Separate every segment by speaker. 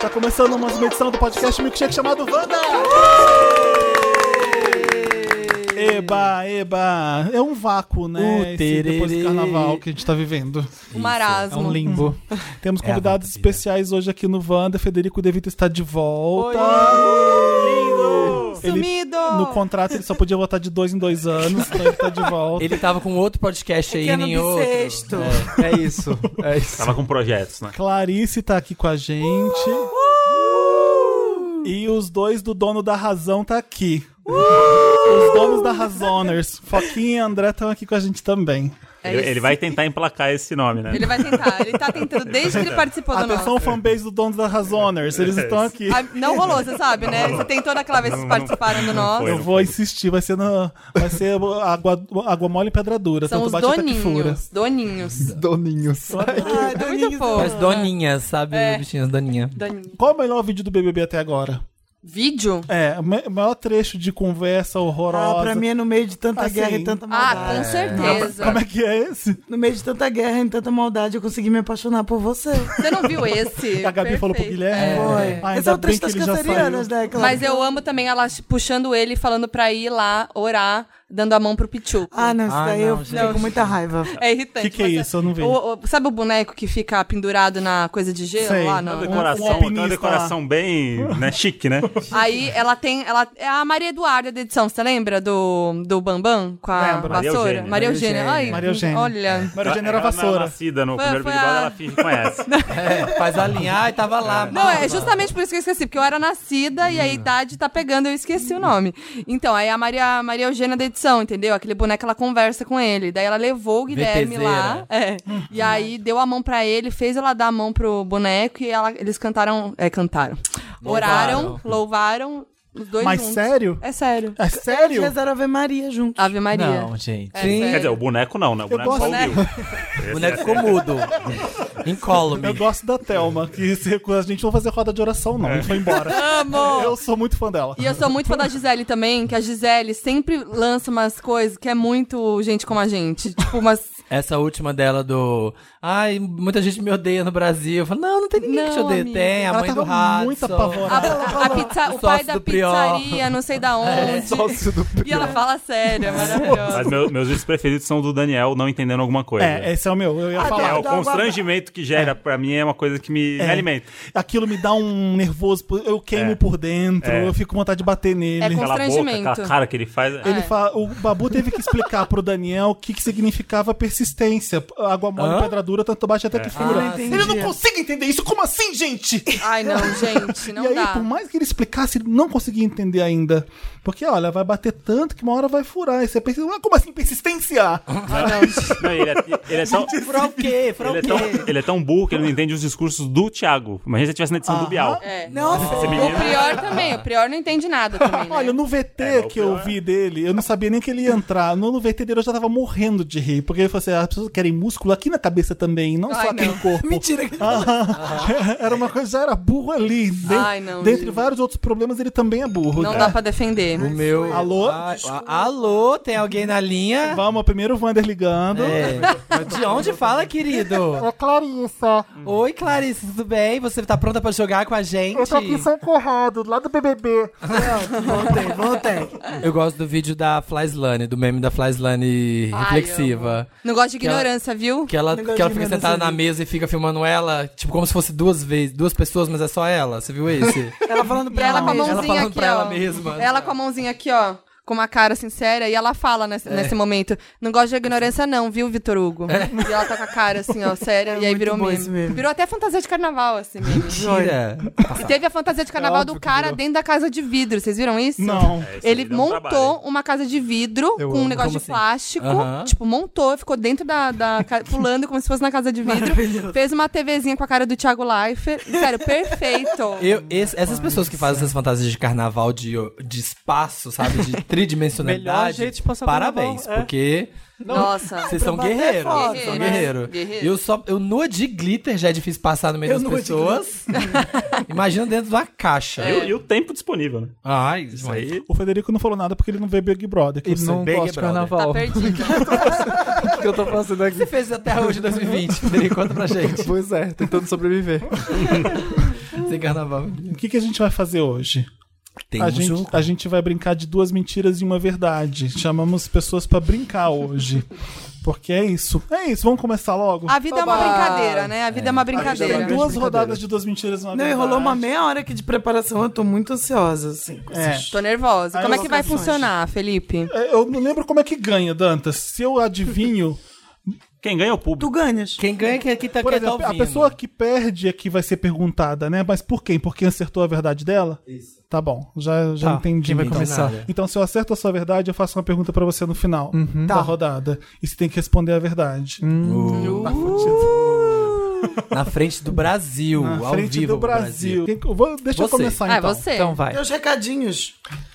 Speaker 1: Tá começando mais uma edição do podcast Milkshake chamado Wanda! Eba, eba. É um vácuo, né?
Speaker 2: Uh,
Speaker 1: Esse depois do
Speaker 2: tererê.
Speaker 1: carnaval que a gente tá vivendo.
Speaker 3: O
Speaker 2: É
Speaker 3: marasmo.
Speaker 2: um limbo.
Speaker 1: Temos
Speaker 2: É a
Speaker 1: convidados
Speaker 2: nossa vida.
Speaker 1: especiais hoje aqui no Wanda. Federico De Vito está de volta. Ele-
Speaker 3: Sumido!
Speaker 1: No contrato ele só podia voltar de dois em dois anos, então ele tá de volta.
Speaker 2: Ele tava com outro podcast aí,
Speaker 3: que era
Speaker 2: em
Speaker 3: um
Speaker 2: outro.
Speaker 3: bissexto.
Speaker 2: É, é isso. É isso.
Speaker 4: Tava com projetos, né?
Speaker 1: Clarice tá aqui com a gente. E os dois do Dono da Razão tá aqui. Os donos da Razoners, Foquinha e André, estão aqui com a gente também.
Speaker 3: É
Speaker 4: ele,
Speaker 3: isso.
Speaker 4: ele vai É tentar emplacar esse nome, né?
Speaker 3: Ele vai tentar. Ele tá tentando desde que ele participou do
Speaker 1: Atenção,
Speaker 3: nosso.
Speaker 1: fanbase do Dono da Razoners, eles estão aqui.
Speaker 3: Ah, não rolou, você sabe, né? Você tentou naquela vez que vocês participaram do nosso.
Speaker 4: foi,
Speaker 1: Eu vou insistir, vai ser, na, vai ser água, água mole e pedra dura,
Speaker 3: São
Speaker 1: tanto
Speaker 3: os
Speaker 1: bate até que fura.
Speaker 3: doninhos. Doninhos.
Speaker 5: Doninhos.
Speaker 3: É muito
Speaker 2: Mas
Speaker 3: fofo.
Speaker 2: doninhas, sabe?
Speaker 3: É.
Speaker 2: Bichinhas doninha.
Speaker 3: Doninho.
Speaker 1: Qual o melhor vídeo do BBB até agora?
Speaker 3: Vídeo?
Speaker 1: É, o me- o maior trecho de conversa horrorosa.
Speaker 6: Ah, pra mim é no meio de tanta
Speaker 1: Assim.
Speaker 6: guerra e tanta
Speaker 3: Ah,
Speaker 6: maldade.
Speaker 3: com certeza.
Speaker 1: Como é que é esse?
Speaker 6: No meio de tanta guerra e tanta maldade, eu consegui me apaixonar por você.
Speaker 3: Você não viu esse?
Speaker 1: A Gabi
Speaker 3: Perfeito.
Speaker 1: falou pro Guilherme.
Speaker 6: Foi.
Speaker 1: Ah, ainda
Speaker 6: Esse é o
Speaker 1: bem
Speaker 6: trecho
Speaker 1: que
Speaker 6: das
Speaker 1: ele já saiu.
Speaker 6: cancerianas, né? Claro.
Speaker 3: Mas eu amo também ela puxando ele, falando pra ir lá orar, dando a mão pro Pichu.
Speaker 6: Ah, não, isso
Speaker 2: Ah,
Speaker 6: daí
Speaker 2: não,
Speaker 6: eu fiquei
Speaker 2: gente.
Speaker 6: com muita raiva.
Speaker 3: É irritante.
Speaker 1: Que que é
Speaker 3: mas
Speaker 1: isso? Eu não vi.
Speaker 3: O- o- sabe o boneco que fica pendurado na coisa de gelo
Speaker 1: Sei.
Speaker 3: lá?
Speaker 4: Uma
Speaker 3: No...
Speaker 1: Um
Speaker 4: decoração, tem
Speaker 1: alpinista
Speaker 4: uma decoração bem né, chique, né?
Speaker 3: Aí ela tem. Ela, é a Maria Eduarda da edição, você lembra? Do, do Bambam com a
Speaker 1: Lembro.
Speaker 4: Maria
Speaker 3: vassoura? Maria
Speaker 4: Eugênia.
Speaker 2: Maria
Speaker 3: Eugênia.
Speaker 2: Eugênia.
Speaker 3: Ai,
Speaker 1: Maria Eugênia. É.
Speaker 3: Olha.
Speaker 1: Maria Eugênia era
Speaker 4: Ela- ela
Speaker 1: vassoura.
Speaker 4: nascida no
Speaker 3: Foi-
Speaker 4: primeiro
Speaker 3: foi
Speaker 4: Big Brother,
Speaker 3: a-
Speaker 4: ela finge que conhece.
Speaker 2: É, faz a linha. Ai, tava lá.
Speaker 3: Não, é justamente por isso que eu esqueci, porque eu era nascida e a idade tá pegando, eu esqueci o nome. Então, aí a Maria, Maria Eugênia da edição, entendeu? Aquele boneco, ela conversa com ele. Daí ela levou o Guilherme lá. é. e aí deu a mão pra ele, fez ela dar a mão pro boneco e ela- eles cantaram. É, cantaram. Oraram,
Speaker 2: Louvaram.
Speaker 3: louvaram os dois
Speaker 1: Mas
Speaker 3: juntos.
Speaker 1: sério?
Speaker 3: É sério.
Speaker 1: É sério?
Speaker 6: Rezaram Ave Maria junto.
Speaker 3: Ave Maria.
Speaker 2: Não, gente.
Speaker 3: É
Speaker 2: Sim.
Speaker 3: sério.
Speaker 4: Quer dizer, o boneco não, né? O boneco
Speaker 1: gosto,
Speaker 4: só
Speaker 3: né?
Speaker 4: ouviu.
Speaker 2: O boneco ficou mudo. Incólume.
Speaker 1: Eu gosto da Thelma, que se recusa, a gente não vai fazer roda de oração, não. Ele foi embora.
Speaker 3: Amo!
Speaker 1: Eu sou muito fã dela.
Speaker 3: E eu sou muito fã da Gisele também, que a Gisele sempre lança umas coisas que é muito gente como a gente. Tipo, umas.
Speaker 2: Essa última dela do. Ai, muita gente me odeia no Brasil. Eu falo, não, não tem ninguém
Speaker 3: Não,
Speaker 2: que te odeia.
Speaker 3: amiga.
Speaker 2: Tem, a
Speaker 1: Ela
Speaker 2: mãe do
Speaker 1: tava
Speaker 2: rato.
Speaker 1: muito
Speaker 3: A,
Speaker 1: apavorada.
Speaker 3: a pizza, o
Speaker 2: O
Speaker 3: pai
Speaker 2: sócio
Speaker 3: da
Speaker 2: do Prior.
Speaker 3: pizzaria, não sei da onde.
Speaker 5: Sócio do
Speaker 3: E ela fala sério, é maravilhosa.
Speaker 4: Mas meu- meus vídeos preferidos são do Daniel não entendendo alguma coisa.
Speaker 1: É, esse é o meu. Eu ia
Speaker 6: Ah,
Speaker 1: falar.
Speaker 4: É, o
Speaker 6: Dá uma-
Speaker 4: constrangimento que gera pra mim é uma coisa que me, me alimenta.
Speaker 1: Aquilo me dá um nervoso, eu queimo
Speaker 4: É.
Speaker 1: por dentro,
Speaker 4: É.
Speaker 1: eu fico com vontade de bater nele.
Speaker 3: É com-
Speaker 4: Aquela boca,
Speaker 3: Constrangimento.
Speaker 4: aquela cara que ele faz. né?
Speaker 1: Ele
Speaker 3: É.
Speaker 1: fala, o Babu teve que explicar pro Daniel o que, que significava persistência. Água mole,
Speaker 2: Hã?
Speaker 1: pedra dura, tanto baixa até que fura.
Speaker 2: Ah,
Speaker 6: entendi.
Speaker 1: ele não consegue entender isso, como assim, gente?
Speaker 3: Ai, não, gente, não
Speaker 1: e aí,
Speaker 3: dá.
Speaker 1: por mais que ele explicasse, ele não conseguia entender ainda. Porque, olha, vai bater tanto que uma hora vai furar. E você pensa, ah, como assim, persistência?
Speaker 4: Né? Não, ele é, ele é tão.
Speaker 2: Pra o quê? Pra
Speaker 4: Ele é,
Speaker 2: o quê?
Speaker 4: tão, ele é tão burro que ele não entende os discursos do Thiago. Imagina se tivesse na edição do Bial.
Speaker 3: É.
Speaker 6: Nossa,
Speaker 4: Esse menino-
Speaker 3: O Prior também, o Prior não entende nada também. Né?
Speaker 1: Olha, no VT
Speaker 4: É, mas o
Speaker 1: que eu
Speaker 4: pior é-
Speaker 1: vi dele, eu não sabia nem que ele ia entrar. No, no VT dele eu já tava morrendo de rir. Porque ele falou assim: as pessoas querem músculo aqui na cabeça também, não
Speaker 3: Ai,
Speaker 1: só aqui
Speaker 3: não.
Speaker 1: no corpo.
Speaker 2: Mentira.
Speaker 1: Ah, era uma coisa, já era burro ali. Den-
Speaker 3: Ai, não,
Speaker 1: dentre
Speaker 3: gente.
Speaker 1: vários outros problemas, ele também é burro.
Speaker 3: Não
Speaker 1: É.
Speaker 3: dá pra defender.
Speaker 2: O meu.
Speaker 1: Alô?
Speaker 2: Ai, a- alô, tem alguém na linha?
Speaker 1: Vamos, primeiro o Vander ligando.
Speaker 2: É. De onde fala, querido?
Speaker 7: É Clarissa.
Speaker 3: Uhum.
Speaker 2: Oi, Clarice, tudo bem? Você tá pronta pra jogar com a gente?
Speaker 7: Eu tô aqui em São Conrado, lá do BBB.
Speaker 6: voltei, voltei.
Speaker 2: Eu gosto do vídeo da Flyslane, do meme da Flyslane
Speaker 3: Ai,
Speaker 2: reflexiva.
Speaker 3: Não gosto de
Speaker 2: Que ela-
Speaker 3: ignorância, viu?
Speaker 2: Que ela,
Speaker 6: Não gosto
Speaker 2: que ela
Speaker 6: de
Speaker 2: fica
Speaker 6: nada
Speaker 2: sentada
Speaker 6: desse
Speaker 2: na
Speaker 6: vídeo.
Speaker 2: mesa e fica filmando ela, tipo, como se fosse duas vezes, duas pessoas, mas é só ela. Você viu esse?
Speaker 6: Ela tá falando
Speaker 3: E
Speaker 6: pra
Speaker 3: ela com a
Speaker 6: mesma.
Speaker 2: Ela
Speaker 3: mãozinha
Speaker 2: falando
Speaker 3: aqui,
Speaker 2: pra
Speaker 3: ó.
Speaker 2: ela mesma.
Speaker 3: Ela com a mãozinha aqui, ó. Com uma cara sincera, e ela fala nesse, nesse momento: Não gosto de ignorância, não, viu, Vitor Hugo? E ela tá com a cara assim, ó, séria,
Speaker 6: É
Speaker 3: e aí
Speaker 6: muito
Speaker 3: virou
Speaker 6: bom
Speaker 3: meme.
Speaker 6: esse meme.
Speaker 3: Virou até fantasia de carnaval, assim, meme.
Speaker 2: Mentira.
Speaker 3: E teve a fantasia de carnaval
Speaker 5: óbvio
Speaker 3: do
Speaker 5: que
Speaker 3: cara
Speaker 5: virou.
Speaker 3: dentro da casa de vidro, vocês viram isso?
Speaker 1: Não.
Speaker 4: É, isso
Speaker 3: Ele
Speaker 4: aí dá um
Speaker 3: montou
Speaker 4: trabalho, hein?
Speaker 3: uma casa de vidro
Speaker 5: Eu
Speaker 3: com um
Speaker 5: amo.
Speaker 2: Como
Speaker 3: negócio de
Speaker 2: assim?
Speaker 3: plástico.
Speaker 2: Aham.
Speaker 3: Tipo, montou, ficou dentro da, da ca- pulando como se fosse na casa de vidro. Fez uma TVzinha com a cara do Thiago Leifert. Sério, perfeito.
Speaker 2: Eu, esse- essas pessoas que fazem essas fantasias de carnaval de, de espaço, sabe? De tridimensionalidade.
Speaker 5: Melhor jeito de passar o
Speaker 2: Parabéns,
Speaker 5: carnaval, é.
Speaker 2: porque
Speaker 3: Nossa.
Speaker 2: vocês são
Speaker 6: pra bater
Speaker 2: guerreiros.
Speaker 6: foto,
Speaker 2: São
Speaker 3: né?
Speaker 2: guerreiros.
Speaker 3: Guerreiro.
Speaker 2: Eu só. Eu nua de glitter já é difícil passar no meio
Speaker 5: Eu
Speaker 2: das
Speaker 5: nua de
Speaker 2: pessoas. Imagina dentro de uma caixa.
Speaker 1: É.
Speaker 4: E, o- e o tempo disponível, né?
Speaker 2: Ai,
Speaker 4: Isso aí.
Speaker 1: O Federico não falou nada porque ele não vê Big Brother. Que
Speaker 5: E
Speaker 1: ele
Speaker 5: não
Speaker 1: não
Speaker 2: Big
Speaker 5: gosto de
Speaker 2: Brother.
Speaker 5: carnaval.
Speaker 3: Tá perdido.
Speaker 5: O que eu tô fazendo aqui?
Speaker 2: Você fez até hoje 2020, Federico, conta pra gente.
Speaker 5: Pois é, tentando sobreviver.
Speaker 2: Sem carnaval.
Speaker 1: O que, que a gente vai fazer hoje?
Speaker 2: Tem um
Speaker 1: A gente, a gente vai brincar de duas mentiras e uma verdade. Chamamos pessoas pra brincar hoje. Porque é isso. É isso, vamos começar logo?
Speaker 3: A vida é uma
Speaker 5: Oba!
Speaker 3: brincadeira, né? A vida é, uma
Speaker 5: é
Speaker 1: Tem
Speaker 3: brincadeira.
Speaker 5: uma grande
Speaker 1: duas
Speaker 5: brincadeira.
Speaker 1: rodadas de duas mentiras e uma
Speaker 6: Não,
Speaker 1: verdade.
Speaker 6: enrolou uma meia hora aqui de preparação, eu tô muito ansiosa, assim. com
Speaker 1: É.
Speaker 6: esses-
Speaker 3: Tô nervosa.
Speaker 1: Aí
Speaker 3: Como é
Speaker 1: eu
Speaker 3: que
Speaker 1: vou
Speaker 3: vai funcionar, Felipe?
Speaker 1: É, Eu não lembro como é que ganha, Dantas. Se eu adivinho,
Speaker 4: Quem ganha é o público.
Speaker 6: Tu ganhas.
Speaker 2: Quem ganha é quem quem tá,
Speaker 1: por
Speaker 2: quem tá
Speaker 1: exemplo, a
Speaker 2: ouvindo.
Speaker 1: pessoa que perde é que vai ser perguntada, né? Mas por quem? Por quem acertou a verdade dela? Isso. Tá bom, já, já
Speaker 5: Tá,
Speaker 1: entendi.
Speaker 5: quem vai
Speaker 1: então.
Speaker 5: começar?
Speaker 1: Então, se eu acerto a sua verdade, eu faço uma pergunta pra você no final da
Speaker 6: Tá.
Speaker 1: rodada. E você tem que responder a verdade.
Speaker 2: Uh, na frente do Brasil,
Speaker 1: Na
Speaker 2: ao
Speaker 1: frente
Speaker 2: vivo.
Speaker 1: do
Speaker 2: pro
Speaker 1: Brasil. Quem- eu vou- deixa eu
Speaker 2: Você.
Speaker 1: começar
Speaker 3: Ah, é
Speaker 1: então.
Speaker 3: você.
Speaker 5: Então vai.
Speaker 6: Tem os recadinhos.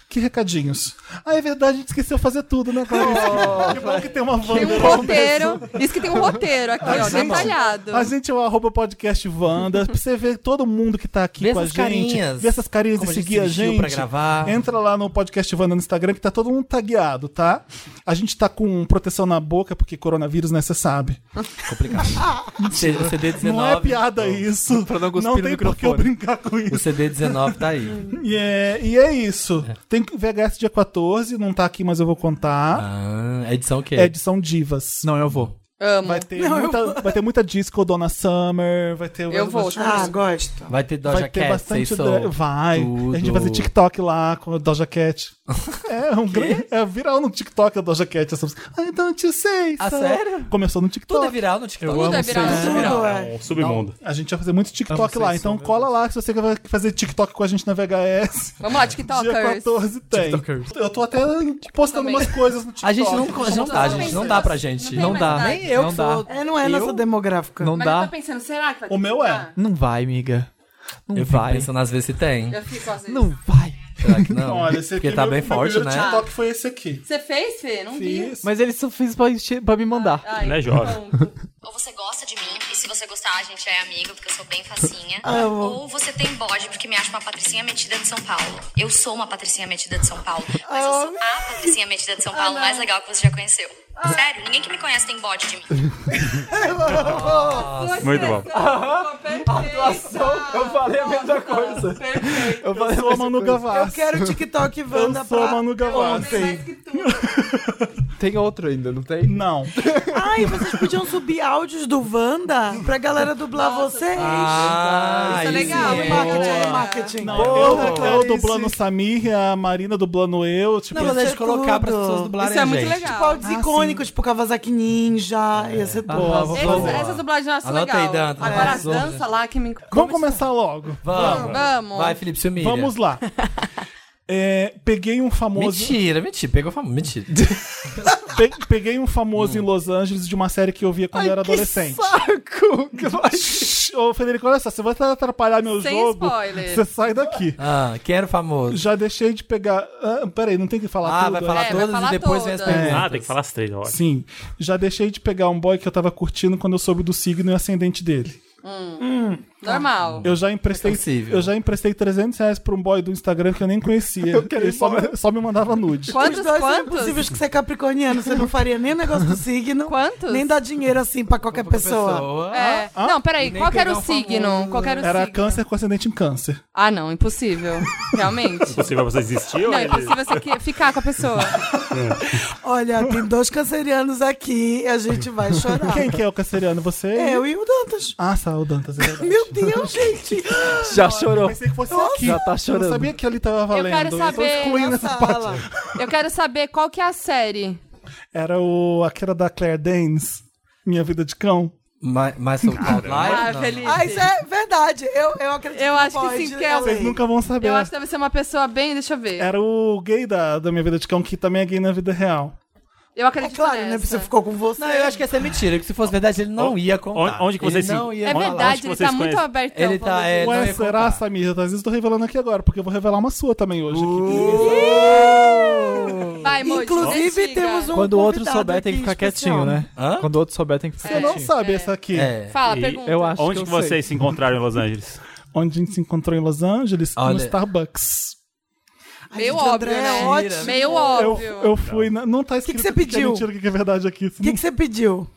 Speaker 1: Que recadinhos. Ah, é verdade, a gente esqueceu fazer tudo, né?
Speaker 5: Oh.
Speaker 1: Clarice? que bom que tem uma
Speaker 3: Tem
Speaker 1: Wanda.
Speaker 3: um roteiro. Isso que tem um roteiro aqui, ó, detalhado.
Speaker 1: A gente é o arroba podcast Wanda. Pra você ver todo mundo que tá aqui
Speaker 2: Vê
Speaker 1: com a
Speaker 2: essas
Speaker 1: gente.
Speaker 2: carinhas.
Speaker 1: Vê essas carinhas e
Speaker 2: Como a gente
Speaker 1: seguir a
Speaker 2: se vestiu
Speaker 1: gente.
Speaker 2: pra gravar.
Speaker 1: Entra lá no podcast Wanda no Instagram que tá todo mundo tagueado, tá? A gente tá com proteção na boca porque coronavírus, né? Você sabe.
Speaker 2: O CD19.
Speaker 1: não é piada
Speaker 2: então.
Speaker 1: isso.
Speaker 5: Pra não cuspir
Speaker 1: não
Speaker 5: no
Speaker 1: tem por
Speaker 5: microfone.
Speaker 1: que eu brincar com isso.
Speaker 2: O CD19 tá aí.
Speaker 1: E é, e é isso. Tem VHS dia 14, não tá aqui, mas eu vou contar.
Speaker 2: Ah, a edição que
Speaker 1: É
Speaker 2: é?
Speaker 1: edição Divas.
Speaker 5: Não, eu vou.
Speaker 3: Amo.
Speaker 1: Vai ter, muita, vai ter muita disco, Donna Summer, vai ter...
Speaker 3: Eu vou.
Speaker 6: Ah, gosto.
Speaker 2: Vai ter Doja
Speaker 1: Vai ter
Speaker 2: Cat, sei
Speaker 1: bastante... dra-
Speaker 2: sou.
Speaker 1: Vai. A gente
Speaker 2: Tudo.
Speaker 1: vai fazer TikTok lá com o Doja Cat. É, um grande... É viral no TikTok a Doja Cat. Essa música. então I don't you say
Speaker 2: Ah,
Speaker 1: so.
Speaker 2: sério?
Speaker 1: Começou no TikTok.
Speaker 2: Tudo é viral no TikTok.
Speaker 3: Tudo é viral.
Speaker 2: Tudo é viral.
Speaker 6: Tudo é.
Speaker 4: É um submundo.
Speaker 1: A gente vai fazer muito TikTok
Speaker 5: Amo
Speaker 1: lá.
Speaker 5: vocês,
Speaker 1: Então
Speaker 5: são
Speaker 1: cola lá que se você quer fazer TikTok com a gente na VHS.
Speaker 3: Vamos lá,
Speaker 1: Dia
Speaker 3: TikTokers.
Speaker 1: 14 tem.
Speaker 5: TikTokers.
Speaker 1: Eu tô até postando
Speaker 3: Também.
Speaker 1: umas coisas no TikTok.
Speaker 2: A gente não, a gente não dá, gente. Não tá. dá pra gente.
Speaker 3: Não
Speaker 2: Não,
Speaker 3: tem mais
Speaker 2: dá.
Speaker 3: nada.
Speaker 2: Nem eu
Speaker 5: Não
Speaker 2: que
Speaker 5: dá.
Speaker 2: sou.
Speaker 6: É, não é nossa demográfica.
Speaker 5: Não
Speaker 3: Mas eu
Speaker 5: dá.
Speaker 3: tô pensando, será que vai ter
Speaker 1: O meu é.
Speaker 3: que mudar?
Speaker 5: Não vai, amiga. Não
Speaker 2: Eu fico
Speaker 5: vai.
Speaker 2: pensando às vezes se tem.
Speaker 3: Eu fico às vezes.
Speaker 5: Não vai.
Speaker 2: Será que não?
Speaker 1: Olha, esse aqui
Speaker 2: Porque tá
Speaker 1: meu-
Speaker 2: bem
Speaker 1: meu
Speaker 2: forte,
Speaker 1: primeiro
Speaker 2: né?
Speaker 4: tipo
Speaker 1: TikTok foi esse aqui.
Speaker 3: Você fez, Fê? Não vi.
Speaker 1: Fiz.
Speaker 5: Mas ele só fez pra, enche- pra me mandar.
Speaker 3: Ai,
Speaker 4: Ele é jovem.
Speaker 3: pronto.
Speaker 8: Ou você gosta de mim, e se você gostar, a gente é amiga, porque eu sou bem facinha.
Speaker 6: Amo.
Speaker 8: Ou você tem bode, porque me acha uma patricinha metida de São Paulo. Eu sou uma patricinha metida de São Paulo. Mas eu sou a patricinha metida de São Paulo mais legal que você já conheceu. Sério, ninguém que me conhece tem bode de mim.
Speaker 4: Muito bom.
Speaker 5: Eu falei a mesma coisa. Eu falei
Speaker 1: Eu sou a Manu
Speaker 6: Eu
Speaker 1: Gavassi.
Speaker 6: quero o TikTok Wanda
Speaker 1: Eu sou a
Speaker 6: pra...
Speaker 1: Manu Gavassi.
Speaker 3: né?
Speaker 5: Tem outro ainda, não tem?
Speaker 1: Não.
Speaker 6: Ai, vocês podiam subir áudios do Wanda pra galera dublar vocês.
Speaker 2: Ah,
Speaker 3: Isso é
Speaker 2: aí
Speaker 3: legal,
Speaker 2: sim.
Speaker 3: hein?
Speaker 6: marketing,
Speaker 2: Boa.
Speaker 6: marketing.
Speaker 1: Não,
Speaker 6: Boa,
Speaker 1: eu, eu
Speaker 6: Clarice.
Speaker 1: dublando o Samir, a Marina dublando eu. Tipo,
Speaker 2: Não, mas a gente
Speaker 6: é
Speaker 2: colocar para as
Speaker 6: tudo.
Speaker 2: pessoas dublarem
Speaker 3: Isso é
Speaker 2: a
Speaker 3: muito
Speaker 2: gente.
Speaker 6: Tipo,
Speaker 3: legal.
Speaker 6: áudios icônicos, tipo Kawasaki Ninja, ia
Speaker 1: Ah,
Speaker 6: ser bom.
Speaker 5: Boa,
Speaker 3: Eles-
Speaker 5: boa.
Speaker 3: essas dublagens eu acho
Speaker 2: Anota
Speaker 3: legal.
Speaker 2: aí, Danta.
Speaker 3: Agora
Speaker 2: É.
Speaker 3: as danças lá que me...
Speaker 1: Vamos começar logo.
Speaker 2: Vamos.
Speaker 3: Vamos.
Speaker 2: Vai, Felipe, se humilha.
Speaker 1: Vamos lá. É, peguei um famoso.
Speaker 2: Mentira, mentira. Pegou famoso. Mentira.
Speaker 1: pe- peguei um famoso em Los Angeles de uma série que eu via quando eu era adolescente.
Speaker 5: Saco! Que vai-
Speaker 1: Ô, Federico, olha só, você vai atrapalhar meu
Speaker 3: Sem
Speaker 1: jogo.
Speaker 3: spoiler.
Speaker 1: Você sai daqui.
Speaker 2: Ah, quem era o famoso?
Speaker 1: Já deixei de pegar. Ah, peraí, não tem que falar
Speaker 2: Ah,
Speaker 1: tudo,
Speaker 2: vai
Speaker 1: né?
Speaker 2: falar
Speaker 3: É, vai
Speaker 2: todas
Speaker 3: falar
Speaker 2: e depois vem as
Speaker 3: todas.
Speaker 2: perguntas.
Speaker 4: Ah, tem que falar as três, ó.
Speaker 1: Sim. Já deixei de pegar um boy que eu tava curtindo quando eu soube do signo e ascendente dele.
Speaker 3: Normal.
Speaker 1: Eu já emprestei.
Speaker 2: É possível.
Speaker 1: eu já emprestei 300 reais pra um boy do Instagram que eu nem conhecia.
Speaker 5: quero
Speaker 1: Ele
Speaker 5: ir
Speaker 1: só me, só me mandava nude.
Speaker 3: Quantos,
Speaker 6: Os dois são
Speaker 3: quantos?
Speaker 6: impossíveis que você é capricorniano, você não faria nem o negócio do signo.
Speaker 3: Quantos?
Speaker 6: Nem dar dinheiro assim pra qualquer pessoa.
Speaker 3: É.
Speaker 1: Ah,
Speaker 3: não, peraí,
Speaker 2: nem
Speaker 3: qual que era o
Speaker 2: pegar um
Speaker 3: signo?
Speaker 2: famoso.
Speaker 3: Qual que era o
Speaker 1: Era
Speaker 3: signo?
Speaker 1: câncer com ascendente em câncer.
Speaker 3: Ah, não, impossível. Realmente.
Speaker 4: Possível você desistir ou
Speaker 3: Não, é
Speaker 4: ele...
Speaker 3: impossível você que- ficar com a pessoa.
Speaker 6: Olha, tem dois cancerianos aqui e a gente vai chorar.
Speaker 1: Quem que é o canceriano? Você?
Speaker 6: Ah. Eu e o Dantas.
Speaker 1: Ah, tá, o Dantas. é verdade.
Speaker 6: Meu Deus, gente.
Speaker 5: Já chorou.
Speaker 1: Pensei que fosse aqui.
Speaker 5: Já tá
Speaker 1: Eu não
Speaker 5: chorando.
Speaker 1: sabia que ali tava valendo.
Speaker 3: quero
Speaker 1: tô
Speaker 3: saber
Speaker 1: excluindo essa parte.
Speaker 6: Fala.
Speaker 3: Eu quero saber qual que é a série.
Speaker 1: Era o, aquela da Claire Danes, Minha Vida de Cão.
Speaker 2: Ma- Mas são Cloud
Speaker 3: Ah,
Speaker 2: Live?
Speaker 3: Felipe.
Speaker 6: Ah, isso é verdade. Eu, eu acredito
Speaker 3: Eu acho que
Speaker 6: pode,
Speaker 3: sim, porque é o-
Speaker 1: Vocês
Speaker 6: além.
Speaker 1: nunca vão saber.
Speaker 3: Eu acho que deve ser uma pessoa bem, deixa eu ver.
Speaker 1: Era o gay da, da Minha é Vida de Cão, que também é gay na vida real.
Speaker 3: Eu
Speaker 6: É
Speaker 3: acredito
Speaker 6: claro,
Speaker 3: nessa.
Speaker 6: né? Você ficou com você.
Speaker 2: Não, eu acho que essa é mentira, que se fosse verdade ele não
Speaker 4: O-
Speaker 2: ia contar.
Speaker 4: onde- onde que você
Speaker 2: ele
Speaker 4: se-
Speaker 2: não ia
Speaker 3: É
Speaker 4: Vamos
Speaker 2: falar.
Speaker 4: lá, onde
Speaker 3: verdade,
Speaker 4: que
Speaker 3: ele
Speaker 4: vocês
Speaker 3: tá muito
Speaker 4: conhecem?
Speaker 3: aberto.
Speaker 2: Ele tá, é, não
Speaker 1: Ué,
Speaker 2: ia
Speaker 1: será,
Speaker 2: contar.
Speaker 1: Samir? Às vezes eu tô revelando aqui agora, porque eu vou revelar uma sua também hoje.
Speaker 2: Uh,
Speaker 3: Vai, Moji,
Speaker 6: Inclusive,
Speaker 3: investiga.
Speaker 6: temos um
Speaker 5: Quando o outro
Speaker 6: convidado
Speaker 5: souber, tem que
Speaker 6: aqui
Speaker 5: ficar
Speaker 6: especial.
Speaker 5: quietinho, né?
Speaker 2: Hã?
Speaker 5: Quando o outro souber, tem que ficar
Speaker 1: Você não
Speaker 3: É.
Speaker 1: sabe essa aqui.
Speaker 2: É.
Speaker 3: Fala,
Speaker 4: E-
Speaker 3: pergunta.
Speaker 5: Eu acho
Speaker 4: Onde
Speaker 5: que,
Speaker 4: que
Speaker 5: eu
Speaker 4: vocês se encontraram em Los Angeles?
Speaker 1: Onde a gente se encontrou em Los Angeles,
Speaker 2: Olha.
Speaker 1: no Starbucks.
Speaker 6: Ai,
Speaker 3: Meio
Speaker 6: gente, o
Speaker 3: óbvio,
Speaker 6: André é
Speaker 3: né?
Speaker 6: ótimo.
Speaker 3: Meio
Speaker 1: Eu,
Speaker 3: óbvio.
Speaker 1: eu fui. na- não tá
Speaker 6: que
Speaker 1: escrito
Speaker 6: você
Speaker 1: é
Speaker 6: pediu?
Speaker 1: mentira, o que que é verdade aqui.
Speaker 6: O que, que você pediu?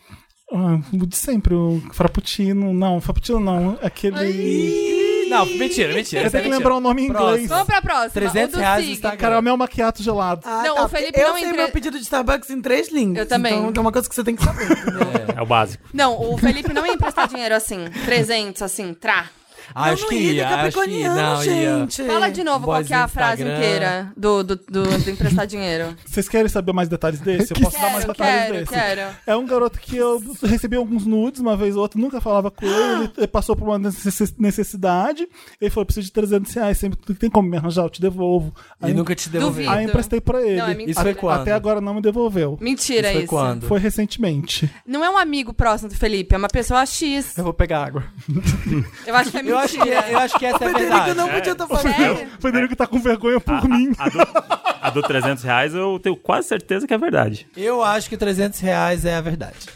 Speaker 1: Ah, o de sempre, o Frappuccino. Não, Frappuccino não. Aquele.
Speaker 2: Não, mentira, mentira.
Speaker 1: Eu tenho que
Speaker 5: um-
Speaker 1: lembrar o nome em inglês.
Speaker 3: Vamos pra próxima.
Speaker 2: 300
Speaker 3: o do
Speaker 2: reais no
Speaker 3: Sig.
Speaker 2: Instagram.
Speaker 1: Caramel maquiato gelado.
Speaker 6: Ah,
Speaker 3: Não,
Speaker 6: tá,
Speaker 3: o Felipe
Speaker 6: eu
Speaker 3: não
Speaker 6: sei
Speaker 3: entre-
Speaker 6: meu pedido de Starbucks em três links.
Speaker 3: Eu também.
Speaker 6: Então é uma coisa que você tem que saber. entendeu?
Speaker 4: É o básico.
Speaker 3: Não, o Felipe não ia emprestar dinheiro assim. 300, assim, trá.
Speaker 2: Ah,
Speaker 6: Eu
Speaker 2: acho
Speaker 6: não
Speaker 2: que
Speaker 6: ia,
Speaker 2: ia,
Speaker 6: que é
Speaker 2: acho que ia. Não, ia.
Speaker 6: gente.
Speaker 3: Fala de novo qual
Speaker 2: Voz
Speaker 3: que é a
Speaker 2: do
Speaker 3: frase
Speaker 2: Instagram.
Speaker 3: inteira do, do, do, do emprestar dinheiro.
Speaker 1: Vocês querem saber mais detalhes desse? Eu posso dar mais
Speaker 3: Quero,
Speaker 1: detalhes
Speaker 3: quero,
Speaker 1: desse.
Speaker 3: quero.
Speaker 1: É um garoto que eu recebi alguns nudes uma vez ou outra, nunca falava com ele,
Speaker 3: Ah.
Speaker 1: ele passou por uma necess- necessidade. Ele falou: preciso de 300 reais, sempre tu tem como me arranjar, eu te devolvo. Aí,
Speaker 2: E nunca te devolvi.
Speaker 3: Duvido.
Speaker 1: aí eu emprestei pra ele.
Speaker 3: Não, é mentira.
Speaker 2: Isso foi quando?
Speaker 1: Até agora não me devolveu.
Speaker 3: Mentira
Speaker 2: Isso
Speaker 3: isso.
Speaker 2: foi quando?
Speaker 1: Foi recentemente.
Speaker 3: Não é um amigo próximo do Felipe, é uma pessoa X.
Speaker 5: Eu vou pegar água.
Speaker 3: Eu acho que é
Speaker 2: Eu
Speaker 3: mentira.
Speaker 2: acho que, eu acho é. que essa é a
Speaker 6: Federico
Speaker 2: verdade.
Speaker 6: não podia estar
Speaker 3: Sério?
Speaker 6: falando.
Speaker 1: O Federico tá com vergonha por
Speaker 2: Ah,
Speaker 1: mim.
Speaker 4: A do, a do 300 reais eu tenho quase certeza que é verdade.
Speaker 2: Eu acho que 300 reais é a verdade.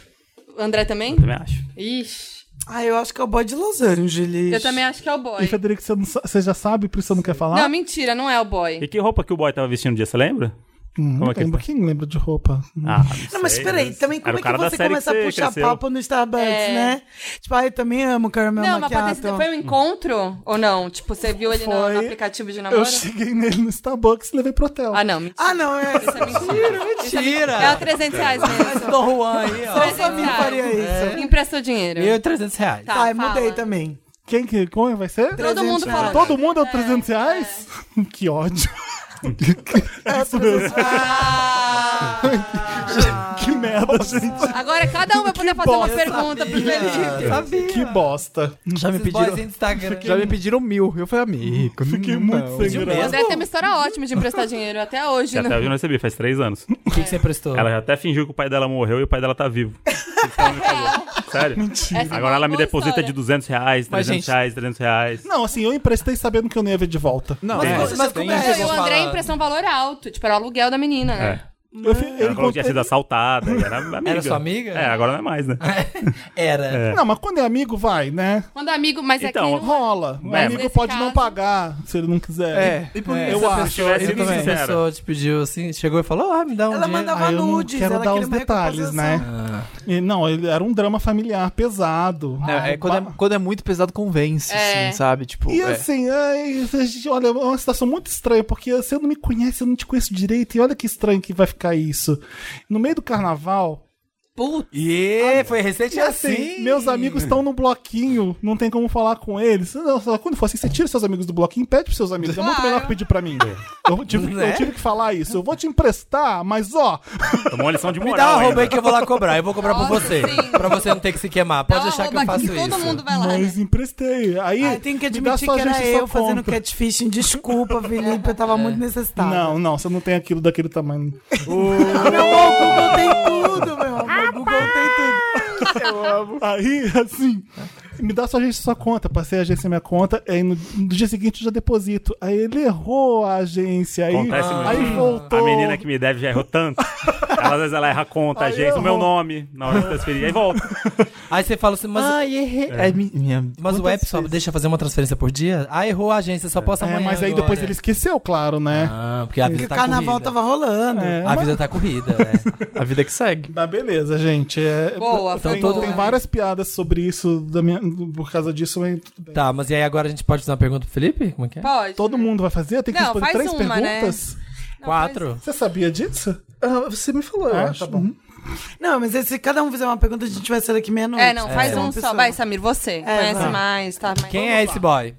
Speaker 3: O André também?
Speaker 4: Também acho.
Speaker 3: Ixi.
Speaker 6: Ah, eu acho que é o boy de Los Angeles.
Speaker 3: Eu também acho que é o boy.
Speaker 1: E Federico, você, não sa- você já sabe, por isso você não quer falar?
Speaker 3: Não, mentira, não é o boy.
Speaker 4: E que roupa que o boy tava vestindo no dia, você lembra?
Speaker 1: Hum, não
Speaker 4: Como é que
Speaker 1: lembro. Quem lembra de roupa?
Speaker 4: Ah,
Speaker 6: Não, mas
Speaker 4: sei,
Speaker 6: peraí,
Speaker 4: mas
Speaker 6: também como
Speaker 4: era
Speaker 6: é
Speaker 4: o
Speaker 6: que
Speaker 4: cara da
Speaker 6: você
Speaker 4: série
Speaker 6: começa a
Speaker 4: você
Speaker 6: puxar
Speaker 4: cresceu.
Speaker 6: papo no Starbucks,
Speaker 3: É.
Speaker 6: né? Tipo, ai, também amo caramel
Speaker 3: Não, mas pode ter sido-
Speaker 6: macchiato.
Speaker 3: foi um encontro ou não? Tipo, você viu ele no- no,
Speaker 1: Foi.
Speaker 3: aplicativo de namoro?
Speaker 1: Eu cheguei nele no Starbucks e levei pro hotel.
Speaker 3: Ah, não, mentira.
Speaker 6: Ah, não, é.
Speaker 3: Isso é mentira. É o
Speaker 2: Mentira!
Speaker 3: 300 reais mesmo.
Speaker 2: Dom Juan aí, ó.
Speaker 6: Só o Samir faria isso.
Speaker 3: Emprestou dinheiro.
Speaker 2: Eu e 300 reais.
Speaker 3: Tá,
Speaker 6: Tá, eu
Speaker 3: fala.
Speaker 6: mudei também.
Speaker 1: Quem que como vai ser?
Speaker 3: Todo
Speaker 6: 300
Speaker 3: mundo
Speaker 6: reais.
Speaker 3: falou.
Speaker 1: Todo mundo é o 300 reais? que ódio. É isso mesmo. que merda, gente.
Speaker 3: Agora cada um vai poder fazer uma pergunta pro
Speaker 2: é.
Speaker 3: Felipe.
Speaker 2: Sabia.
Speaker 1: Que bosta.
Speaker 5: Já me
Speaker 2: Esses
Speaker 5: pediram.
Speaker 2: boys Instagram.
Speaker 5: Já me pediram mil. Eu falei, amigo.
Speaker 1: Fiquei
Speaker 5: não.
Speaker 1: muito sem
Speaker 2: Pediu
Speaker 3: O
Speaker 1: graça.
Speaker 3: André tem uma história ótima de emprestar dinheiro até hoje.
Speaker 4: Você
Speaker 3: né?
Speaker 4: até hoje eu não recebi, faz três anos.
Speaker 2: O que, que você prestou?
Speaker 4: Ela já até fingiu que o pai dela morreu e o pai dela tá vivo. Sério?
Speaker 3: Essa é uma
Speaker 4: Agora ela me
Speaker 3: boa
Speaker 4: deposita
Speaker 3: história.
Speaker 4: de 200 reais, 300
Speaker 5: Mas, gente-
Speaker 4: reais, 300 reais.
Speaker 1: Não, assim, eu emprestei sabendo que eu não ia ver de volta.
Speaker 5: Não,
Speaker 4: É.
Speaker 5: mas, mas
Speaker 2: tem
Speaker 5: como é?
Speaker 2: isso.
Speaker 3: E o André emprestou um valor alto, tipo, era o aluguel da menina. né?
Speaker 4: É.
Speaker 1: Eu fi- ele
Speaker 4: Ela falou que
Speaker 1: contou-
Speaker 4: tinha sido assaltada, e era amiga.
Speaker 2: Era sua amiga?
Speaker 4: É, agora não é mais, né?
Speaker 2: Era.
Speaker 1: Não, mas quando é amigo, vai, né?
Speaker 3: Quando amigo, mas
Speaker 4: Então,
Speaker 3: é que...
Speaker 1: Rola. O
Speaker 4: É,
Speaker 1: amigo
Speaker 3: nesse
Speaker 1: pode
Speaker 3: caso-
Speaker 1: não pagar se ele não quiser.
Speaker 5: É.
Speaker 2: E por que
Speaker 5: é.
Speaker 2: essa
Speaker 1: eu acho.
Speaker 2: pessoa, eu
Speaker 4: Se tivesse sido
Speaker 2: também. Essa
Speaker 4: sincera.
Speaker 2: pessoa te pediu assim, chegou e falou, ah, me dá um
Speaker 6: Ela
Speaker 2: dinheiro.
Speaker 6: mandava
Speaker 1: Ah, eu não
Speaker 6: nudes.
Speaker 1: quero
Speaker 6: ela
Speaker 1: dar
Speaker 6: queria
Speaker 1: os
Speaker 6: uma
Speaker 1: detalhes, né?
Speaker 6: recompensação.
Speaker 1: E, não, ele era um drama familiar pesado.
Speaker 5: É, é quando, é, quando é muito pesado, convence,
Speaker 3: É.
Speaker 5: assim, sabe? Tipo,
Speaker 1: E
Speaker 5: é.
Speaker 1: assim, ai, gente, olha, é uma situação muito estranha, porque você não me conhece, eu não te conheço direito, e olha que estranho que vai ficar isso. No meio do carnaval,
Speaker 3: Puta,
Speaker 2: E foi recente
Speaker 1: e assim,
Speaker 2: assim.
Speaker 1: meus amigos estão no bloquinho, não tem como falar com eles. Não, só quando for assim, você tira seus amigos do bloquinho, pede pros seus amigos. É muito
Speaker 3: Claro.
Speaker 1: melhor que pedir pra mim. Eu tive,
Speaker 2: Né?
Speaker 1: eu tive que falar isso. Eu vou te emprestar, mas ó,
Speaker 4: Tomou uma lição de
Speaker 2: Me dá um
Speaker 4: moral
Speaker 2: arroba
Speaker 4: ainda.
Speaker 2: aí que eu vou lá cobrar. Eu vou cobrar por
Speaker 3: Nossa,
Speaker 2: você.
Speaker 3: sim.
Speaker 2: Pra você não ter que se queimar. Pode
Speaker 3: dá um
Speaker 2: deixar que eu
Speaker 3: arroba
Speaker 2: faço
Speaker 3: aqui,
Speaker 2: isso.
Speaker 3: Todo mundo vai lá, né?
Speaker 1: mas emprestei. Aí,
Speaker 6: Ai, tem que
Speaker 1: me dá
Speaker 6: admitir
Speaker 1: sua
Speaker 6: que era
Speaker 1: agência e sua
Speaker 6: eu fazendo
Speaker 1: conta.
Speaker 6: catfishing. Desculpa, Felipe, eu tava muito necessitada.
Speaker 1: Não, não, você não tem aquilo daquele tamanho.
Speaker 6: Ah, meu amor, o Google tem tudo, meu amor. O Google tem tudo.
Speaker 1: Aí, assim, me dá sua agência e sua conta. Passei a agência e minha conta, aí no, no dia seguinte eu já deposito. Aí ele errou a agência, aí,
Speaker 4: Acontece muito.
Speaker 1: aí voltou.
Speaker 4: A menina que me deve já errou tanto. Ela, às vezes ela erra a conta,
Speaker 1: Aí
Speaker 4: gente, o meu
Speaker 1: errou.
Speaker 4: nome, na hora de transferir. Aí volta.
Speaker 2: Aí você fala assim, mas,
Speaker 5: Ai, errei. É. mi- minha...
Speaker 2: mas o
Speaker 5: quantas
Speaker 2: app só
Speaker 5: vezes?
Speaker 2: deixa fazer uma transferência por dia? Ah, errou a agência, só posso
Speaker 1: É,
Speaker 2: amanhã
Speaker 1: mas aí
Speaker 2: agora.
Speaker 1: depois ele esqueceu, claro, né?
Speaker 2: Ah, porque a vida
Speaker 6: Porque
Speaker 2: tá
Speaker 6: o carnaval
Speaker 2: corrida.
Speaker 6: tava rolando.
Speaker 1: É,
Speaker 2: A
Speaker 1: mas-
Speaker 2: vida tá corrida, né?
Speaker 5: A vida que segue.
Speaker 1: Mas beleza, gente. É,
Speaker 3: Boa,
Speaker 1: tem,
Speaker 3: foi boa.
Speaker 1: tem várias piadas sobre isso da minha- por causa disso, mas tudo bem.
Speaker 2: tá, mas e aí agora a gente pode fazer uma pergunta pro Felipe? Como é que é?
Speaker 3: Pode.
Speaker 1: Todo mundo vai fazer? Tem que
Speaker 3: Hum. Não,
Speaker 1: responder
Speaker 3: faz
Speaker 1: três
Speaker 3: uma, né?
Speaker 1: perguntas?
Speaker 2: Quatro?
Speaker 1: Você sabia disso?
Speaker 6: Ah, você me falou,
Speaker 1: Ah, tá bom.
Speaker 6: Uhum. Não, mas se cada um fizer uma pergunta, a gente vai ser daqui meia-noite.
Speaker 3: É, não, faz
Speaker 6: Tem uma
Speaker 3: um só.
Speaker 6: pessoa.
Speaker 3: Vai, Samir,
Speaker 1: É,
Speaker 3: você. Conhece
Speaker 6: vai.
Speaker 3: mais, tá? Mais.
Speaker 2: Quem é esse boy?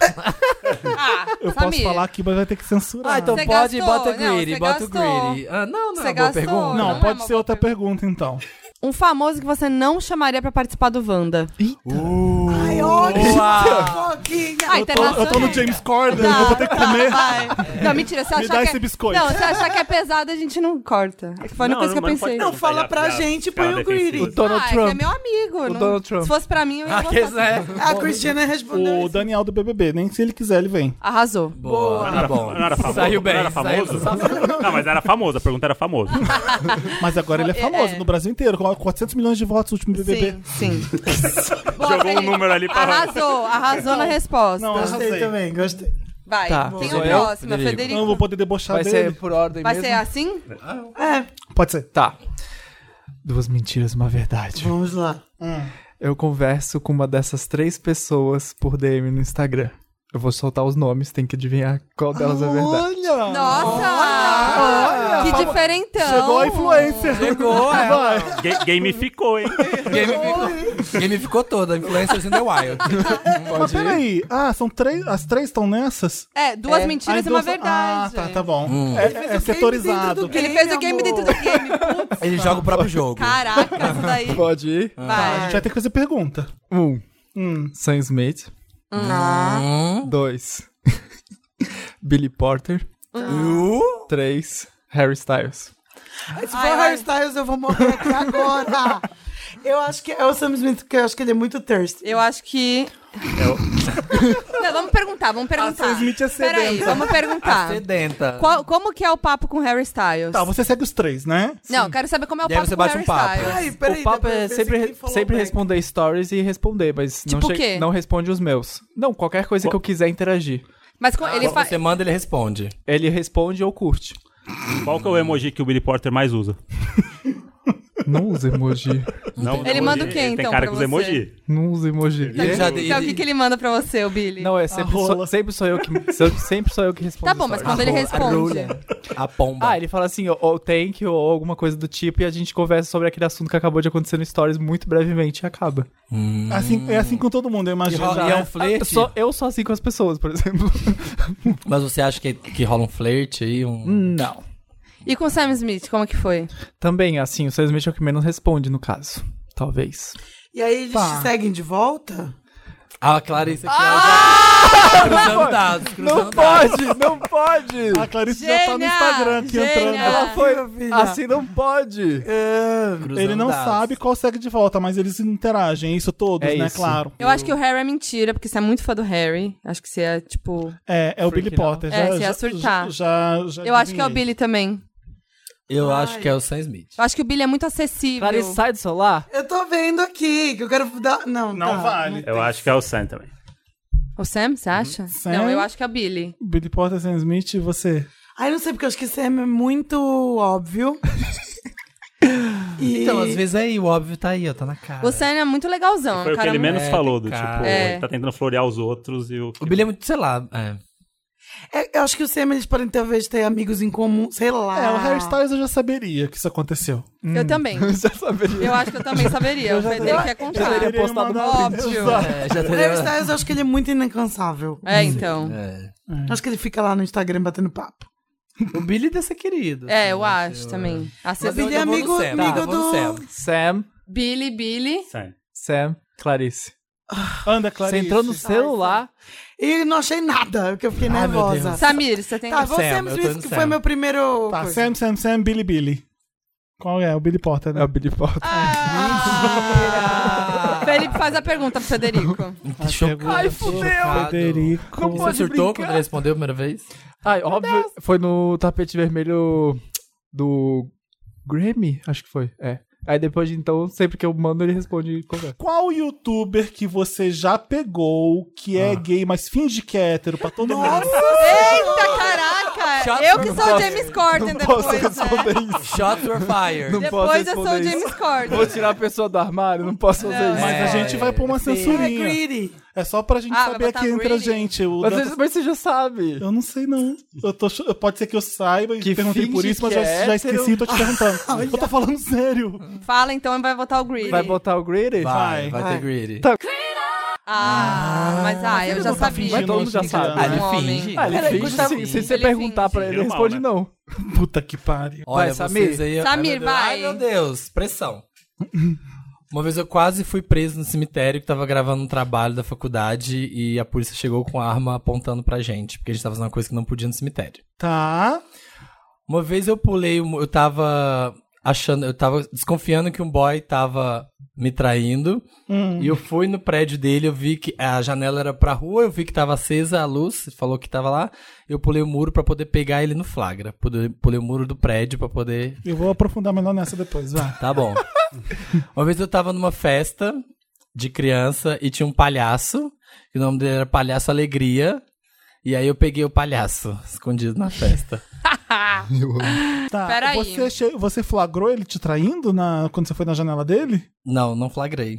Speaker 3: Ah,
Speaker 1: Eu
Speaker 3: Samir.
Speaker 1: posso falar aqui, mas vai ter que censurar.
Speaker 2: Ah, então
Speaker 3: Você
Speaker 2: pode,
Speaker 3: gastou?
Speaker 2: bota o
Speaker 3: Não,
Speaker 2: greedy,
Speaker 3: você
Speaker 2: bota o
Speaker 3: gastou.
Speaker 2: greedy. Ah, não, não é
Speaker 3: Você
Speaker 2: uma boa
Speaker 3: gastou.
Speaker 2: pergunta.
Speaker 1: não,
Speaker 3: não é
Speaker 1: pode
Speaker 3: uma
Speaker 1: ser
Speaker 3: boa
Speaker 1: outra pergunta, então.
Speaker 3: Um famoso que você não chamaria pra participar do Wanda.
Speaker 6: Ai, olha,
Speaker 2: Boa.
Speaker 6: fofoquinha.
Speaker 3: Ah, Ah,
Speaker 1: eu, tô,
Speaker 3: internacional.
Speaker 1: eu tô no James Corden, eu vou ter que
Speaker 3: Tá,
Speaker 1: comer.
Speaker 3: vai. Não, mentira, se
Speaker 1: Me
Speaker 3: achar
Speaker 1: dá
Speaker 3: que
Speaker 1: esse
Speaker 3: é...
Speaker 1: biscoito.
Speaker 3: Não, se achar que é pesado, a gente não corta. É que Foi a única coisa que eu
Speaker 4: mas
Speaker 3: pensei.
Speaker 4: pode
Speaker 6: Não, fala
Speaker 4: já-
Speaker 6: pra
Speaker 4: já
Speaker 6: gente,
Speaker 4: ficar
Speaker 6: põe o
Speaker 4: na defensiva.
Speaker 6: greeting.
Speaker 9: Donald
Speaker 3: ah, é que
Speaker 9: Trump.
Speaker 3: é meu amigo. não-
Speaker 9: Donald Trump.
Speaker 3: Se fosse pra mim, eu ia
Speaker 2: Ah, que
Speaker 3: gostar.
Speaker 2: é.
Speaker 6: A Cristina respondeu.
Speaker 1: O
Speaker 6: isso.
Speaker 1: Daniel do BBB, nem se ele quiser, ele vem.
Speaker 3: Arrasou.
Speaker 2: Boa, tá bom.
Speaker 4: Não era famoso?
Speaker 2: Saiu bem.
Speaker 4: Não era famoso? Não, mas era famoso. A pergunta era famosa.
Speaker 1: Mas agora ele é
Speaker 3: É,
Speaker 1: famoso
Speaker 3: é.
Speaker 1: no Brasil inteiro, com 400 milhões de votos no último BBB.
Speaker 3: Sim, sim.
Speaker 4: Jogou um
Speaker 3: Felipe.
Speaker 4: número ali pra...
Speaker 3: Arrasou, arrasou na resposta.
Speaker 1: Não,
Speaker 6: Gostei também, gostei.
Speaker 3: Vai,
Speaker 9: Tá.
Speaker 3: tem
Speaker 9: Sou
Speaker 3: a
Speaker 9: eu,
Speaker 3: próxima,
Speaker 2: Federico?
Speaker 1: Então eu
Speaker 3: Federico.
Speaker 1: não vou poder debochar
Speaker 9: Vai
Speaker 1: dele.
Speaker 9: ser por ordem
Speaker 3: Vai
Speaker 9: mesmo?
Speaker 3: ser assim?
Speaker 1: Pode ser.
Speaker 9: Tá. Duas mentiras, uma verdade.
Speaker 6: Vamos lá.
Speaker 9: Eu converso com uma dessas três pessoas por DM no Instagram. Eu vou soltar os nomes, tem que adivinhar qual delas é verdade.
Speaker 1: Olha!
Speaker 3: Nossa! Que diferentão!
Speaker 1: Chegou a influencer.
Speaker 2: Chegou, é.
Speaker 1: Vai.
Speaker 4: Ga- Gamificou, hein?
Speaker 2: Game ficou, game ficou toda. Influencers in the wild.
Speaker 1: Mas peraí. Ah, são três. As três estão nessas?
Speaker 3: É, duas
Speaker 1: Ah,
Speaker 3: mentiras e
Speaker 1: então
Speaker 3: uma
Speaker 1: são-
Speaker 3: verdade.
Speaker 1: Ah, tá, tá bom.
Speaker 2: Hum.
Speaker 1: É, é setorizado.
Speaker 3: Ele fez o game dentro do game. Putz,
Speaker 2: Ele joga o próprio jogo.
Speaker 3: Caraca, isso daí.
Speaker 9: Pode ir?
Speaker 1: A gente
Speaker 3: Vai.
Speaker 1: vai ter que fazer pergunta.
Speaker 9: Um.
Speaker 1: Hum.
Speaker 9: Sam Smith.
Speaker 2: Hum.
Speaker 9: Dois. Billy Porter. Hum.
Speaker 2: Uh.
Speaker 9: Três. Harry Styles.
Speaker 6: Se for
Speaker 3: Ai, ai.
Speaker 6: Harry Styles, eu vou morrer aqui agora. Eu acho que é o Sam Smith, porque eu acho que ele é muito thirsty.
Speaker 3: Eu acho que. Não, vamos perguntar, vamos perguntar.
Speaker 1: Smith é sedenta.
Speaker 3: Peraí, vamos perguntar.
Speaker 2: Sedenta.
Speaker 3: Qual- como que é o papo com Harry Styles?
Speaker 1: Tá, você segue os três, né?
Speaker 3: Não, eu quero saber como é o
Speaker 2: E aí
Speaker 3: papo
Speaker 2: você
Speaker 3: com
Speaker 2: bate
Speaker 3: Harry
Speaker 2: um papo.
Speaker 3: Styles.
Speaker 6: Ai, peraí,
Speaker 9: o papo
Speaker 6: depois
Speaker 9: é
Speaker 6: eu sei
Speaker 9: sempre,
Speaker 6: quem falou
Speaker 9: sempre
Speaker 6: back.
Speaker 9: responder stories e responder, mas não,
Speaker 3: Tipo o
Speaker 9: chega-
Speaker 3: quê?
Speaker 9: não responde os meus. Não, qualquer coisa que eu quiser interagir.
Speaker 3: Mas com- ele faz.
Speaker 2: Você manda, ele responde.
Speaker 9: Ele responde ou curte.
Speaker 4: Qual que é o emoji que o Billy Porter mais usa?
Speaker 9: Não usa emoji.
Speaker 4: Não,
Speaker 3: Ele
Speaker 4: emoji.
Speaker 3: manda o quê,
Speaker 4: Ele
Speaker 3: então,
Speaker 4: Tem cara
Speaker 3: pra
Speaker 4: que
Speaker 3: você?
Speaker 4: usa emoji.
Speaker 9: Não usa emoji.
Speaker 2: Ele já-
Speaker 3: Então, o que, que ele manda pra você, o Billy?
Speaker 9: Não, é sempre,
Speaker 1: rola.
Speaker 9: sou, sempre sou eu que sou- sempre sou eu que respondo.
Speaker 3: Tá bom, mas
Speaker 9: stories.
Speaker 3: quando ele
Speaker 2: A
Speaker 3: responde.
Speaker 2: rolha, A pomba.
Speaker 9: Ah, ele fala assim, ou, ou thank you, ou alguma coisa do tipo, e a gente conversa sobre aquele assunto que acabou de acontecer no Stories muito brevemente e acaba.
Speaker 1: Assim, é assim com todo mundo, eu
Speaker 2: Hum. E
Speaker 1: imagino.
Speaker 2: rola- e é
Speaker 4: Ah,
Speaker 2: um flerte.
Speaker 9: Eu sou, eu sou assim com as pessoas, por exemplo.
Speaker 2: Mas você acha que, que rola um flerte aí? Um...
Speaker 9: Não.
Speaker 3: E com o Sam Smith, como que foi?
Speaker 9: Também, assim, o Sam Smith é o que menos responde, no caso. Talvez.
Speaker 6: E aí eles te seguem de volta?
Speaker 2: Ah, a Clarice aqui.
Speaker 3: Ah!
Speaker 2: ó, já- Cruzando dados, cruzando
Speaker 9: Não pode, não pode!
Speaker 1: A Clarice já tá no
Speaker 3: Gênia!
Speaker 1: Instagram aqui
Speaker 3: Gênia!
Speaker 1: entrando.
Speaker 9: Ela foi
Speaker 6: Meu filho.
Speaker 9: assim, não pode!
Speaker 2: É, cruzando
Speaker 1: Ele não
Speaker 2: dados.
Speaker 1: sabe qual segue de volta, mas eles interagem, isso todos,
Speaker 9: É
Speaker 1: né?
Speaker 9: isso.
Speaker 1: Claro.
Speaker 3: Eu acho que o Harry é mentira, porque você é muito fã do Harry. Acho que você é, tipo.
Speaker 1: É, é o
Speaker 9: Freak
Speaker 1: Billy Potter.
Speaker 3: não.
Speaker 1: já-
Speaker 3: É, você ia
Speaker 1: já-
Speaker 3: surtar.
Speaker 1: Já, já,
Speaker 3: Eu acho que é o
Speaker 1: adivinhei.
Speaker 3: Billy também.
Speaker 2: Eu acho que é o Sam Smith.
Speaker 3: Eu acho que o Billy é muito acessível.
Speaker 9: Clarice, sai do celular.
Speaker 6: Eu tô vendo aqui, que eu quero dar... Não,
Speaker 1: Não
Speaker 6: tá.
Speaker 1: vale.
Speaker 4: Eu acho que é o Sam também.
Speaker 3: um O Sam, você acha?
Speaker 1: Sam?
Speaker 3: Não, eu acho que é o Billy.
Speaker 1: Billy Potter, Sam Smith e você.
Speaker 6: Ai, não sei, porque eu acho que Sam é muito óbvio. E-
Speaker 2: Então, às vezes aí, o óbvio tá aí, ó, tá na cara.
Speaker 3: O Sam é muito legalzão. é um
Speaker 4: Foi o que
Speaker 3: cara
Speaker 4: ele
Speaker 3: muito-
Speaker 4: menos
Speaker 2: É,
Speaker 4: falou, do
Speaker 2: cara.
Speaker 4: tipo,
Speaker 3: É.
Speaker 4: ele tá tentando florear os outros e o...
Speaker 2: O Billy é muito, sei lá. É.
Speaker 6: É, eu acho que o Sam, eles podem talvez ter amigos em comum, sei
Speaker 3: Ah.
Speaker 6: lá.
Speaker 1: É, o Harry Styles eu já saberia que isso aconteceu.
Speaker 3: Eu também.
Speaker 9: Já saberia.
Speaker 3: Eu acho que eu também saberia. o Federico quer contar.
Speaker 9: teria postado
Speaker 1: mandado
Speaker 3: uma
Speaker 1: print.
Speaker 3: óbvio.
Speaker 1: Exato.
Speaker 2: É, já
Speaker 6: O Harry
Speaker 2: teria...
Speaker 6: Styles, eu acho que ele é muito inalcançável.
Speaker 3: É, então.
Speaker 2: é.
Speaker 6: Acho que ele fica lá no Instagram batendo papo.
Speaker 2: O Billy deve ser querido.
Speaker 3: É,
Speaker 2: assim,
Speaker 3: eu
Speaker 2: né,
Speaker 3: acho
Speaker 2: seu-
Speaker 3: também.
Speaker 2: Mas
Speaker 3: Acessível.
Speaker 6: Billy
Speaker 2: eu
Speaker 6: é
Speaker 2: vou no
Speaker 6: amigo-
Speaker 2: Sam, tá?
Speaker 6: amigo
Speaker 2: Eu vou no
Speaker 6: do-
Speaker 2: Sam.
Speaker 9: Sam,
Speaker 3: Billy, Billy.
Speaker 4: Sam.
Speaker 9: Sam, Clarice.
Speaker 1: Anda,
Speaker 9: Você
Speaker 1: Clarice.
Speaker 9: entrou no celular.
Speaker 6: E não achei nada, porque eu fiquei
Speaker 2: Ai, meu
Speaker 6: nervosa.
Speaker 2: Deus.
Speaker 3: Samir, você tem.
Speaker 6: Tá, vou
Speaker 2: Sam,
Speaker 6: Sam
Speaker 2: eu tô
Speaker 6: Smith,
Speaker 2: no
Speaker 6: que
Speaker 2: Sam.
Speaker 6: foi meu primeiro.
Speaker 1: Tá,
Speaker 6: coisa.
Speaker 1: Sam, Sam, Sam, Billy, Billy. Qual é? O Billy Potter, né?
Speaker 9: É o Billy Potter.
Speaker 3: Ah! Felipe faz a pergunta pro Federico.
Speaker 2: Que chocado.
Speaker 9: Ai, fudeu.
Speaker 2: Chocado.
Speaker 1: Federico.
Speaker 9: Não
Speaker 2: Você
Speaker 9: pode
Speaker 2: surtou
Speaker 9: brincar.
Speaker 2: quando ele respondeu a primeira vez?
Speaker 9: Ai, óbvio, foi no tapete vermelho do Grammy, acho que foi. É. Aí depois de então, sempre que eu mando, ele responde e conversa.
Speaker 1: Qual youtuber que você já pegou que é
Speaker 9: Ah.
Speaker 1: gay, mas finge que é hétero pra todo mundo?
Speaker 3: Eita, caraca!
Speaker 2: Chato,
Speaker 3: eu que
Speaker 2: não
Speaker 3: sou o
Speaker 2: posso-
Speaker 3: James Corden depois, né?
Speaker 9: Posso responder isso?
Speaker 2: Shots were fired.
Speaker 9: Não posso
Speaker 3: Depois eu sou o
Speaker 9: responder
Speaker 3: James
Speaker 9: isso.
Speaker 3: Corden.
Speaker 9: Vou tirar a pessoa do armário, não posso fazer
Speaker 3: Não,
Speaker 9: isso.
Speaker 1: Mas a
Speaker 2: É,
Speaker 1: gente vai pôr uma
Speaker 6: É
Speaker 1: censurinha.
Speaker 6: greedy.
Speaker 1: É só pra gente
Speaker 3: Ah, vai
Speaker 1: saber
Speaker 3: botar
Speaker 1: aqui entre a
Speaker 3: Greedy.
Speaker 1: gente. O
Speaker 9: Mas,
Speaker 1: Dantas-
Speaker 9: você- mas você já sabe.
Speaker 1: Eu não sei, não. Eu tô... ch- Pode ser que eu saiba e
Speaker 9: Que
Speaker 1: perguntei
Speaker 9: finge
Speaker 1: por isso, mas
Speaker 9: que
Speaker 1: já,
Speaker 9: é
Speaker 1: já
Speaker 9: hétero.
Speaker 1: esqueci e tô te perguntando. eu tô falando sério.
Speaker 3: Fala então e vai votar o Greedy.
Speaker 9: Vai botar o Greedy?
Speaker 2: Vai, vai,
Speaker 1: vai.
Speaker 2: ter greedy.
Speaker 9: Tá.
Speaker 3: Ah, mas ah, eu já sabia.
Speaker 9: fingindo, todo mundo já
Speaker 1: fingindo,
Speaker 9: sabe.
Speaker 2: Ah,
Speaker 1: né?
Speaker 2: ele
Speaker 3: Um
Speaker 2: finge.
Speaker 9: Ah, ele
Speaker 2: Ele
Speaker 9: finge,
Speaker 2: Gustavo,
Speaker 9: se, se
Speaker 2: finge.
Speaker 9: você
Speaker 3: Ele
Speaker 9: perguntar
Speaker 3: finge.
Speaker 9: pra ele, ele
Speaker 4: Ele é mal,
Speaker 9: responde
Speaker 4: né?
Speaker 9: não.
Speaker 1: Puta que pariu.
Speaker 2: Olha,
Speaker 9: Vai, Samir.
Speaker 2: vocês aí...
Speaker 3: Samir,
Speaker 2: Ai, meu Deus.
Speaker 3: vai.
Speaker 2: Ai, meu Deus. Pressão. Uma vez eu quase fui preso no cemitério que tava gravando um trabalho da faculdade e a polícia chegou com a arma apontando pra gente, porque a gente tava fazendo uma coisa que não podia no cemitério.
Speaker 1: Tá.
Speaker 2: Uma vez eu pulei, um- eu tava achando, eu tava desconfiando que um boy tava me traindo. E eu fui no prédio dele, eu vi que a janela era pra rua, eu vi que tava acesa a luz, falou que tava lá. Eu pulei o muro pra poder pegar ele no flagra. Pulei, pulei o muro do prédio pra poder
Speaker 1: Eu vou aprofundar melhor nessa depois, vai.
Speaker 2: Tá bom. Uma vez eu tava numa festa de criança e tinha um palhaço, que o nome dele era Palhaço Alegria. E aí eu peguei o palhaço escondido na festa.
Speaker 1: Tá.
Speaker 3: Peraí.
Speaker 1: Você, che- você flagrou ele te traindo na... quando você foi na janela dele?
Speaker 2: Não, não flagrei.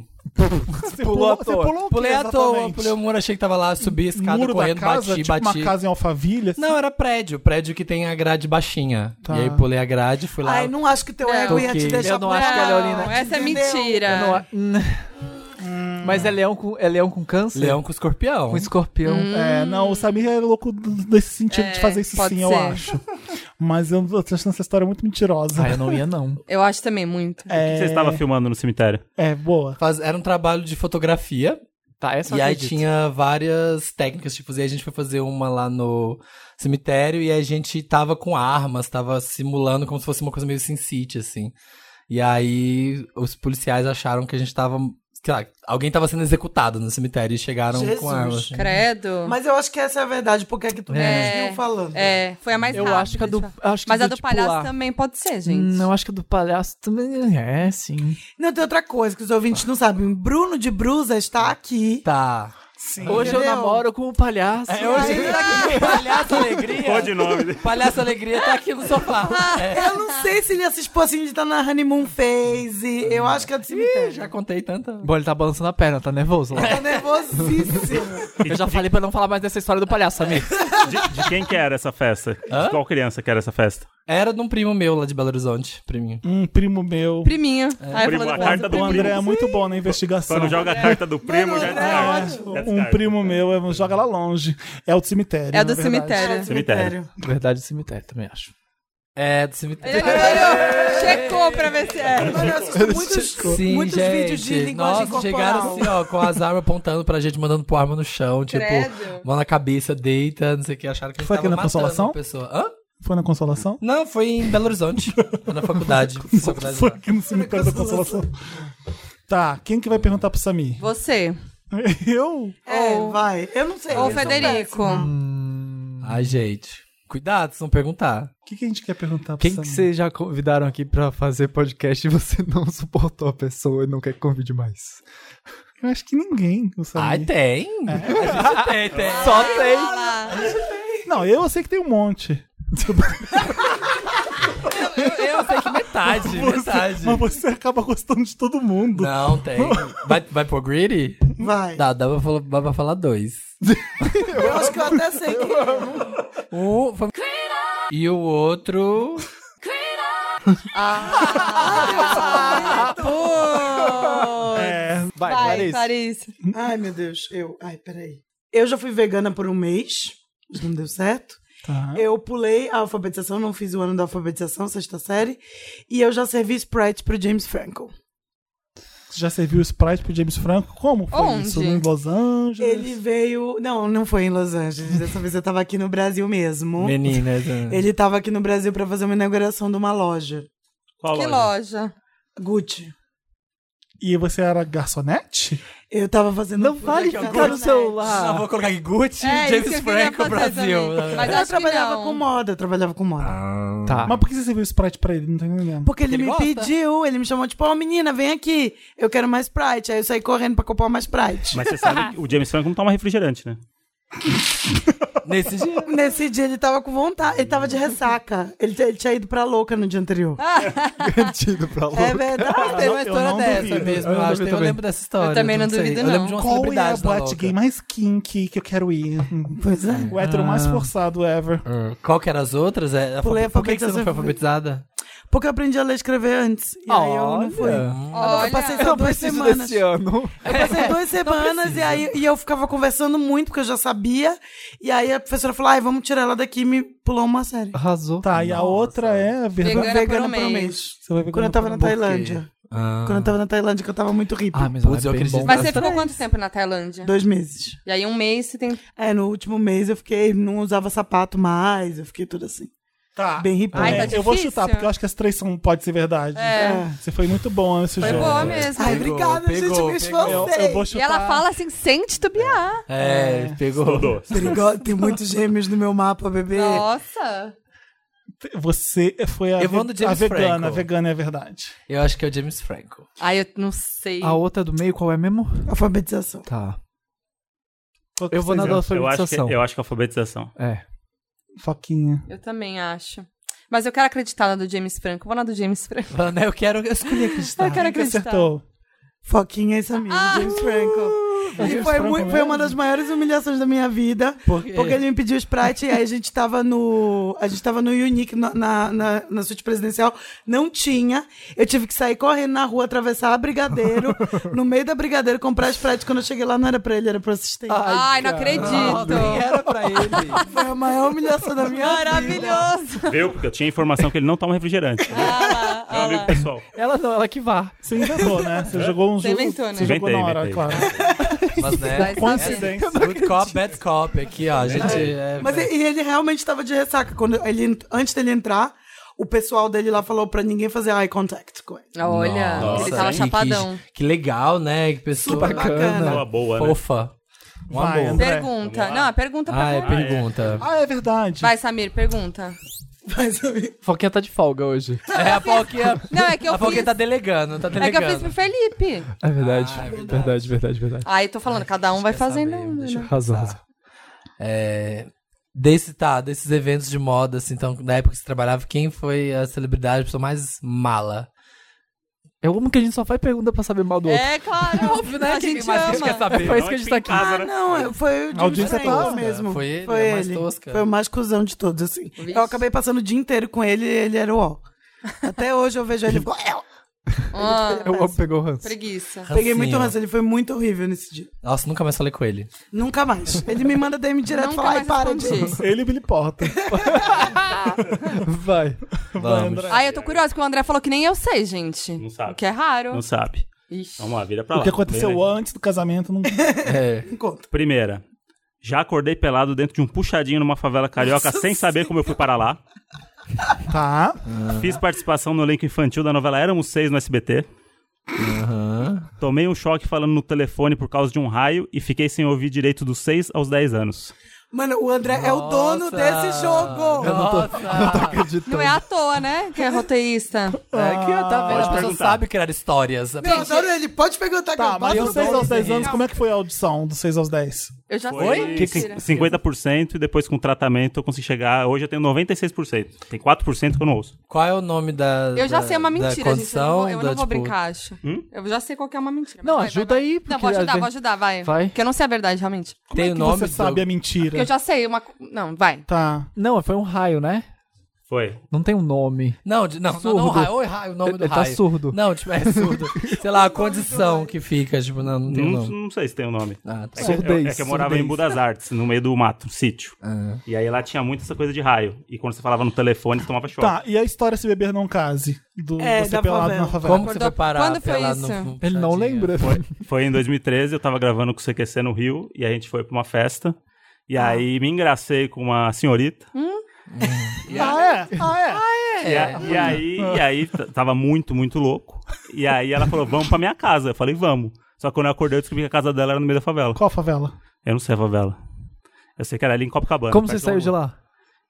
Speaker 1: Você
Speaker 5: Pulou à toa.
Speaker 1: Você pulou o quê,
Speaker 2: Pulei à toa,
Speaker 1: exatamente?
Speaker 2: pulei o muro, achei que tava lá, subi a escada
Speaker 1: muro
Speaker 2: correndo,
Speaker 1: da casa,
Speaker 2: bati,
Speaker 1: tipo
Speaker 2: bati.
Speaker 1: uma casa em Alphaville. assim.
Speaker 2: Não, era prédio, prédio que tem a grade baixinha.
Speaker 1: Tá.
Speaker 2: E aí pulei a grade, fui lá.
Speaker 6: Ai, não acho que teu
Speaker 3: Não.
Speaker 6: ego ia te
Speaker 2: Toquei.
Speaker 6: deixar
Speaker 5: Eu não
Speaker 6: pra-
Speaker 5: acho que a Leolina-
Speaker 3: É. Não, essa é
Speaker 6: Entendeu?
Speaker 3: mentira.
Speaker 5: Eu não a- Mas é leão com, é leão com câncer?
Speaker 2: Leão com escorpião.
Speaker 9: Um
Speaker 5: com escorpião.
Speaker 3: Hum.
Speaker 1: É, não, o Samir é louco desse sentido de
Speaker 3: É,
Speaker 1: fazer isso sim,
Speaker 3: pode
Speaker 1: eu
Speaker 3: ser.
Speaker 1: acho. Mas eu tô achando essa história muito mentirosa.
Speaker 5: Ah, eu não ia, não.
Speaker 3: Eu acho também muito.
Speaker 1: é,
Speaker 4: que você estava filmando no cemitério?
Speaker 1: é, boa.
Speaker 2: Faz- Era um trabalho de fotografia.
Speaker 5: Tá, essa eu
Speaker 2: E aí
Speaker 5: acredito.
Speaker 2: tinha várias técnicas, tipo, e a gente foi fazer uma lá no cemitério e a gente tava com armas, tava simulando como se fosse uma coisa meio Sin City, assim. E aí os policiais acharam que a gente tava, sei lá, alguém tava sendo executado no cemitério e chegaram com
Speaker 6: Jesus.
Speaker 2: armas. assim.
Speaker 3: Credo.
Speaker 6: Mas eu acho que essa é a verdade, porque é que tu
Speaker 3: É.
Speaker 6: é. falando.
Speaker 3: É, foi a mais
Speaker 5: Eu
Speaker 3: rápida,
Speaker 5: acho que a do.
Speaker 3: deixa eu- Tipo,
Speaker 5: Acho que
Speaker 3: Mas a do
Speaker 9: tipo
Speaker 5: de
Speaker 3: palhaço
Speaker 5: pular.
Speaker 3: também pode ser, gente.
Speaker 5: Não, acho que a do palhaço também. É, sim.
Speaker 6: Não, tem outra coisa que os ouvintes não sabem. Bruno de Brusa está aqui.
Speaker 2: Tá.
Speaker 5: Hoje eu
Speaker 6: Entendeu?
Speaker 5: namoro com o palhaço.
Speaker 2: É, hoje tá aqui, palhaço alegria.
Speaker 4: Pode nome.
Speaker 2: Palhaço alegria tá aqui no sofá. É,
Speaker 6: Eu não sei se ele assistiu assim de estar na honeymoon phase. Eu acho que é do cemitério.
Speaker 2: já contei tanta.
Speaker 5: Bom, ele tá balançando a perna, tá nervoso lá.
Speaker 6: Tá nervosíssimo.
Speaker 5: Eu já falei pra não falar mais dessa história do palhaço, amigo.
Speaker 4: De, de quem que era essa festa?
Speaker 2: Hã?
Speaker 4: De qual criança que era essa festa?
Speaker 2: Era de um primo meu lá de Belo Horizonte, priminho.
Speaker 5: Hum.
Speaker 1: Um primo meu.
Speaker 3: Priminho. Aí
Speaker 4: Primo,
Speaker 3: falou
Speaker 4: a
Speaker 3: do
Speaker 4: carta
Speaker 1: O
Speaker 4: do
Speaker 3: primo.
Speaker 4: primo.
Speaker 1: André é muito bom na investigação.
Speaker 4: Quando joga a carta do primo, já é
Speaker 6: André,
Speaker 4: descarta.
Speaker 6: ótimo.
Speaker 4: Já
Speaker 1: Um
Speaker 4: descarta.
Speaker 1: primo meu é- joga lá longe. É o do cemitério.
Speaker 3: É o
Speaker 1: na
Speaker 3: do
Speaker 1: verdade.
Speaker 3: cemitério.
Speaker 4: Cemitério.
Speaker 5: Verdade, cemitério também acho.
Speaker 2: É, do cemitério.
Speaker 3: Ele olhou, checou pra ver se é. era.
Speaker 6: Olha, É, eu assisto muitos,
Speaker 2: Sim,
Speaker 6: muitos
Speaker 2: gente.
Speaker 6: vídeos de linguagem
Speaker 2: Nossa, chegaram
Speaker 6: corporal.
Speaker 2: assim, ó, com as armas apontando pra gente, mandando pôr arma no chão, tipo,
Speaker 3: Credo.
Speaker 2: mão na cabeça, deita, não sei o que, acharam que a gente
Speaker 1: Foi
Speaker 2: tava
Speaker 1: aqui na
Speaker 2: matando
Speaker 1: Consolação?
Speaker 2: uma pessoa. Hã?
Speaker 1: Foi na Consolação?
Speaker 2: Não, foi em Belo Horizonte, foi na faculdade. na faculdade
Speaker 1: Foi
Speaker 2: lá.
Speaker 1: aqui no cemitério da Consolação. Tá, quem que vai perguntar pro Samir?
Speaker 3: Você.
Speaker 1: Eu?
Speaker 6: É,
Speaker 3: Ou-
Speaker 6: vai. Eu não sei.
Speaker 3: Ou
Speaker 6: eles são
Speaker 3: Federico.
Speaker 2: Ai, gente, cuidado, vocês vão perguntar.
Speaker 1: O que, que a gente quer perguntar pro
Speaker 5: Quem que
Speaker 1: Samir?
Speaker 5: vocês já convidaram aqui pra fazer podcast e você não suportou a pessoa e não quer que convide mais?
Speaker 1: Eu acho que ninguém, o Samir.
Speaker 2: Ai, tem.
Speaker 1: É.
Speaker 2: A gente tem, tem.
Speaker 5: Só tem!
Speaker 1: Não, eu sei que tem um monte.
Speaker 2: Eu, eu sei que metade, metade.
Speaker 1: Mas você acaba gostando de todo mundo.
Speaker 2: É Não, tem. Vai, vai pôr greedy?
Speaker 6: péssimo. Vai.
Speaker 2: Dá, dá pra, falar, dá pra falar dois.
Speaker 6: Eu acho que eu até sei que.
Speaker 2: Um foi... E o outro...
Speaker 5: Vai,
Speaker 3: Vai,
Speaker 5: Clarice.
Speaker 3: Clarice.
Speaker 6: Ai, meu Deus. Eu. Ai, peraí. Eu já fui vegana por um mês. mas Não deu certo.
Speaker 1: Tá.
Speaker 6: Eu pulei a alfabetização, não fiz o ano da alfabetização, sexta série. E eu já servi Sprite pro James Franco.
Speaker 1: Já serviu Sprite pro James Franco? Como foi
Speaker 3: Onde?
Speaker 1: isso? Em Los Angeles?
Speaker 6: Ele veio. Não, não foi em Los Angeles. Dessa vez eu tava aqui no Brasil mesmo.
Speaker 2: Meninas.
Speaker 1: né?
Speaker 6: Ele tava aqui no Brasil pra fazer uma inauguração de uma loja.
Speaker 4: Qual
Speaker 3: Que
Speaker 4: loja?
Speaker 3: loja.
Speaker 6: Gucci.
Speaker 1: E você era garçonete?
Speaker 6: Eu tava fazendo.
Speaker 5: Não vale ficar no
Speaker 2: Ah,
Speaker 5: celular.
Speaker 2: vou colocar aqui Gucci,
Speaker 3: É, isso que
Speaker 2: James
Speaker 3: eu queria
Speaker 2: Franco,
Speaker 3: fazer
Speaker 2: Brasil.
Speaker 3: também. Mas
Speaker 6: Eu
Speaker 3: acho que
Speaker 6: trabalhava
Speaker 3: não.
Speaker 6: com moda, eu trabalhava com moda.
Speaker 9: Ah.
Speaker 5: Tá.
Speaker 1: Mas por que você serviu Sprite pra ele? Não tô entendendo.
Speaker 6: Porque ele,
Speaker 2: Ele
Speaker 6: me
Speaker 2: gosta?
Speaker 6: pediu, ele me chamou, tipo, ó, menina, vem aqui, eu quero mais Sprite. Aí eu saí correndo pra comprar mais Sprite.
Speaker 4: Mas você sabe que o James Franco não toma refrigerante, né?
Speaker 2: Nesse dia.
Speaker 6: Nesse dia ele tava com vontade, ele tava de ressaca. Ele, t- ele tinha ido pra louca no dia anterior.
Speaker 5: Garantido pra louco.
Speaker 6: é verdade.
Speaker 2: Tem uma
Speaker 1: eu
Speaker 2: história
Speaker 1: não
Speaker 2: dessa
Speaker 1: duvido.
Speaker 2: mesmo,
Speaker 5: Eu
Speaker 2: eu,
Speaker 5: não
Speaker 2: acho.
Speaker 5: duvido
Speaker 2: Eu
Speaker 5: também.
Speaker 2: lembro dessa história.
Speaker 3: Eu também não
Speaker 2: sei.
Speaker 3: duvido,
Speaker 2: Eu lembro
Speaker 3: não.
Speaker 2: de uma
Speaker 1: Qual é a
Speaker 2: celebridade na
Speaker 1: boate
Speaker 2: Loca.
Speaker 1: gay mais kinky que eu quero ir?
Speaker 6: Pois é.
Speaker 1: O hétero mais
Speaker 3: Ah.
Speaker 1: forçado ever.
Speaker 2: Hum, Qual que eram as outras? É, alfa-
Speaker 6: Pulei a
Speaker 2: Por que, que você não foi alfabetizada?
Speaker 6: Porque eu aprendi a ler e escrever antes. E aí eu não fui.
Speaker 3: Olha,
Speaker 6: Eu passei
Speaker 5: Eu
Speaker 6: só duas
Speaker 5: preciso
Speaker 6: semanas.
Speaker 5: desse ano.
Speaker 6: Eu passei duas semanas e aí e eu ficava conversando muito, porque eu já sabia. E aí a professora falou: ai, vamos tirar ela daqui e me pulou uma série.
Speaker 9: Ah,
Speaker 5: Arrasou.
Speaker 1: Tá, e a outra é a verdade.
Speaker 3: Vegana por um
Speaker 6: Vegana por um
Speaker 3: mês.
Speaker 6: mês.
Speaker 1: Você vai ver
Speaker 6: Quando eu tava na
Speaker 1: por um-
Speaker 6: Tailândia.
Speaker 2: Ah.
Speaker 6: Quando eu tava na Tailândia, que eu tava muito hippie.
Speaker 5: Ah, mas ela
Speaker 2: Putz,
Speaker 5: é
Speaker 2: eu
Speaker 5: bem
Speaker 2: acredito.
Speaker 5: bom.
Speaker 3: Mas
Speaker 2: Mas
Speaker 3: você ficou quanto tempo na Tailândia?
Speaker 6: Dois meses.
Speaker 3: E aí um mês você tem.
Speaker 6: É, no último mês eu fiquei, não usava sapato mais, eu fiquei tudo assim.
Speaker 1: Tá.
Speaker 6: Bem hippie.
Speaker 3: Ai,
Speaker 1: É,
Speaker 3: tá
Speaker 1: eu vou
Speaker 3: difícil.
Speaker 1: chutar, porque eu acho que as três são, pode ser verdade.
Speaker 3: É.
Speaker 1: Você foi muito bom nesse
Speaker 3: Foi
Speaker 1: jogo.
Speaker 3: boa mesmo.
Speaker 6: Ai,
Speaker 2: Pegou,
Speaker 6: obrigada, gente,
Speaker 2: pegou,
Speaker 6: me
Speaker 2: pegou.
Speaker 1: Eu,
Speaker 6: esforcei.
Speaker 1: eu vou chutar.
Speaker 3: E ela fala assim, sem titubear.
Speaker 2: É, pegou.
Speaker 4: Rodou.
Speaker 6: Perigosa, tem muitos gêmeos no meu mapa, bebê.
Speaker 3: Nossa.
Speaker 1: Você foi a,
Speaker 2: Evandro
Speaker 1: ve- a
Speaker 2: James
Speaker 1: vegana.
Speaker 2: Franco.
Speaker 1: A vegana é verdade.
Speaker 2: Eu acho que é o James Franco.
Speaker 3: Ai, eu não sei.
Speaker 5: A outra do meio, qual é mesmo?
Speaker 6: Alfabetização.
Speaker 5: Tá.
Speaker 1: Qual que
Speaker 5: Eu vou
Speaker 1: vocês
Speaker 5: na da
Speaker 1: acham?
Speaker 4: Eu acho, que,
Speaker 5: alfabetização.
Speaker 4: eu acho que é alfabetização.
Speaker 5: É.
Speaker 1: Foquinha.
Speaker 3: Eu também acho. Mas eu quero acreditar na do James Franco. Vou na do James Franco.
Speaker 2: Vané, eu quero eu escolhi acreditar.
Speaker 3: Eu
Speaker 1: Quem
Speaker 3: quero
Speaker 1: que
Speaker 3: acreditar.
Speaker 1: Ah, acertou?
Speaker 6: Foquinha e Samir,
Speaker 3: Ah!
Speaker 6: James Franco.
Speaker 1: James
Speaker 6: E foi,
Speaker 1: Franco
Speaker 6: mui- foi
Speaker 1: mesmo?
Speaker 6: uma das maiores humilhações da minha vida.
Speaker 2: Porque-
Speaker 6: Porque ele me pediu Sprite e aí a gente tava no. A gente tava no Unique na, na, na, na suíte presidencial. Não tinha. Eu tive que sair correndo na rua, atravessar a brigadeiro. no meio da brigadeiro, comprar Sprite. Quando eu cheguei lá, não era pra ele, era pro assistente.
Speaker 3: Ai, não
Speaker 2: Nem
Speaker 3: acredito.
Speaker 2: era pra ele.
Speaker 6: Foi a maior humilhação da minha vida.
Speaker 3: Maravilhoso.
Speaker 4: Viu? Porque eu tinha informação que ele não toma refrigerante.
Speaker 3: Ah,
Speaker 4: Meu amigo pessoal.
Speaker 9: É.
Speaker 5: Ela não, ela que vá.
Speaker 1: Você inventou, né? Você jogou um
Speaker 3: Você
Speaker 1: jogo.
Speaker 3: inventou, né?
Speaker 1: Você jogou na
Speaker 4: Inventei,
Speaker 1: hora,
Speaker 4: inventei.
Speaker 1: claro.
Speaker 2: Mas, né?
Speaker 3: Vai
Speaker 2: é
Speaker 3: saber.
Speaker 1: Coincidência.
Speaker 2: Good cop, bad cop aqui, ó. A gente é...
Speaker 6: Mas e- e ele realmente tava de ressaca. Quando ele, antes dele entrar, o pessoal dele lá falou pra ninguém fazer eye contact com ele.
Speaker 3: Olha,
Speaker 2: Nossa, é
Speaker 3: ele tava
Speaker 2: que-
Speaker 3: chapadão.
Speaker 2: Que, que legal, né? Que pessoa
Speaker 6: Super bacana.
Speaker 4: Boa, boa, né?
Speaker 2: Fofa. Um
Speaker 1: Vai,
Speaker 2: amor.
Speaker 1: André.
Speaker 3: Pergunta. Não, a pergunta pra
Speaker 2: Ah, é
Speaker 3: caralho.
Speaker 2: pergunta.
Speaker 1: Ah, é verdade.
Speaker 3: Vai, Samir, pergunta.
Speaker 6: Mas eu
Speaker 5: Foquinha tá de folga hoje.
Speaker 2: É, a Pauquinha...
Speaker 3: Não, é que eu
Speaker 2: a Pauquinha
Speaker 3: fiz-
Speaker 2: tá delegando, tá
Speaker 3: É que
Speaker 2: delegando.
Speaker 3: eu fiz pro Felipe.
Speaker 5: É verdade.
Speaker 2: Ah, é verdade.
Speaker 5: verdade, verdade, verdade.
Speaker 3: Aí eu tô falando, cada um vai fazendo.
Speaker 2: saber,
Speaker 3: um,
Speaker 2: deixa
Speaker 3: né?
Speaker 5: Razão, razão.
Speaker 2: É, Desse, tá, desses eventos de moda, assim, então, na época que você trabalhava, quem foi a celebridade, a pessoa mais mala?
Speaker 5: Eu amo É que a gente só faz pergunta pra saber mal do outro.
Speaker 3: É, claro. Óbvio, né? A gente
Speaker 2: Mas quem quer
Speaker 3: ama.
Speaker 5: É, foi
Speaker 2: saber?
Speaker 4: Não,
Speaker 5: isso que a gente tá aqui.
Speaker 4: em casa,
Speaker 6: Ah,
Speaker 4: né?
Speaker 6: não, eu- foi o
Speaker 1: A audiência
Speaker 6: James Franco
Speaker 1: tosca.
Speaker 6: mesmo.
Speaker 2: Foi ele,
Speaker 6: foi
Speaker 2: a mais
Speaker 6: ele.
Speaker 2: tosca.
Speaker 6: Foi o mais cuzão de todos, assim.
Speaker 3: Vixe.
Speaker 6: Eu acabei passando o dia inteiro com ele e ele era o ó. Até hoje eu vejo ele e fico, "Eu".
Speaker 3: Ah,
Speaker 5: Eu amo pegou o ranço.
Speaker 3: preguiça.
Speaker 6: Peguei
Speaker 2: Rancinho.
Speaker 6: muito ranço, ele foi muito horrível nesse dia.
Speaker 2: Nossa, nunca mais falei com ele.
Speaker 6: Nunca mais. Ele me manda DM direto e
Speaker 3: Nunca
Speaker 6: fala, ai,
Speaker 3: mais
Speaker 6: para de...
Speaker 3: respondi.
Speaker 1: Ele e Billy Porter.
Speaker 5: Vai.
Speaker 2: Vamos.
Speaker 3: Ai, eu tô curiosa, porque o André falou que nem eu sei, gente.
Speaker 4: Não sabe.
Speaker 3: O que é raro.
Speaker 4: Não sabe.
Speaker 3: Ixi.
Speaker 4: Vamos lá, vira pra lá.
Speaker 1: O que aconteceu
Speaker 4: Vira aqui.
Speaker 1: antes do casamento não.
Speaker 2: É.
Speaker 4: Primeira, já acordei pelado dentro de um puxadinho numa favela carioca sem saber como eu fui para lá.
Speaker 1: Tá.
Speaker 4: Fiz participação no elenco infantil da novela Éramos Seis no SBT. Tomei um choque falando no telefone por causa de um raio e fiquei sem ouvir direito dos 6 aos 10 anos.
Speaker 6: Mano, o André é o dono desse jogo.
Speaker 2: Nossa.
Speaker 3: Não é à toa, né? Que é roteirista.
Speaker 2: É que eu tá vendo,
Speaker 4: Pode
Speaker 2: a pessoa
Speaker 4: perguntar.
Speaker 2: sabe criar histórias. A
Speaker 6: Eu
Speaker 2: pessoa-
Speaker 6: adoro ele, pode perguntar que
Speaker 1: Tá,
Speaker 6: eu
Speaker 1: mas
Speaker 6: passo
Speaker 1: dos 6 aos 10
Speaker 2: Henrique.
Speaker 1: anos, como é que foi a audição dos 6 aos 10?
Speaker 3: Eu já sei.
Speaker 4: Foi
Speaker 3: Mentira.
Speaker 4: cin- 50% e depois com tratamento eu consegui chegar. Hoje eu tenho 96%. Tem 4% que eu não ouço.
Speaker 2: Qual é o nome da.
Speaker 3: Eu já
Speaker 2: da-
Speaker 3: sei é uma
Speaker 2: da
Speaker 3: mentira, gente. Eu não vou, eu
Speaker 2: condição,
Speaker 3: não
Speaker 2: da,
Speaker 3: vou
Speaker 2: tipo,
Speaker 3: brincar, acho. Eu já sei qual que é uma mentira. mas
Speaker 5: Não,
Speaker 3: vai, vai,
Speaker 5: ajuda
Speaker 3: vai.
Speaker 5: aí,
Speaker 3: Não,
Speaker 5: porque
Speaker 3: vou
Speaker 5: às
Speaker 3: ajudar, vou
Speaker 5: vezes-
Speaker 3: ajudar, vai.
Speaker 5: Vai.
Speaker 3: Porque eu não sei a verdade, realmente.
Speaker 2: Tem o
Speaker 1: que
Speaker 2: nome
Speaker 1: você
Speaker 2: do-
Speaker 1: sabe a
Speaker 3: Porque
Speaker 1: mentira.
Speaker 3: eu já sei uma... co- Não, vai.
Speaker 1: Tá.
Speaker 5: Não, foi um raio, né?
Speaker 4: Foi.
Speaker 5: Não tem um nome.
Speaker 2: Não, de- não, não, não,
Speaker 5: Surdo.
Speaker 2: raio. Oi, raio, o nome
Speaker 5: Ele-
Speaker 2: do
Speaker 5: ele tá
Speaker 2: raio.
Speaker 5: surdo.
Speaker 2: Não, tipo, é surdo. sei lá, a condição que fica, tipo, não, não tem
Speaker 4: Não,
Speaker 2: nome.
Speaker 4: não sei se tem o nome.
Speaker 2: Ah, tá.
Speaker 4: É que,
Speaker 5: Surdez,
Speaker 4: é que eu morava
Speaker 5: surdez.
Speaker 4: em Budas Artes, no meio do mato, um sítio.
Speaker 2: Ah.
Speaker 4: E aí lá tinha muito essa coisa de raio. E quando você falava no telefone, você tomava choque.
Speaker 1: Tá, e a história Se Beber Não Case? Do
Speaker 6: É,
Speaker 1: você
Speaker 6: da
Speaker 1: pelado
Speaker 6: favela.
Speaker 1: na favela.
Speaker 2: Como que você
Speaker 3: Acordou-
Speaker 2: foi parar
Speaker 3: Quando foi
Speaker 2: pela-
Speaker 3: isso?
Speaker 2: no-
Speaker 5: Ele não
Speaker 2: Tadinha.
Speaker 5: lembra.
Speaker 4: Foi em 2013, eu tava gravando com o CQC no Rio, e a gente foi pra uma festa. E
Speaker 5: Ah.
Speaker 4: aí me engracei com uma senhorita.
Speaker 5: Hum?
Speaker 1: Ah, é? Ah, é? Ah.
Speaker 4: E, a- e aí, e aí t- tava muito, muito louco. E aí ela falou, vamos pra minha casa. Eu falei, vamos. Só que quando eu acordei, eu descobri que a casa dela era no meio da favela.
Speaker 1: Qual favela?
Speaker 4: Eu não sei a favela. Eu sei que era ali em Copacabana.
Speaker 5: Como você
Speaker 4: perto
Speaker 5: saiu
Speaker 4: do-
Speaker 5: de lá?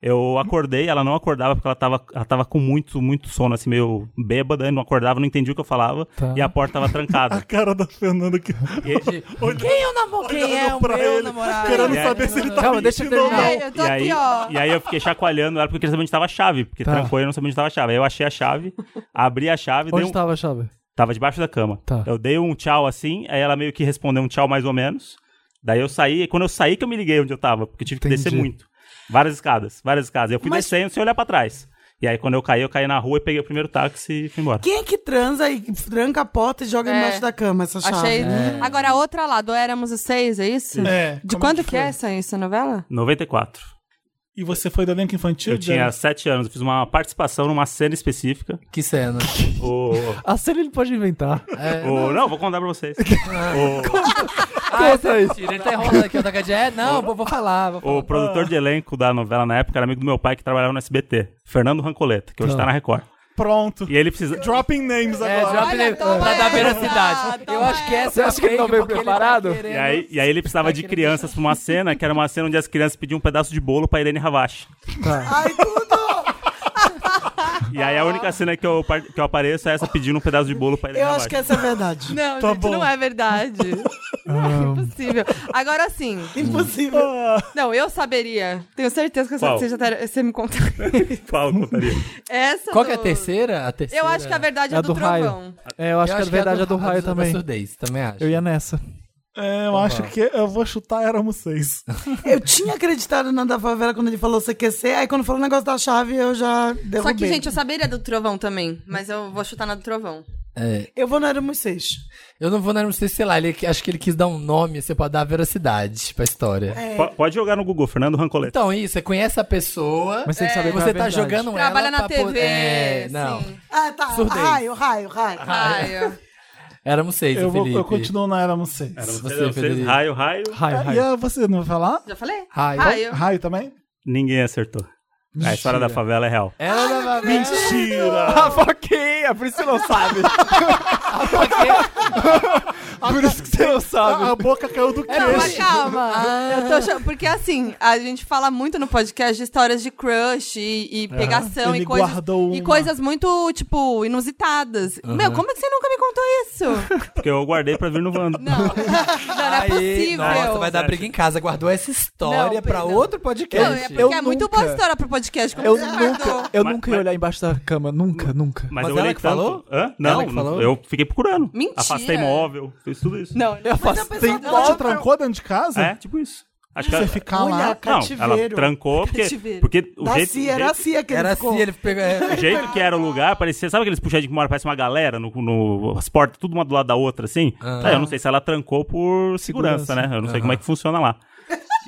Speaker 4: Eu acordei, ela não acordava porque ela tava, ela tava com muito, muito sono, assim, meio bêbada, e não acordava, não entendia o que eu falava,
Speaker 5: Tá.
Speaker 4: e a porta tava
Speaker 1: A
Speaker 4: trancada.
Speaker 1: cara da Fernanda que.
Speaker 2: Quem eu namoro? Quem é o
Speaker 1: pra
Speaker 2: meu
Speaker 1: ele,
Speaker 2: namorado?
Speaker 1: Querendo
Speaker 4: E aí-
Speaker 1: saber se ele tá
Speaker 5: Calma, deixa eu
Speaker 1: mentindo ou
Speaker 5: terminar.
Speaker 1: não.
Speaker 3: É, eu tô
Speaker 4: E aí,
Speaker 3: aqui, ó.
Speaker 4: e aí eu fiquei chacoalhando ela porque eu queria saber onde tava a chave, porque
Speaker 5: Tá.
Speaker 4: trancou e eu não sabia onde tava a chave. Aí eu achei a chave, abri a chave, dei
Speaker 5: Onde
Speaker 4: um...
Speaker 5: tava a chave?
Speaker 4: Tava debaixo da cama.
Speaker 5: Tá.
Speaker 4: Eu dei um tchau assim, aí ela meio que respondeu um tchau mais ou menos. Daí eu saí, e quando eu saí que eu me liguei onde eu tava, porque eu tive que
Speaker 5: Entendi.
Speaker 4: descer muito. Várias escadas, várias escadas. Eu fui descendo sem olhar pra trás. E aí quando eu caí, eu caí na rua e peguei o primeiro táxi e fui embora.
Speaker 6: Quem é que transa e tranca a porta e joga
Speaker 3: É.
Speaker 6: embaixo da cama essa chave?
Speaker 3: Achei.
Speaker 2: né?
Speaker 3: Agora, a outra lá, do Éramos os Seis, é isso?
Speaker 1: É.
Speaker 3: De
Speaker 1: como
Speaker 3: quando
Speaker 1: que
Speaker 3: que é
Speaker 1: foi?
Speaker 3: essa, essa novela?
Speaker 4: 94.
Speaker 1: E você foi do elenco infantil?
Speaker 4: Eu tinha
Speaker 1: Jana?
Speaker 4: sete anos, eu fiz uma participação numa cena específica.
Speaker 2: Que cena. É.
Speaker 4: O,
Speaker 5: A cena ele pode inventar.
Speaker 4: o- não, vou contar pra vocês.
Speaker 2: Ah, essa é mentira. Ele tá enrolando aqui, o Takadi. É, não, vou, vou falar, vou falar.
Speaker 4: O, o produtor de elenco da novela na época era amigo do meu pai que trabalhava no SBT, Fernando Rancoleta, que hoje tá na Record.
Speaker 1: Pronto.
Speaker 4: E ele precisa.
Speaker 1: Dropping names
Speaker 2: É,
Speaker 1: agora.
Speaker 2: drop
Speaker 3: Olha, Ah,
Speaker 2: name
Speaker 3: toma
Speaker 2: pra dar
Speaker 3: essa,
Speaker 2: veracidade. Eu
Speaker 3: toma
Speaker 2: acho que essa
Speaker 5: Você
Speaker 2: é a
Speaker 5: acha que ele não
Speaker 2: fake,
Speaker 5: veio
Speaker 2: porque
Speaker 5: preparado?
Speaker 2: Ele tá
Speaker 4: E
Speaker 2: querendo-
Speaker 4: aí, e aí ele precisava de crianças pra uma cena que era uma cena onde as crianças pediam um pedaço de bolo pra Irene Havashi.
Speaker 6: Ai, tudo!
Speaker 4: E aí a única cena que eu, par- que eu apareço é essa pedindo um pedaço de bolo pra Irene
Speaker 6: Eu
Speaker 4: Havashi.
Speaker 6: acho que essa é verdade.
Speaker 3: Não,
Speaker 1: Tá
Speaker 3: gente,
Speaker 1: bom.
Speaker 3: não é verdade. Não, é impossível. Agora sim.
Speaker 6: Impossível.
Speaker 3: Não, eu saberia. Tenho certeza que eu
Speaker 4: Qual?
Speaker 3: sei que você, já tá- você me contou.
Speaker 4: Qual, contaria?
Speaker 3: Essa
Speaker 2: Qual que é a
Speaker 3: do-
Speaker 2: terceira? A terceira?
Speaker 3: Eu acho que a verdade é,
Speaker 5: É a
Speaker 3: do,
Speaker 5: do raio.
Speaker 3: trovão.
Speaker 5: É, eu acho que a verdade é do raio
Speaker 2: da
Speaker 5: também.
Speaker 2: surdez, também acho.
Speaker 5: Eu ia nessa.
Speaker 1: É, eu acho que eu vou chutar Éramos Seis.
Speaker 6: Eu tinha acreditado na da favela quando ele falou CQC, aí quando falou o negócio da chave, eu já derrubei.
Speaker 3: Só que, gente, eu saberia do trovão também, mas eu vou chutar na do trovão.
Speaker 2: É.
Speaker 6: Eu vou no Éramos Seis.
Speaker 2: Eu não vou na sei, sei lá, ele, acho que ele quis dar um nome, assim, pra dar veracidade pra história.
Speaker 6: É.
Speaker 4: Po- Pode jogar no Google, Fernando Rancoleta.
Speaker 2: Então, isso, você conhece a pessoa.
Speaker 5: Mas tem que
Speaker 2: é,
Speaker 5: saber qual é a
Speaker 2: Você tá
Speaker 5: verdade.
Speaker 2: jogando ela
Speaker 3: Trabalha na
Speaker 2: pra
Speaker 3: TV.
Speaker 2: poder- É, não.
Speaker 3: Sim.
Speaker 6: Ah, tá.
Speaker 2: Surdez.
Speaker 6: Raio, raio, raio.
Speaker 3: Raio.
Speaker 2: Éramos seis,
Speaker 1: Eu,
Speaker 2: o
Speaker 1: vou,
Speaker 2: Felipe.
Speaker 1: eu continuo na Éramos Seis.
Speaker 6: Então,
Speaker 1: É,
Speaker 4: Era
Speaker 2: você,
Speaker 4: era
Speaker 2: Federico.
Speaker 4: raio, raio.
Speaker 5: Raio,
Speaker 1: E
Speaker 5: raio.
Speaker 1: a- você não vai falar?
Speaker 3: Já falei?
Speaker 2: Raio.
Speaker 3: Raio.
Speaker 1: Raio também?
Speaker 4: Ninguém acertou. A história da favela é real.
Speaker 2: Ela não vai
Speaker 1: Mentira!
Speaker 5: Ah, ok, é por isso que você não sabe. por isso que você não sabe.
Speaker 1: A, a boca caiu do
Speaker 2: É
Speaker 3: Não, mas
Speaker 1: queixo.
Speaker 3: calma.
Speaker 2: Ah.
Speaker 3: Eu tô achando- porque assim, a gente fala muito no podcast de histórias de crush
Speaker 2: É.
Speaker 3: e, e pegação
Speaker 1: Ele
Speaker 3: e coisas.
Speaker 1: guardou
Speaker 3: E
Speaker 1: uma.
Speaker 3: coisas muito, tipo, inusitadas. Meu, como é que você nunca me contou isso?
Speaker 4: Porque eu guardei pra vir no Vando.
Speaker 3: Não, não, não é
Speaker 2: Aí,
Speaker 3: possível.
Speaker 2: nossa, vai dar briga em casa. Guardou essa história
Speaker 3: Não,
Speaker 2: pra
Speaker 3: não.
Speaker 2: outro
Speaker 3: Não,
Speaker 2: podcast.
Speaker 3: é porque
Speaker 5: Eu
Speaker 3: é muito
Speaker 5: nunca-
Speaker 3: boa história pro podcast. Como
Speaker 5: Eu
Speaker 3: você guardou?
Speaker 5: nunca, eu
Speaker 4: Mas-
Speaker 5: nunca ia
Speaker 4: mas-
Speaker 5: olhar embaixo da cama, nunca, nunca.
Speaker 4: Mas,
Speaker 2: Mas
Speaker 4: eu
Speaker 2: ela
Speaker 4: olhei
Speaker 2: que
Speaker 4: tanto.
Speaker 2: falou?
Speaker 4: Hã?
Speaker 2: Ela
Speaker 4: Não,
Speaker 2: que
Speaker 4: não-
Speaker 2: falou?
Speaker 4: eu fiquei procurando.
Speaker 3: Mentira.
Speaker 4: Afastei móvel, fiz tudo isso.
Speaker 3: Não, é
Speaker 5: Eu
Speaker 6: Mas a
Speaker 5: faço.
Speaker 6: pessoa
Speaker 1: Tem,
Speaker 6: dela-
Speaker 1: ela te trancou dentro de casa?
Speaker 4: É, tipo isso. Acho
Speaker 1: Pra
Speaker 4: que
Speaker 1: Você
Speaker 4: ela...
Speaker 1: ficar lá.
Speaker 6: Olha,
Speaker 4: Não, ela
Speaker 6: Cativeiro.
Speaker 4: trancou porque,
Speaker 3: Cativeiro.
Speaker 4: porque o
Speaker 6: Da
Speaker 4: jeito,
Speaker 6: Cia, era a
Speaker 4: o jeito-
Speaker 6: Cia que ele
Speaker 2: Era
Speaker 6: ficou.
Speaker 2: assim, ele pegou.
Speaker 4: o jeito que era o lugar, parecia, sabe aqueles puxadinhos que mora, parece uma galera no, no- as portas tudo uma do lado da outra assim? Aí eu não sei se ela trancou por segurança,
Speaker 5: Segurança.
Speaker 4: né? Eu não sei como é que funciona lá.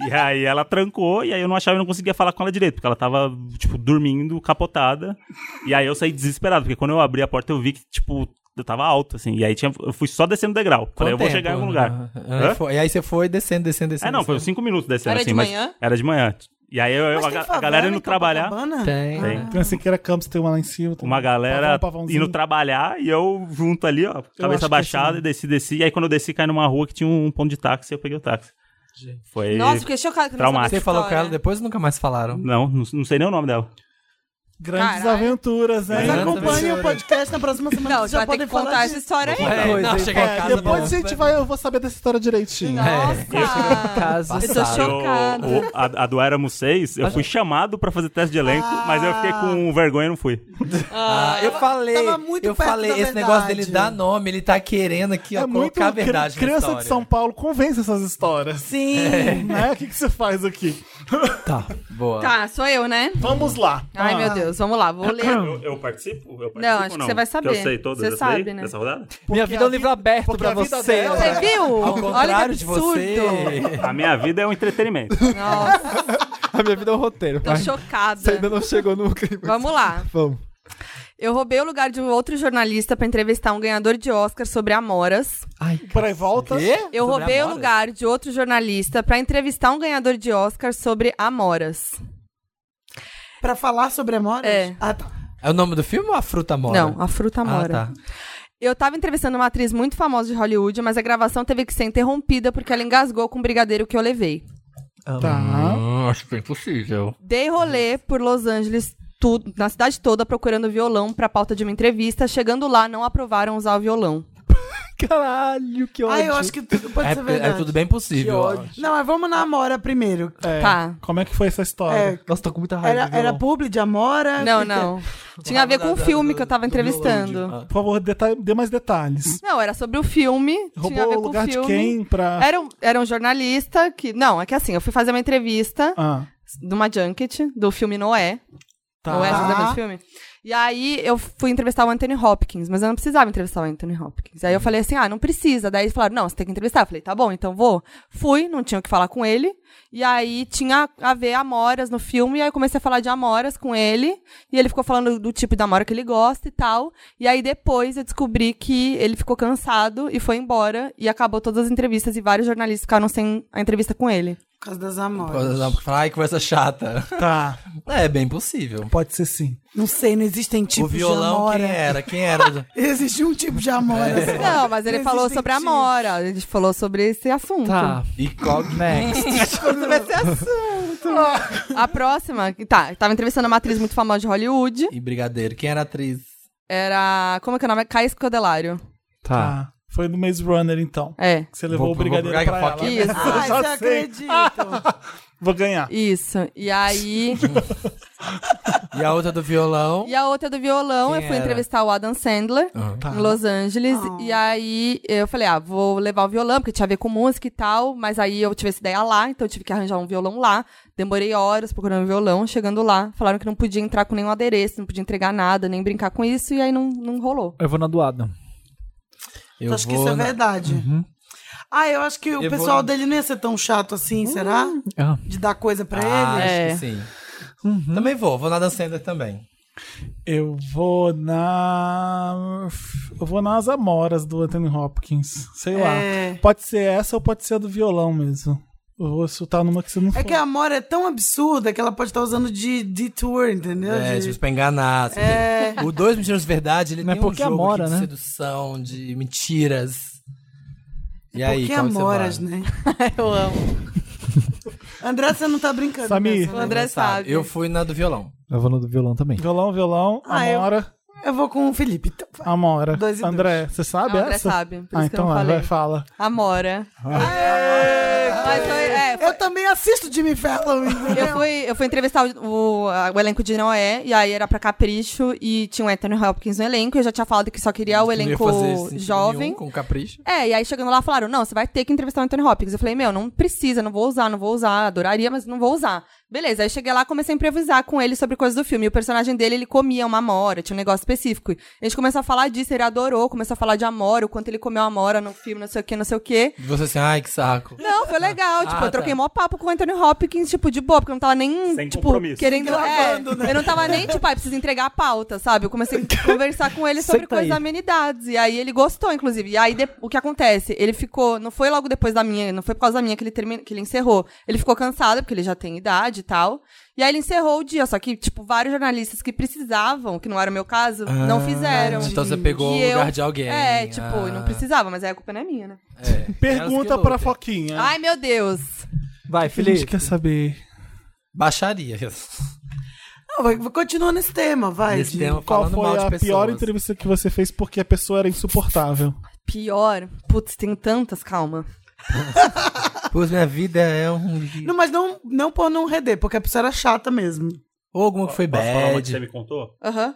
Speaker 4: E aí ela trancou e aí eu não achava, eu não conseguia falar com ela direito, porque ela tava tipo dormindo, capotada. E aí eu saí desesperado, porque quando eu abri a porta eu vi que tipo eu tava alto assim. E aí tinha, eu fui só descendo o degrau. Falei, eu vou chegar em algum lugar. Hã?
Speaker 2: E aí você foi descendo, descendo, descendo.
Speaker 4: É, não, foi uns
Speaker 2: descendo.
Speaker 4: cinco minutos descendo
Speaker 3: Era
Speaker 4: assim,
Speaker 3: de
Speaker 4: mas
Speaker 3: manhã?
Speaker 4: era de manhã. E aí eu, eu-
Speaker 6: Mas
Speaker 4: a,
Speaker 6: tem
Speaker 4: ga- a
Speaker 6: favela
Speaker 4: galera
Speaker 6: em
Speaker 4: indo trabalhar.
Speaker 6: Copacabana?
Speaker 2: Tem.
Speaker 4: Tem.
Speaker 6: né?
Speaker 1: Pensei que era Campos, tem uma lá em cima. tem um
Speaker 4: Uma galera
Speaker 1: pavão, pavãozinho.
Speaker 4: indo trabalhar e eu junto ali, ó,
Speaker 1: acho que
Speaker 4: cabeça
Speaker 1: é
Speaker 4: baixada,
Speaker 1: assim.
Speaker 4: e desci, desci. E aí quando eu desci, caí numa rua que tinha um ponto de táxi e eu peguei o táxi. Foi.
Speaker 3: Nossa, fiquei chocada que eu não sabia
Speaker 4: Traumático.
Speaker 2: Você
Speaker 3: dessa
Speaker 2: falou com
Speaker 3: história.
Speaker 2: ela, depois nunca mais falaram.
Speaker 4: Não, não, não sei nem o nome dela.
Speaker 1: Grandes
Speaker 3: Caralho.
Speaker 1: aventuras, né? hein?
Speaker 6: Mas
Speaker 2: Exatamente.
Speaker 6: acompanhem o podcast na próxima semana.
Speaker 3: Não,
Speaker 6: vocês
Speaker 3: você
Speaker 6: já
Speaker 3: vai ter que
Speaker 6: podem falar
Speaker 3: contar essa
Speaker 6: disso.
Speaker 3: história aí.
Speaker 2: É, não, chegar em casa.
Speaker 1: Depois
Speaker 2: bom.
Speaker 1: a gente vai, eu vou saber dessa história direitinho.
Speaker 3: é,
Speaker 2: é
Speaker 3: Nossa!
Speaker 5: Casa.
Speaker 3: Eu tô
Speaker 2: Passado.
Speaker 3: chocada.
Speaker 4: O- a, a do Éramos 6, eu
Speaker 1: é-
Speaker 4: fui chamado pra fazer teste de elenco, mas eu fiquei com vergonha e não fui.
Speaker 2: Ah, eu falei,
Speaker 6: tava muito
Speaker 2: eu
Speaker 6: perto
Speaker 2: falei,
Speaker 6: da
Speaker 2: esse negócio
Speaker 6: verdade.
Speaker 2: dele dar nome, ele tá querendo aqui, ó,
Speaker 1: É muito
Speaker 2: colocar a
Speaker 1: cri-
Speaker 2: verdade na
Speaker 1: criança de
Speaker 2: história.
Speaker 1: São Paulo convence essas histórias.
Speaker 6: Sim.
Speaker 1: Né? O que, que você faz aqui?
Speaker 5: Tá.
Speaker 2: Boa.
Speaker 3: Tá, sou eu, né?
Speaker 1: Vamos lá.
Speaker 3: Ai,
Speaker 1: Ah,
Speaker 3: meu Deus, vamos lá, vou ler.
Speaker 4: Eu, participo? Eu participo
Speaker 3: Não, acho que ou não? você vai Porque eu saber.
Speaker 4: Eu
Speaker 3: sei
Speaker 4: sei
Speaker 3: todas
Speaker 4: todas
Speaker 3: Você dessa daí, sabe, né? dessa
Speaker 4: dessa rodada?
Speaker 5: Minha vida é um livro aberto
Speaker 1: porque
Speaker 5: pra
Speaker 1: a vida
Speaker 5: você.
Speaker 1: dela-
Speaker 3: Você viu?
Speaker 2: Ao
Speaker 3: é Olha que
Speaker 2: contrário de
Speaker 3: absurdo.
Speaker 2: você.
Speaker 4: A minha vida é um entretenimento.
Speaker 3: Nossa,
Speaker 5: A minha vida é um roteiro.
Speaker 3: tô
Speaker 2: Tá
Speaker 5: vai. Você
Speaker 3: chocada.
Speaker 5: ainda não chegou no clima.
Speaker 3: Vamos lá.
Speaker 5: Vamos.
Speaker 3: Eu roubei o lugar de um outro jornalista pra entrevistar um ganhador de Oscar sobre amoras.
Speaker 5: Ai,
Speaker 1: Peraí, volta.
Speaker 2: Quê? Sobre
Speaker 3: Eu roubei o
Speaker 2: amoras?
Speaker 3: lugar de outro jornalista pra entrevistar um ganhador de Oscar sobre amoras.
Speaker 6: Pra falar sobre Amoras?
Speaker 3: É.
Speaker 6: Ah, tá.
Speaker 2: É o nome do filme ou a fruta mora?
Speaker 3: Não, a fruta amora.
Speaker 2: Ah, tá.
Speaker 3: Eu tava entrevistando uma atriz muito famosa de Hollywood, mas a gravação teve que ser interrompida porque ela engasgou com o brigadeiro que eu levei.
Speaker 1: Tá.
Speaker 2: acho que é impossível.
Speaker 3: Dei rolê por Los Angeles, tu- na cidade toda, procurando violão pra pauta de uma entrevista. Chegando lá, não aprovaram usar o violão.
Speaker 5: caralho, que ódio.
Speaker 6: Ah, eu acho que tudo pode
Speaker 2: É,
Speaker 6: ser
Speaker 2: é
Speaker 6: verdade.
Speaker 2: tudo bem possível.
Speaker 6: Não, mas vamos na Amora primeiro.
Speaker 1: É,
Speaker 3: Tá.
Speaker 1: Como é que foi essa história?
Speaker 6: É,
Speaker 5: Nossa, tô com muita raiva.
Speaker 6: era,
Speaker 5: viu?
Speaker 6: era publi de
Speaker 1: Ah,
Speaker 6: Amora?
Speaker 3: Não, não. Tinha a ver com o filme que eu tava entrevistando.
Speaker 1: Por favor, deta- dê mais detalhes.
Speaker 3: Não, era sobre o filme. tinha a
Speaker 1: Roubou o
Speaker 3: ver com o
Speaker 1: lugar de
Speaker 3: filme.
Speaker 1: quem pra.
Speaker 3: Era um, era um jornalista que. Não, é que assim, eu fui fazer uma entrevista
Speaker 1: Ah,
Speaker 3: numa junket do filme Noé. Tá. Ou
Speaker 1: é-
Speaker 3: essa lembra desse filme? E aí eu fui entrevistar o Anthony Hopkins, mas eu não precisava entrevistar o Anthony Hopkins. Aí eu falei assim, ah, não precisa. Daí eles falaram, não, você tem que entrevistar. Eu falei, tá bom, então vou. Fui, não tinha o que falar com ele. E aí tinha a ver amoras no filme, e aí eu comecei a falar de amoras com ele. E ele ficou falando do tipo da amora que ele gosta e tal. E aí depois eu descobri que ele ficou cansado e foi embora. E acabou todas as entrevistas e vários jornalistas ficaram sem a entrevista com ele.
Speaker 6: Por causa das amoras.
Speaker 2: Falar, ai, conversa chata.
Speaker 1: Tá,
Speaker 2: É, bem possível.
Speaker 1: pode ser sim.
Speaker 6: Não sei, não existem
Speaker 2: o
Speaker 6: tipos de
Speaker 2: violão,
Speaker 6: amora.
Speaker 2: quem é? era? Quem era?
Speaker 6: Existe um tipo de amora.
Speaker 2: É.
Speaker 6: só.
Speaker 3: Não, mas ele
Speaker 6: Não
Speaker 3: falou
Speaker 6: existem
Speaker 3: sobre a
Speaker 6: tipos.
Speaker 3: Amora. Ele falou sobre esse assunto.
Speaker 5: Tá.
Speaker 2: e qual
Speaker 5: Next.
Speaker 3: A próxima, que- tá, eu tava entrevistando uma atriz muito famosa de Hollywood.
Speaker 2: E brigadeiro, quem era a atriz?
Speaker 3: Era. Como é que é o nome? Caís Codelário.
Speaker 5: Tá.
Speaker 1: Tá. Foi no Maze Runner, então.
Speaker 3: É.
Speaker 1: Que você levou
Speaker 2: Vou-
Speaker 1: o brigadeiro
Speaker 2: vou- vou-
Speaker 1: pra
Speaker 2: vou-
Speaker 1: ela.
Speaker 2: vou-
Speaker 3: Isso.
Speaker 6: Ai,
Speaker 1: Já
Speaker 6: já
Speaker 1: sei.
Speaker 6: acredito.
Speaker 1: Vou ganhar.
Speaker 3: Isso. E aí.
Speaker 2: E a outra do violão?
Speaker 3: e a outra é do violão,
Speaker 2: Quem
Speaker 3: eu fui
Speaker 2: era? Ah.
Speaker 3: entrevistar o Adam Sandler.
Speaker 2: Aham.
Speaker 1: Tá.
Speaker 3: Em Los Angeles, e aí eu falei, ah, vou levar o violão, porque tinha a ver com música e tal, mas aí eu tive essa ideia lá, então eu tive que arranjar um violão lá, demorei horas procurando violão, chegando lá, falaram que não podia entrar com nenhum adereço, não podia entregar nada, nem brincar com isso, e aí não, não rolou.
Speaker 5: Eu vou na do Adam.
Speaker 2: Eu
Speaker 6: acho que isso é
Speaker 2: na-
Speaker 6: verdade. Ah, eu acho que o
Speaker 2: Eu vou- Hum.
Speaker 6: pessoal dele não ia ser tão chato assim, será?
Speaker 5: Ah.
Speaker 6: De dar coisa pra
Speaker 2: Ah,
Speaker 6: ele?
Speaker 2: acho
Speaker 3: É.
Speaker 2: que sim. Também vou, vou na Dan Sandler também.
Speaker 1: Eu vou na. Eu vou nas amoras do Anthony Hopkins. Sei
Speaker 6: É.
Speaker 1: lá. Pode ser essa ou pode ser a do violão mesmo. Eu vou soltar numa que você não
Speaker 6: É
Speaker 1: foi.
Speaker 6: que a Amora é tão absurda que ela pode estar usando de detour, entendeu?
Speaker 2: É,
Speaker 6: De-
Speaker 2: tipo, pra enganar. assim. O Dois Mentiras de Verdade, ele
Speaker 5: Mas
Speaker 2: tem um
Speaker 5: porque
Speaker 2: jogo
Speaker 5: Amora,
Speaker 2: aqui de
Speaker 5: né?
Speaker 2: sedução, de mentiras. E aí,
Speaker 6: Porque
Speaker 2: qual que você
Speaker 6: Amoras,
Speaker 2: vai?
Speaker 6: né?
Speaker 3: Eu amo.
Speaker 6: André, você não tá brincando.
Speaker 1: Samir.
Speaker 6: nessa,
Speaker 3: O
Speaker 6: né?
Speaker 3: André sabe.
Speaker 2: Eu fui na do violão.
Speaker 5: Eu vou na do violão também.
Speaker 1: Violão, violão,
Speaker 6: Ah, eu-
Speaker 1: amora,
Speaker 6: Eu vou com o Felipe. então.
Speaker 1: amora.
Speaker 6: Dois e
Speaker 1: André, você sabe
Speaker 3: Não, André
Speaker 1: essa?
Speaker 3: sabe, por isso
Speaker 1: ah,
Speaker 3: que eu
Speaker 1: então
Speaker 3: não
Speaker 1: vai,
Speaker 3: falei.
Speaker 1: vai, fala.
Speaker 3: Amora. Mas foi, é,
Speaker 6: Eu também assisto Jimmy Fallon.
Speaker 3: Eu fui, eu fui entrevistar o, o- a- o elenco de Noé, e aí era pra Capricho, e tinha o Anthony Hopkins no elenco, e eu já tinha falado que só queria o
Speaker 2: Não ia
Speaker 3: elenco
Speaker 2: fazer sentido
Speaker 3: jovem.
Speaker 2: nenhum Com capricho.
Speaker 3: É, e aí chegando lá falaram, não, você vai ter que entrevistar o Anthony Hopkins. Eu falei, meu, não precisa, não vou usar, não vou usar, adoraria, mas não vou usar. Beleza, aí cheguei lá, comecei a improvisar com ele sobre coisas do filme. E o personagem dele, ele comia uma amora, tinha um negócio específico. A gente começou a falar disso, ele adorou, começou a falar de amora, o quanto ele comeu amora no filme, não sei o que, não sei o que.
Speaker 2: E você assim, ai, que saco.
Speaker 3: Não, foi legal. Tipo,
Speaker 2: Ah,
Speaker 3: eu troquei
Speaker 2: tá.
Speaker 3: mó papo com o Anthony Hopkins, tipo, de boa, porque eu não tava nem,
Speaker 4: Sem
Speaker 3: tipo,
Speaker 4: compromisso.
Speaker 3: querendo.
Speaker 6: Gravando,
Speaker 3: é, Eu não tava nem, tipo, ai, preciso entregar a pauta, sabe? Eu comecei a conversar com ele sobre
Speaker 5: Senta
Speaker 3: coisas da
Speaker 5: aí.
Speaker 3: amenidades. E aí ele gostou, inclusive. E aí de- o que acontece? Ele ficou. Não foi logo depois da minha, não foi por causa da minha que ele, termina, que ele encerrou. Ele ficou cansado, porque ele já tem idade e tal. E aí ele encerrou o dia, só que, tipo, vários jornalistas que precisavam, que não era o meu caso, não fizeram.
Speaker 2: Ah, Então você pegou
Speaker 3: E
Speaker 2: o
Speaker 3: eu-
Speaker 2: lugar de alguém.
Speaker 3: É, tipo,
Speaker 2: Ah,
Speaker 3: não precisava, mas aí a culpa não é minha, né?
Speaker 2: é. Elas que
Speaker 1: Pergunta
Speaker 2: lutem.
Speaker 1: pra
Speaker 2: É.
Speaker 1: Foquinha.
Speaker 3: Ai, meu Deus!
Speaker 5: Vai,
Speaker 1: a gente
Speaker 5: Felipe.
Speaker 1: quer saber.
Speaker 2: Baixaria.
Speaker 6: Não, vai- continua nesse tema, vai.
Speaker 2: Esse
Speaker 6: de-
Speaker 2: tema
Speaker 1: Qual
Speaker 2: falando mal
Speaker 1: foi
Speaker 2: de
Speaker 1: a
Speaker 2: pessoas.
Speaker 1: pior entrevista que você fez porque a pessoa era insuportável?
Speaker 3: Pior. Putz, tem tantas, calma.
Speaker 2: Pois minha vida é um... li-
Speaker 6: Não, mas não, não pôr num redê, porque a pessoa era chata mesmo.
Speaker 2: Ou alguma que foi
Speaker 4: Posso falar uma que
Speaker 2: bad.
Speaker 4: você me contou?
Speaker 3: Aham.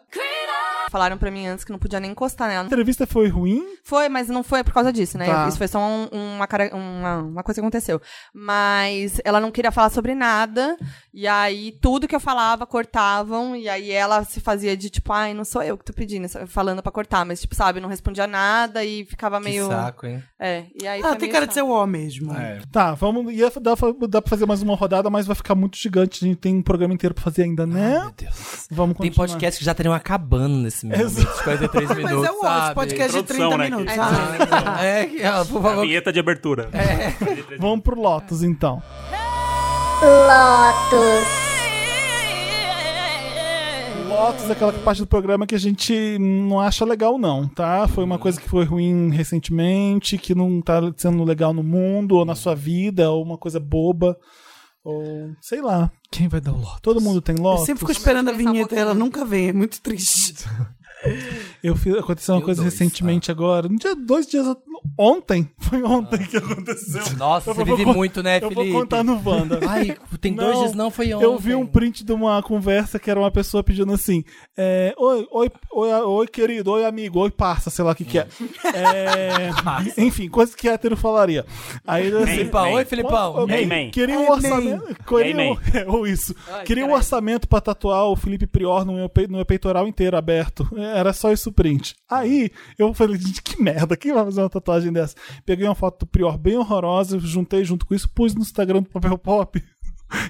Speaker 3: Falaram pra mim antes que não podia nem encostar
Speaker 1: A
Speaker 3: nela.
Speaker 1: entrevista foi ruim?
Speaker 3: Foi, mas não foi por causa disso, né?
Speaker 1: Tá.
Speaker 3: Isso foi só um- uma, cara- uma, uma coisa que aconteceu. Mas ela não queria falar sobre nada. E aí, tudo que eu falava, cortavam. E aí, ela se fazia de tipo, ai, não sou eu que tô pedindo, só- falando pra cortar. Mas, tipo, sabe, não respondia nada e ficava meio.
Speaker 2: Que saco, hein?
Speaker 3: É, e aí.
Speaker 6: Ah,
Speaker 3: foi
Speaker 6: tem
Speaker 3: meio
Speaker 6: cara de ser
Speaker 3: chato.
Speaker 6: o ó mesmo.
Speaker 5: É.
Speaker 1: Tá, vamos. Ia dar, dá pra fazer mais uma rodada, mas vai ficar muito gigante. A gente tem um programa inteiro pra fazer ainda, né?
Speaker 2: Meu Deus.
Speaker 1: Vamos
Speaker 2: Tem
Speaker 1: continuar.
Speaker 2: podcasts que já estariam acabando nesse mês.
Speaker 1: Exato.
Speaker 2: 43
Speaker 6: Mas
Speaker 2: minutos,
Speaker 6: é o ó,
Speaker 2: sabe?
Speaker 6: esse podcast de 30
Speaker 4: Introdução, né,
Speaker 6: minutos. Ah,
Speaker 3: que-
Speaker 6: sabe?
Speaker 2: É, que, ah, por favor.
Speaker 4: Vinheta de abertura.
Speaker 1: Vamos pro Lotus, então.
Speaker 9: Lotus,
Speaker 1: Lotus é aquela parte do programa que a gente não acha legal, não, tá? Foi uma coisa que foi ruim recentemente, que não tá sendo legal no mundo, ou na sua vida, ou uma coisa boba, ou sei lá.
Speaker 5: Quem vai dar o Lotus?
Speaker 1: Todo mundo tem
Speaker 6: Eu
Speaker 1: Lotus.
Speaker 6: sempre fico esperando a
Speaker 3: Pensar um
Speaker 6: vinheta e ela
Speaker 3: pouquinho.
Speaker 6: nunca vem, é muito triste.
Speaker 1: Eu fiz, aconteceu uma
Speaker 2: Deu
Speaker 1: coisa
Speaker 2: dois,
Speaker 1: recentemente agora. No dia, dois dias. a- Ontem. Foi ontem que aconteceu.
Speaker 2: Nossa,
Speaker 1: Eu
Speaker 2: você
Speaker 1: vou
Speaker 2: vive
Speaker 1: con-
Speaker 2: muito, né,
Speaker 1: Eu
Speaker 2: Felipe?
Speaker 1: vou contar no Wanda.
Speaker 2: Ai, tem dois
Speaker 1: Não,
Speaker 2: dias, não foi ontem.
Speaker 1: Eu vi um print de uma conversa que era uma pessoa pedindo assim: é, oi, oi, oi, oi, querido, oi, amigo, oi, parça, sei lá o que, que é. é enfim, coisa que hétero falaria. Aí ele assim.
Speaker 2: Filipão,
Speaker 4: Bem.
Speaker 2: oi, Filipão.
Speaker 1: "Ô,
Speaker 4: Ei,
Speaker 1: ô,
Speaker 4: man.
Speaker 1: Queria
Speaker 6: Ei,
Speaker 1: um
Speaker 6: man.
Speaker 1: orçamento. Queria
Speaker 4: Ei,
Speaker 1: um,
Speaker 4: man.
Speaker 1: é, ou isso. queria um orçamento pra tatuar o Felipe Prior no meu, pe- no meu peitoral inteiro aberto. Era só isso o print. Aí eu falei, gente, que merda, quem vai fazer uma tatuagem dessa? Peguei uma foto do Prior bem horrorosa, juntei junto com isso, pus no Instagram do Papel Pop.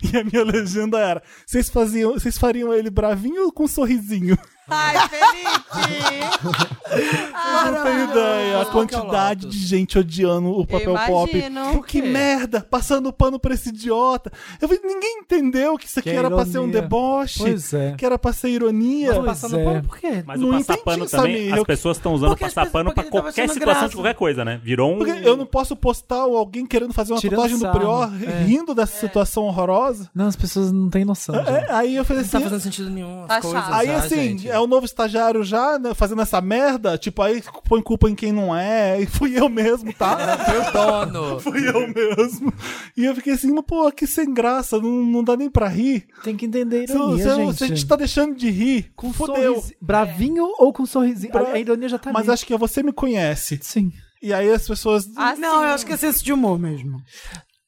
Speaker 1: E a minha legenda era: vocês faziam, vocês fariam ele bravinho ou com um sorrisinho?
Speaker 3: Ai, Felipe!
Speaker 1: Eu não tenho ideia. A
Speaker 2: Mas qual que é o
Speaker 1: quantidade
Speaker 2: Lotus?
Speaker 1: de gente odiando o papel
Speaker 3: Imagino.
Speaker 1: pop. Pô, que
Speaker 2: É.
Speaker 1: merda! Passando pano pra esse idiota. Eu falei, ninguém entendeu que isso aqui
Speaker 5: Que
Speaker 1: era pra ser um
Speaker 5: ironia.
Speaker 1: deboche.
Speaker 5: Pois é.
Speaker 1: Que era pra ser ironia.
Speaker 5: Pois
Speaker 2: Passando
Speaker 5: é.
Speaker 2: pano por quê?
Speaker 4: Mas
Speaker 1: Não
Speaker 4: o passar
Speaker 1: entendi,
Speaker 4: pano também,
Speaker 1: Samir.
Speaker 4: as
Speaker 1: Eu-
Speaker 4: pessoas estão usando
Speaker 6: Porque as
Speaker 4: passar
Speaker 6: pessoas-
Speaker 4: pano pra
Speaker 6: porque ele tava
Speaker 4: qualquer
Speaker 6: achando
Speaker 4: situação
Speaker 6: graça.
Speaker 4: de qualquer coisa, né? Virou um.
Speaker 1: Porque eu não posso postar alguém querendo fazer uma
Speaker 5: Tirando
Speaker 1: tatuagem do
Speaker 5: sarro,
Speaker 1: Prior
Speaker 5: é.
Speaker 1: rindo dessa situação horrorosa.
Speaker 5: Não, as pessoas não têm noção. gente.
Speaker 1: É, aí eu falei
Speaker 2: Não tá
Speaker 1: assim.
Speaker 2: fazendo sentido nenhum. as
Speaker 3: Tá
Speaker 2: coisas,
Speaker 3: chato.
Speaker 1: Aí
Speaker 2: ah,
Speaker 1: assim,
Speaker 2: gente.
Speaker 1: é o novo estagiário já né, fazendo essa merda, tipo, aí põe culpa em quem não é, e fui eu mesmo, tá?
Speaker 2: Foi o dono.
Speaker 1: fui eu mesmo. E eu fiquei assim, mas, pô, que sem graça, não, não dá nem pra rir.
Speaker 5: Tem que entender a
Speaker 1: Se, eu-
Speaker 5: ironia,
Speaker 1: se eu-
Speaker 5: gente.
Speaker 1: se a gente tá deixando de rir, com fodeu.
Speaker 5: Sorrisi- Bravinho ou com um sorrisinho?
Speaker 1: Bra-
Speaker 5: A, a ironia já tá
Speaker 1: Mas
Speaker 5: ali.
Speaker 1: acho que é você me conhece.
Speaker 5: Sim.
Speaker 1: E aí as pessoas.
Speaker 3: Assim,
Speaker 6: Não, eu acho que é senso de humor mesmo.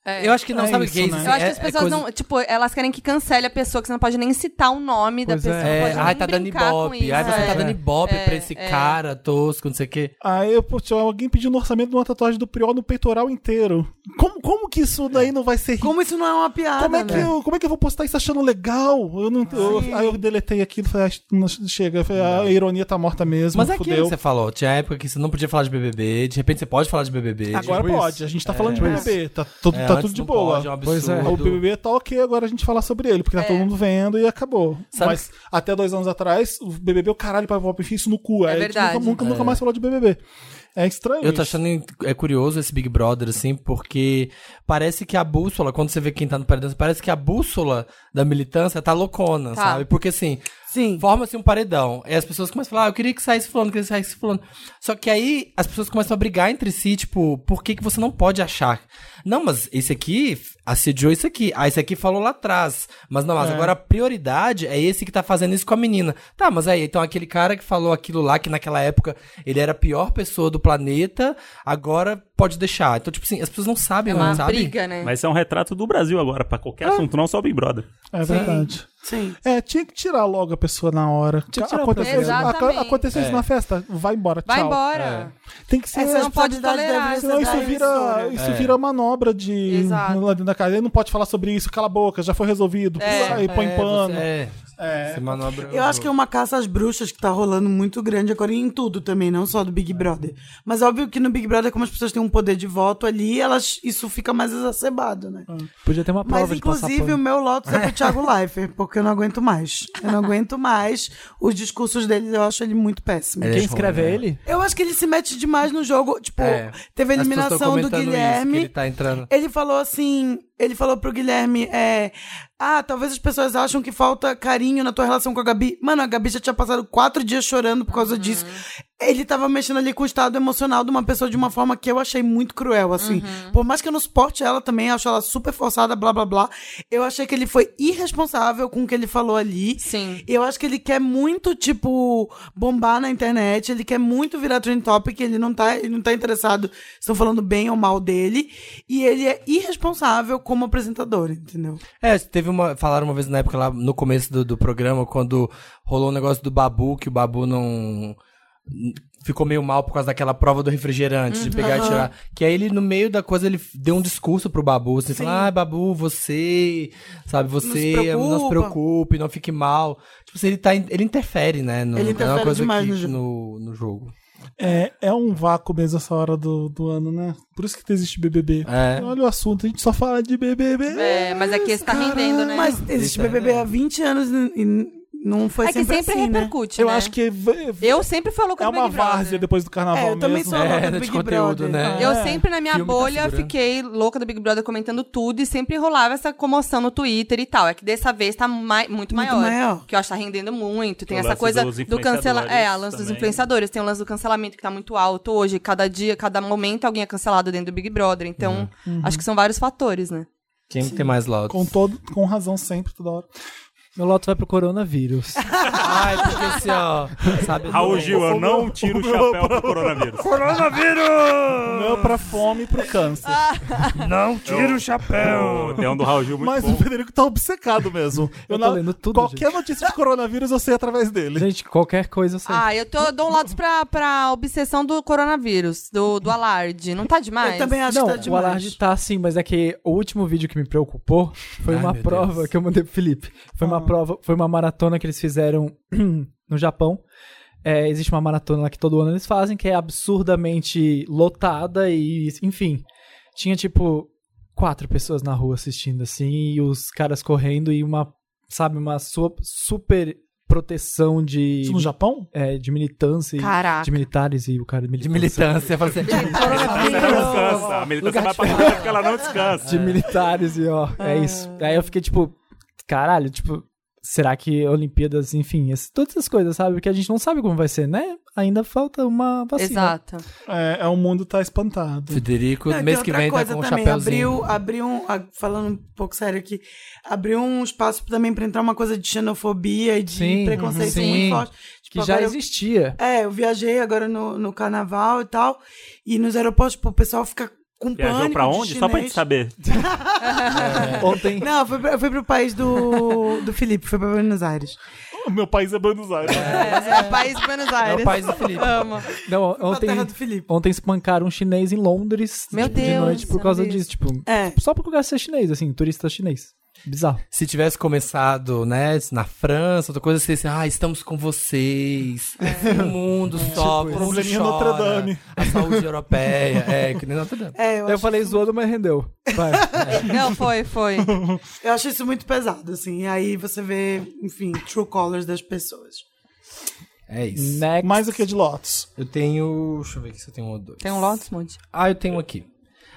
Speaker 3: é.
Speaker 2: Eu acho que não,
Speaker 1: É
Speaker 2: sabe o
Speaker 1: isso,
Speaker 2: que é
Speaker 1: né?
Speaker 2: isso?
Speaker 3: Eu acho que
Speaker 2: É-
Speaker 3: as
Speaker 2: é
Speaker 3: pessoas
Speaker 2: coisa-
Speaker 3: não. Tipo, elas querem que cancele a pessoa, que você não pode nem citar o nome da
Speaker 5: Pois é.
Speaker 3: pessoa. não
Speaker 2: É,
Speaker 3: pode
Speaker 2: ai,
Speaker 3: nem
Speaker 2: tá dando
Speaker 3: brincar com
Speaker 2: ibope.
Speaker 3: isso,
Speaker 2: Ai, você
Speaker 3: é.
Speaker 2: tá dando ibope
Speaker 3: É,
Speaker 2: pra esse
Speaker 3: é.
Speaker 2: cara tosco, não sei o quê.
Speaker 1: Aí eu, pô, tinha alguém pedindo orçamento de uma tatuagem do Prior no peitoral inteiro. Como, como que isso daí não vai ser ri-
Speaker 6: Como isso não é uma piada,
Speaker 1: Como é, que
Speaker 6: né?
Speaker 1: eu, como é que eu vou postar isso achando legal? Eu não, eu- aí eu deletei aquilo, falei, ah, não, chega, falei, a ironia tá morta mesmo,
Speaker 2: Mas é aquilo
Speaker 1: fudeu.
Speaker 2: que você falou. Tinha época que você não podia falar de BBB. De repente você pode falar de BBB.
Speaker 1: Agora
Speaker 5: Tipo
Speaker 1: pode,
Speaker 5: isso.
Speaker 1: a gente tá falando de
Speaker 5: tipo
Speaker 1: BBB, tá tudo,
Speaker 2: É,
Speaker 1: tá
Speaker 2: antes
Speaker 1: tudo de
Speaker 2: não
Speaker 1: boa.
Speaker 2: pode, é um
Speaker 5: Pois é.
Speaker 1: O
Speaker 2: absurdo.
Speaker 1: BBB tá ok agora a gente falar sobre ele, porque
Speaker 3: É.
Speaker 1: tá todo mundo vendo e acabou.
Speaker 2: Sabe-
Speaker 1: Mas até dois anos atrás, o BBB, o caralho, pra pop isso no cu. Aí a gente
Speaker 3: É verdade.
Speaker 1: nunca, nunca, nunca mais falou de BBB. É estranho.
Speaker 2: Eu tô
Speaker 1: isso.
Speaker 2: achando é curioso esse Big Brother, assim, porque parece que a bússola, quando você vê quem tá no paredão, parece que a bússola da militância tá loucona,
Speaker 3: Tá.
Speaker 2: sabe? Porque assim,
Speaker 6: Sim.
Speaker 2: forma-se um paredão. E as pessoas começam a falar, ah, eu queria que saísse fulano, eu queria que saísse fulano. Só que aí as pessoas começam a brigar entre si, tipo, por que, que você não pode achar? Não, mas esse aqui assediou isso aqui. Ah, esse aqui falou lá atrás. Mas não, mas agora a prioridade é esse que tá fazendo isso com a menina. Tá, mas aí, então aquele cara que falou aquilo lá, que naquela época ele era a pior pessoa do planeta, agora pode deixar. Então, tipo assim, as pessoas não sabem,
Speaker 3: É uma
Speaker 2: sabe?
Speaker 3: briga, né?
Speaker 4: Mas isso é um retrato do Brasil agora, pra qualquer assunto, não só o Big Brother.
Speaker 1: É verdade.
Speaker 6: Sim.
Speaker 1: É, tinha que tirar logo a pessoa na hora. Tinha
Speaker 5: que tirar o
Speaker 1: aconteceu, isso-
Speaker 3: problema.
Speaker 1: aco- aconteceu isso
Speaker 2: É.
Speaker 1: na festa, vai embora, tchau.
Speaker 3: Vai embora. É,
Speaker 1: Tem que ser...
Speaker 6: Essa
Speaker 3: não pode
Speaker 6: responsabilidade
Speaker 3: tolerar,
Speaker 6: deve
Speaker 1: Senão
Speaker 6: ser
Speaker 1: isso
Speaker 6: da
Speaker 1: vira,
Speaker 6: emissora.
Speaker 2: É.
Speaker 1: isso vira manobra de...
Speaker 3: né? Exato.
Speaker 1: Lá dentro da casa. Ele não pode falar sobre isso, cala a boca, já foi resolvido. Pula e põe
Speaker 2: É,
Speaker 1: pano.
Speaker 2: Você, é,
Speaker 1: É.
Speaker 2: você manobra.
Speaker 6: Eu acho que é uma caça às bruxas que tá rolando muito grande agora em tudo também, não só do Big Brother. Mas óbvio que no Big Brother, como as pessoas têm um poder de voto ali, elas isso fica mais exacerbado, né?
Speaker 5: Podia ter uma Ah, prova
Speaker 6: Mas,
Speaker 5: de passar
Speaker 6: inclusive,
Speaker 5: pano.
Speaker 6: o meu Lotus é pro Thiago Leifert, porque eu não aguento mais. Eu não aguento mais os discursos dele, eu acho ele muito péssimo.
Speaker 2: É.
Speaker 5: Quem escreve é ele?
Speaker 6: Eu acho que ele se mete demais no jogo. Tipo,
Speaker 2: É.
Speaker 6: teve a
Speaker 2: As pessoas tão
Speaker 6: eliminação do
Speaker 2: comentando isso,
Speaker 6: Guilherme.
Speaker 2: que ele tá entrando.
Speaker 6: Ele falou assim, ele falou pro Guilherme, é, ah, talvez as pessoas acham que falta carinho na tua relação com a Gabi. Mano, a Gabi já tinha passado quatro dias chorando por causa disso. Ele tava mexendo ali com o estado emocional de uma pessoa de uma forma que eu achei muito cruel, assim. Por mais que eu não suporte ela também, acho ela super forçada, blá, blá, blá. Eu achei que ele foi irresponsável com o que ele falou ali.
Speaker 3: Sim.
Speaker 6: Eu acho que ele quer muito, tipo, bombar na internet, ele quer muito virar trend topic, ele não tá, ele não tá interessado se estão falando bem ou mal dele, e ele é irresponsável como apresentador, entendeu?
Speaker 2: É, teve uma. Falaram uma vez na época lá no começo do, do programa, quando rolou um negócio do Babu, que o Babu não. Ficou meio mal por causa daquela prova do refrigerante, de
Speaker 6: Uhum.
Speaker 2: pegar e tirar. Que aí ele, no meio da coisa, ele deu um discurso pro Babu, assim, falando, ah, Babu, você, sabe, você
Speaker 6: Não
Speaker 2: não
Speaker 6: se
Speaker 2: se,
Speaker 6: preocupa."
Speaker 2: preocupe, não fique mal. Tipo, assim, ele, tá, in- ele interfere, né? No,
Speaker 6: Ele
Speaker 2: é
Speaker 6: interfere
Speaker 2: uma coisa
Speaker 6: demais
Speaker 2: que-
Speaker 6: no jogo.
Speaker 2: no, no jogo.
Speaker 1: É, é um vácuo mesmo essa hora do, do ano, né? Por isso que existe BBB.
Speaker 2: É.
Speaker 1: Olha o assunto, a gente só fala de BBB.
Speaker 3: É, mas aqui você tá rendendo, né?
Speaker 6: Mas existe BBB há 20 anos e e Não foi
Speaker 3: é que
Speaker 6: sempre,
Speaker 3: sempre
Speaker 6: assim, né?
Speaker 3: repercute,
Speaker 1: Eu
Speaker 3: né?
Speaker 1: acho que é v- v-
Speaker 3: Eu sempre fui a louca
Speaker 1: é
Speaker 3: do Big
Speaker 1: uma
Speaker 3: Brother.
Speaker 1: várzea depois do carnaval
Speaker 6: É, eu também
Speaker 1: mesmo.
Speaker 6: sou a louca
Speaker 2: É,
Speaker 6: do
Speaker 2: de
Speaker 6: Big
Speaker 2: conteúdo,
Speaker 6: Brother.
Speaker 2: né?
Speaker 1: É.
Speaker 3: Eu sempre na minha
Speaker 2: Filme tá
Speaker 3: bolha
Speaker 2: segurando.
Speaker 3: fiquei louca do Big Brother comentando tudo e sempre rolava essa comoção no Twitter e tal. É que dessa vez tá mai- muito,
Speaker 6: Muito
Speaker 3: maior,
Speaker 6: maior.
Speaker 3: Que eu acho que tá rendendo muito. Tem
Speaker 4: O
Speaker 3: essa
Speaker 4: lance
Speaker 3: coisa
Speaker 4: dos
Speaker 3: do cancelamento. É, a
Speaker 4: influenciadores
Speaker 3: lance dos
Speaker 4: também.
Speaker 3: influenciadores. Tem o lance do cancelamento que tá muito alto hoje. Cada dia, cada momento alguém é cancelado dentro do Big Brother. Então, acho que são vários fatores, né?
Speaker 2: Quem tem mais laudos?
Speaker 1: Com, todo, com razão sempre, toda hora.
Speaker 9: Meu loto vai pro coronavírus.
Speaker 2: Ai, porque assim, ó. Sabe,
Speaker 4: Raul
Speaker 2: não-
Speaker 4: Gil, eu não tiro o chapéu pro coronavírus.
Speaker 1: O meu é pra fome e pro câncer.
Speaker 4: Tiro o chapéu! Tem um do Raul Gil muito
Speaker 1: Mas
Speaker 4: bom.
Speaker 1: o Federico tá obcecado mesmo. Eu,
Speaker 9: tô
Speaker 1: na-
Speaker 9: lendo tudo,
Speaker 1: Qualquer notícia de coronavírus eu sei através dele.
Speaker 9: Gente, qualquer coisa eu sei.
Speaker 3: Ah, eu tô, dou um lotes pra, pra obsessão do coronavírus, do, do alarde. Não tá demais?
Speaker 6: Eu também acho
Speaker 9: não,
Speaker 6: que tá
Speaker 9: o
Speaker 6: demais.
Speaker 9: alarde tá assim, mas é que o último vídeo que me preocupou foi
Speaker 2: Ai,
Speaker 9: uma
Speaker 2: meu
Speaker 9: prova
Speaker 2: Deus.
Speaker 9: que eu mandei pro Felipe. Foi
Speaker 6: Ah.
Speaker 9: uma prova, foi uma maratona que eles fizeram no Japão. É, existe uma maratona lá que todo ano eles fazem, que é absurdamente lotada e, enfim. Tinha tipo quatro pessoas na rua assistindo, assim, e os caras correndo e uma, sabe, uma su- super proteção de,
Speaker 1: Isso no Japão?
Speaker 9: é, de militância e-
Speaker 3: Caraca.
Speaker 9: de militares e o cara de
Speaker 2: De
Speaker 9: militância.
Speaker 2: militância, fala assim.
Speaker 4: A militância não descansa. A militância vai pra praia porque ela não descansa.
Speaker 9: de militares e ó, é isso. Aí eu fiquei tipo, caralho, tipo, será que Olimpíadas, enfim, esse- todas essas coisas, sabe? Porque a gente não sabe como vai ser, né? Ainda falta uma vacina.
Speaker 3: Exato.
Speaker 1: É, é, o mundo tá espantado.
Speaker 2: Federico,
Speaker 6: Não, e
Speaker 2: mês
Speaker 6: tem
Speaker 2: que
Speaker 6: outra
Speaker 2: vem tá
Speaker 6: coisa
Speaker 2: com um
Speaker 6: também,
Speaker 2: chapéuzinho.
Speaker 6: Abriu, abriu um, a- falando um pouco sério aqui, abriu um espaço também pra entrar uma coisa de xenofobia e de
Speaker 2: uhum,
Speaker 9: Sim,
Speaker 6: preconceito
Speaker 9: sim.
Speaker 6: muito forte.
Speaker 9: Que
Speaker 6: Tipo,
Speaker 9: já
Speaker 6: agora eu-
Speaker 9: existia.
Speaker 6: É, eu viajei agora no, no carnaval e tal, e nos aeroportos, tipo, o pessoal fica com
Speaker 4: Viajou
Speaker 6: pânico.
Speaker 4: pra
Speaker 6: de
Speaker 4: onde? Só pra gente
Speaker 6: chinês.
Speaker 4: saber.
Speaker 9: Ontem,
Speaker 6: Não, eu fui, pra, eu fui pro país do, do Felipe, foi pra Buenos Aires.
Speaker 1: O meu país é Buenos Aires.
Speaker 3: É, país Buenos Aires.
Speaker 2: É o país do Felipe.
Speaker 3: Amo.
Speaker 9: não,
Speaker 6: Pra
Speaker 9: ontem,
Speaker 6: terra do Felipe.
Speaker 9: ontem espancaram um chinês em Londres
Speaker 3: Meu
Speaker 9: tipo, de
Speaker 3: Deus,
Speaker 9: noite por
Speaker 3: sabe
Speaker 9: causa
Speaker 3: isso.
Speaker 9: disso, tipo,
Speaker 6: É.
Speaker 9: só porque o cara ser chinês, assim, turista chinês. Bizarro.
Speaker 2: Se tivesse começado, né, na França, outra coisa, você assim, ah, estamos com vocês. O mundo sofre, o mundo
Speaker 1: Probleminha
Speaker 2: chora.
Speaker 1: Notre Dame.
Speaker 2: A saúde europeia, é, que nem Notre Dame.
Speaker 6: É,
Speaker 9: Eu,
Speaker 6: eu, acho,
Speaker 9: falei zoando, mas rendeu. Vai.
Speaker 3: Não, foi, foi.
Speaker 6: eu acho isso muito pesado, assim. E aí você vê, enfim, true colors das pessoas.
Speaker 2: É isso.
Speaker 9: Next.
Speaker 1: Mais o que de Lotus.
Speaker 2: Eu tenho, deixa eu ver aqui se eu tenho um ou dois.
Speaker 3: Tem um Lotus, monte.
Speaker 2: Ah, eu tenho aqui.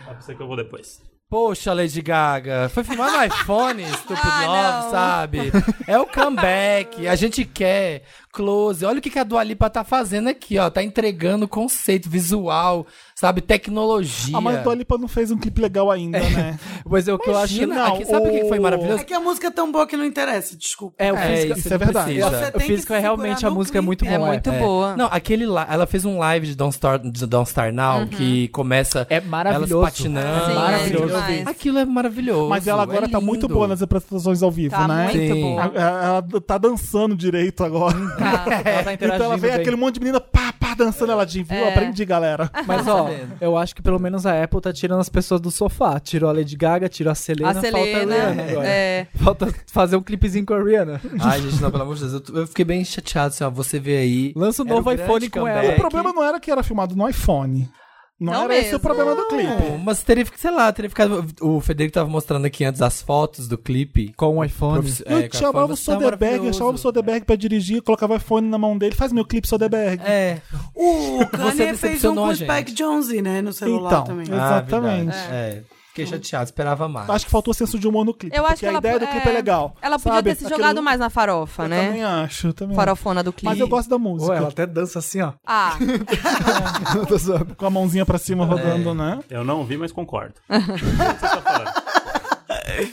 Speaker 4: Ah, eu sei que eu vou depois.
Speaker 2: Poxa, Lady Gaga, foi filmar no iPhone, estúpido
Speaker 3: Ah,
Speaker 2: love,
Speaker 3: não.
Speaker 2: sabe? É o comeback, a gente quer close. Olha o que que a Dua Lipa tá fazendo aqui, ó. Tá entregando conceito visual, sabe? Tecnologia.
Speaker 1: Ah, mas o Dua Lipa não fez um clipe legal ainda, né?
Speaker 9: Mas é o que eu acho.
Speaker 2: Imagina,
Speaker 1: não,
Speaker 2: aqui, sabe o que que foi
Speaker 1: o-
Speaker 2: maravilhoso?
Speaker 6: É que a música é tão boa que não interessa, desculpa.
Speaker 9: É, o
Speaker 2: É,
Speaker 9: físico,
Speaker 1: isso é verdade.
Speaker 2: precisa.
Speaker 6: Você tem
Speaker 9: o
Speaker 6: que
Speaker 9: físico é
Speaker 6: segurar
Speaker 9: realmente, a
Speaker 6: no
Speaker 9: música é muito
Speaker 6: clipe.
Speaker 9: bom.
Speaker 3: É muito boa.
Speaker 2: Não, aquele lá, ela fez um live de Don't Start, de Don't Start Now que começa
Speaker 9: É
Speaker 2: elas
Speaker 9: maravilhoso.
Speaker 2: patinando.
Speaker 3: Uhum. Sim, é
Speaker 9: maravilhoso.
Speaker 3: demais.
Speaker 2: Aquilo é maravilhoso.
Speaker 1: Mas ela agora
Speaker 2: é
Speaker 1: tá muito
Speaker 2: lindo.
Speaker 1: boa nas apresentações ao vivo,
Speaker 3: Tá
Speaker 1: né?
Speaker 3: muito
Speaker 2: Sim.
Speaker 1: A-
Speaker 3: boa.
Speaker 1: a- Ela tá dançando direito agora.
Speaker 3: Tá.
Speaker 9: Ela tá
Speaker 1: Então ela
Speaker 9: interagindo
Speaker 1: vem
Speaker 9: bem.
Speaker 1: aquele monte de menina pá, pá, dançando. Ela de viu,
Speaker 3: É.
Speaker 1: aprendi, galera.
Speaker 9: Mas
Speaker 3: Tá
Speaker 9: ó, eu acho que pelo menos a Apple tá tirando as pessoas do sofá. Tirou a Lady Gaga, tirou a Selena,
Speaker 3: A
Speaker 9: falta a Rihanna
Speaker 3: Selena.
Speaker 9: agora.
Speaker 3: É.
Speaker 9: Falta fazer um clipezinho com a Rihanna.
Speaker 2: Ai, gente, não, pelo amor de Deus. Eu, tô- eu fiquei bem chateado, assim, ó. Você vê aí.
Speaker 9: Lança um
Speaker 2: Era o
Speaker 9: novo
Speaker 2: grande
Speaker 9: iPhone com
Speaker 2: comeback.
Speaker 9: ela.
Speaker 1: O problema não era que era filmado no iPhone. Não,
Speaker 3: É. Não
Speaker 1: era esse
Speaker 3: mesmo.
Speaker 1: o problema do
Speaker 2: Bom,
Speaker 1: clipe.
Speaker 2: Tipo, Mas teria, fi- sei lá, teria ficado. O Federico tava mostrando aqui antes as fotos do clipe.
Speaker 9: Com o iPhone.
Speaker 2: Profiss- é,
Speaker 1: Eu
Speaker 2: com a
Speaker 1: chamava
Speaker 2: foto,
Speaker 1: o
Speaker 2: tá
Speaker 1: Soderbergh, eu chamava o
Speaker 2: maravilhoso.
Speaker 1: Soderbergh pra dirigir, colocava o iPhone na mão dele, faz meu clipe Soderbergh.
Speaker 2: É,
Speaker 6: O Kanye fez um
Speaker 2: decepcionou
Speaker 6: com
Speaker 2: a
Speaker 6: o
Speaker 2: gente.
Speaker 6: Spike Jonze, né? No celular
Speaker 1: Então,
Speaker 6: também.
Speaker 1: eu- Exatamente.
Speaker 2: Ah, verdade. é. Fiquei chateado, esperava mais.
Speaker 1: Acho que faltou senso de humor no clipe.
Speaker 3: Eu acho
Speaker 1: porque
Speaker 3: que
Speaker 1: a
Speaker 3: ela,
Speaker 1: ideia do clipe é legal.
Speaker 3: Ela podia
Speaker 1: sabe?
Speaker 3: ter se
Speaker 1: Aquilo-
Speaker 3: jogado mais na farofa,
Speaker 1: Eu
Speaker 3: né?
Speaker 1: também acho, eu também. acho.
Speaker 3: Farofona do clipe.
Speaker 1: Mas eu gosto da
Speaker 9: Ou
Speaker 1: música.
Speaker 9: ela até dança assim, ó.
Speaker 3: Ah,
Speaker 9: Tô zoando.
Speaker 1: tipo, Com a mãozinha pra
Speaker 2: É.
Speaker 1: cima rodando, né?
Speaker 4: Eu não vi, mas concordo. O que você tá falando?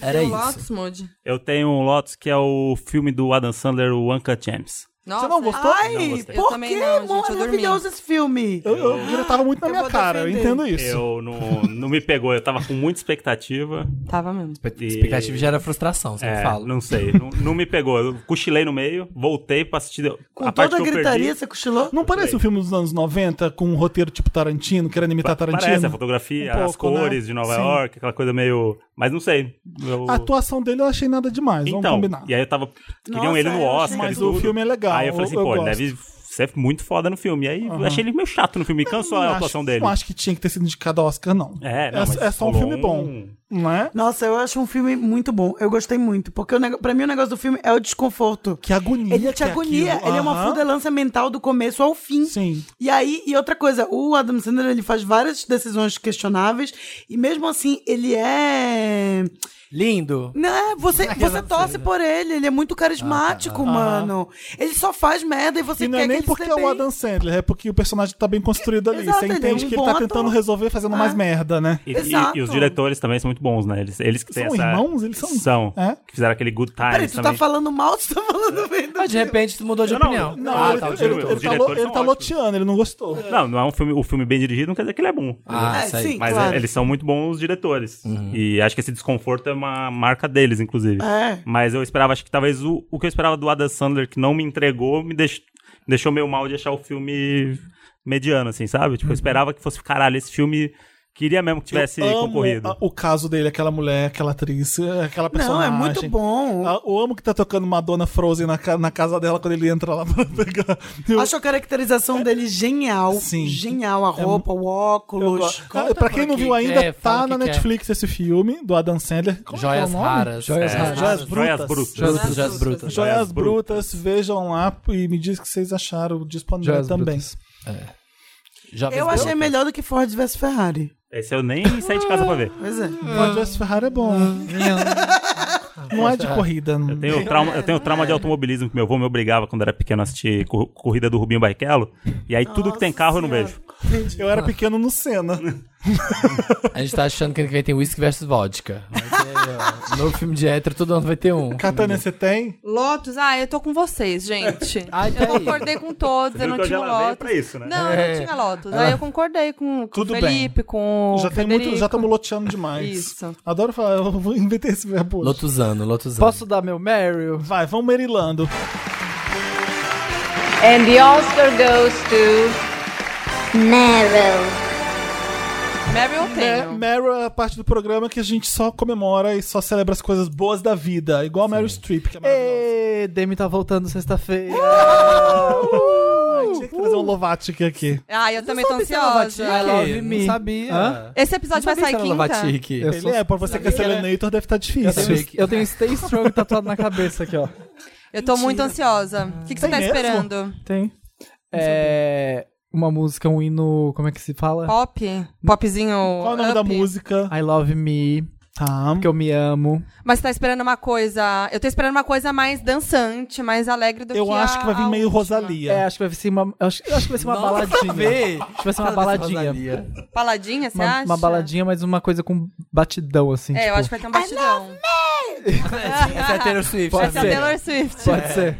Speaker 2: Era isso.
Speaker 3: Lotus Mode.
Speaker 4: Eu tenho um Lotus que é o filme do Adam Sandler, o Uncut James.
Speaker 3: Nossa.
Speaker 1: não gostou?
Speaker 4: Não
Speaker 6: Ai,
Speaker 4: gostei.
Speaker 3: Eu
Speaker 6: por
Speaker 3: também
Speaker 6: que?
Speaker 3: não, gente, eu dormi.
Speaker 6: Maravilhoso esse filme.
Speaker 1: Eu, eu, eu tava muito na
Speaker 6: Eu
Speaker 1: minha
Speaker 6: vou
Speaker 1: cara, eu
Speaker 6: defender.
Speaker 1: entendo isso.
Speaker 4: Eu não, não me pegou, eu tava com muita expectativa.
Speaker 3: ah, Tava mesmo.
Speaker 2: Expect- Expectativa gera frustração, você
Speaker 4: É,
Speaker 2: me fala.
Speaker 4: não sei, não, não me pegou. Eu cochilei no meio, voltei pra assistir.
Speaker 6: Com
Speaker 4: a parte
Speaker 6: toda a
Speaker 4: que eu
Speaker 6: gritaria,
Speaker 4: perdi,
Speaker 6: você cochilou?
Speaker 1: Não parece um filme dos anos 90 com um roteiro tipo Tarantino, querendo imitar Tarantino?
Speaker 4: Parece a fotografia,
Speaker 1: Um
Speaker 4: as
Speaker 1: pouco, né?
Speaker 4: cores de Nova
Speaker 1: Sim. Ah,
Speaker 4: York, aquela coisa meio. Mas não sei. eu-
Speaker 1: A atuação dele eu achei nada demais, vamos
Speaker 4: então,
Speaker 1: combinar.
Speaker 4: e aí eu tava. Queriam
Speaker 6: Nossa,
Speaker 4: ele no
Speaker 6: eu achei-
Speaker 4: Oscar. e
Speaker 1: Mas o
Speaker 4: tudo.
Speaker 1: filme é legal,
Speaker 4: Aí eu falei assim,
Speaker 1: eu- eu
Speaker 4: pô,
Speaker 1: gosto.
Speaker 4: deve Seth muito foda no filme. E aí eu achei ele meio chato no filme, cansou a
Speaker 1: acho-
Speaker 4: atuação dele.
Speaker 1: Não acho que tinha que ter sido indicado ao Oscar, não.
Speaker 4: É, não,
Speaker 1: é,
Speaker 4: mas
Speaker 1: é só um
Speaker 4: rolou
Speaker 1: filme bom, não é?
Speaker 6: Nossa, eu acho um filme muito bom. Eu gostei muito. Porque o nego- pra mim o negócio do filme é o desconforto.
Speaker 1: Que agonia.
Speaker 6: Ele te
Speaker 1: que é
Speaker 6: agonia.
Speaker 1: aquilo.
Speaker 6: Ele é uma
Speaker 1: Aham.
Speaker 6: fudelança mental do começo ao fim.
Speaker 1: Sim.
Speaker 6: E aí, e outra coisa, o Adam Sandler ele faz várias decisões questionáveis e mesmo assim ele é.
Speaker 2: Lindo.
Speaker 6: Não, é, você, você torce por ele, ele é muito carismático, mano. Ele só faz merda e você
Speaker 1: Ah, tá. E não
Speaker 6: quer
Speaker 1: é nem
Speaker 6: que ele
Speaker 1: porque
Speaker 6: se
Speaker 1: é
Speaker 6: dê
Speaker 1: o
Speaker 6: bem.
Speaker 1: Adam Sandler, é porque o personagem tá bem construído ali.
Speaker 6: Exato,
Speaker 1: Você
Speaker 6: ele é
Speaker 1: entende
Speaker 6: um
Speaker 1: que ele
Speaker 6: bom
Speaker 1: tá
Speaker 6: ator. É.
Speaker 1: tentando resolver fazendo mais merda, né?
Speaker 4: E,
Speaker 6: Exato.
Speaker 4: e- e os diretores também são muito bons, né? Eles, eles que têm
Speaker 1: São
Speaker 4: essa-
Speaker 1: irmãos? Eles são- É?
Speaker 4: Que fizeram aquele Good Times
Speaker 6: Peraí, tu tá
Speaker 4: também.
Speaker 6: falando mal ou tu tá falando bem do
Speaker 2: Mas de repente tu mudou de
Speaker 4: Não, não,
Speaker 2: opinião.
Speaker 4: não,
Speaker 2: ah,
Speaker 1: ele,
Speaker 2: tá, o
Speaker 1: ele-
Speaker 2: diretor.
Speaker 1: ele
Speaker 4: Os
Speaker 1: tá,
Speaker 4: diretores
Speaker 1: lo- ele
Speaker 4: são
Speaker 1: tá
Speaker 4: ótimos.
Speaker 1: loteando, ele não gostou.
Speaker 4: Não, não é um filme, o filme bem dirigido, não quer dizer que ele é bom.
Speaker 2: Ah,
Speaker 6: É,
Speaker 2: isso aí.
Speaker 6: sim,
Speaker 4: Mas é,
Speaker 6: claro.
Speaker 4: eles são muito bons diretores. E acho que esse desconforto é uma marca deles, inclusive.
Speaker 6: É.
Speaker 4: Mas eu esperava, acho que talvez o, o que eu esperava do Adam Sandler, que não me entregou, me deix- deixou meio mal de achar o filme mediano, assim, sabe? Tipo, eu esperava que fosse, caralho, esse filme queria mesmo que tivesse
Speaker 1: Eu amo
Speaker 4: concorrido.
Speaker 1: a- O caso dele, aquela mulher, aquela atriz, aquela
Speaker 6: Não, é
Speaker 1: personagem.
Speaker 6: muito bom.
Speaker 1: Ah, Eu amo que tá tocando Madonna Frozen na, ca- na casa dela quando ele entra lá pra pegar. Eu-
Speaker 6: Acho a caracterização dele genial.
Speaker 1: Sim. É
Speaker 6: Genial, a roupa, o
Speaker 1: eu
Speaker 6: óculos.
Speaker 1: gosto. Ah, pra quem não viu ainda,
Speaker 2: quer, fala
Speaker 1: tá na
Speaker 2: o que quer.
Speaker 1: Netflix esse filme do Adam Sandler. Como é que é o
Speaker 2: Joias
Speaker 1: nome?
Speaker 2: raras.
Speaker 9: Joias
Speaker 2: é.
Speaker 9: raras.
Speaker 1: Joias
Speaker 4: Joias
Speaker 1: Brutas.
Speaker 4: Brutas.
Speaker 2: Joias, joias brutas.
Speaker 1: Joias
Speaker 4: Joias
Speaker 1: Brutas, vejam lá e me diz o que vocês acharam disponível
Speaker 9: Joias
Speaker 1: também.
Speaker 9: Brutas.
Speaker 2: Jovens
Speaker 6: Eu achei
Speaker 2: Brutas.
Speaker 6: melhor do que Ford vs Ferrari.
Speaker 4: Esse eu nem saí de casa pra ver.
Speaker 6: Pois é.
Speaker 1: Ford vs Ferrari é bom. não é de corrida. não.
Speaker 4: Eu tenho trauma, eu tenho trauma de automobilismo, que meu avô me obrigava quando era pequeno a assistir cor- corrida do Rubinho Barrichello. E aí tudo que tem carro eu não vejo.
Speaker 1: Eu era pequeno no Senna.
Speaker 2: A gente tá achando que ano que vem tem whisky versus vodka. Vai ter, ó, novo filme de hétero, todo ano vai ter um.
Speaker 1: Catania, você tem?
Speaker 3: Lotus, ah, eu tô com vocês, gente.
Speaker 2: Ai,
Speaker 3: eu
Speaker 2: peraí.
Speaker 3: concordei com todos, eu não tinha Lotus.
Speaker 2: né?
Speaker 4: isso, né?
Speaker 3: Não, eu não tinha Lotus. Aí eu concordei com,
Speaker 1: É.
Speaker 3: com o
Speaker 1: Tudo bem.
Speaker 3: Felipe, com o
Speaker 1: já tem
Speaker 3: Federico.
Speaker 1: muito, já estamos loteando demais.
Speaker 3: Isso.
Speaker 1: Adoro falar, eu vou inventar esse verbo. hoje.
Speaker 2: Lotuzano, Lotuzano.
Speaker 9: Posso dar meu Meryl?
Speaker 1: Vai, vamos merilando.
Speaker 10: And the Oscar goes to.
Speaker 8: Meryl.
Speaker 3: Meryl eu
Speaker 1: É,
Speaker 3: tenho.
Speaker 1: Meryl é a parte do programa que a gente só comemora e só celebra as coisas boas da vida, igual a Meryl Streep, que é maravilhosa.
Speaker 9: Ê, Demi tá voltando sexta-feira. Uh!
Speaker 1: Ai, tinha que trazer um Lovatic aqui.
Speaker 3: Ah, eu também tô
Speaker 9: Sabe se ela vai te-
Speaker 3: ansiosa.
Speaker 9: I love
Speaker 2: Não
Speaker 9: me.
Speaker 2: sabia.
Speaker 9: Hã?
Speaker 3: Esse episódio vai sair quinta?
Speaker 9: Eu
Speaker 1: Ele
Speaker 9: sou-
Speaker 1: é, pra você que é Selenator deve estar
Speaker 9: né? Eu
Speaker 1: difícil.
Speaker 9: tenho, eu tenho Stay Strong tatuado na cabeça aqui, ó.
Speaker 3: Eu tô muito ansiosa. O que, que você
Speaker 1: Tem
Speaker 3: tá
Speaker 1: É mesmo?
Speaker 3: esperando?
Speaker 9: Tem. É. Uma música, um hino. Como é que se fala?
Speaker 3: Pop? Popzinho
Speaker 1: Qual é o nome da
Speaker 3: up?
Speaker 1: música?
Speaker 9: I love me.
Speaker 1: Tá.
Speaker 9: Porque eu me amo.
Speaker 3: Mas você tá esperando uma coisa... Eu tô esperando uma coisa mais dançante, mais alegre do
Speaker 1: Eu
Speaker 3: que
Speaker 1: acho
Speaker 3: a-
Speaker 1: que vai vir
Speaker 3: a
Speaker 1: meio
Speaker 3: última.
Speaker 1: Rosalia.
Speaker 9: É, acho que vai ser uma. eu Acho, eu acho que vai ser uma baladinha.
Speaker 2: vê.
Speaker 9: Acho que vai ser uma baladinha.
Speaker 3: Baladinha, você
Speaker 9: Uma,
Speaker 3: acha?
Speaker 9: uma baladinha, mas uma coisa com batidão, assim.
Speaker 3: É, eu
Speaker 9: tipo,
Speaker 3: acho que vai ter um batidão.
Speaker 2: Essa é a Taylor Swift.
Speaker 9: Pode
Speaker 2: Pode
Speaker 3: Essa é a
Speaker 9: ser.
Speaker 3: Taylor Swift.
Speaker 9: Pode ser.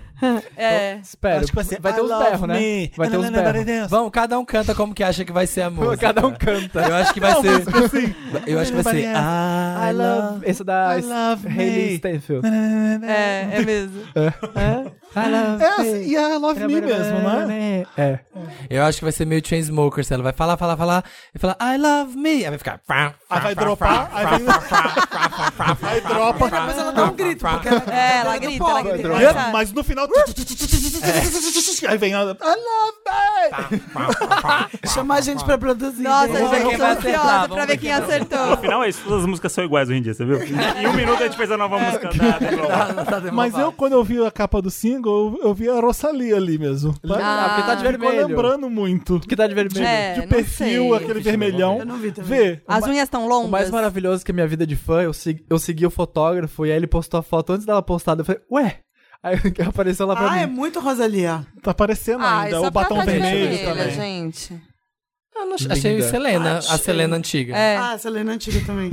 Speaker 3: É.
Speaker 9: Espero.
Speaker 1: Acho que vai ser
Speaker 9: ter
Speaker 1: I
Speaker 9: uns
Speaker 1: love
Speaker 9: berros,
Speaker 1: me.
Speaker 9: né? Vai ter uns berros.
Speaker 2: Vamos, cada um canta como que acha que vai ser a música.
Speaker 9: Cada um canta.
Speaker 2: Eu acho que vai ser... Eu acho que vai
Speaker 1: Everybody
Speaker 2: ser... I
Speaker 9: I love. Esse é da
Speaker 1: I love
Speaker 9: Hayley
Speaker 1: me.
Speaker 9: Stanfield.
Speaker 3: É, é mesmo.
Speaker 9: I love.
Speaker 1: É, assim, e a Love
Speaker 9: É.
Speaker 1: Me mesmo, né?
Speaker 9: né? É.
Speaker 2: Eu acho que vai ser meio Chainsmokers. Ela vai falar, falar, falar e falar I love me. Aí vai ficar...
Speaker 1: Aí vai dropar, aí vem... Aí dropa.
Speaker 6: Mas ela dá um grito, porque ela
Speaker 3: É, ela grita, ela grita.
Speaker 1: E
Speaker 3: ela
Speaker 1: é-
Speaker 3: sabe.
Speaker 1: Mas no final... Aí vem a... I love me!
Speaker 6: chama a gente pra produzir.
Speaker 3: Nossa,
Speaker 6: gente.
Speaker 3: gente,
Speaker 2: ver
Speaker 3: eu
Speaker 2: quem
Speaker 3: tô
Speaker 2: vai acertar,
Speaker 3: ansiosa
Speaker 2: vamos
Speaker 3: pra
Speaker 2: ver
Speaker 3: ver quem
Speaker 2: quem vai
Speaker 4: No
Speaker 3: acertou.
Speaker 4: final é isso, todas as músicas são iguais hoje em dia, você viu? Em um minuto a gente fez a nova música da... da Globo.
Speaker 1: Mas eu, quando eu vi a capa do single, eu- eu vi a Rosalia ali mesmo.
Speaker 9: Ah, porque tá de
Speaker 1: Ficou
Speaker 9: vermelho.
Speaker 1: lembrando muito.
Speaker 9: Que tá de vermelho. né?
Speaker 3: É,
Speaker 1: De
Speaker 3: não
Speaker 1: perfil,
Speaker 3: sei.
Speaker 1: aquele vermelhão.
Speaker 6: Eu não vi também.
Speaker 1: Vê.
Speaker 3: As unhas estão
Speaker 9: O
Speaker 3: longas.
Speaker 9: mais maravilhoso que a minha vida de fã, eu, segui- eu segui o fotógrafo e aí ele postou a foto antes dela postar. Eu falei, ué? Aí apareceu lá pra
Speaker 6: Ah, é
Speaker 9: mim.
Speaker 6: muito Rosalia.
Speaker 1: Tá aparecendo
Speaker 3: Ah,
Speaker 1: ainda.
Speaker 3: só
Speaker 1: O
Speaker 3: porque ela
Speaker 1: batom
Speaker 3: tá de
Speaker 1: vermelho
Speaker 3: vermelha,
Speaker 1: também.
Speaker 9: É
Speaker 3: gente.
Speaker 2: Eu não- achei
Speaker 9: Linda.
Speaker 2: Selena, a Selena antiga.
Speaker 3: É.
Speaker 6: Ah, essa Selena Antiga também.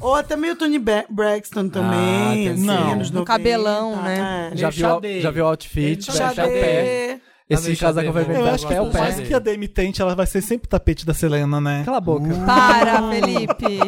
Speaker 6: Ou até meio Tony Be- Braxton também.
Speaker 2: tem
Speaker 6: assim,
Speaker 2: sim.
Speaker 6: anos
Speaker 3: No
Speaker 6: 90,
Speaker 3: cabelão, né?
Speaker 6: é.
Speaker 9: Já viu,
Speaker 2: Xadê.
Speaker 9: já viu o outfit,
Speaker 2: Ele
Speaker 9: vai até o pé.
Speaker 6: Xadê.
Speaker 9: Esse
Speaker 2: Xadê,
Speaker 9: casaco
Speaker 2: eu
Speaker 9: vermelho
Speaker 1: Eu
Speaker 9: vai
Speaker 1: acho que
Speaker 9: até o
Speaker 1: por
Speaker 2: gosto
Speaker 1: mais
Speaker 9: pé.
Speaker 2: dele.
Speaker 1: que a Demi tente, ela vai ser sempre o tapete da Selena, né?
Speaker 9: Cala a boca.
Speaker 3: Para, Felipe.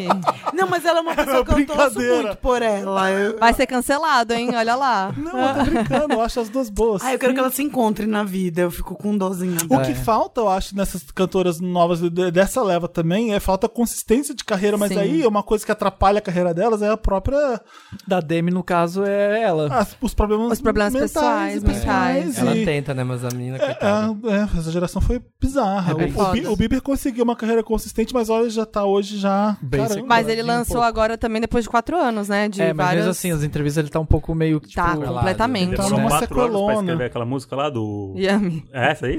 Speaker 6: Não, mas ela é uma pessoa que eu torço
Speaker 1: Brincadeira.
Speaker 6: muito por ela. Eu-
Speaker 3: Vai ser cancelado, hein? Olha lá.
Speaker 1: Não, eu tô brincando, eu acho as duas boas.
Speaker 6: Ah, eu quero que ela se encontre na vida. Eu fico com dozinha.
Speaker 1: O
Speaker 6: dela.
Speaker 3: É.
Speaker 9: É.
Speaker 1: que falta, eu acho, nessas cantoras novas de- dessa leva também, é falta consistência de carreira, mas
Speaker 3: Sim.
Speaker 1: aí é uma coisa que atrapalha a carreira delas é a própria.
Speaker 9: Da Demi, no caso, é ela.
Speaker 1: as- os problemas,
Speaker 3: Os problemas
Speaker 1: mentais
Speaker 3: pessoais,
Speaker 1: e pessoais.
Speaker 3: mentais.
Speaker 2: Ela
Speaker 1: e-
Speaker 2: tenta, né, mas a minha menina, coitada.
Speaker 1: É, é, essa geração foi bizarra.
Speaker 2: É bem
Speaker 1: O- o,
Speaker 2: foda.
Speaker 1: Bi- o Bieber conseguiu uma carreira consistente, mas olha, já tá hoje já.
Speaker 9: Bem
Speaker 1: Caramba,
Speaker 3: Mas ele
Speaker 1: de um
Speaker 3: lançou
Speaker 1: pouco.
Speaker 3: agora também depois de quatro anos, né? De
Speaker 9: É, mas
Speaker 3: várias.
Speaker 9: mesmo assim, as entrevistas ele tá um pouco meio. Tipo,
Speaker 3: Tá, completamente.
Speaker 4: Demorou
Speaker 1: Uma
Speaker 4: quatro anos pra
Speaker 1: sequelona.
Speaker 4: escrever aquela música lá do.
Speaker 3: Yami.
Speaker 4: É essa aí?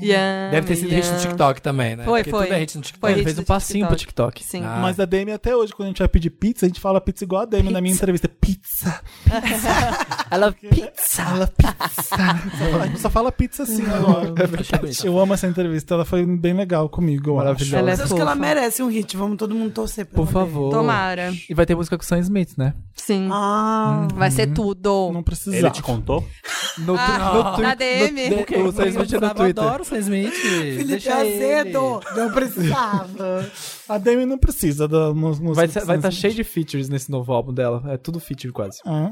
Speaker 3: Yami,
Speaker 2: Deve ter sido hit no
Speaker 3: Yami.
Speaker 2: TikTok também, né?
Speaker 3: Foi,
Speaker 2: Porque
Speaker 3: foi.
Speaker 2: tudo é hit no TikTok.
Speaker 3: Foi
Speaker 9: Ele
Speaker 3: hit
Speaker 9: fez
Speaker 3: do
Speaker 9: um passinho pro TikTok.
Speaker 3: Sim.
Speaker 2: Ah.
Speaker 1: Mas a Demi até hoje, quando a gente vai pedir pizza, a gente fala pizza igual a Demi na minha entrevista. Pizza.
Speaker 9: Ela.
Speaker 1: Fala pizza. a gente só fala pizza assim agora.
Speaker 9: é
Speaker 2: Achei bonito.
Speaker 1: Eu amo essa entrevista, ela foi bem legal comigo. Maravilhosa.
Speaker 3: Ela é
Speaker 6: Mas acho que ela
Speaker 3: fofa.
Speaker 6: merece um hit. Vamos todo mundo torcer pra
Speaker 9: Por
Speaker 6: ela.
Speaker 9: favor.
Speaker 3: Tomara.
Speaker 9: E vai ter música com o Sam Smith, né?
Speaker 3: Sim.
Speaker 6: Ah,
Speaker 3: Vai ser tudo.
Speaker 1: Não precisava.
Speaker 4: Ele te contou?
Speaker 9: No,
Speaker 3: Ah,
Speaker 9: no
Speaker 3: na
Speaker 9: Twitter.
Speaker 3: DM.
Speaker 9: No,
Speaker 3: Porque-
Speaker 9: o Sam Smith é no Twitter.
Speaker 2: Eu adoro o Sam Smith.
Speaker 6: Felipe
Speaker 2: Deixa ele.
Speaker 6: Azedo. Não precisava.
Speaker 1: A Demi não precisa da música.
Speaker 9: Vai estar cheio de features nesse novo álbum dela. É tudo feature quase.
Speaker 1: Ah,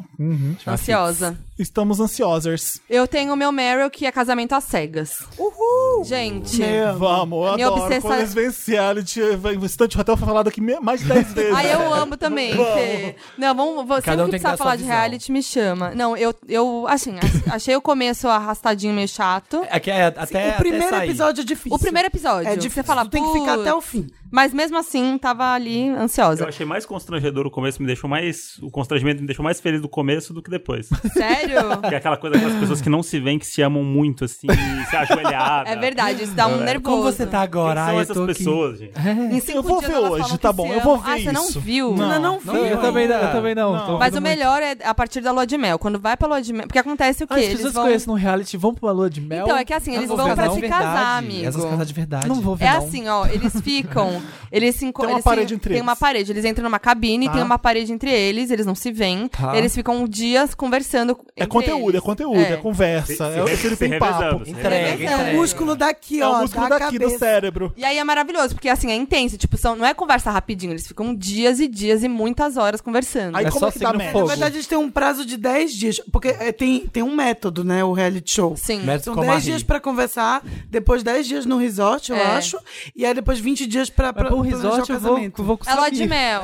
Speaker 3: Ansiosa.
Speaker 1: estamos ansiosers.
Speaker 3: Eu tenho o meu Meryl, que é casamento às cegas. Uhul! Gente.
Speaker 1: Vamos, eu
Speaker 3: Minha
Speaker 1: adoro.
Speaker 3: obsessa-
Speaker 1: Quando eles vencem reality, o um Instante Hotel foi falado aqui me- mais de 10 vezes.
Speaker 3: Aí eu amo também. Fê. Não, vamos. vamos
Speaker 2: Cada
Speaker 3: sempre
Speaker 2: um tem que
Speaker 3: que precisar
Speaker 2: dar sua
Speaker 3: falar de
Speaker 2: visão.
Speaker 3: reality, me chama. Não, eu, eu assim, a- achei o começo arrastadinho meio chato.
Speaker 2: Aqui é até,
Speaker 6: o primeiro
Speaker 2: até sair.
Speaker 6: episódio é difícil.
Speaker 3: O primeiro episódio.
Speaker 6: é difícil.
Speaker 3: Você fala,
Speaker 6: tu tem que ficar até o fim.
Speaker 3: Mas mesmo assim, tava ali ansiosa.
Speaker 4: Eu achei mais constrangedor o começo, me deixou mais. O constrangimento me deixou mais feliz do começo do que depois.
Speaker 3: Sério?
Speaker 4: Que é aquela coisa das pessoas que não se veem, que se amam muito, assim, e se ajoelhadas.
Speaker 3: É verdade, isso dá um nervoso.
Speaker 2: Como você tá
Speaker 4: Quem
Speaker 2: agora?
Speaker 4: são
Speaker 2: Ai, eu
Speaker 4: essas
Speaker 2: tô aqui.
Speaker 4: pessoas, gente?
Speaker 3: Em cinco
Speaker 1: Eu vou
Speaker 3: dias
Speaker 1: ver
Speaker 3: elas
Speaker 1: hoje,
Speaker 3: falam
Speaker 1: tá
Speaker 3: que
Speaker 1: bom,
Speaker 3: se
Speaker 1: eu vou
Speaker 3: amam. Ah,
Speaker 1: ver
Speaker 3: você não
Speaker 1: isso.
Speaker 3: viu?
Speaker 1: Não.
Speaker 6: Ainda não
Speaker 9: Não,
Speaker 6: vi.
Speaker 9: eu, também, não- eu também não.
Speaker 1: Não.
Speaker 9: Tô
Speaker 3: Mas o
Speaker 9: ouvindo
Speaker 3: melhor é a partir da lua de mel. Quando vai pra lua de mel. Porque acontece o quê?
Speaker 9: muito. Ah, as
Speaker 3: eles
Speaker 9: pessoas
Speaker 3: vão.
Speaker 9: conhecem um reality, vão pra uma lua de mel.
Speaker 3: Então, é que assim,
Speaker 2: Eu
Speaker 3: eles
Speaker 2: não vou
Speaker 3: vão
Speaker 2: ver,
Speaker 3: pra
Speaker 2: não.
Speaker 3: se
Speaker 2: Verdade.
Speaker 3: casar, amigo.
Speaker 2: Essas casar de verdade.
Speaker 9: Não vou ver,
Speaker 3: É
Speaker 9: não.
Speaker 3: assim, ó, eles ficam. Eles se enco-
Speaker 1: Tem uma
Speaker 3: eles se-
Speaker 1: parede entre
Speaker 3: Tem
Speaker 1: eles.
Speaker 3: uma parede. Eles entram numa cabine,
Speaker 1: Tá.
Speaker 3: tem uma parede entre eles, eles não se veem.
Speaker 9: Tá.
Speaker 3: Eles ficam dias conversando.
Speaker 1: É
Speaker 3: entre
Speaker 1: conteúdo, é
Speaker 3: eles.
Speaker 1: conteúdo, é, conversa. é o que tem papo.
Speaker 4: se
Speaker 2: Entrega,
Speaker 3: É.
Speaker 6: É o
Speaker 2: entrega.
Speaker 6: músculo daqui,
Speaker 1: É
Speaker 6: ó.
Speaker 1: o músculo
Speaker 6: da
Speaker 1: daqui do
Speaker 6: cabeça.
Speaker 1: cérebro.
Speaker 3: E aí é maravilhoso, porque assim, é intenso. Tipo, são, não é conversa rapidinho, eles ficam dias e dias e muitas horas conversando.
Speaker 1: Aí
Speaker 9: É
Speaker 1: como
Speaker 9: só
Speaker 1: é que dá
Speaker 9: signo
Speaker 1: merda?
Speaker 9: fogo.
Speaker 6: Na verdade, a gente tem um prazo de 10 dias. Porque é, tem, tem um método, né? O reality show.
Speaker 3: Sim.
Speaker 2: Método
Speaker 6: São
Speaker 2: como
Speaker 6: 10
Speaker 2: a
Speaker 6: dias
Speaker 2: Ri.
Speaker 6: pra conversar, depois 10 dias no resort, eu
Speaker 3: É.
Speaker 6: acho. E aí depois 20 dias pra,
Speaker 9: Mas
Speaker 6: pra
Speaker 9: pro
Speaker 6: planejar
Speaker 9: resort
Speaker 6: o
Speaker 9: eu vou,
Speaker 6: casamento.
Speaker 9: vou com
Speaker 3: É lua
Speaker 9: Samir.
Speaker 3: de mel.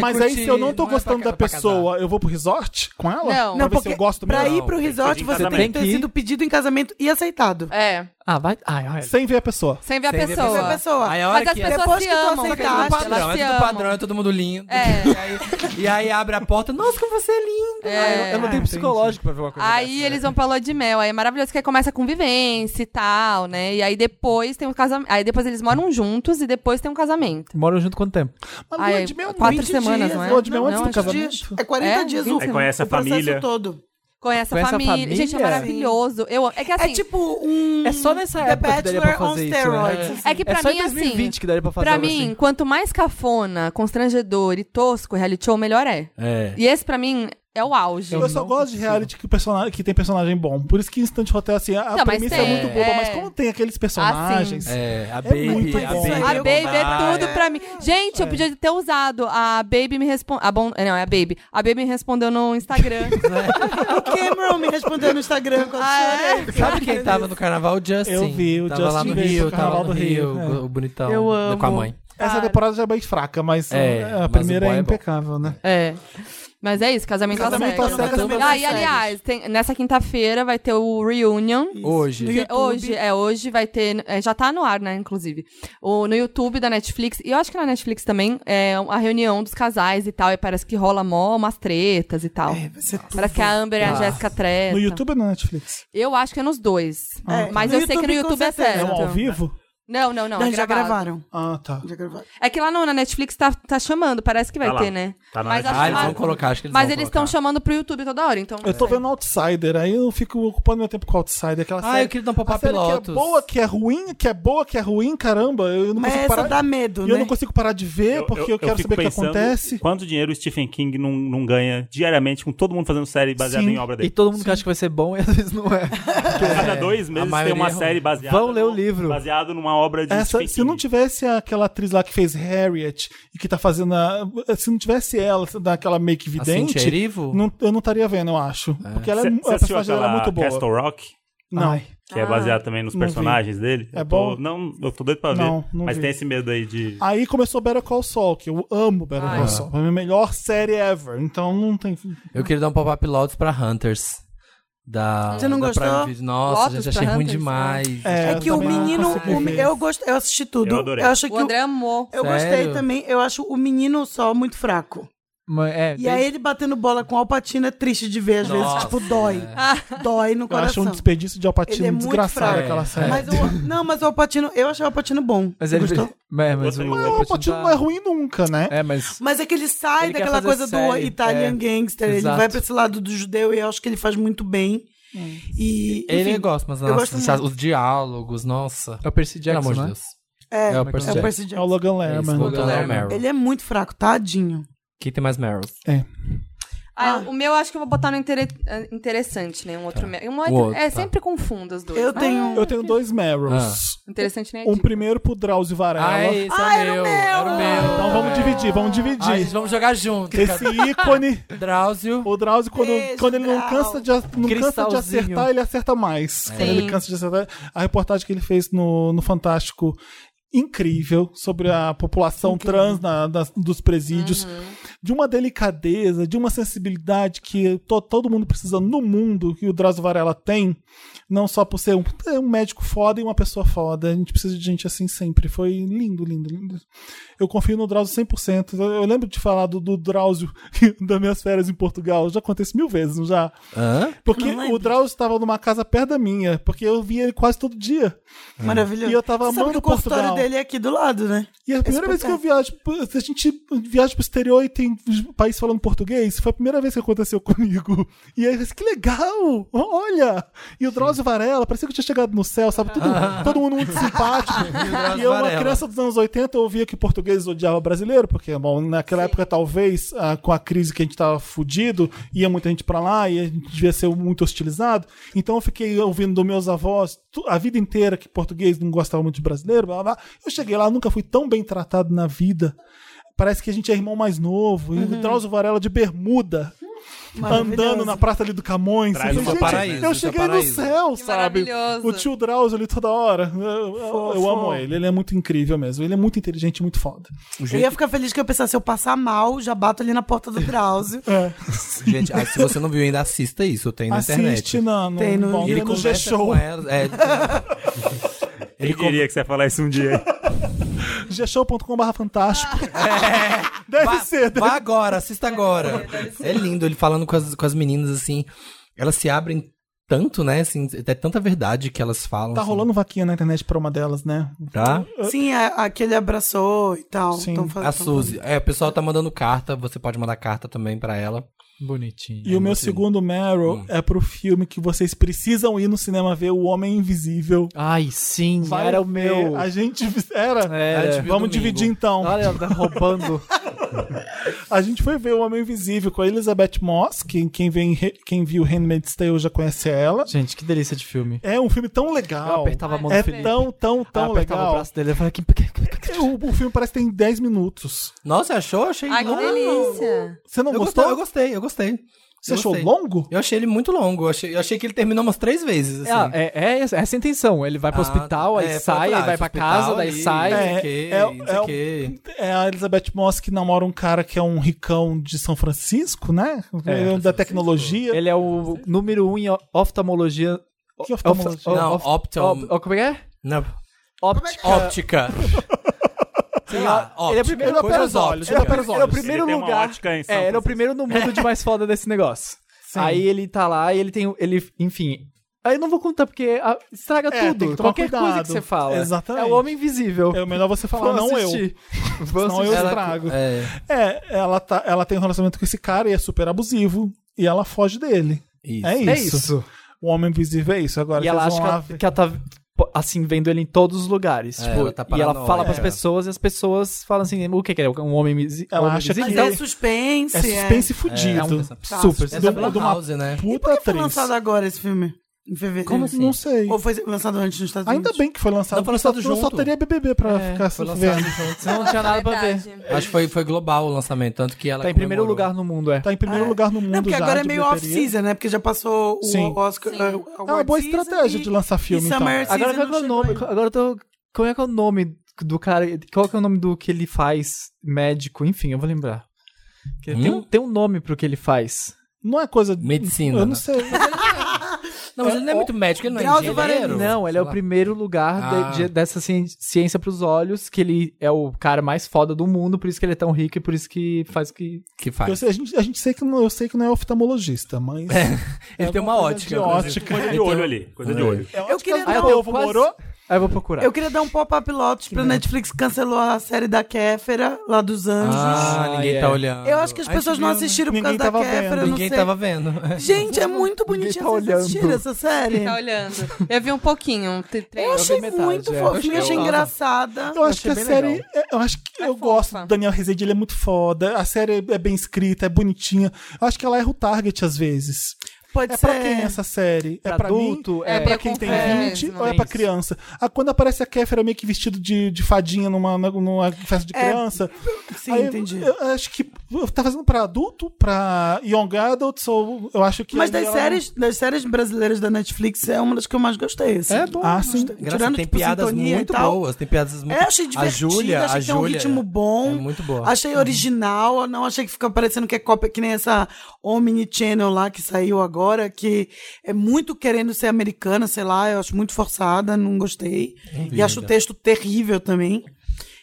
Speaker 1: Mas aí, se eu não tô gostando da pessoa, eu vou pro resort com ela?
Speaker 3: Não.
Speaker 1: pra ver
Speaker 6: Não,
Speaker 1: se
Speaker 6: porque
Speaker 1: eu gosto
Speaker 6: pra
Speaker 1: mesmo.
Speaker 6: ir pro
Speaker 4: tem que
Speaker 6: resort
Speaker 4: pedir em
Speaker 6: você tem que ter
Speaker 9: casamento. Tem que ir.
Speaker 6: sido pedido em casamento e aceitado.
Speaker 3: É.
Speaker 9: Ah, vai. Ai, ai.
Speaker 1: Sem ver a pessoa.
Speaker 3: Sem ver a
Speaker 2: Sem ver a
Speaker 3: pessoa.
Speaker 6: Essa pessoa.
Speaker 2: Aí a hora
Speaker 3: Mas as
Speaker 2: que
Speaker 3: pessoas
Speaker 6: Depois
Speaker 3: se
Speaker 6: que tu
Speaker 3: amam,
Speaker 6: aceitar,
Speaker 3: acredita?
Speaker 2: do padrão,
Speaker 3: elas
Speaker 2: é
Speaker 3: se
Speaker 2: do padrão,
Speaker 3: amam.
Speaker 2: é todo mundo lindo.
Speaker 3: É.
Speaker 2: E aí, e aí abre a porta, nossa, como você é lindo.
Speaker 3: É.
Speaker 9: Eu não tenho psicológico pra ver uma coisa.
Speaker 3: Aí eles vão pra lua de mel, aí é maravilhoso que aí começa a convivência e tal, né? E aí depois tem um casamento. Aí depois eles moram juntos e depois tem um casamento.
Speaker 9: dessa. Moram junto quanto tempo?
Speaker 1: Mas
Speaker 3: Ai,
Speaker 1: lua de mel
Speaker 3: quatro
Speaker 1: 20
Speaker 3: semanas,
Speaker 1: dias,
Speaker 3: não é?
Speaker 1: Lua de mel
Speaker 3: Não,
Speaker 1: antes
Speaker 3: não,
Speaker 1: do
Speaker 3: acho que-
Speaker 1: casamento.
Speaker 6: É 40
Speaker 3: É,
Speaker 6: dias
Speaker 3: vinte
Speaker 6: o,
Speaker 3: Aí
Speaker 4: conhece a
Speaker 6: o processo
Speaker 4: família.
Speaker 6: todo.
Speaker 3: Conhece,
Speaker 9: Conhece
Speaker 3: a
Speaker 9: a
Speaker 3: família. Gente, é
Speaker 9: família?
Speaker 3: maravilhoso. Eu, é que assim.
Speaker 6: É tipo um.
Speaker 9: É só nessa
Speaker 6: The
Speaker 9: época que daria pra
Speaker 6: Bachelor on
Speaker 9: fazer isso, né?
Speaker 6: steroids, assim.
Speaker 3: É que pra
Speaker 9: é só
Speaker 3: mim,
Speaker 9: em 2020
Speaker 3: assim.
Speaker 9: que daria pra fazer
Speaker 3: Pra
Speaker 9: algo
Speaker 3: mim,
Speaker 9: assim.
Speaker 3: quanto mais cafona, constrangedor e tosco o reality show, melhor é.
Speaker 2: É.
Speaker 3: E esse, pra mim, é o auge.
Speaker 1: Eu, só
Speaker 9: não
Speaker 1: gosto de
Speaker 9: consigo.
Speaker 1: reality que, personagem, que tem personagem bom. Por isso que Instante Hotel, assim, a, a
Speaker 3: Não, mas
Speaker 1: premissa é
Speaker 3: tem,
Speaker 1: muito boa,
Speaker 3: é.
Speaker 1: mas como tem aqueles personagens.
Speaker 2: É, a Baby,
Speaker 1: muito
Speaker 2: a
Speaker 1: bom.
Speaker 2: Baby.
Speaker 3: A Baby é
Speaker 2: Goodbye.
Speaker 3: tudo pra mim. Gente, eu podia ter usado. A Baby me respondeu. Não, é a Baby. A Baby me respondeu no Instagram.
Speaker 6: O Cameron me respondeu no Instagram com a
Speaker 3: ah,
Speaker 2: Sabe quem tava no carnaval? O Justin.
Speaker 1: Eu vi, o
Speaker 2: tava lá
Speaker 1: Justin
Speaker 2: no
Speaker 1: veio
Speaker 2: Rio,
Speaker 1: pro
Speaker 2: tava lá
Speaker 1: Carnaval
Speaker 2: no
Speaker 1: do
Speaker 2: Rio,
Speaker 1: Rio, é.
Speaker 2: o bonitão.
Speaker 3: Eu amo.
Speaker 2: Com a mãe.
Speaker 1: Essa
Speaker 3: cara.
Speaker 1: temporada já é bem fraca, mas
Speaker 2: É,
Speaker 1: uh, a
Speaker 2: mas
Speaker 1: primeira
Speaker 2: o boy
Speaker 1: é
Speaker 2: é bom.
Speaker 1: impecável, né?
Speaker 3: é. é. Mas é isso, casamento às
Speaker 1: Casamento às
Speaker 3: cegas.
Speaker 1: cegas também
Speaker 3: Ah,
Speaker 1: tá
Speaker 3: e
Speaker 1: sério.
Speaker 3: aliás, tem- nessa quinta-feira vai ter o Reunion.
Speaker 2: Hoje.
Speaker 6: No
Speaker 3: Que
Speaker 6: YouTube.
Speaker 3: Hoje, é, hoje vai ter. é, já tá no ar, né, inclusive. O, no YouTube da Netflix. E eu acho que na Netflix também é a reunião dos casais e tal. E parece que rola mó umas tretas e tal.
Speaker 6: É, vai ser tudo.
Speaker 3: parece que a Amber e a Jéssica treta.
Speaker 1: No YouTube ou na Netflix?
Speaker 3: Eu acho que é nos dois.
Speaker 6: É,
Speaker 3: Mas
Speaker 6: no
Speaker 3: eu sei que no
Speaker 6: YouTube,
Speaker 3: YouTube
Speaker 6: com
Speaker 3: é
Speaker 6: certeza.
Speaker 1: É
Speaker 3: certo.
Speaker 1: um ao vivo?
Speaker 3: Não, não, não.
Speaker 6: Não,
Speaker 3: é
Speaker 6: já
Speaker 3: gravado.
Speaker 6: gravaram.
Speaker 1: Ah, tá.
Speaker 6: Já gravaram.
Speaker 3: É que lá no- na Netflix tá, tá chamando, parece que vai
Speaker 4: Tá lá.
Speaker 3: ter, né?
Speaker 4: Tá na
Speaker 3: mas
Speaker 4: Netflix.
Speaker 2: Ah, eles
Speaker 3: acho-
Speaker 2: vão colocar, acho que eles
Speaker 3: mas
Speaker 2: vão
Speaker 3: eles estão
Speaker 2: colocar.
Speaker 3: chamando pro YouTube toda hora, então.
Speaker 1: Eu tô vendo Outsider, aí eu fico ocupando meu tempo com Outsider, aquela
Speaker 2: Ah,
Speaker 1: série.
Speaker 2: eu queria dar um pop-up
Speaker 1: a série que é
Speaker 2: Lotus.
Speaker 1: boa, que é ruim, que é boa, que é ruim, caramba, eu não
Speaker 6: Mas
Speaker 1: consigo
Speaker 6: essa
Speaker 1: parar.
Speaker 6: dá medo,
Speaker 1: e
Speaker 6: né?
Speaker 1: eu não consigo parar de ver, porque eu, quero
Speaker 4: fico
Speaker 1: saber o que
Speaker 4: pensando
Speaker 1: acontece.
Speaker 4: Quanto dinheiro o Stephen King não, não ganha diariamente com todo mundo fazendo série baseada
Speaker 1: Sim,
Speaker 4: em obra
Speaker 9: E
Speaker 4: dele?
Speaker 9: todo mundo que acha que vai ser bom e às vezes não é.
Speaker 4: Cada dois meses tem
Speaker 2: maioria
Speaker 4: uma
Speaker 2: é ruim.
Speaker 4: série baseada.
Speaker 9: Vão ler o
Speaker 4: no-
Speaker 9: livro.
Speaker 4: Baseado numa obra de
Speaker 1: Essa,
Speaker 4: Stephen
Speaker 1: se não
Speaker 4: King.
Speaker 1: tivesse aquela atriz lá que fez Harriet e que tá fazendo a, Se não tivesse ela, daquela make vidente.
Speaker 2: Cynthia Erivo?
Speaker 1: não- eu não estaria vendo, eu acho. Porque ela é,
Speaker 4: Cê-
Speaker 1: mu-
Speaker 4: cê
Speaker 1: a
Speaker 4: assistiu
Speaker 1: personagem dela é
Speaker 4: aquela
Speaker 1: muito boa.
Speaker 4: Castle Rock?
Speaker 1: Não.
Speaker 4: Que é baseado também nos
Speaker 1: não vi.
Speaker 4: personagens dele.
Speaker 1: É
Speaker 4: Eu tô-
Speaker 1: bom?
Speaker 4: Não, eu tô doido pra ver.
Speaker 1: Não, não
Speaker 4: mas
Speaker 1: vi. Ah,
Speaker 4: tem esse medo aí de.
Speaker 1: Aí começou Better Call Saul, que eu amo Better
Speaker 6: Ah,
Speaker 1: Call Saul. É a melhor série ever. Então não tem.
Speaker 2: Eu queria dar um pop-up Lotus pra Hunters. da,
Speaker 6: Você não
Speaker 2: da
Speaker 6: gostou?
Speaker 2: Prime Video. Nossa,
Speaker 3: Lotus
Speaker 2: gente, achei
Speaker 3: pra
Speaker 2: ruim
Speaker 3: Hunters,
Speaker 2: demais.
Speaker 1: É,
Speaker 6: É, que o
Speaker 1: também não
Speaker 6: menino.
Speaker 1: consegui
Speaker 6: o-
Speaker 1: ver.
Speaker 6: eu, gost, eu assisti tudo.
Speaker 4: Eu adorei.
Speaker 6: acho que
Speaker 3: O
Speaker 6: o-
Speaker 3: André amou.
Speaker 6: eu
Speaker 2: Sério?
Speaker 6: gostei também. Eu acho o menino só muito fraco.
Speaker 5: Mas, é,
Speaker 6: E aí ele batendo bola com o Alpatino é triste de ver, às
Speaker 2: Nossa,
Speaker 6: vezes. Tipo, dói.
Speaker 3: Ah.
Speaker 6: Dói no
Speaker 1: É. Eu acho
Speaker 6: coração.
Speaker 1: um desperdício de Alpatino
Speaker 6: Ele é muito
Speaker 1: desgraçado
Speaker 6: fraco.
Speaker 1: aquela série.
Speaker 6: Mas o, não, mas o Alpatino. Eu achei o Alpatino bom.
Speaker 5: mas ele.
Speaker 6: Gostou?
Speaker 9: é,
Speaker 5: Mas, mas
Speaker 4: Gostei.
Speaker 5: o
Speaker 4: Mas
Speaker 1: o Alpatino não é ruim nunca, né?
Speaker 5: É, mas.
Speaker 6: Mas é que ele sai
Speaker 5: Ele quer
Speaker 6: daquela
Speaker 5: fazer
Speaker 6: coisa
Speaker 5: série,
Speaker 6: do
Speaker 1: é.
Speaker 6: Italian Gangster.
Speaker 5: Exato.
Speaker 6: Ele vai pra esse lado do judeu e eu acho que ele faz muito bem.
Speaker 3: É.
Speaker 6: E.
Speaker 2: Ele
Speaker 6: enfim,
Speaker 2: eu gosto, mas
Speaker 6: eu
Speaker 2: nossa,
Speaker 6: gosto
Speaker 2: essa-
Speaker 6: muito.
Speaker 2: os diálogos, nossa.
Speaker 5: É o Percy
Speaker 2: Pelo
Speaker 5: Jackson,
Speaker 2: amor de
Speaker 5: né?
Speaker 2: Deus.
Speaker 6: É,
Speaker 2: É
Speaker 6: é
Speaker 2: o
Speaker 6: o
Speaker 2: Percy
Speaker 6: Percy
Speaker 1: É o
Speaker 6: Jackon.
Speaker 1: Logan
Speaker 2: Esse
Speaker 1: Lerman.
Speaker 2: Logan
Speaker 5: Logan
Speaker 2: é Meryl.
Speaker 6: Ele é muito fraco, tadinho.
Speaker 2: Quem tem mais Meryl?
Speaker 3: Ah,
Speaker 6: Ah.
Speaker 3: O meu acho que eu vou botar no intere- eh, interessante, né? Um outro. me- Um outro-
Speaker 2: outro,
Speaker 3: é,
Speaker 2: tá.
Speaker 3: sempre confundo os dois.
Speaker 6: Eu
Speaker 3: mas
Speaker 6: tenho.
Speaker 1: Eu tenho dois Meryls.
Speaker 3: Interessante, né?
Speaker 1: Um primeiro pro Drauzio Varela.
Speaker 2: Ah, esse é o meu. Era o meu.
Speaker 1: Então vamos dividir, vamos dividir.
Speaker 2: é. Ai, gente, vamos jogar junto.
Speaker 1: Esse ícone,
Speaker 2: Drauzio.
Speaker 1: o Drauzio, quando,
Speaker 6: Beijo,
Speaker 1: quando ele não
Speaker 6: Drau.
Speaker 1: cansa, de, a- não cansa de
Speaker 5: Cristalzinho.
Speaker 1: acertar, ele acerta mais. Quando
Speaker 3: Sim.
Speaker 1: ele cansa de acertar. A reportagem que ele fez no, no Fantástico, incrível, sobre a população trans na- das- dos presídios. De uma delicadeza, de uma sensibilidade que to- todo mundo precisa no mundo, que o Drauzio Varela tem. Não só por ser um, é um médico foda e uma pessoa foda. A gente precisa de gente assim sempre. Foi lindo, lindo, lindo. Eu confio no Drauzio 100%. Eu eu lembro de falar do, do Drauzio das minhas férias em Portugal. Eu já contei isso mil vezes, não já.
Speaker 2: Hã?
Speaker 1: Porque
Speaker 6: Não lembro.
Speaker 1: o Drauzio estava numa casa perto da minha, porque eu via ele quase todo dia.
Speaker 6: um Maravilhoso.
Speaker 1: Ah. E eu tava
Speaker 6: Você sabe
Speaker 1: amando
Speaker 6: que o consultório
Speaker 1: Portugal.
Speaker 6: dele é aqui do lado, né?
Speaker 2: É
Speaker 1: E a primeira
Speaker 6: Esse
Speaker 1: vez que eu
Speaker 6: português.
Speaker 1: viajo, pô, se a gente viaja pro exterior e tem um país falando português, foi a primeira vez que aconteceu comigo. E aí eu disse, que legal! Olha! E o Drauzio Varela, parecia que eu tinha chegado no céu, sabe? Todo, todo mundo muito simpático.
Speaker 2: Ah. Drauzio
Speaker 1: e eu, uma
Speaker 2: Varela.
Speaker 1: criança dos anos 80, eu ouvia que português odiava brasileiro, porque, bom, naquela época, talvez, ah, com a crise que a gente tava fudido, ia muita gente pra lá e a gente devia ser muito hostilizado. Então eu fiquei ouvindo dos meus avós tu- a vida inteira que português não gostava muito de brasileiro, blá, blá, blá. Eu cheguei lá, nunca fui tão bem tratado na vida. Parece que a gente é irmão mais novo. E o Drauzio Varela de bermuda,
Speaker 6: Ah, é
Speaker 1: andando na praça ali do Camões.
Speaker 4: Traz
Speaker 1: Eu
Speaker 4: uma
Speaker 1: falei,
Speaker 4: paraíso,
Speaker 1: eu
Speaker 2: isso é
Speaker 1: cheguei no
Speaker 2: paraíso.
Speaker 1: céu,
Speaker 3: Que
Speaker 1: sabe?
Speaker 3: maravilhoso.
Speaker 1: O tio Drauzio ali toda hora. Eu, eu- eu amo ele, ele é muito incrível mesmo. Ele é muito inteligente, muito foda.
Speaker 6: Eu ia ficar feliz que eu pensasse, se eu passar mal, já bato ali na porta do Drauzio.
Speaker 2: Gente, ah, se você não viu ainda, assista isso. Tem na
Speaker 1: Assiste
Speaker 2: internet.
Speaker 1: na, no,
Speaker 6: Tem no-
Speaker 1: bom,
Speaker 2: E ele
Speaker 1: no
Speaker 2: conversa
Speaker 1: G-Show.
Speaker 2: com ela. É,
Speaker 4: Ele queria que você ia falar isso um dia.
Speaker 1: Gshow.com.br fantástico. Deve
Speaker 2: vá,
Speaker 1: ser, deve
Speaker 2: vá agora, assista agora. É lindo ele falando com as, com as meninas assim. Elas se abrem tanto, né? Assim, é tanta verdade que elas falam.
Speaker 1: Tá
Speaker 2: assim,
Speaker 1: rolando vaquinha na internet pra uma delas, né?
Speaker 2: Tá?
Speaker 6: Sim, é, a- aquele abraçou e tal.
Speaker 1: Sim.
Speaker 6: Tão fazendo-
Speaker 2: A Suzy. É, o pessoal tá mandando carta. Você pode mandar carta também pra ela. É,
Speaker 5: Bonitinho.
Speaker 1: E o meu segundo Meryl
Speaker 2: Hum.
Speaker 1: é pro filme que vocês precisam ir no cinema ver O Homem Invisível.
Speaker 5: Ai, sim,
Speaker 1: Vai
Speaker 5: era o
Speaker 1: ver.
Speaker 5: meu.
Speaker 1: A gente era.
Speaker 5: Era.
Speaker 2: A gente viu
Speaker 1: Vamos
Speaker 2: domingo.
Speaker 1: dividir então.
Speaker 5: Olha, ela tá roubando.
Speaker 1: A gente foi ver O Homem Invisível com a Elizabeth Moss, que quem, vem, quem viu Handmaid's Tale já conhece ela.
Speaker 5: Gente, que delícia de filme.
Speaker 1: É um filme tão
Speaker 5: Eu
Speaker 1: legal.
Speaker 5: apertava a mão do
Speaker 1: É
Speaker 5: Felipe.
Speaker 1: tão, tão,
Speaker 5: eu
Speaker 1: tão
Speaker 5: apertava o
Speaker 1: legal.
Speaker 5: braço dele e falava que.
Speaker 1: O, o filme parece que tem 10 minutos.
Speaker 2: Nossa, achou? Achei
Speaker 3: Ai, que
Speaker 2: longo.
Speaker 3: delícia.
Speaker 1: Você não
Speaker 2: Eu
Speaker 1: gostou?
Speaker 2: gostei, eu gostei, eu gostei.
Speaker 1: Você
Speaker 2: Eu
Speaker 1: achou
Speaker 2: gostei.
Speaker 1: longo?
Speaker 2: Eu achei ele muito longo. Eu achei, eu achei que ele terminou umas três vezes.
Speaker 5: Ah,
Speaker 2: Assim.
Speaker 5: é, é essa- essa é a intenção. Ele vai pro
Speaker 2: Ah,
Speaker 5: hospital, aí
Speaker 2: é,
Speaker 5: sai,
Speaker 2: pra-
Speaker 5: aí vai pra casa,
Speaker 2: hospital
Speaker 5: daí
Speaker 2: e-
Speaker 5: sai.
Speaker 2: não sei
Speaker 1: É,
Speaker 2: quê,
Speaker 1: é-
Speaker 2: não sei
Speaker 1: é o-
Speaker 2: quê.
Speaker 1: É a Elizabeth Moss que namora um cara que é um ricão de São Francisco, né?
Speaker 5: É,
Speaker 1: Ele é da tecnologia.
Speaker 5: Ele é o número um em o- oftalmologia.
Speaker 1: Que oftalmologia?
Speaker 5: Of-
Speaker 2: Não,
Speaker 5: of-
Speaker 2: optom-
Speaker 5: op- Como é que é?
Speaker 2: Não.
Speaker 5: Óptica.
Speaker 2: Óptica. Sei lá,
Speaker 5: Ele é
Speaker 2: óptica.
Speaker 5: o primeiro- ele
Speaker 2: Coisas
Speaker 5: opera os olhos, ele
Speaker 9: é
Speaker 2: ópticas.
Speaker 5: opera os olhos. Era o
Speaker 4: Ele
Speaker 5: primeiro
Speaker 4: tem uma
Speaker 5: lugar.
Speaker 4: ótica em São
Speaker 5: É, ele é o
Speaker 4: Francisco.
Speaker 5: primeiro no mundo de mais foda desse negócio. Aí ele tá lá e ele tem. Ele, enfim. Aí eu não vou contar porque ah, estraga
Speaker 1: É, tem
Speaker 5: tudo.
Speaker 1: que tomar
Speaker 5: Qualquer coisa
Speaker 1: cuidado.
Speaker 5: que você fala.
Speaker 1: Exatamente.
Speaker 5: É o homem invisível.
Speaker 1: É melhor você falar, não eu.
Speaker 5: eu.
Speaker 1: Senão eu
Speaker 2: Ela-
Speaker 1: estrago.
Speaker 2: É,
Speaker 1: É, ela, tá, ela tem um relacionamento com esse cara e é super abusivo. E ela foge dele.
Speaker 2: isso.
Speaker 1: É isso.
Speaker 5: É isso.
Speaker 1: O homem invisível é isso. Agora
Speaker 5: E ela
Speaker 1: vocês
Speaker 5: acha
Speaker 1: vão
Speaker 5: que
Speaker 1: lá
Speaker 5: ela,
Speaker 1: ver.
Speaker 5: que ela tá, pô, assim, vendo ele em todos os lugares.
Speaker 2: É,
Speaker 5: tipo,
Speaker 2: ela tá
Speaker 5: e ela fala
Speaker 2: paranoica.
Speaker 5: pras pessoas e as pessoas falam assim: o que, que é? Um homem invisível?
Speaker 1: É. Ela acha que-
Speaker 6: Mas
Speaker 1: Então-
Speaker 6: é suspense.
Speaker 1: É suspense fudido.
Speaker 2: é um-
Speaker 1: super. de,
Speaker 2: É da
Speaker 1: um- de uma
Speaker 2: Blumhouse, né?
Speaker 6: E
Speaker 1: puta
Speaker 6: por que foi
Speaker 1: atriz.
Speaker 6: lançado agora esse filme? Em fevereiro?
Speaker 2: Como assim?
Speaker 1: Não sei.
Speaker 6: Ou foi lançado antes nos Estados
Speaker 1: Ainda
Speaker 6: Unidos?
Speaker 1: bem que foi lançado.
Speaker 2: Não, foi lançado
Speaker 1: porque só, só
Speaker 2: junto.
Speaker 1: teria BBB
Speaker 5: Então,
Speaker 1: pra
Speaker 5: é,
Speaker 6: É,
Speaker 1: ficar
Speaker 2: Foi
Speaker 1: se
Speaker 2: lançado
Speaker 1: vendo.
Speaker 2: junto.
Speaker 5: Não tinha
Speaker 1: Ah,
Speaker 5: nada pra ver.
Speaker 3: Verdade.
Speaker 2: Acho que foi, foi global o lançamento, tanto que ela
Speaker 5: Tá em primeiro
Speaker 2: comemorou.
Speaker 5: lugar no mundo, é.
Speaker 1: Tá em primeiro lugar no mundo
Speaker 6: Não, porque
Speaker 1: já
Speaker 6: agora é
Speaker 1: de
Speaker 6: meio
Speaker 1: bilheteria.
Speaker 6: off-season, né? Porque já passou o
Speaker 1: Sim.
Speaker 6: Oscar.
Speaker 3: Sim.
Speaker 6: uh,
Speaker 1: É uma boa
Speaker 6: award season
Speaker 1: estratégia
Speaker 6: e-
Speaker 1: de lançar filme,
Speaker 6: e
Speaker 1: então.
Speaker 6: Summer Season
Speaker 5: Agora qual é, que é
Speaker 6: não
Speaker 5: o
Speaker 6: chegou
Speaker 5: nome?
Speaker 6: ainda.
Speaker 5: Agora eu tô. Qual é, que é o nome do cara? Qual é que é o nome do que ele faz? Médico, enfim, eu vou lembrar. Porque
Speaker 2: Hum?
Speaker 5: Tem, um- tem um nome pro que ele faz.
Speaker 1: Não é coisa.
Speaker 2: Medicina,
Speaker 1: Eu
Speaker 2: né?
Speaker 1: não sei.
Speaker 2: Não, mas ele não é muito médico, ele não é
Speaker 6: Drauzio
Speaker 2: engenheiro.
Speaker 9: Não, ele é o primeiro lugar de-
Speaker 2: Ah.
Speaker 9: de- dessa cien- ciência pros olhos, que ele é o cara mais foda do mundo, por isso que ele é tão rico e por isso que faz o que.
Speaker 2: que
Speaker 1: Eu
Speaker 2: faz.
Speaker 1: sei, a gente, a gente sei que não, eu sei que não é oftalmologista, mas.
Speaker 2: É, Ele tem
Speaker 1: alguma
Speaker 2: uma
Speaker 1: É coisa
Speaker 2: ótica.
Speaker 1: de
Speaker 2: inclusive.
Speaker 1: ótica. né?
Speaker 4: Coisa de olho ali, coisa
Speaker 1: É.
Speaker 4: de olho.
Speaker 6: Eu queria
Speaker 9: Ah,
Speaker 6: dar
Speaker 9: eu
Speaker 6: um
Speaker 9: tenho
Speaker 1: povo
Speaker 9: quase-
Speaker 1: morou?
Speaker 9: Aí eu vou procurar.
Speaker 6: Eu queria dar um pop-up lotus pra Netflix que cancelou a série da Kéfera, lá dos anjos.
Speaker 2: Ah, ninguém tá
Speaker 9: é.
Speaker 2: olhando.
Speaker 6: eu acho que as
Speaker 2: Ai,
Speaker 6: pessoas
Speaker 2: que
Speaker 6: não
Speaker 2: lindo.
Speaker 6: assistiram por
Speaker 1: Ninguém
Speaker 6: causa da
Speaker 1: tava vendo.
Speaker 6: Kéfera, não sei.
Speaker 2: né? Ninguém tava vendo.
Speaker 6: Gente, é muito bonitinho.
Speaker 5: tá
Speaker 6: Vocês
Speaker 5: olhando.
Speaker 6: assistiram essa série?
Speaker 3: Tá olhando. Eu vi um pouquinho, um tre-
Speaker 6: Eu
Speaker 3: trailer.
Speaker 6: achei
Speaker 9: metade,
Speaker 6: muito
Speaker 9: é.
Speaker 6: fofinho, achei
Speaker 9: Eu achei-
Speaker 6: engraçada.
Speaker 1: Eu acho que a
Speaker 9: bem
Speaker 1: série.
Speaker 9: legal.
Speaker 1: é- Eu acho que
Speaker 3: É
Speaker 1: eu
Speaker 3: fofa.
Speaker 1: gosto do Daniel Rezende, ele é muito foda. A série é bem escrita, é bonitinha. Eu acho que ela erra o target às vezes.
Speaker 6: Pode
Speaker 1: É
Speaker 6: ser.
Speaker 1: pra quem essa série? É pra mim?
Speaker 9: adulto,
Speaker 1: É,
Speaker 3: É,
Speaker 1: pra
Speaker 3: eu
Speaker 1: quem tem
Speaker 3: confesso
Speaker 1: 20
Speaker 3: mesmo.
Speaker 1: ou é
Speaker 9: Tem
Speaker 1: pra
Speaker 9: isso.
Speaker 1: criança? Ah, quando aparece a Kéfera meio que vestido de, de fadinha numa, numa festa de
Speaker 6: É,
Speaker 1: criança.
Speaker 6: Sim,
Speaker 1: aí eu-
Speaker 6: entendi.
Speaker 1: Eu, acho que tá fazendo pra adulto, pra young adults, ou eu acho que.
Speaker 6: Mas
Speaker 1: ali
Speaker 6: das
Speaker 1: ela-
Speaker 6: séries, das séries brasileiras da Netflix, é uma das que eu mais gostei. assim.
Speaker 9: É bom.
Speaker 1: Ah, sim.
Speaker 2: Graças
Speaker 6: Tirando,
Speaker 2: tem
Speaker 6: tipo,
Speaker 2: piadas
Speaker 6: sintonia e
Speaker 2: muito
Speaker 6: tal.
Speaker 2: boas, tem piadas muito
Speaker 6: É, achei
Speaker 2: A
Speaker 6: divertido,
Speaker 2: Júlia,
Speaker 6: achei
Speaker 2: a
Speaker 6: que tem um
Speaker 2: Júlia
Speaker 6: ritmo
Speaker 2: é
Speaker 6: bom.
Speaker 2: muito boa.
Speaker 6: Achei original, não achei que fica parecendo que é cópia, que nem essa Omni Channel lá que saiu agora, que é muito querendo ser americana, sei lá, eu acho muito forçada, não gostei. E acho o texto terrível também.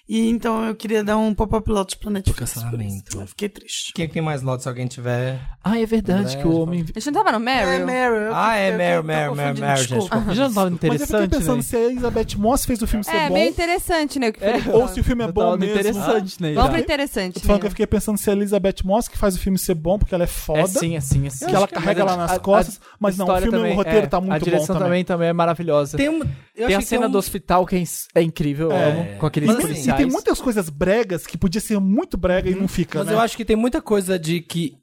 Speaker 6: E então eu queria dar um pop-up lotus pra Netflix. por
Speaker 2: cancelamento.
Speaker 6: isso. Eu fiquei triste.
Speaker 2: Quem tem mais lotes, se alguém tiver.
Speaker 9: Ah, é verdade que o homem.
Speaker 3: A gente não tava no Meryl?
Speaker 6: Meryl.
Speaker 2: Ah, é Meryl, Meryl,
Speaker 6: Mary,
Speaker 2: Meryl,
Speaker 6: Mary, Mary,
Speaker 2: Meryl, gente.
Speaker 9: Ah, Já não tava
Speaker 1: Mas eu fiquei
Speaker 9: interessante,
Speaker 1: pensando
Speaker 9: né?
Speaker 1: se a Elizabeth Moss fez o filme ser
Speaker 3: É,
Speaker 1: bom.
Speaker 3: meio interessante, né? o que o Felipe
Speaker 1: Ou
Speaker 3: falou.
Speaker 1: se o filme é
Speaker 9: Eu
Speaker 1: bom
Speaker 9: tava no
Speaker 1: mesmo.
Speaker 9: interessante nele.
Speaker 3: Vamos pro
Speaker 9: né?
Speaker 1: Tô
Speaker 3: interessante.
Speaker 1: falando que eu
Speaker 3: né?
Speaker 1: fiquei pensando se é a Elizabeth Moss que faz o filme ser bom, porque ela é foda.
Speaker 9: É sim, é sim, é sim.
Speaker 1: que ela carrega lá nas costas, mas não, o
Speaker 9: história é,
Speaker 1: filme, o roteiro tá muito
Speaker 9: A
Speaker 1: bom
Speaker 9: direção
Speaker 1: também.
Speaker 9: também, também é maravilhosa. Tem,
Speaker 2: Tem, um, eu achei
Speaker 9: a
Speaker 2: que
Speaker 9: cena
Speaker 2: tem um-
Speaker 9: do hospital que é, ins- é incrível, eu
Speaker 1: É.
Speaker 9: amo, com aqueles
Speaker 1: E,
Speaker 2: Mas, assim,
Speaker 1: tem- e
Speaker 9: policiais.
Speaker 1: tem muitas coisas bregas que podia ser muito brega e não fica,
Speaker 2: assim, Mas
Speaker 1: né?
Speaker 2: eu acho que tem muita coisa de que.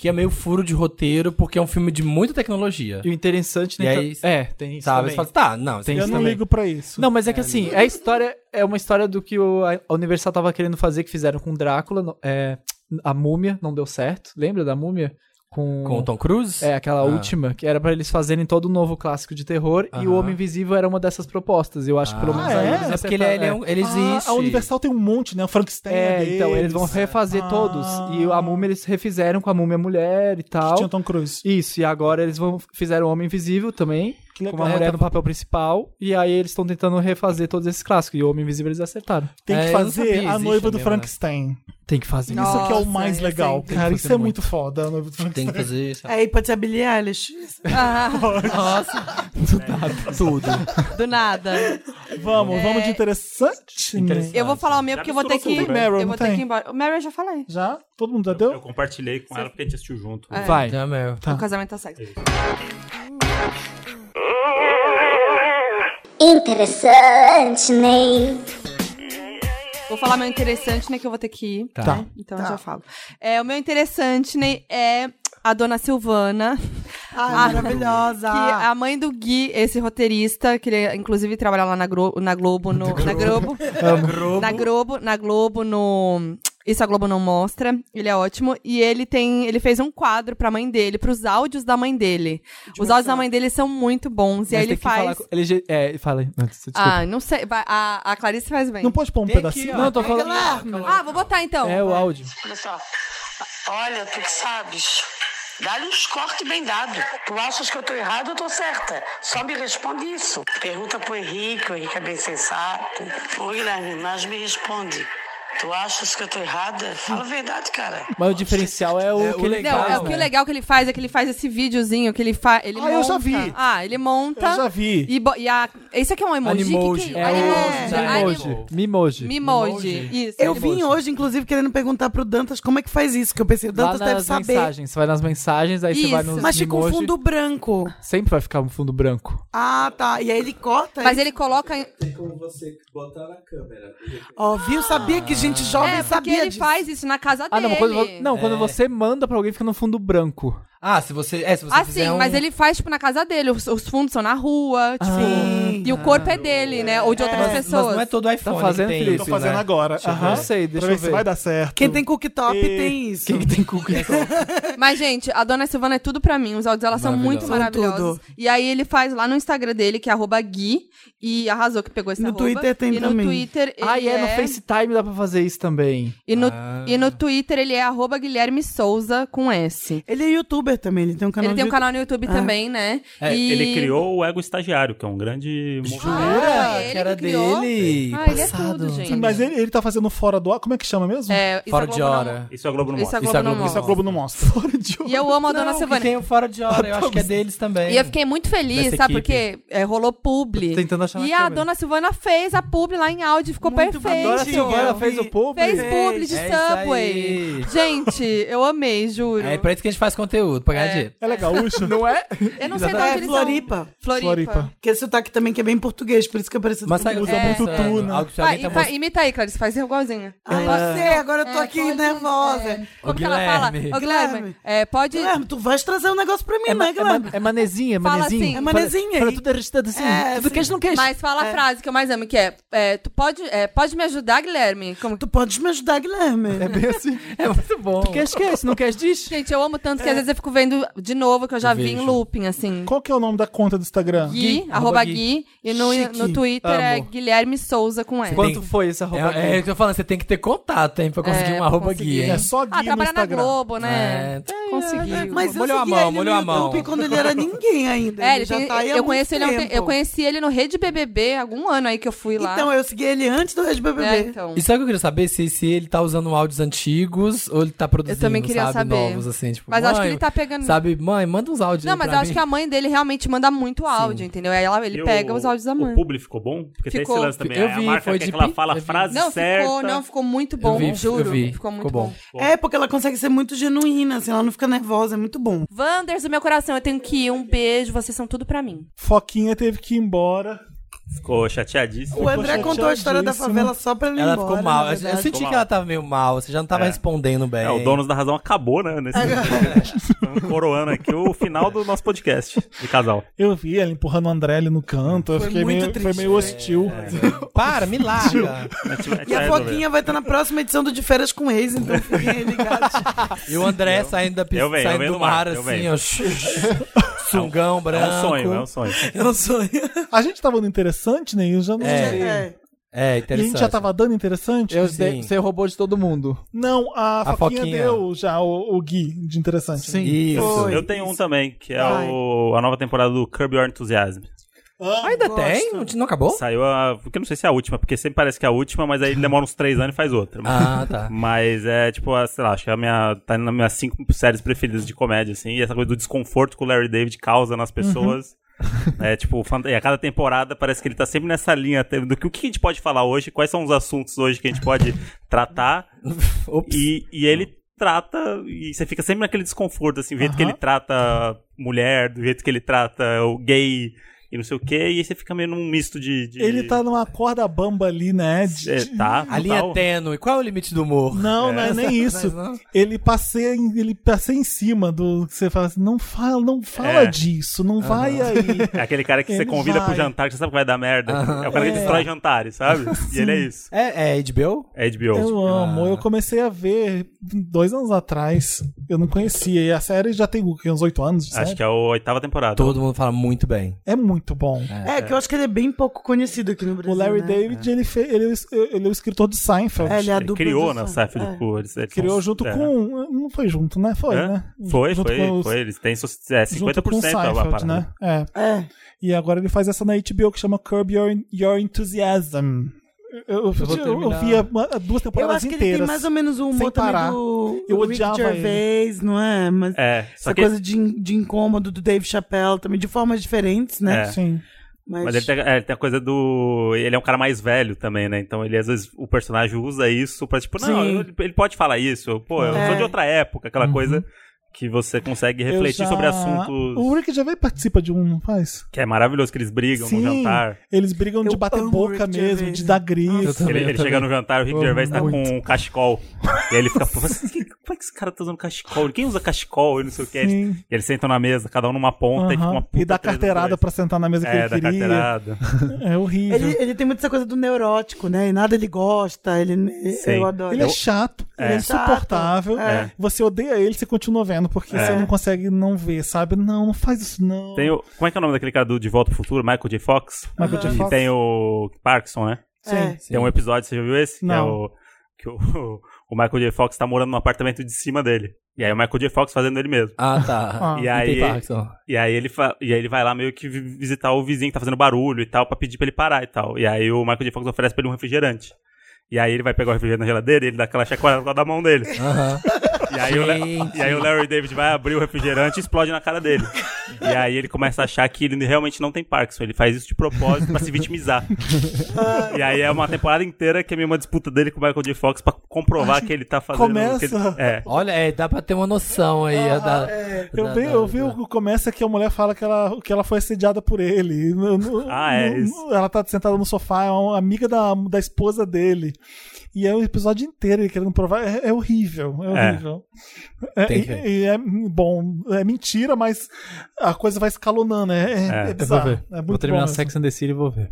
Speaker 2: que é meio furo de roteiro, porque é um filme de muita tecnologia.
Speaker 9: E o interessante, né?
Speaker 2: E
Speaker 9: tá-
Speaker 2: aí-
Speaker 9: é, tem isso
Speaker 2: Sabe? Você
Speaker 9: também.
Speaker 2: fala, tá, não,
Speaker 9: Tem
Speaker 1: eu
Speaker 9: isso
Speaker 1: não
Speaker 9: também.
Speaker 1: ligo pra isso.
Speaker 9: Não, mas é que assim, é a história é uma história do que o, a Universal tava querendo fazer, que fizeram com Drácula, no- é, a múmia não deu certo. Lembra da múmia? Com,
Speaker 2: com o Tom Cruise?
Speaker 9: É, aquela
Speaker 2: Ah.
Speaker 9: última, que era pra eles fazerem todo um novo clássico de terror, e o
Speaker 2: Aham.
Speaker 9: Homem Invisível era uma dessas propostas. Eu acho que pelo
Speaker 2: Ah,
Speaker 9: menos
Speaker 1: é?
Speaker 9: aí eles
Speaker 2: É porque ele, é- ele, é um- ele
Speaker 1: Ah,
Speaker 2: existe.
Speaker 1: a Universal tem um monte, né? O Frankenstein.
Speaker 9: É,
Speaker 1: deles,
Speaker 9: então, eles vão refazer
Speaker 1: Ah.
Speaker 9: todos. E a múmia eles refizeram com a múmia mulher e tal.
Speaker 1: Tinha o Tom Cruise.
Speaker 9: Isso, e agora eles vão fizeram o Homem Invisível também,
Speaker 1: Que legal.
Speaker 9: com uma
Speaker 1: É,
Speaker 9: mulher
Speaker 1: tá-
Speaker 9: no papel principal, e aí eles estão tentando refazer todos esses clássicos, e o Homem Invisível eles acertaram.
Speaker 1: Tem que
Speaker 2: É, eu não
Speaker 1: fazer
Speaker 2: sabia,
Speaker 1: a
Speaker 2: existe
Speaker 1: noiva do
Speaker 2: mesmo, né?
Speaker 1: Frankenstein.
Speaker 9: Tem que fazer isso.
Speaker 1: isso que é o
Speaker 3: Nossa,
Speaker 1: mais
Speaker 3: esse
Speaker 1: legal,
Speaker 3: aí
Speaker 9: tem
Speaker 1: cara.
Speaker 9: que
Speaker 1: Isso
Speaker 9: fazer
Speaker 1: é muito foda. a noiva do Frankenstein.
Speaker 2: Tem que fazer. sabe?
Speaker 6: Aí É, pode ser a Billie Eilish.
Speaker 3: Ah,
Speaker 2: Nossa.
Speaker 9: Tudo.
Speaker 3: do nada.
Speaker 1: Vamos, vamos de interessante.
Speaker 9: Interessante.
Speaker 3: Eu vou falar o meu porque eu vou ter que.
Speaker 4: misturou tudo,
Speaker 1: né?
Speaker 3: Eu vou ter
Speaker 1: Meryl, não
Speaker 3: que
Speaker 1: tem?
Speaker 3: ir embora. O Meryl eu já falei.
Speaker 1: Já? Todo mundo já deu?
Speaker 4: Eu compartilhei com ela porque a gente assistiu junto.
Speaker 3: É.
Speaker 9: Vai.
Speaker 2: Já, meu.
Speaker 1: Tá.
Speaker 3: O casamento tá sexo.
Speaker 10: Interessante, Ney.
Speaker 3: Vou falar meu interessante, né? Que eu vou ter que ir.
Speaker 2: Tá.
Speaker 3: né? Então eu já falo. É, o meu interessante, né? É a dona Silvana.
Speaker 6: Ai, Ah, maravilhosa.
Speaker 3: Ah, Que a mãe do Gui, esse roteirista, que ele inclusive trabalha lá na, Glo na Globo, no, na Globo, na Globo, na Globo, no isso a Globo não mostra. Ele é ótimo e ele tem, ele fez um quadro pra mãe dele, pros áudios da mãe dele. Os áudios da mãe dele são muito bons e aí ele faz.
Speaker 9: Ele, ge- é, fala aí. antes, desculpa.
Speaker 3: Ah, não sei, vai- a, a Clarice faz bem.
Speaker 1: Não pode pôr um
Speaker 2: Tem
Speaker 1: pedacinho?
Speaker 2: aqui, ó.
Speaker 9: não, eu tô falando...
Speaker 3: Ah, vou botar então.
Speaker 9: É o áudio.
Speaker 11: Olha só. Olha, tu que sabes. Dá-lhe uns cortes bem dados. Tu achas que eu tô errada ou tô certa? Só me responde isso. Pergunta pro Henrique, o Henrique é bem sensato. Ô, Guilherme, mas me responde. Tu achas que eu tô errada? Fala a verdade, cara.
Speaker 9: Mas o diferencial é o
Speaker 2: É, o
Speaker 9: que ele
Speaker 2: legal
Speaker 3: Não,
Speaker 9: faz,
Speaker 3: é, o que
Speaker 9: né?
Speaker 3: o legal que ele faz é que ele faz esse videozinho que ele faz. Ele
Speaker 1: Ah,
Speaker 3: monta.
Speaker 1: eu já vi.
Speaker 3: Ah, ele monta.
Speaker 1: Eu já vi.
Speaker 3: E, bo- e a. Esse aqui é um emoji?
Speaker 2: Animoji.
Speaker 3: Que que
Speaker 9: É,
Speaker 3: é?
Speaker 9: o
Speaker 3: Ah,
Speaker 9: Mimoji.
Speaker 3: anim-
Speaker 9: Mimoji.
Speaker 3: Mimoji. Isso.
Speaker 6: Eu
Speaker 3: Ele-
Speaker 6: vim hoje, inclusive, querendo perguntar pro Dantas como é que faz isso, que eu pensei, o
Speaker 9: Lá
Speaker 6: Dantas deve
Speaker 9: nas
Speaker 6: saber.
Speaker 9: mensagens. Você vai nas mensagens, aí você vai
Speaker 3: Isso.
Speaker 9: nos
Speaker 6: Mas fica um
Speaker 9: Mimoji.
Speaker 6: fundo branco.
Speaker 9: Sempre vai ficar um fundo branco.
Speaker 6: Ah, tá. E aí ele corta.
Speaker 3: Mas
Speaker 6: Mas
Speaker 3: ele coloca. em-
Speaker 6: Ó, viu? Sabia que gente jovem
Speaker 3: É, porque
Speaker 6: sabia
Speaker 3: ele
Speaker 6: disso.
Speaker 3: faz isso na casa
Speaker 9: Ah,
Speaker 3: dele.
Speaker 9: não, mas quando, vo- não, quando
Speaker 2: É.
Speaker 9: você manda pra alguém, fica no fundo branco.
Speaker 2: Ah, se você. É, se você
Speaker 3: Ah,
Speaker 2: fizer
Speaker 3: sim,
Speaker 2: um-
Speaker 3: mas ele faz, tipo, na casa dele. Os, os fundos são na rua, tipo.
Speaker 6: Ah, Sim.
Speaker 3: E o corpo é dele, né? Ou de outras
Speaker 2: Mas, mas
Speaker 3: pessoas.
Speaker 2: não é todo iPhone
Speaker 9: fazendo,
Speaker 2: que tem
Speaker 9: Felipe?
Speaker 1: Tô
Speaker 2: isso,
Speaker 1: fazendo
Speaker 2: né?
Speaker 1: agora. Aham.
Speaker 9: Não sei, deixa
Speaker 1: pra ver
Speaker 9: eu
Speaker 1: se
Speaker 9: ver.
Speaker 1: vai dar certo.
Speaker 6: Quem tem cooktop
Speaker 1: E-
Speaker 6: tem isso.
Speaker 9: Quem que tem cookie?
Speaker 3: Mas, gente, a Dona Silvana é tudo pra mim. Os áudios dela são muito
Speaker 6: Maravilhosa.
Speaker 3: maravilhosos. E aí ele faz lá no Instagram dele, que é arroba Gui. E arrasou que pegou esse
Speaker 6: No
Speaker 3: arroba.
Speaker 6: Twitter tem
Speaker 3: e
Speaker 6: também.
Speaker 3: No Twitter ele
Speaker 9: ah, e é, no
Speaker 3: é-
Speaker 9: FaceTime dá pra fazer isso também.
Speaker 3: E no,
Speaker 2: Ah.
Speaker 3: e no Twitter ele é arroba Guilherme Souza com S.
Speaker 6: Ele é youtuber, youtuber também, ele tem um canal
Speaker 3: Ele tem um
Speaker 6: de
Speaker 3: canal no YouTube
Speaker 6: Ah.
Speaker 3: também, né?
Speaker 4: É,
Speaker 3: E-
Speaker 4: Ele criou o Ego Estagiário, que é um grande. movimento.
Speaker 3: Ah, ele
Speaker 1: que era
Speaker 3: criou?
Speaker 1: dele,
Speaker 3: Ah, ele é tudo,
Speaker 1: Sim,
Speaker 3: gente.
Speaker 1: mas ele, ele tá fazendo fora do ar. Como é que chama mesmo?
Speaker 3: É, isso Fora a Globo de não hora. mostra.
Speaker 4: Isso é a Globo não
Speaker 3: Isso a
Speaker 4: mostra.
Speaker 3: Globo Isso a não Globo-
Speaker 1: Isso a Globo não mostra. é Fora de
Speaker 3: E eu amo a Dona Silvana.
Speaker 2: Tem o Fora de Hora, eu acho que é deles também.
Speaker 3: E eu fiquei muito feliz,
Speaker 2: Dessa
Speaker 3: sabe?
Speaker 2: equipe.
Speaker 3: Porque é, rolou publi.
Speaker 2: Tô tentando achar na
Speaker 3: e a
Speaker 2: câmera.
Speaker 3: dona Silvana fez a publi lá em áudio, ficou perfeito.
Speaker 5: Dona Silvana fez o publi?
Speaker 3: Fez publi de
Speaker 2: É isso
Speaker 3: Subway.
Speaker 2: aí.
Speaker 3: Gente, eu amei, juro.
Speaker 2: É pra isso que a gente faz conteúdo, pra ganhar dinheiro.
Speaker 1: Ela é gaúcha?
Speaker 5: Não é?
Speaker 3: Eu não sei de onde
Speaker 6: É,
Speaker 3: então eles são.
Speaker 6: Floripa.
Speaker 3: Floripa. Floripa.
Speaker 6: Que é sotaque também que é bem português, por isso que é parecido
Speaker 2: Mas
Speaker 6: com
Speaker 2: sabe-
Speaker 6: português.
Speaker 2: usa muito
Speaker 6: É.
Speaker 2: tu, né? Algo que alguém
Speaker 3: Vai,
Speaker 2: tá
Speaker 3: imita,
Speaker 2: mostrando.
Speaker 3: imita aí, Clarice, faz igualzinha.
Speaker 6: Ai,
Speaker 2: Ela-
Speaker 6: você, agora Ah,
Speaker 3: É,
Speaker 6: eu tô aqui nervosa.
Speaker 3: Como que ela fala?
Speaker 2: Guilherme.
Speaker 3: Ô, Guilherme, é, pode...
Speaker 6: Guilherme, tu vais trazer um negócio pra mim,
Speaker 9: É, ma-
Speaker 6: né,
Speaker 9: é, ma-
Speaker 6: Guilherme?
Speaker 9: é manezinha, é
Speaker 3: Fala
Speaker 9: manezinha.
Speaker 3: assim. É
Speaker 6: manezinha
Speaker 9: Fala,
Speaker 6: aí.
Speaker 9: fala tudo arrastado assim.
Speaker 6: É,
Speaker 9: tudo
Speaker 6: sim.
Speaker 9: queijo, não queijo.
Speaker 3: Mas fala a frase que eu mais amo, que é, é, tu pode, é, pode me ajudar, Guilherme? Como...
Speaker 6: Tu podes me ajudar, Guilherme.
Speaker 9: É bem assim.
Speaker 2: É muito bom.
Speaker 9: Tu queijo, queijo. Não queijo, diz.
Speaker 3: Gente, eu amo tanto que às vezes eu fico vendo de novo, que eu já vi em
Speaker 2: Vejo.
Speaker 3: looping, assim.
Speaker 1: Qual que é o nome da conta do Instagram?
Speaker 3: Gui,
Speaker 2: Gui,
Speaker 3: arroba
Speaker 2: arroba
Speaker 3: Gui. E no,
Speaker 9: Chique.
Speaker 3: no Twitter é
Speaker 9: Amo.
Speaker 3: Guilherme Souza com S.
Speaker 9: Quanto
Speaker 2: Tem-
Speaker 9: foi essa roupa
Speaker 2: É, é, eu tô falando, você tem que ter contato, hein, pra conseguir
Speaker 3: É,
Speaker 2: um
Speaker 3: pra
Speaker 2: arroba
Speaker 3: conseguir.
Speaker 2: guia, hein?
Speaker 1: É só Gui
Speaker 3: Ah,
Speaker 1: no
Speaker 3: trabalhar na
Speaker 1: Instagram.
Speaker 3: Globo, né?
Speaker 2: É, tá-
Speaker 3: Conseguiu.
Speaker 6: Mas
Speaker 2: Molhou
Speaker 6: eu
Speaker 2: a
Speaker 6: segui
Speaker 2: mão,
Speaker 6: ele
Speaker 2: molhou
Speaker 6: no
Speaker 2: a mão.
Speaker 6: YouTube quando ele era ninguém ainda.
Speaker 3: É,
Speaker 6: ele
Speaker 3: ele
Speaker 6: já
Speaker 3: tem-
Speaker 6: tá aí há
Speaker 3: eu,
Speaker 6: muito
Speaker 3: conheci ele há um
Speaker 6: tempo.
Speaker 3: te- eu conheci ele no Rede BBB algum ano aí que eu fui lá.
Speaker 6: Então, eu segui ele antes do Rede BBB.
Speaker 3: É, então.
Speaker 2: E sabe o que eu queria saber? Se, se ele tá usando áudios antigos ou ele tá produzindo,
Speaker 3: também queria
Speaker 2: sabe,
Speaker 3: saber.
Speaker 2: novos, assim, tipo,
Speaker 3: Mas
Speaker 2: mãe,
Speaker 3: acho que ele tá pegando-
Speaker 2: Sabe, mãe, manda uns áudios
Speaker 3: Não,
Speaker 2: aí
Speaker 3: mas
Speaker 2: pra
Speaker 3: eu acho
Speaker 2: mim.
Speaker 3: que a mãe dele realmente manda muito áudio, entendeu? Aí ela, ele
Speaker 4: E
Speaker 3: pega
Speaker 4: o-
Speaker 3: os áudios da mãe.
Speaker 4: O público ficou bom? Porque tem
Speaker 3: Ficou.
Speaker 4: esse lance também.
Speaker 2: Eu
Speaker 4: aí
Speaker 2: vi,
Speaker 4: a marca
Speaker 2: foi
Speaker 4: quer
Speaker 2: de
Speaker 4: que ela
Speaker 2: pi-
Speaker 4: fala
Speaker 2: eu
Speaker 4: a
Speaker 2: vi.
Speaker 4: frase
Speaker 3: Não,
Speaker 4: certa.
Speaker 3: ficou, não, ficou muito bom,
Speaker 2: Eu vi,
Speaker 3: juro.
Speaker 2: eu vi.
Speaker 3: Ficou muito
Speaker 2: Ficou
Speaker 3: bom.
Speaker 2: bom.
Speaker 6: É, porque ela consegue ser muito genuína, assim, ela não fica nervosa, é muito bom.
Speaker 3: Wanders, do meu coração, eu tenho que ir. Um beijo, vocês são tudo pra mim.
Speaker 1: Foquinha teve que ir embora.
Speaker 4: Ficou chateadíssimo.
Speaker 6: O André contou a história da
Speaker 1: chateadíssimo.
Speaker 6: favela só pra ele ir
Speaker 2: Ela
Speaker 6: embora.
Speaker 2: ficou mal.
Speaker 6: na
Speaker 2: Eu- eu
Speaker 6: verdade.
Speaker 2: senti
Speaker 4: Ficou
Speaker 2: que
Speaker 4: mal.
Speaker 2: ela tava meio mal, você já não tava
Speaker 4: É.
Speaker 2: respondendo bem.
Speaker 4: É, o Donos da Razão acabou, né? Nesse... coroando aqui o final do nosso podcast de casal.
Speaker 1: Eu vi ela empurrando o André ali no canto. Eu
Speaker 6: Foi
Speaker 1: fiquei
Speaker 6: muito
Speaker 1: meio,
Speaker 6: triste,
Speaker 1: foi meio hostil.
Speaker 2: Para, me larga.
Speaker 6: E
Speaker 4: é,
Speaker 6: a Foquinha vai estar na próxima edição do De Férias com Ex, então fiquem aí ligados.
Speaker 2: e o André saindo da piscina,
Speaker 4: Eu venho, eu
Speaker 2: saindo
Speaker 4: venho
Speaker 2: do
Speaker 4: do
Speaker 2: mar,
Speaker 4: mar, eu
Speaker 2: assim,
Speaker 4: venho.
Speaker 2: ó. Sungão branco.
Speaker 4: É um sonho, é um sonho.
Speaker 6: É um sonho.
Speaker 1: A gente tava dando interessante, né? Eu já não
Speaker 2: É.
Speaker 1: sei.
Speaker 6: É.
Speaker 2: É,
Speaker 1: E a
Speaker 2: interessante.
Speaker 1: gente já tava dando interessante?
Speaker 5: Eu
Speaker 2: Sim.
Speaker 5: dei- Você roubou de todo mundo.
Speaker 1: Não, a,
Speaker 2: A
Speaker 1: Foquinha,
Speaker 2: Foquinha.
Speaker 1: deu já o, o Gui de interessante.
Speaker 5: Sim.
Speaker 2: Isso.
Speaker 6: Foi.
Speaker 4: Eu tenho um também, que é
Speaker 6: Vai.
Speaker 4: o, a nova temporada do Curb Your Enthusiasm.
Speaker 2: Ainda tem? Não, não acabou?
Speaker 4: Saiu a. Porque eu não sei se é a última, porque sempre parece que é a última, mas aí demora uns três anos e faz outra.
Speaker 2: Ah, tá.
Speaker 4: Mas é tipo, a, sei lá, acho que é a minha. Tá nas minhas cinco séries preferidas de comédia, assim. E essa coisa do desconforto que o Larry David causa nas
Speaker 2: Uhum.
Speaker 4: pessoas. É tipo, fant- e a cada temporada parece que ele tá sempre nessa linha até do que o que a gente pode falar hoje, quais são os assuntos hoje que a gente pode tratar.
Speaker 2: Ops.
Speaker 4: E, e ele trata, e você fica sempre naquele desconforto, assim, do jeito que ele trata mulher, do jeito que ele trata o gay e não sei o quê, e aí você fica meio num misto de. de-
Speaker 1: Ele tá numa corda bamba ali, né? De-
Speaker 4: É, tá,
Speaker 2: A linha
Speaker 4: total.
Speaker 2: tênue. Qual é o limite do humor?
Speaker 1: Não, não é nem isso. Ele passeia, em- ele passeia em cima do que você fala assim, não fala, não fala
Speaker 4: É.
Speaker 1: disso, não vai aí.
Speaker 4: É aquele cara que
Speaker 1: Ele
Speaker 4: você convida
Speaker 1: vai.
Speaker 4: pro jantar, que você sabe que vai dar merda.
Speaker 2: Aham.
Speaker 4: É o cara
Speaker 1: É.
Speaker 4: que destrói jantares, sabe? E ele é isso.
Speaker 2: É, é HBO?
Speaker 4: É HBO.
Speaker 1: Eu amo. Eu comecei a ver dois anos atrás. Eu não conhecia. E a série já tem o quê? uns oito anos. de
Speaker 4: Acho
Speaker 1: série?
Speaker 4: que é a oitava temporada.
Speaker 2: Todo mundo fala muito bem.
Speaker 1: É muito bom.
Speaker 6: É, que eu acho que ele é bem pouco conhecido aqui
Speaker 1: O
Speaker 6: no Brasil.
Speaker 1: Larry
Speaker 6: né?
Speaker 1: David, ele, fe- ele, é o es- ele é o escritor de Seinfeld.
Speaker 6: É, ele é a
Speaker 4: Ele
Speaker 6: dupla É.
Speaker 4: criou
Speaker 6: do-
Speaker 4: na Saf do Cu. eles- eles
Speaker 1: é. Criou
Speaker 4: são-
Speaker 1: junto
Speaker 4: é.
Speaker 1: com. Não foi junto, né? Foi,
Speaker 4: Hã?
Speaker 1: né?
Speaker 4: Foi,
Speaker 1: junto
Speaker 4: foi,
Speaker 1: com os-
Speaker 4: foi. Eles têm so- é, 50%
Speaker 1: junto com o
Speaker 4: a
Speaker 1: Seinfeld,
Speaker 4: parada.
Speaker 1: né? É.
Speaker 6: É.
Speaker 1: E agora ele faz essa na HBO que chama Curb Your, Your Enthusiasm. Eu, eu,
Speaker 5: vou
Speaker 1: eu- eu
Speaker 5: terminar.
Speaker 1: via uma- duas
Speaker 6: Eu
Speaker 1: temporadas
Speaker 6: acho que ele
Speaker 1: inteiras.
Speaker 6: tem mais ou menos o humor
Speaker 1: sem parar.
Speaker 6: também do
Speaker 1: Eu
Speaker 6: do Rick
Speaker 1: odiava ele.
Speaker 6: Gervais, não é? Mas
Speaker 4: É, só
Speaker 6: essa
Speaker 4: que,
Speaker 6: coisa de, in- de incômodo do Dave Chappelle também, de formas diferentes, né?
Speaker 4: É.
Speaker 1: Sim.
Speaker 6: Mas,
Speaker 4: mas ele tem, é, ele tem a coisa do. Ele é um cara mais velho também, né? Então ele às vezes o personagem usa isso pra tipo, não,
Speaker 6: Sim.
Speaker 4: eu- ele pode falar isso. Pô, eu sou
Speaker 6: É.
Speaker 4: de outra época, aquela coisa que você consegue
Speaker 1: Uhum. Eu
Speaker 4: refletir
Speaker 1: já-
Speaker 4: sobre assuntos.
Speaker 1: O Rick já veio participa de um, não faz?
Speaker 4: Que é maravilhoso que eles brigam
Speaker 1: Sim.
Speaker 4: no jantar.
Speaker 1: Eles brigam de
Speaker 6: Eu
Speaker 1: bater
Speaker 6: amo
Speaker 1: boca
Speaker 6: o Rick
Speaker 1: mesmo,
Speaker 6: Gervais.
Speaker 1: de dar grito.
Speaker 9: Nossa. Também,
Speaker 4: ele ele
Speaker 9: eu
Speaker 4: chega
Speaker 9: também.
Speaker 4: no jantar, o Rick
Speaker 9: Amo
Speaker 4: Gervais tá
Speaker 9: muito.
Speaker 4: com um cachecol. e aí ele fica, pô, mas que- como é que esse cara tá usando cachecol? Quem usa cachecol? E não sei o que. Eles,
Speaker 1: Sim.
Speaker 4: e eles sentam na mesa, cada um numa ponta e fica
Speaker 1: Aham.
Speaker 4: uma puta
Speaker 1: E dá
Speaker 4: treta dos
Speaker 1: carteirada
Speaker 4: dois.
Speaker 1: pra sentar na mesa que
Speaker 4: É,
Speaker 1: ele
Speaker 4: da
Speaker 1: queria.
Speaker 4: carteirada.
Speaker 1: É horrível.
Speaker 6: ele,
Speaker 1: Ele,
Speaker 6: ele tem muito essa coisa do neurótico, né? E nada ele gosta, ele,
Speaker 4: Sim.
Speaker 6: eu adoro.
Speaker 1: é chato, ele é
Speaker 4: É.
Speaker 1: insuportável.
Speaker 4: É.
Speaker 1: Você odeia ele, você continua vendo, porque
Speaker 4: É.
Speaker 1: você não consegue não ver, sabe? Não, não faz isso, não.
Speaker 4: Tem o, como é que é o nome daquele cara do De Volta pro Futuro? Michael J. Fox?
Speaker 1: Michael J.
Speaker 4: E
Speaker 1: Fox.
Speaker 4: tem o Parkinson, né?
Speaker 6: É.
Speaker 4: Tem um episódio, você já viu esse?
Speaker 1: Não.
Speaker 4: Que é o. Que o o Michael J. Fox tá morando no apartamento de cima dele. E aí o Michael J. Fox fazendo ele mesmo.
Speaker 2: Ah, tá.
Speaker 4: e,
Speaker 2: Ah,
Speaker 4: aí,
Speaker 2: Peter Parkinson.
Speaker 4: e aí ele fa- e aí ele vai lá meio que vi- visitar o vizinho que tá fazendo barulho e tal, pra pedir pra ele parar e tal. E aí o Michael J. Fox oferece pra ele um refrigerante. E aí ele vai pegar o refrigerante na geladeira e ele dá aquela chacoalhada com a da mão dele. E aí, o Le-
Speaker 2: Gente.
Speaker 4: e aí o Larry David vai abrir o refrigerante e explode na cara dele. E aí ele começa a achar que ele realmente não tem Parkinson. Ele faz isso de propósito pra se vitimizar. e aí é uma temporada inteira que é meio uma disputa dele com o Michael J. Fox pra comprovar que ele tá fazendo... Que ele,
Speaker 1: Começa.
Speaker 4: é.
Speaker 2: Olha, é, dá pra ter uma noção aí. é da-
Speaker 1: Ah, Eu,
Speaker 2: da-
Speaker 1: vi,
Speaker 2: da-
Speaker 1: eu vi o começa que a mulher fala que ela, que ela foi assediada por ele. No- no-
Speaker 4: Ah, é
Speaker 1: no-
Speaker 4: isso.
Speaker 1: Ela tá sentada no sofá, é uma amiga da, da esposa dele. E é o episódio inteiro ele querendo provar. É, é horrível, é
Speaker 4: É.
Speaker 1: horrível. É,
Speaker 2: Tem
Speaker 1: e-
Speaker 2: que-
Speaker 1: e é bom, é mentira, mas a coisa vai escalonando. É, é, é
Speaker 9: Eu vou
Speaker 1: bizarro.
Speaker 9: ver.
Speaker 1: É muito
Speaker 9: vou terminar
Speaker 1: bom É. mesmo.
Speaker 9: Sex and the City e vou ver.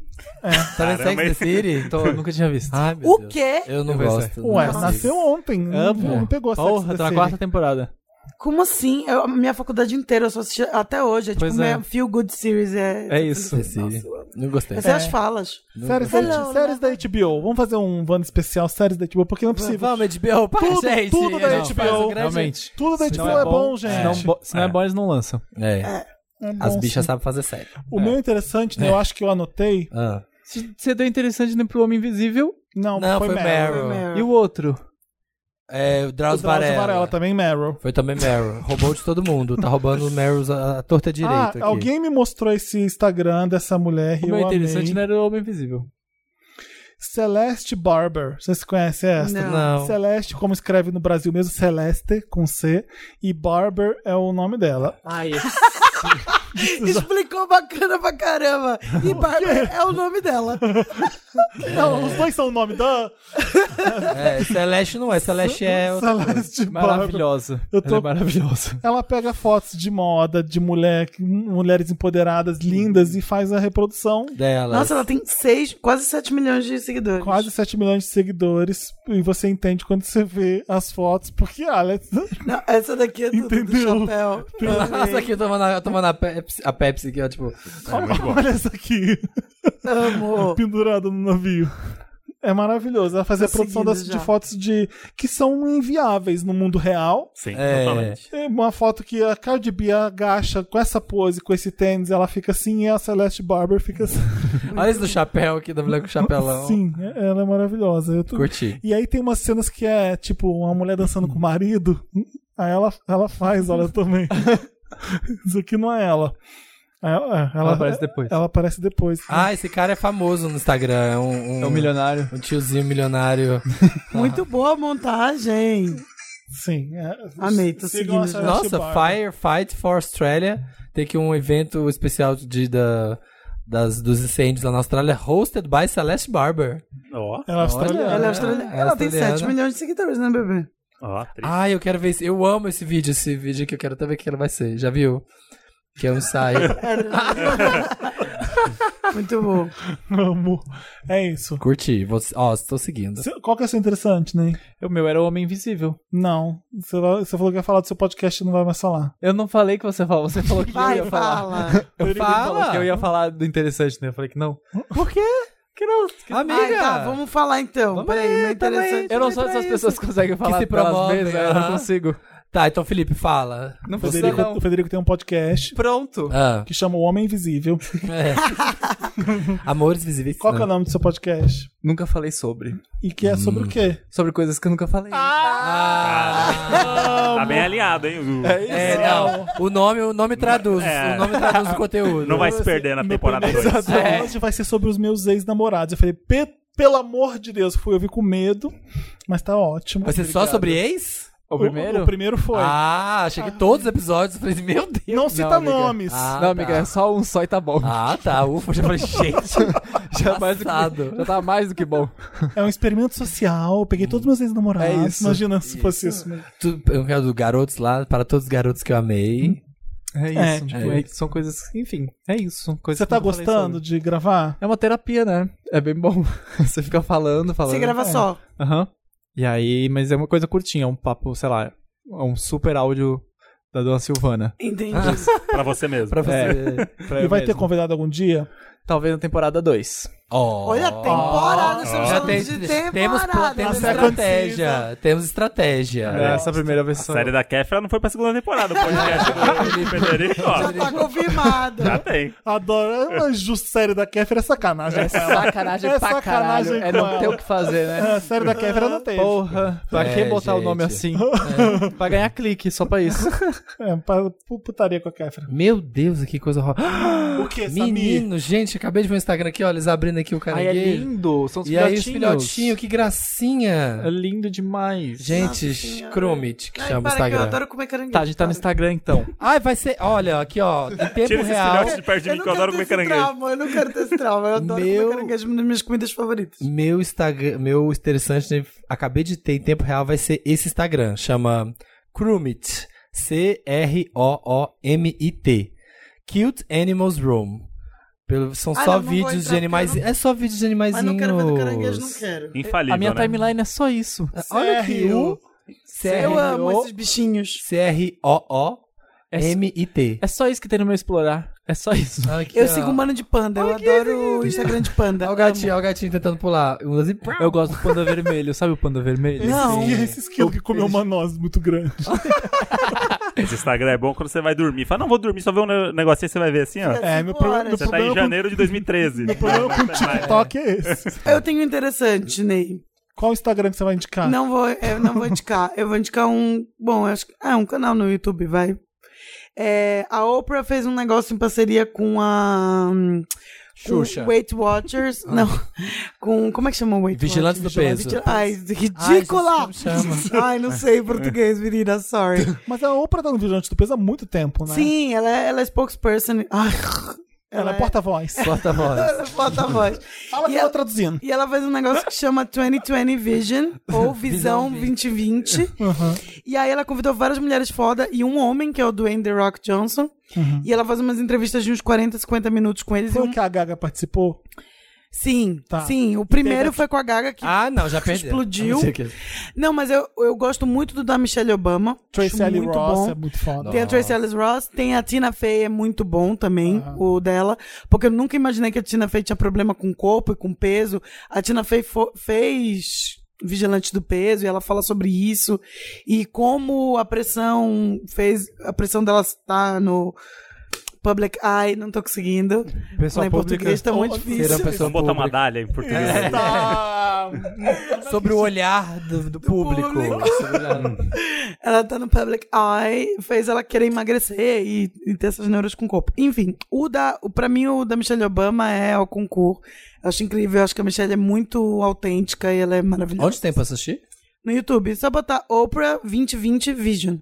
Speaker 2: Tá vendo Sex and the City?
Speaker 9: Tô, nunca tinha visto.
Speaker 2: Ai, meu
Speaker 6: O
Speaker 2: Deus.
Speaker 6: quê?
Speaker 2: Eu não
Speaker 9: Eu vou
Speaker 2: gosto.
Speaker 1: Ué,
Speaker 2: não consigo.
Speaker 1: nasceu ontem. Não,
Speaker 9: Amo.
Speaker 1: não É, pegou Sex and
Speaker 9: Porra,
Speaker 1: the
Speaker 9: tá na
Speaker 1: City. É
Speaker 9: quarta temporada.
Speaker 6: Como assim? Eu- a minha faculdade inteira, eu só assisti até hoje. É
Speaker 9: Pois
Speaker 6: tipo,
Speaker 9: é.
Speaker 6: minha Feel Good Series. É,
Speaker 9: É isso.
Speaker 2: Cecília. Não gostei.
Speaker 6: é só as falas.
Speaker 1: Séries, da,
Speaker 6: Hello,
Speaker 1: séries da HBO. Vamos fazer um Wanda especial séries da HBO, porque não é possível.
Speaker 2: Vamos, HBO, para,
Speaker 1: Tudo-
Speaker 2: gente.
Speaker 1: tudo da
Speaker 2: Não, faz
Speaker 1: HBO.
Speaker 2: um grande-
Speaker 9: Realmente.
Speaker 1: Tudo da
Speaker 9: Se
Speaker 1: HBO
Speaker 9: não
Speaker 1: é bom, gente.
Speaker 9: Se não, bo- se não é. bom, eles não lançam.
Speaker 2: É,
Speaker 1: É bom,
Speaker 2: as
Speaker 1: sim.
Speaker 2: bichas sabem fazer sério.
Speaker 1: O meu interessante, né? Eu acho que eu anotei.
Speaker 2: Ah.
Speaker 9: Se- Você deu interessante né, pro Homem Invisível
Speaker 1: Não,
Speaker 2: Não,
Speaker 1: foi,
Speaker 2: foi
Speaker 1: Meryl.
Speaker 2: Meryl.
Speaker 9: e o outro.
Speaker 2: É, o
Speaker 1: O
Speaker 2: Drauzio
Speaker 1: Drauzio
Speaker 2: Varela.
Speaker 1: Varela tá- também, Meryl.
Speaker 2: Foi também Meryl. Roubou de todo mundo. Tá roubando o Meryl a, a torta direita
Speaker 1: Ah,
Speaker 2: aqui.
Speaker 1: alguém me mostrou esse Instagram dessa mulher
Speaker 9: O
Speaker 1: e eu
Speaker 9: meu é interessante né?
Speaker 1: amei.
Speaker 9: não era o Homem Invisível.
Speaker 1: Celeste Barber. Vocês conhecem essa?
Speaker 2: Não.
Speaker 1: Celeste, como escreve no Brasil mesmo, Celeste, com C. E Barber é o nome dela.
Speaker 9: Ai,
Speaker 6: Explicou bacana pra caramba. E Bárbara é o nome dela.
Speaker 1: Não, os dois são o nome da
Speaker 2: É, Celeste não é. Celeste é... outra coisa.
Speaker 1: Celeste Barber.
Speaker 9: maravilhosa.
Speaker 1: Eu tô-
Speaker 9: Ela é maravilhosa.
Speaker 1: Ela pega fotos de moda, de mulher, mulheres empoderadas, lindas, e faz a reprodução
Speaker 2: Delas.
Speaker 6: Nossa, ela tem seis, quase 7 milhões de seguidores.
Speaker 1: quase 7 milhões de seguidores e você entende quando você vê as fotos, porque ah, ela é-
Speaker 6: Não, essa daqui é tudo
Speaker 1: Entendeu?
Speaker 6: do chapéu.
Speaker 2: Nossa, aqui eu tomando, a- tomando a, Pepsi, a Pepsi aqui, ó, tipo...
Speaker 1: olha essa aqui,
Speaker 6: Amo.
Speaker 1: pendurada no navio. É maravilhoso. Ela fazia a
Speaker 6: Tô
Speaker 1: produção
Speaker 6: seguindo
Speaker 1: das, de
Speaker 6: já.
Speaker 1: fotos de que são inviáveis no mundo real.
Speaker 4: Sim,
Speaker 2: É.
Speaker 4: totalmente.
Speaker 1: É Uma foto que a Cardi B agacha com essa pose, com esse tênis, ela fica assim e a Celeste Barber fica assim.
Speaker 2: Olha esse do chapéu aqui, da mulher com o chapelão.
Speaker 1: Sim, é- ela é maravilhosa. Eu tô-
Speaker 2: Curti.
Speaker 1: E aí tem umas cenas que é tipo uma mulher dançando com o marido. Aí ela, ela faz, olha também. Isso aqui não é ela. Aí Ela, é, ela-
Speaker 9: Ela aparece depois.
Speaker 1: Ela aparece depois.
Speaker 2: Ah, esse cara é famoso no Instagram. É um, um,
Speaker 9: É um milionário.
Speaker 2: um tiozinho milionário.
Speaker 6: Muito boa a montagem.
Speaker 1: Sim. é.
Speaker 6: Amei, tô
Speaker 1: Sigam
Speaker 6: seguindo
Speaker 1: a
Speaker 6: já.
Speaker 1: Celeste
Speaker 2: Nossa,
Speaker 1: Barber.
Speaker 2: Firefight for Australia tem aqui um evento especial de, da, das, dos incêndios lá na Austrália, hosted by Celeste Barber.
Speaker 4: Ó,
Speaker 1: Ela é australiana.
Speaker 6: Ela é
Speaker 2: Ah,
Speaker 6: australiana.
Speaker 2: é
Speaker 6: Ela tem
Speaker 2: australiana.
Speaker 6: 7 milhões de seguidores, né, bebê?
Speaker 4: ó, triste.
Speaker 2: Ah, eu quero ver esse. Eu amo esse vídeo, esse vídeo que eu quero até ver o que ele vai ser. Já viu? Que é um ensaio.
Speaker 6: Muito bom.
Speaker 1: Amo. É isso.
Speaker 2: Curti. Vou, ó, estou seguindo.
Speaker 1: Cê- Qual que é o seu interessante, né?
Speaker 9: O meu era o Homem Invisível.
Speaker 1: Não. Você vai- você falou que ia falar do seu podcast e não vai mais falar.
Speaker 9: Eu não falei que você falou, você falou que eu
Speaker 6: Vai,
Speaker 9: ia falar.
Speaker 6: fala.
Speaker 9: Eu
Speaker 2: Fala.
Speaker 9: que eu ia falar do interessante, né? Eu falei que não. Por quê? Que não. que-
Speaker 2: Amiga!
Speaker 6: Ai, tá, vamos falar então.
Speaker 9: Vamos
Speaker 6: Peraí,
Speaker 9: aí,
Speaker 6: meu
Speaker 9: tamo aí.
Speaker 6: interessante. é
Speaker 9: Eu não sou dessas pessoas que conseguem falar
Speaker 2: se
Speaker 9: pelas
Speaker 2: promovem,
Speaker 9: mesas, eu não
Speaker 2: aham.
Speaker 9: consigo.
Speaker 2: Tá, então Felipe, fala.
Speaker 9: Não
Speaker 1: O
Speaker 9: consigo,
Speaker 1: Federico,
Speaker 9: não.
Speaker 1: o Federico tem um podcast
Speaker 9: Pronto.
Speaker 2: Ah,
Speaker 1: que chama O Homem Invisível.
Speaker 2: é. Amores visíveis.
Speaker 1: Qual que é o nome do seu podcast?
Speaker 9: Nunca falei sobre.
Speaker 1: E que é sobre o
Speaker 9: Hum.
Speaker 1: quê?
Speaker 9: Sobre coisas que eu nunca falei.
Speaker 2: Ah,
Speaker 4: tá bem aliado, hein? O-
Speaker 2: é, não. O nome, o nome traduz.
Speaker 4: É.
Speaker 2: O nome traduz o conteúdo.
Speaker 4: Não vai se perder na temporada 2.
Speaker 1: Exato. Então,
Speaker 2: É.
Speaker 1: Hoje vai ser sobre os meus ex-namorados. Eu falei, "Pe- pelo amor de Deus, fui ouvir com medo, mas tá ótimo.
Speaker 2: Vai ser só
Speaker 1: Obrigado.
Speaker 2: sobre ex?
Speaker 1: uh,
Speaker 9: O primeiro?
Speaker 1: O, primeiro foi.
Speaker 2: Ah, achei que todos os episódios. Eu falei, meu Deus.
Speaker 1: não cita
Speaker 9: amiga.
Speaker 1: nomes.
Speaker 2: Ah,
Speaker 9: não, amiga,
Speaker 2: tá.
Speaker 9: é só um só e tá bom.
Speaker 2: Ah, tá. Ufa, já falei, gente.
Speaker 9: já, é mais do
Speaker 2: passado.
Speaker 9: que, já tá mais do que bom.
Speaker 1: É um experimento social. eu Peguei todos os meus ex-namorados.
Speaker 9: É isso.
Speaker 1: Imagina se fosse isso. mesmo.
Speaker 2: Tu- eu quero do garotos lá, para todos os garotos que eu amei.
Speaker 9: É isso.
Speaker 1: É,
Speaker 9: tipo, é- são coisas. Enfim, é isso. Coisas
Speaker 1: Você
Speaker 9: que
Speaker 1: tá
Speaker 9: eu nunca falei
Speaker 1: gostando
Speaker 9: sobre.
Speaker 1: de gravar?
Speaker 9: É uma terapia, né? É bem bom. Você fica falando, falando.
Speaker 6: Você grava só.
Speaker 9: Aham. E aí, mas é uma coisa curtinha, é um papo, sei lá, é um super áudio da dona Silvana.
Speaker 6: Entendi.
Speaker 9: Ah,
Speaker 4: Pra você mesmo.
Speaker 2: Pra você.
Speaker 9: Pra
Speaker 1: e
Speaker 9: eu
Speaker 1: vai ter
Speaker 9: mesmo.
Speaker 1: convidado algum dia?
Speaker 9: Talvez na temporada 2.
Speaker 6: Olha, temporada, estamos
Speaker 2: Já
Speaker 6: falando
Speaker 2: tem-
Speaker 6: de
Speaker 2: temos pla-
Speaker 6: temporada.
Speaker 2: temos
Speaker 6: né?
Speaker 2: estratégia. Temos estratégia.
Speaker 4: É, essa
Speaker 9: primeira
Speaker 4: A série da Kefra não foi pra segunda temporada. O podcast do Federico, ó.
Speaker 6: Já tá confirmado.
Speaker 4: Já tem.
Speaker 1: Adoro. Uma justa série da Kéfera é sacanagem.
Speaker 9: É
Speaker 1: com ela.
Speaker 9: sacanagem pra caralho. É
Speaker 1: com
Speaker 9: não
Speaker 1: ela.
Speaker 9: ter o que fazer, né?
Speaker 1: É, a série da Kéfera não tem.
Speaker 9: Porra, pra
Speaker 1: É,
Speaker 9: que botar o
Speaker 1: gente.
Speaker 9: nome assim? Pra ganhar clique, só pra isso.
Speaker 1: É, pra pu- putaria com a Kéfera.
Speaker 2: Meu Deus, que coisa horrorosa.
Speaker 9: Ah,
Speaker 1: O que,
Speaker 2: Menino, gente, acabei de ver o Instagram aqui, ó, eles abrindo aqui o caranguejo.
Speaker 9: Ai, é lindo, são os
Speaker 2: E aí os
Speaker 9: filhotinhos.
Speaker 2: filhotinhos, que gracinha.
Speaker 9: É lindo demais.
Speaker 2: Gente, Chromit, que chama o Instagram.
Speaker 6: comer caranguejo.
Speaker 9: Tá, a gente tá no Instagram então.
Speaker 2: Ai, vai ser, olha, aqui ó, em tempo
Speaker 4: Tira esses
Speaker 2: real.
Speaker 4: filhotes de perto de mim que eu adoro comer caranguejo.
Speaker 6: Trauma, eu não quero ter esse trauma. Eu adoro
Speaker 2: Meu-
Speaker 6: comer caranguejo, uma das minhas comidas favoritas.
Speaker 2: Meu Instagram, meu interessante, né, acabei de ter em tempo real, vai ser esse Instagram. Chama Chromit. C-R-O-O-M-I-T. Cute Animals Room. Pelo- São
Speaker 6: Ah,
Speaker 2: só
Speaker 6: não, não vou
Speaker 2: vídeos de
Speaker 6: entrar,
Speaker 2: animais. É só vídeos de animaizinhos.
Speaker 6: Mas não quero ver do caranguejo, não quero.
Speaker 4: Infalível,
Speaker 9: a minha
Speaker 4: né?
Speaker 9: timeline é só isso.
Speaker 2: Ah, Olha aqui, o
Speaker 6: Eu amo esses bichinhos.
Speaker 2: C-R-O-O-M-I-T.
Speaker 9: É só isso que tem no meu explorar. É só isso.
Speaker 1: Ah,
Speaker 6: Eu sigo um mano de panda. Eu adoro o Instagram de panda.
Speaker 2: Olha o gatinho, olha o gatinho tentando pular. Um lance-
Speaker 9: Eu gosto do panda vermelho. Sabe o panda vermelho?
Speaker 6: Não.
Speaker 1: E esse esquilo que comeu uma noz muito grande.
Speaker 4: Esse Instagram é bom quando você vai dormir. Fala, não, vou dormir, só ver um ne- negocinho aí você vai ver assim, ó.
Speaker 1: É, meu problema, meu
Speaker 4: Você tá em
Speaker 1: problema com,
Speaker 4: janeiro de 2013.
Speaker 1: meu problema com o TikTok é esse.
Speaker 6: Eu tenho um interessante, Ney.
Speaker 1: Qual o Instagram que você vai
Speaker 2: Ah.
Speaker 1: indicar?
Speaker 6: Não vou, eu não vou indicar. Eu vou indicar um. Bom, acho que. É, um canal no YouTube, vai. É, a Oprah fez um negócio em parceria com a. hum, com
Speaker 2: Xuxa.
Speaker 6: Weight Watchers. Não. Com. Como é que chama o Weight
Speaker 2: Vigilantes do
Speaker 6: Watchers?
Speaker 2: peso.
Speaker 6: Vigil- Ai, ridícula!
Speaker 2: Ai, gente, como
Speaker 6: Ai, não sei em português, menina, sorry.
Speaker 1: Mas a Oprah tá no vigilante do peso há muito tempo, né?
Speaker 6: Sim, ela é, ela é spokesperson. Ai,
Speaker 1: Ela é porta-voz.
Speaker 2: Porta-voz.
Speaker 6: ela é porta-voz.
Speaker 1: Fala que
Speaker 6: E
Speaker 1: eu
Speaker 6: ela-
Speaker 1: tô traduzindo.
Speaker 6: E ela faz um negócio que chama 2020 Vision, ou Visão 2020. E aí ela convidou várias mulheres foda e um homem, que é o Dwayne The Rock Johnson. E ela faz umas entrevistas de uns 40, 50 minutos com eles. E
Speaker 1: Foi
Speaker 6: um-
Speaker 1: que a Gaga participou?
Speaker 6: Sim,
Speaker 1: Tá.
Speaker 6: sim. O primeiro foi com a Gaga, que...
Speaker 2: Ah, não, já perdi.
Speaker 6: Explodiu.
Speaker 2: Ah, não sei o que.
Speaker 6: Não, mas eu, eu gosto muito do da Michelle Obama.
Speaker 1: Tracy
Speaker 6: acho
Speaker 1: Ellis
Speaker 6: muito
Speaker 1: Ross
Speaker 6: bom.
Speaker 1: é muito foda.
Speaker 6: Tem a Tracy Ellis Ross, tem a Tina Fey, é muito bom também, o dela. Porque eu nunca imaginei que a Tina Fey tinha problema com o corpo e com peso. A Tina Fey fo- fez Vigilante do Peso e ela fala sobre isso. E como a pressão fez. A pressão dela estar no. Public Eye, não tô conseguindo.
Speaker 9: Pessoal
Speaker 6: Lá em
Speaker 9: pública.
Speaker 6: português tá muito
Speaker 1: Ou-
Speaker 6: difícil.
Speaker 2: Ser uma pessoa
Speaker 4: Vamos botar uma
Speaker 2: pública.
Speaker 4: dália em português.
Speaker 1: Então, Tá.
Speaker 2: Sobre o olhar do, do público.
Speaker 6: público.
Speaker 2: Sobre o olhar.
Speaker 6: Ela tá no Public Eye, fez ela querer emagrecer e, e ter essas neuras com o corpo. Enfim, o da, o, pra mim, o da Michelle Obama é o concurso. Eu acho incrível, eu acho que a Michelle é muito autêntica e ela é maravilhosa.
Speaker 2: Onde tem pra assistir?
Speaker 6: No YouTube, só botar Oprah 2020 Vision.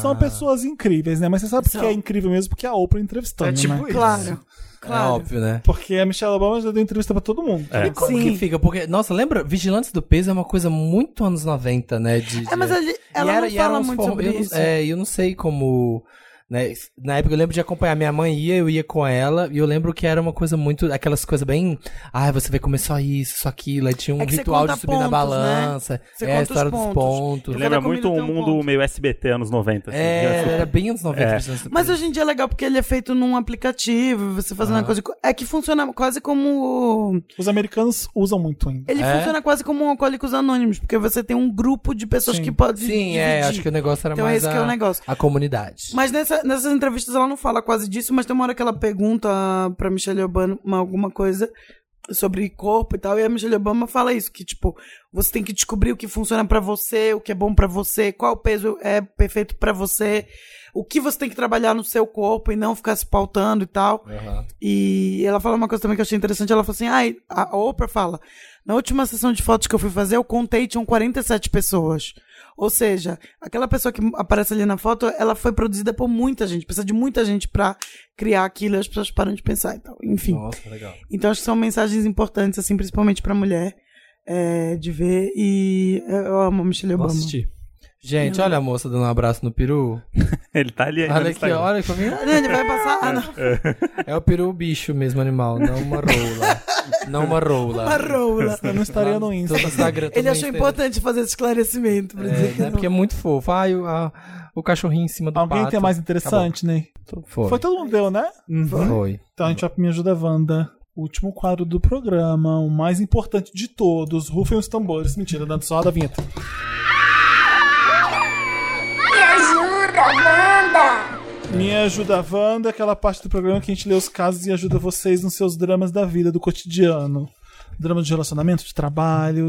Speaker 1: São pessoas incríveis, né? Mas você sabe
Speaker 6: São.
Speaker 1: que é incrível mesmo porque é a Oprah entrevistando,
Speaker 2: tipo
Speaker 1: né?
Speaker 6: Claro,
Speaker 2: É
Speaker 6: claro.
Speaker 2: óbvio, né?
Speaker 1: Porque a Michelle Obama já deu entrevista pra todo mundo.
Speaker 4: É.
Speaker 2: E como
Speaker 6: Sim.
Speaker 2: que fica? Porque, nossa, lembra? Vigilantes do Peso é uma coisa muito anos 90, né? De,
Speaker 6: É, mas
Speaker 2: de-
Speaker 6: ele- ela
Speaker 2: E era-
Speaker 6: não
Speaker 2: e era
Speaker 6: fala
Speaker 2: uns
Speaker 6: muito
Speaker 2: form-
Speaker 6: sobre
Speaker 2: eu não-
Speaker 6: isso.
Speaker 2: É, eu não sei como... né, Na época eu lembro de acompanhar. Minha mãe ia, eu ia com ela. E eu lembro que era uma coisa muito... Aquelas coisas bem... Ah, você vai comer só isso, só aquilo. Aí tinha um
Speaker 6: É que você
Speaker 2: ritual de
Speaker 6: conta
Speaker 2: subir na
Speaker 6: pontos, né?
Speaker 2: balança.
Speaker 6: Você
Speaker 2: É, a
Speaker 6: conta os
Speaker 2: história dos
Speaker 6: pontos.
Speaker 2: pontos.
Speaker 6: Cada
Speaker 4: Lembra
Speaker 6: comida
Speaker 4: muito um
Speaker 6: tem um
Speaker 4: mundo
Speaker 6: ponto.
Speaker 4: meio SBT anos 90. assim.
Speaker 2: É, era bem anos assim. 90.
Speaker 4: É.
Speaker 2: Vigilantes do
Speaker 6: Mas
Speaker 2: Peso.
Speaker 6: hoje em dia é legal porque ele é feito num aplicativo, você fazendo uma
Speaker 2: Ah.
Speaker 6: coisa. co- É que funciona quase como.
Speaker 1: Os americanos usam muito ainda.
Speaker 6: Ele
Speaker 2: É?
Speaker 6: funciona quase como um Alcoólicos Anônimos, porque você tem um grupo de pessoas
Speaker 1: Sim.
Speaker 6: que podem.
Speaker 2: Sim, é,
Speaker 6: dividir.
Speaker 2: acho que o negócio era
Speaker 6: Então é
Speaker 2: mais
Speaker 6: esse que é
Speaker 2: a-
Speaker 6: o negócio.
Speaker 2: a comunidade.
Speaker 6: Mas nessa- nessas entrevistas ela não fala quase disso, mas tem uma hora que ela pergunta pra Michelle Obama alguma coisa sobre corpo e tal, e a Michelle Obama fala isso, que tipo, você tem que descobrir o que funciona pra você, o que é bom pra você, qual peso é perfeito pra você, o que você tem que trabalhar no seu corpo e não ficar se pautando e tal.
Speaker 2: Aham.
Speaker 6: E ela fala uma coisa também que eu achei interessante. Ela falou assim: ai, a Oprah fala, na última sessão de fotos que eu fui fazer, eu contei, tinham 47 pessoas. Ou seja, aquela pessoa que aparece ali na foto, ela foi produzida por muita gente. Precisa de muita gente pra criar aquilo e as pessoas param de pensar e tal. Enfim.
Speaker 2: Nossa, legal.
Speaker 6: Então acho que são mensagens importantes, assim, principalmente pra mulher, é, de ver. E eu amo a Michelle
Speaker 9: Vou
Speaker 6: Obama.
Speaker 9: assistir.
Speaker 2: Gente, olha a moça dando um abraço no peru.
Speaker 4: Ele tá ali ainda. no
Speaker 2: Olha aqui,
Speaker 4: Instagram.
Speaker 2: olha comigo.
Speaker 6: Ah, não, Ele vai passar. Ah, não.
Speaker 2: É o peru bicho mesmo, animal. Não uma rola. Não uma rola.
Speaker 6: Uma rola.
Speaker 1: Eu não estaria no
Speaker 2: Tô
Speaker 1: Insta.
Speaker 2: no Instagram, tô
Speaker 6: Ele
Speaker 2: no
Speaker 6: achou
Speaker 2: Instagram.
Speaker 6: importante fazer esse esclarecimento. Pra dizer
Speaker 2: É,
Speaker 6: que
Speaker 2: né, porque é muito fofo. Ai, o, a- o cachorrinho em cima do
Speaker 1: Alguém
Speaker 2: pato.
Speaker 1: tem mais interessante, né?
Speaker 2: Acabou. Foi.
Speaker 1: Foi todo mundo deu, né?
Speaker 2: Foi.
Speaker 1: Então a gente vai pro Me Ajuda Wanda. Último quadro do programa, o mais importante de todos. Rufem os tambores. Mentira, dando só da vinheta.
Speaker 10: Me ajuda, Wanda!
Speaker 1: Me ajuda a Wanda, aquela parte do programa que a gente lê os casos e ajuda vocês nos seus dramas da vida, do cotidiano. Dramas de relacionamento, de trabalho,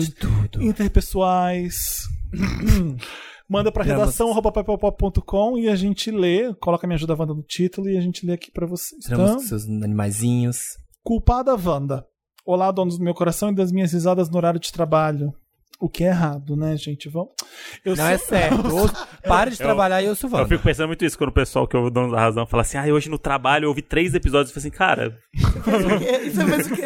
Speaker 1: interpessoais. Manda pra
Speaker 2: Dramas.
Speaker 1: redação arroba papelpop.com e a gente lê, coloca Me ajuda a Wanda no título e a gente lê aqui pra vocês.
Speaker 2: Tiramos
Speaker 1: Então,
Speaker 2: com seus animaizinhos.
Speaker 1: Culpada Wanda. Olá, donos do meu coração e das minhas risadas no horário de trabalho. O que é errado, né, gente? Vamos. Eu
Speaker 2: Não, é certo. Ouço- Pare de trabalhar e ouço
Speaker 1: Wanda.
Speaker 4: Eu fico pensando muito isso quando o pessoal que é o dono da razão fala assim: ah, hoje no trabalho eu ouvi três episódios. Eu falo assim, cara,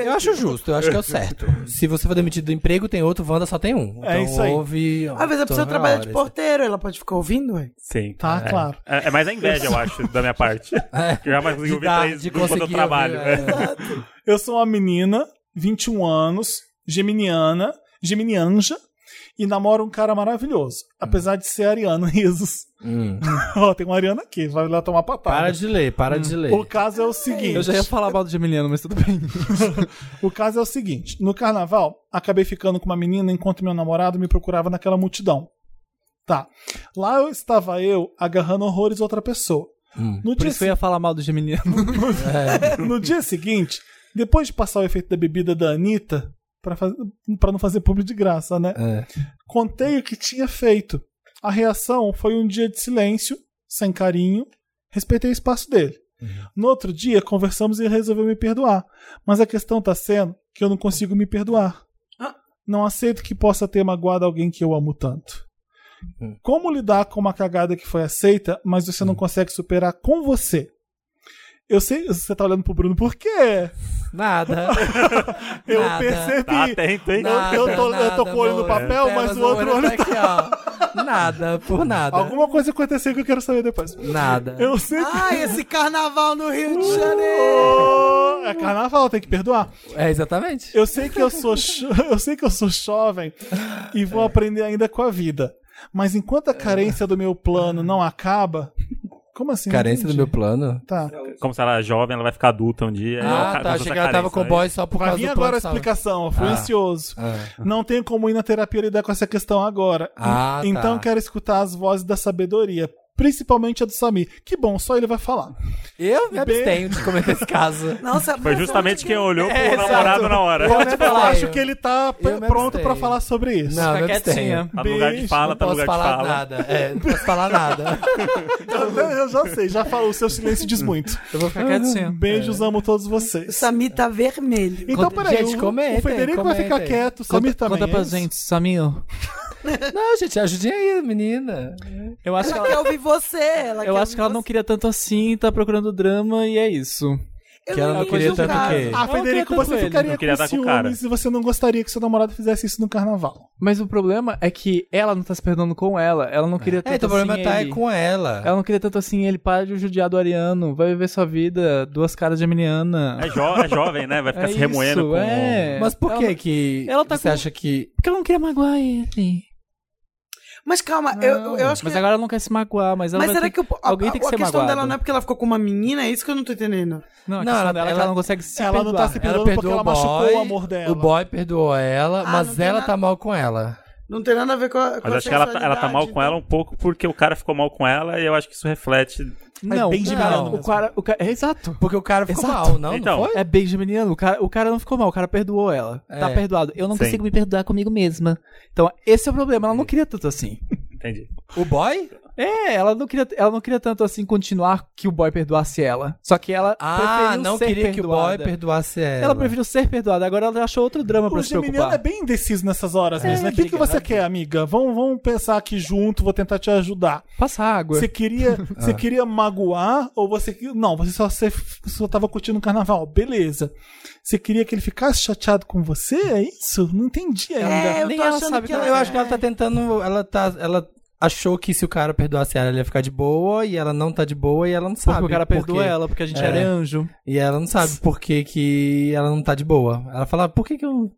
Speaker 2: Eu acho justo, eu acho que é o certo. Se você for demitido do emprego, tem outro, Wanda só tem um. Então
Speaker 4: É isso aí.
Speaker 2: ouve.
Speaker 6: Às vezes a pessoa
Speaker 2: toda
Speaker 6: trabalha
Speaker 2: hora,
Speaker 6: de porteiro, ela pode ficar ouvindo, ué.
Speaker 4: Sim.
Speaker 1: Tá,
Speaker 4: é.
Speaker 1: claro.
Speaker 4: É, é mais a inveja, eu acho, da minha parte. Eu jamais consegui
Speaker 1: De
Speaker 4: ouvir
Speaker 1: dar-
Speaker 4: três
Speaker 1: de
Speaker 4: quando eu
Speaker 1: conseguir
Speaker 4: trabalho. né?
Speaker 1: ouvir, é. Eu sou uma menina, 21 anos, geminiana, geminianja, e namoro um cara maravilhoso. Apesar de ser ariano, risos.
Speaker 2: Hum.
Speaker 1: Ó, tem um ariano aqui, vai lá tomar patada.
Speaker 2: Para de ler, para de ler.
Speaker 1: O caso é o seguinte.
Speaker 5: Eu já ia falar mal do Geminiano, mas tudo bem.
Speaker 1: o caso é o seguinte: no carnaval, acabei ficando com uma menina enquanto meu namorado me procurava naquela multidão. Tá. Lá eu estava eu agarrando horrores outra pessoa. No
Speaker 5: Hum. Por
Speaker 1: dia
Speaker 5: isso que eu ia falar mal do Geminiano.
Speaker 1: no dia seguinte, depois de passar o efeito da bebida da Anitta, pra, faz- pra não fazer publi de graça, né? Contei o que tinha feito. A reação foi um dia de silêncio, sem carinho, respeitei o espaço dele. No outro dia, conversamos e ele resolveu me perdoar. Mas a questão tá sendo que eu não consigo me perdoar. Não aceito que possa ter magoado alguém que eu amo tanto. Como lidar com uma cagada que foi aceita, mas você não consegue superar com você? Eu sei, você tá olhando pro Bruno por quê?
Speaker 2: Nada.
Speaker 1: eu
Speaker 2: Nada.
Speaker 4: é.
Speaker 1: percebi.
Speaker 2: Tá atento, hein?
Speaker 1: Eu- eu, tô, eu tô
Speaker 2: Nada,
Speaker 1: com o olho no
Speaker 2: amor.
Speaker 1: papel,
Speaker 2: É,
Speaker 1: mas
Speaker 2: mas
Speaker 1: o
Speaker 2: o
Speaker 1: outro
Speaker 2: olho
Speaker 1: olho
Speaker 2: tá aqui, ó. Nada, por nada.
Speaker 1: Alguma coisa aconteceu que eu quero saber depois.
Speaker 2: Nada.
Speaker 1: Eu sei que...
Speaker 6: Ai, esse carnaval no Rio de Janeiro!
Speaker 1: É carnaval, tem que perdoar.
Speaker 2: É, exatamente.
Speaker 1: Eu sei que eu sou, cho- eu sei que eu sou jovem e vou aprender ainda com a vida. Mas enquanto a carência do meu plano não acaba. Como assim? Não
Speaker 2: Carência do
Speaker 1: entendi.
Speaker 2: meu plano?
Speaker 1: Tá.
Speaker 4: Como se ela é jovem, ela vai ficar adulta um dia.
Speaker 2: Ah,
Speaker 4: ela
Speaker 2: tá, achei que ela tava com o boy só por
Speaker 1: Vai
Speaker 2: causa
Speaker 1: vir
Speaker 2: do
Speaker 1: agora a
Speaker 2: plano de saúde.
Speaker 1: explicação, eu fui
Speaker 2: Ah.
Speaker 1: ansioso.
Speaker 2: Ah.
Speaker 1: Não tenho como ir na terapia lidar com essa questão agora.
Speaker 2: Ah,
Speaker 1: En-
Speaker 2: tá.
Speaker 1: Então quero escutar as vozes da sabedoria, principalmente a do Samir. Que bom, só ele vai falar.
Speaker 2: Eu me abstenho de comentar esse caso.
Speaker 6: Nossa,
Speaker 4: Foi justamente quem olhou pro
Speaker 1: É, exato.
Speaker 4: namorado na hora.
Speaker 1: Eu, acho- eu acho que ele tá p-
Speaker 2: me
Speaker 1: pronto
Speaker 2: abstenho.
Speaker 1: pra falar sobre isso.
Speaker 2: Não, eu me abstenho.
Speaker 4: Tá no lugar de fala,
Speaker 2: não
Speaker 4: tá no
Speaker 2: posso
Speaker 4: lugar de
Speaker 2: falar
Speaker 4: fala.
Speaker 2: nada. É, não posso falar nada.
Speaker 1: Eu, tá eu já sei, já falou. O seu silêncio diz muito.
Speaker 2: Eu vou ficar quietinho.
Speaker 1: Beijos, amo todos vocês. O
Speaker 6: Samir tá vermelho.
Speaker 1: Então, peraí,
Speaker 2: Gente,
Speaker 1: o-
Speaker 2: comentem,
Speaker 1: o Federico vai ficar
Speaker 2: comentem.
Speaker 1: quieto, o Samir
Speaker 2: Conta-
Speaker 1: também.
Speaker 2: conta pra
Speaker 1: é isso?
Speaker 5: Gente, Samir.
Speaker 2: Não, gente, ajudem aí, menina.
Speaker 5: Eu acho que
Speaker 1: tá
Speaker 6: Ela
Speaker 5: ela,
Speaker 6: quer ouvir você. Ela
Speaker 5: eu
Speaker 6: quer
Speaker 5: acho que ela não queria tanto assim, tá procurando drama e é isso.
Speaker 2: que ela não queria tanto o quê?
Speaker 1: Ah,
Speaker 5: Eu não queria
Speaker 1: Federico,
Speaker 5: tanto
Speaker 1: você
Speaker 5: ele.
Speaker 1: ficaria
Speaker 4: Eu
Speaker 1: com
Speaker 4: queria dar com o cara.
Speaker 1: ciúmes se você não gostaria que seu namorado fizesse isso no carnaval.
Speaker 5: Mas o problema é que ela não tá se perdendo com ela. Ela não queria tanto
Speaker 2: É, então o problema
Speaker 5: assim
Speaker 2: tá é
Speaker 5: ele.
Speaker 2: com ela.
Speaker 5: Ela não queria tanto assim ele. Para de judiar do Ariano. Vai viver sua vida. Duas caras de Emiliana.
Speaker 4: É, jo- é jovem, né? Vai ficar
Speaker 5: É
Speaker 4: se remoendo
Speaker 5: isso,
Speaker 4: com.
Speaker 5: é.
Speaker 2: Mas por
Speaker 5: Ela
Speaker 2: que
Speaker 5: não-
Speaker 2: que
Speaker 5: ela tá
Speaker 2: você
Speaker 5: com-
Speaker 2: acha que...
Speaker 5: Porque ela não queria magoar ele.
Speaker 6: Mas calma, eu, eu acho
Speaker 5: Mas
Speaker 6: que.
Speaker 5: agora ela não quer se magoar. é- Mas, ela
Speaker 6: Mas
Speaker 5: vai
Speaker 6: será
Speaker 5: ter-
Speaker 6: que o- a,
Speaker 5: alguém tem que
Speaker 6: a
Speaker 5: ser
Speaker 6: questão
Speaker 5: magoada.
Speaker 6: dela não é porque ela ficou com uma menina? É isso que eu não tô entendendo.
Speaker 5: Não, a
Speaker 2: Não,
Speaker 5: questão dela
Speaker 2: ela-
Speaker 5: é que
Speaker 2: ela-
Speaker 5: ela não consegue se
Speaker 1: Ela não tá
Speaker 5: perdoar.
Speaker 1: se
Speaker 2: Ela
Speaker 1: perdoando porque
Speaker 2: perdoou
Speaker 1: ela
Speaker 2: o boy,
Speaker 1: machucou o amor dela.
Speaker 2: o boy perdoou ela,
Speaker 6: Ah, não
Speaker 2: mas
Speaker 6: tem
Speaker 2: ela
Speaker 6: nada-
Speaker 2: tá mal com ela.
Speaker 6: Não tem nada a ver com a. Com
Speaker 4: Mas
Speaker 6: a
Speaker 4: acho que ela, tá- ela tá mal
Speaker 6: sexualidade,
Speaker 4: com ela um pouco porque o cara ficou mal com ela e eu acho que isso reflete.
Speaker 5: Não,
Speaker 1: bem geminiano
Speaker 5: não.
Speaker 1: mesmo.
Speaker 5: O cara, o cara, é exato.
Speaker 2: Porque o cara ficou
Speaker 5: Exato.
Speaker 2: mal, não?
Speaker 4: Então.
Speaker 2: não foi?
Speaker 5: É bem geminiano. O cara, o cara não ficou mal, o cara perdoou ela.
Speaker 2: É.
Speaker 5: Tá perdoado. Eu não
Speaker 4: Sim.
Speaker 5: consigo me perdoar comigo mesma. Então, esse é o problema. Ela não queria tanto assim.
Speaker 4: Entendi.
Speaker 2: O boy?
Speaker 5: É, ela não queria, ela não queria tanto assim continuar que o boy perdoasse ela. Só que ela
Speaker 2: Ah,
Speaker 5: preferiu
Speaker 2: não
Speaker 5: ser
Speaker 2: queria que o boy
Speaker 5: perdoada.
Speaker 2: perdoasse ela.
Speaker 5: Ela preferiu ser perdoada. Agora ela achou outro drama pra
Speaker 1: O
Speaker 5: se
Speaker 1: Geminiano
Speaker 5: preocupar.
Speaker 1: é bem indeciso nessas horas
Speaker 5: É,
Speaker 1: mesmo. né? O que, que
Speaker 5: obrigado.
Speaker 1: você quer, amiga? Vamos, vamos pensar aqui junto, vou tentar te ajudar.
Speaker 5: Passa água.
Speaker 1: Você queria, você queria magoar ou você que- não? Você só você só tava curtindo o carnaval, beleza? Você queria que ele ficasse chateado com você? É isso? Não entendi ainda.
Speaker 6: É, eu
Speaker 5: Nem
Speaker 6: tô
Speaker 5: ela
Speaker 6: achando
Speaker 5: sabe
Speaker 6: que
Speaker 5: também.
Speaker 6: ela... é.
Speaker 2: Eu acho que ela tá tentando. Ela tá. Ela achou que se o cara perdoasse ela, ela ia ficar de boa, e ela não tá de boa, e ela não
Speaker 5: Porque
Speaker 2: sabe.
Speaker 5: o cara
Speaker 2: por
Speaker 5: perdoa
Speaker 2: quê.
Speaker 5: ela, porque a gente
Speaker 2: É.
Speaker 5: era anjo.
Speaker 2: E ela não sabe por "Ah, que, que ela não tá de boa. Ela fala, por que, que eu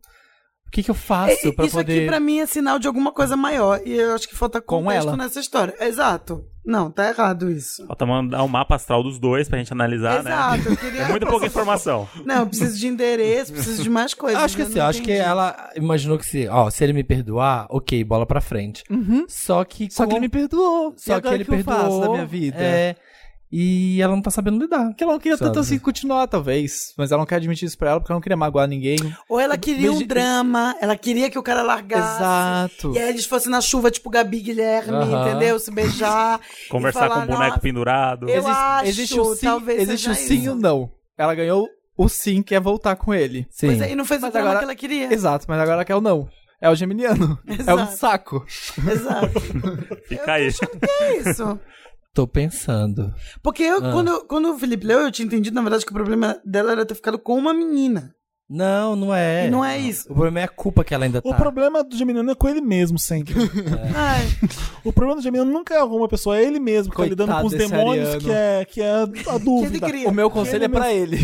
Speaker 2: O que, que eu faço
Speaker 6: E-
Speaker 2: pra
Speaker 6: Isso
Speaker 2: poder.
Speaker 6: aqui pra mim é sinal de alguma coisa maior. E eu acho que falta
Speaker 2: Com
Speaker 6: contexto
Speaker 2: ela.
Speaker 6: nessa história. Exato. Não, tá errado isso.
Speaker 4: Falta mandar um mapa astral dos dois pra gente analisar, né?
Speaker 6: Exato, eu queria-
Speaker 4: É muita pouca informação.
Speaker 6: Não, eu preciso de endereço, preciso de mais coisas.
Speaker 2: Acho que
Speaker 6: eu
Speaker 2: assim,
Speaker 6: não
Speaker 2: acho que
Speaker 5: é
Speaker 6: entendi.
Speaker 2: ela imaginou que se, ó, se ele me perdoar, ok, bola pra frente. Só que.
Speaker 9: Uhum. Só que ele me perdoou. E
Speaker 2: Só que
Speaker 9: agora
Speaker 2: ele
Speaker 9: o eu faço
Speaker 2: perdoou,
Speaker 9: da minha vida.
Speaker 2: é, e ela não tá sabendo lidar.
Speaker 9: Porque ela não queria tanto
Speaker 2: Sabe?
Speaker 9: assim continuar, talvez. Mas ela não quer admitir isso pra ela, porque ela não queria magoar ninguém.
Speaker 6: Ou ela queria um
Speaker 9: Mas-
Speaker 6: drama, ela queria que o cara largasse.
Speaker 9: Exato.
Speaker 6: E aí eles fossem na chuva, tipo Gabi e Guilherme,
Speaker 4: Aham.
Speaker 6: entendeu? Se beijar. e
Speaker 4: Conversar
Speaker 6: falar,
Speaker 4: com o boneco
Speaker 6: "Nossa,
Speaker 4: pendurado.
Speaker 6: Eu acho,
Speaker 9: existe o sim,
Speaker 6: talvez
Speaker 9: existe o
Speaker 6: seja
Speaker 9: sim e
Speaker 6: isso.
Speaker 9: o não. Ela ganhou o sim, que é voltar com ele.
Speaker 2: Sim.
Speaker 6: Pois é, e não fez o drama que ela queria.
Speaker 9: Exato, mas agora ela quer o não. É o geminiano. É um
Speaker 6: Exato.
Speaker 9: saco.
Speaker 6: Exato.
Speaker 4: Fica aí.
Speaker 6: É isso.
Speaker 2: Tô pensando.
Speaker 6: Porque eu,
Speaker 2: Ah.
Speaker 6: quando, quando o Felipe leu, eu tinha entendido, na verdade, que o problema dela era ter ficado com uma menina.
Speaker 2: Não, não é.
Speaker 6: E não é isso.
Speaker 2: O problema é a culpa que ela ainda
Speaker 1: O
Speaker 2: tá.
Speaker 1: problema do Geminiano é com ele mesmo sempre.
Speaker 6: Ai,
Speaker 1: O problema do Geminiano nunca é alguma pessoa, é ele mesmo que tá
Speaker 9: Coitado
Speaker 1: lidando com os
Speaker 9: desse
Speaker 1: demônios
Speaker 9: ariano.
Speaker 1: que é, que é a- a
Speaker 6: que ele
Speaker 1: dúvida.
Speaker 6: queria.
Speaker 9: O meu conselho é pra ele.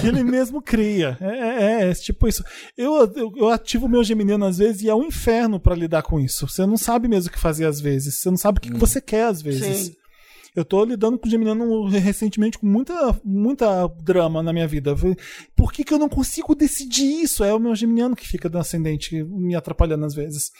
Speaker 1: que ele mesmo cria. É, é, é, é tipo isso. Eu, eu, eu ativo o meu geminiano às vezes e é um inferno pra lidar com isso. Você não sabe mesmo o que fazer às vezes. Você não sabe o que, que você quer às vezes.
Speaker 6: Sim.
Speaker 1: Eu tô lidando com o Geminiano recentemente com muita, muita drama na minha vida. Por que, que eu não consigo decidir isso? É o meu Geminiano que fica do ascendente me atrapalhando às vezes.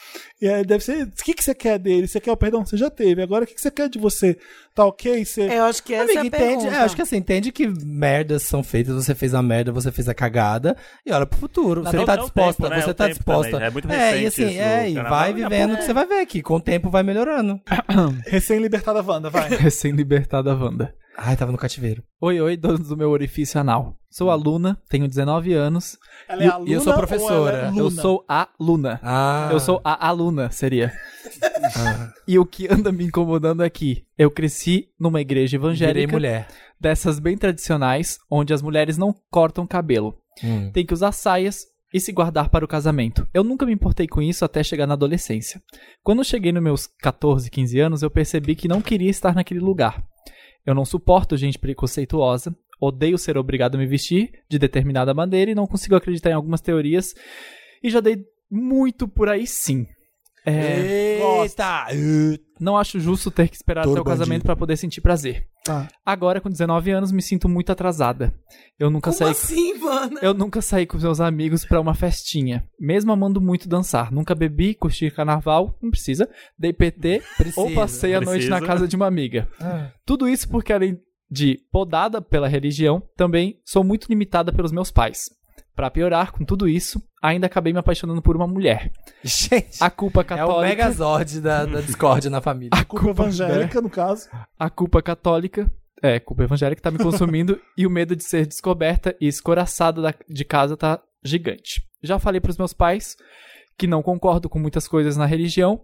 Speaker 1: E aí deve ser. O que, que você quer dele? Você quer o perdão? Você já teve. Agora o que, que você quer de você? Tá ok? Você...
Speaker 6: É, eu acho que essa
Speaker 2: Amiga,
Speaker 6: é a
Speaker 2: entende,
Speaker 6: pergunta.
Speaker 2: é, acho que assim, entende que merdas são feitas, você fez a merda, você fez a cagada, e olha pro futuro. Você
Speaker 4: Dá o-
Speaker 2: tá
Speaker 4: dá o
Speaker 2: disposta,
Speaker 4: tempo, né?
Speaker 2: você
Speaker 4: O
Speaker 2: tá
Speaker 4: tempo
Speaker 2: disposta.
Speaker 4: também, é muito
Speaker 2: e assim,
Speaker 4: recente isso
Speaker 2: é,
Speaker 4: no
Speaker 2: e
Speaker 4: Canadá,
Speaker 2: vai
Speaker 4: daqui a
Speaker 2: vivendo
Speaker 4: pouco-
Speaker 2: que você vai ver que com o tempo vai melhorando.
Speaker 1: Recém-libertada Wanda, vai.
Speaker 9: É Recém-libertada Wanda.
Speaker 2: Ai, tava no cativeiro.
Speaker 9: Oi, oi, dono do meu orifício anal. Sou aluna, tenho 19 anos.
Speaker 1: Ela é a
Speaker 2: e eu
Speaker 1: Luna
Speaker 2: sou
Speaker 1: ou
Speaker 2: professora.
Speaker 1: ela é
Speaker 9: Eu
Speaker 1: Luna?
Speaker 9: sou a Luna.
Speaker 2: Ah.
Speaker 9: Eu sou a aluna, seria. E o que anda me incomodando é que eu cresci numa igreja
Speaker 2: Gerei
Speaker 9: evangélica
Speaker 2: mulher.
Speaker 9: dessas bem tradicionais, onde as mulheres não cortam cabelo.
Speaker 2: Hum.
Speaker 9: Tem que usar saias e se guardar para o casamento. Eu nunca me importei com isso até chegar na adolescência. Quando eu cheguei nos meus 14, 15 anos, eu percebi que não queria estar naquele lugar. Eu não suporto gente preconceituosa, odeio ser obrigado a me vestir de determinada maneira e não consigo acreditar em algumas teorias. E já dei muito por aí sim. É,
Speaker 2: Eita!
Speaker 9: não acho justo ter que esperar
Speaker 2: Todo
Speaker 9: até o casamento
Speaker 2: bandido.
Speaker 9: pra poder sentir prazer.
Speaker 1: Tá.
Speaker 9: Agora, com 19 anos, me sinto muito atrasada. Eu nunca
Speaker 6: Como
Speaker 9: saí.
Speaker 6: assim, mano?
Speaker 9: Eu nunca saí com meus amigos pra uma festinha. Mesmo amando muito dançar. Nunca bebi, curti carnaval, não precisa. Dei PT ou passei a noite
Speaker 4: Precisa.
Speaker 9: na casa de uma amiga. Tudo isso porque, além de podada pela religião, também sou muito limitada pelos meus pais. Pra piorar, com tudo isso, ainda acabei me apaixonando por uma mulher.
Speaker 2: Gente,
Speaker 9: A culpa
Speaker 2: é o
Speaker 9: católica.
Speaker 2: megazord da, da discórdia na família.
Speaker 9: a
Speaker 1: Culpa
Speaker 9: culpa
Speaker 1: evangélica, no caso.
Speaker 9: a culpa católica, é, culpa evangélica tá me consumindo e o medo de ser descoberta e escoraçada da- de casa tá gigante. Já falei pros meus pais que não concordo com muitas coisas na religião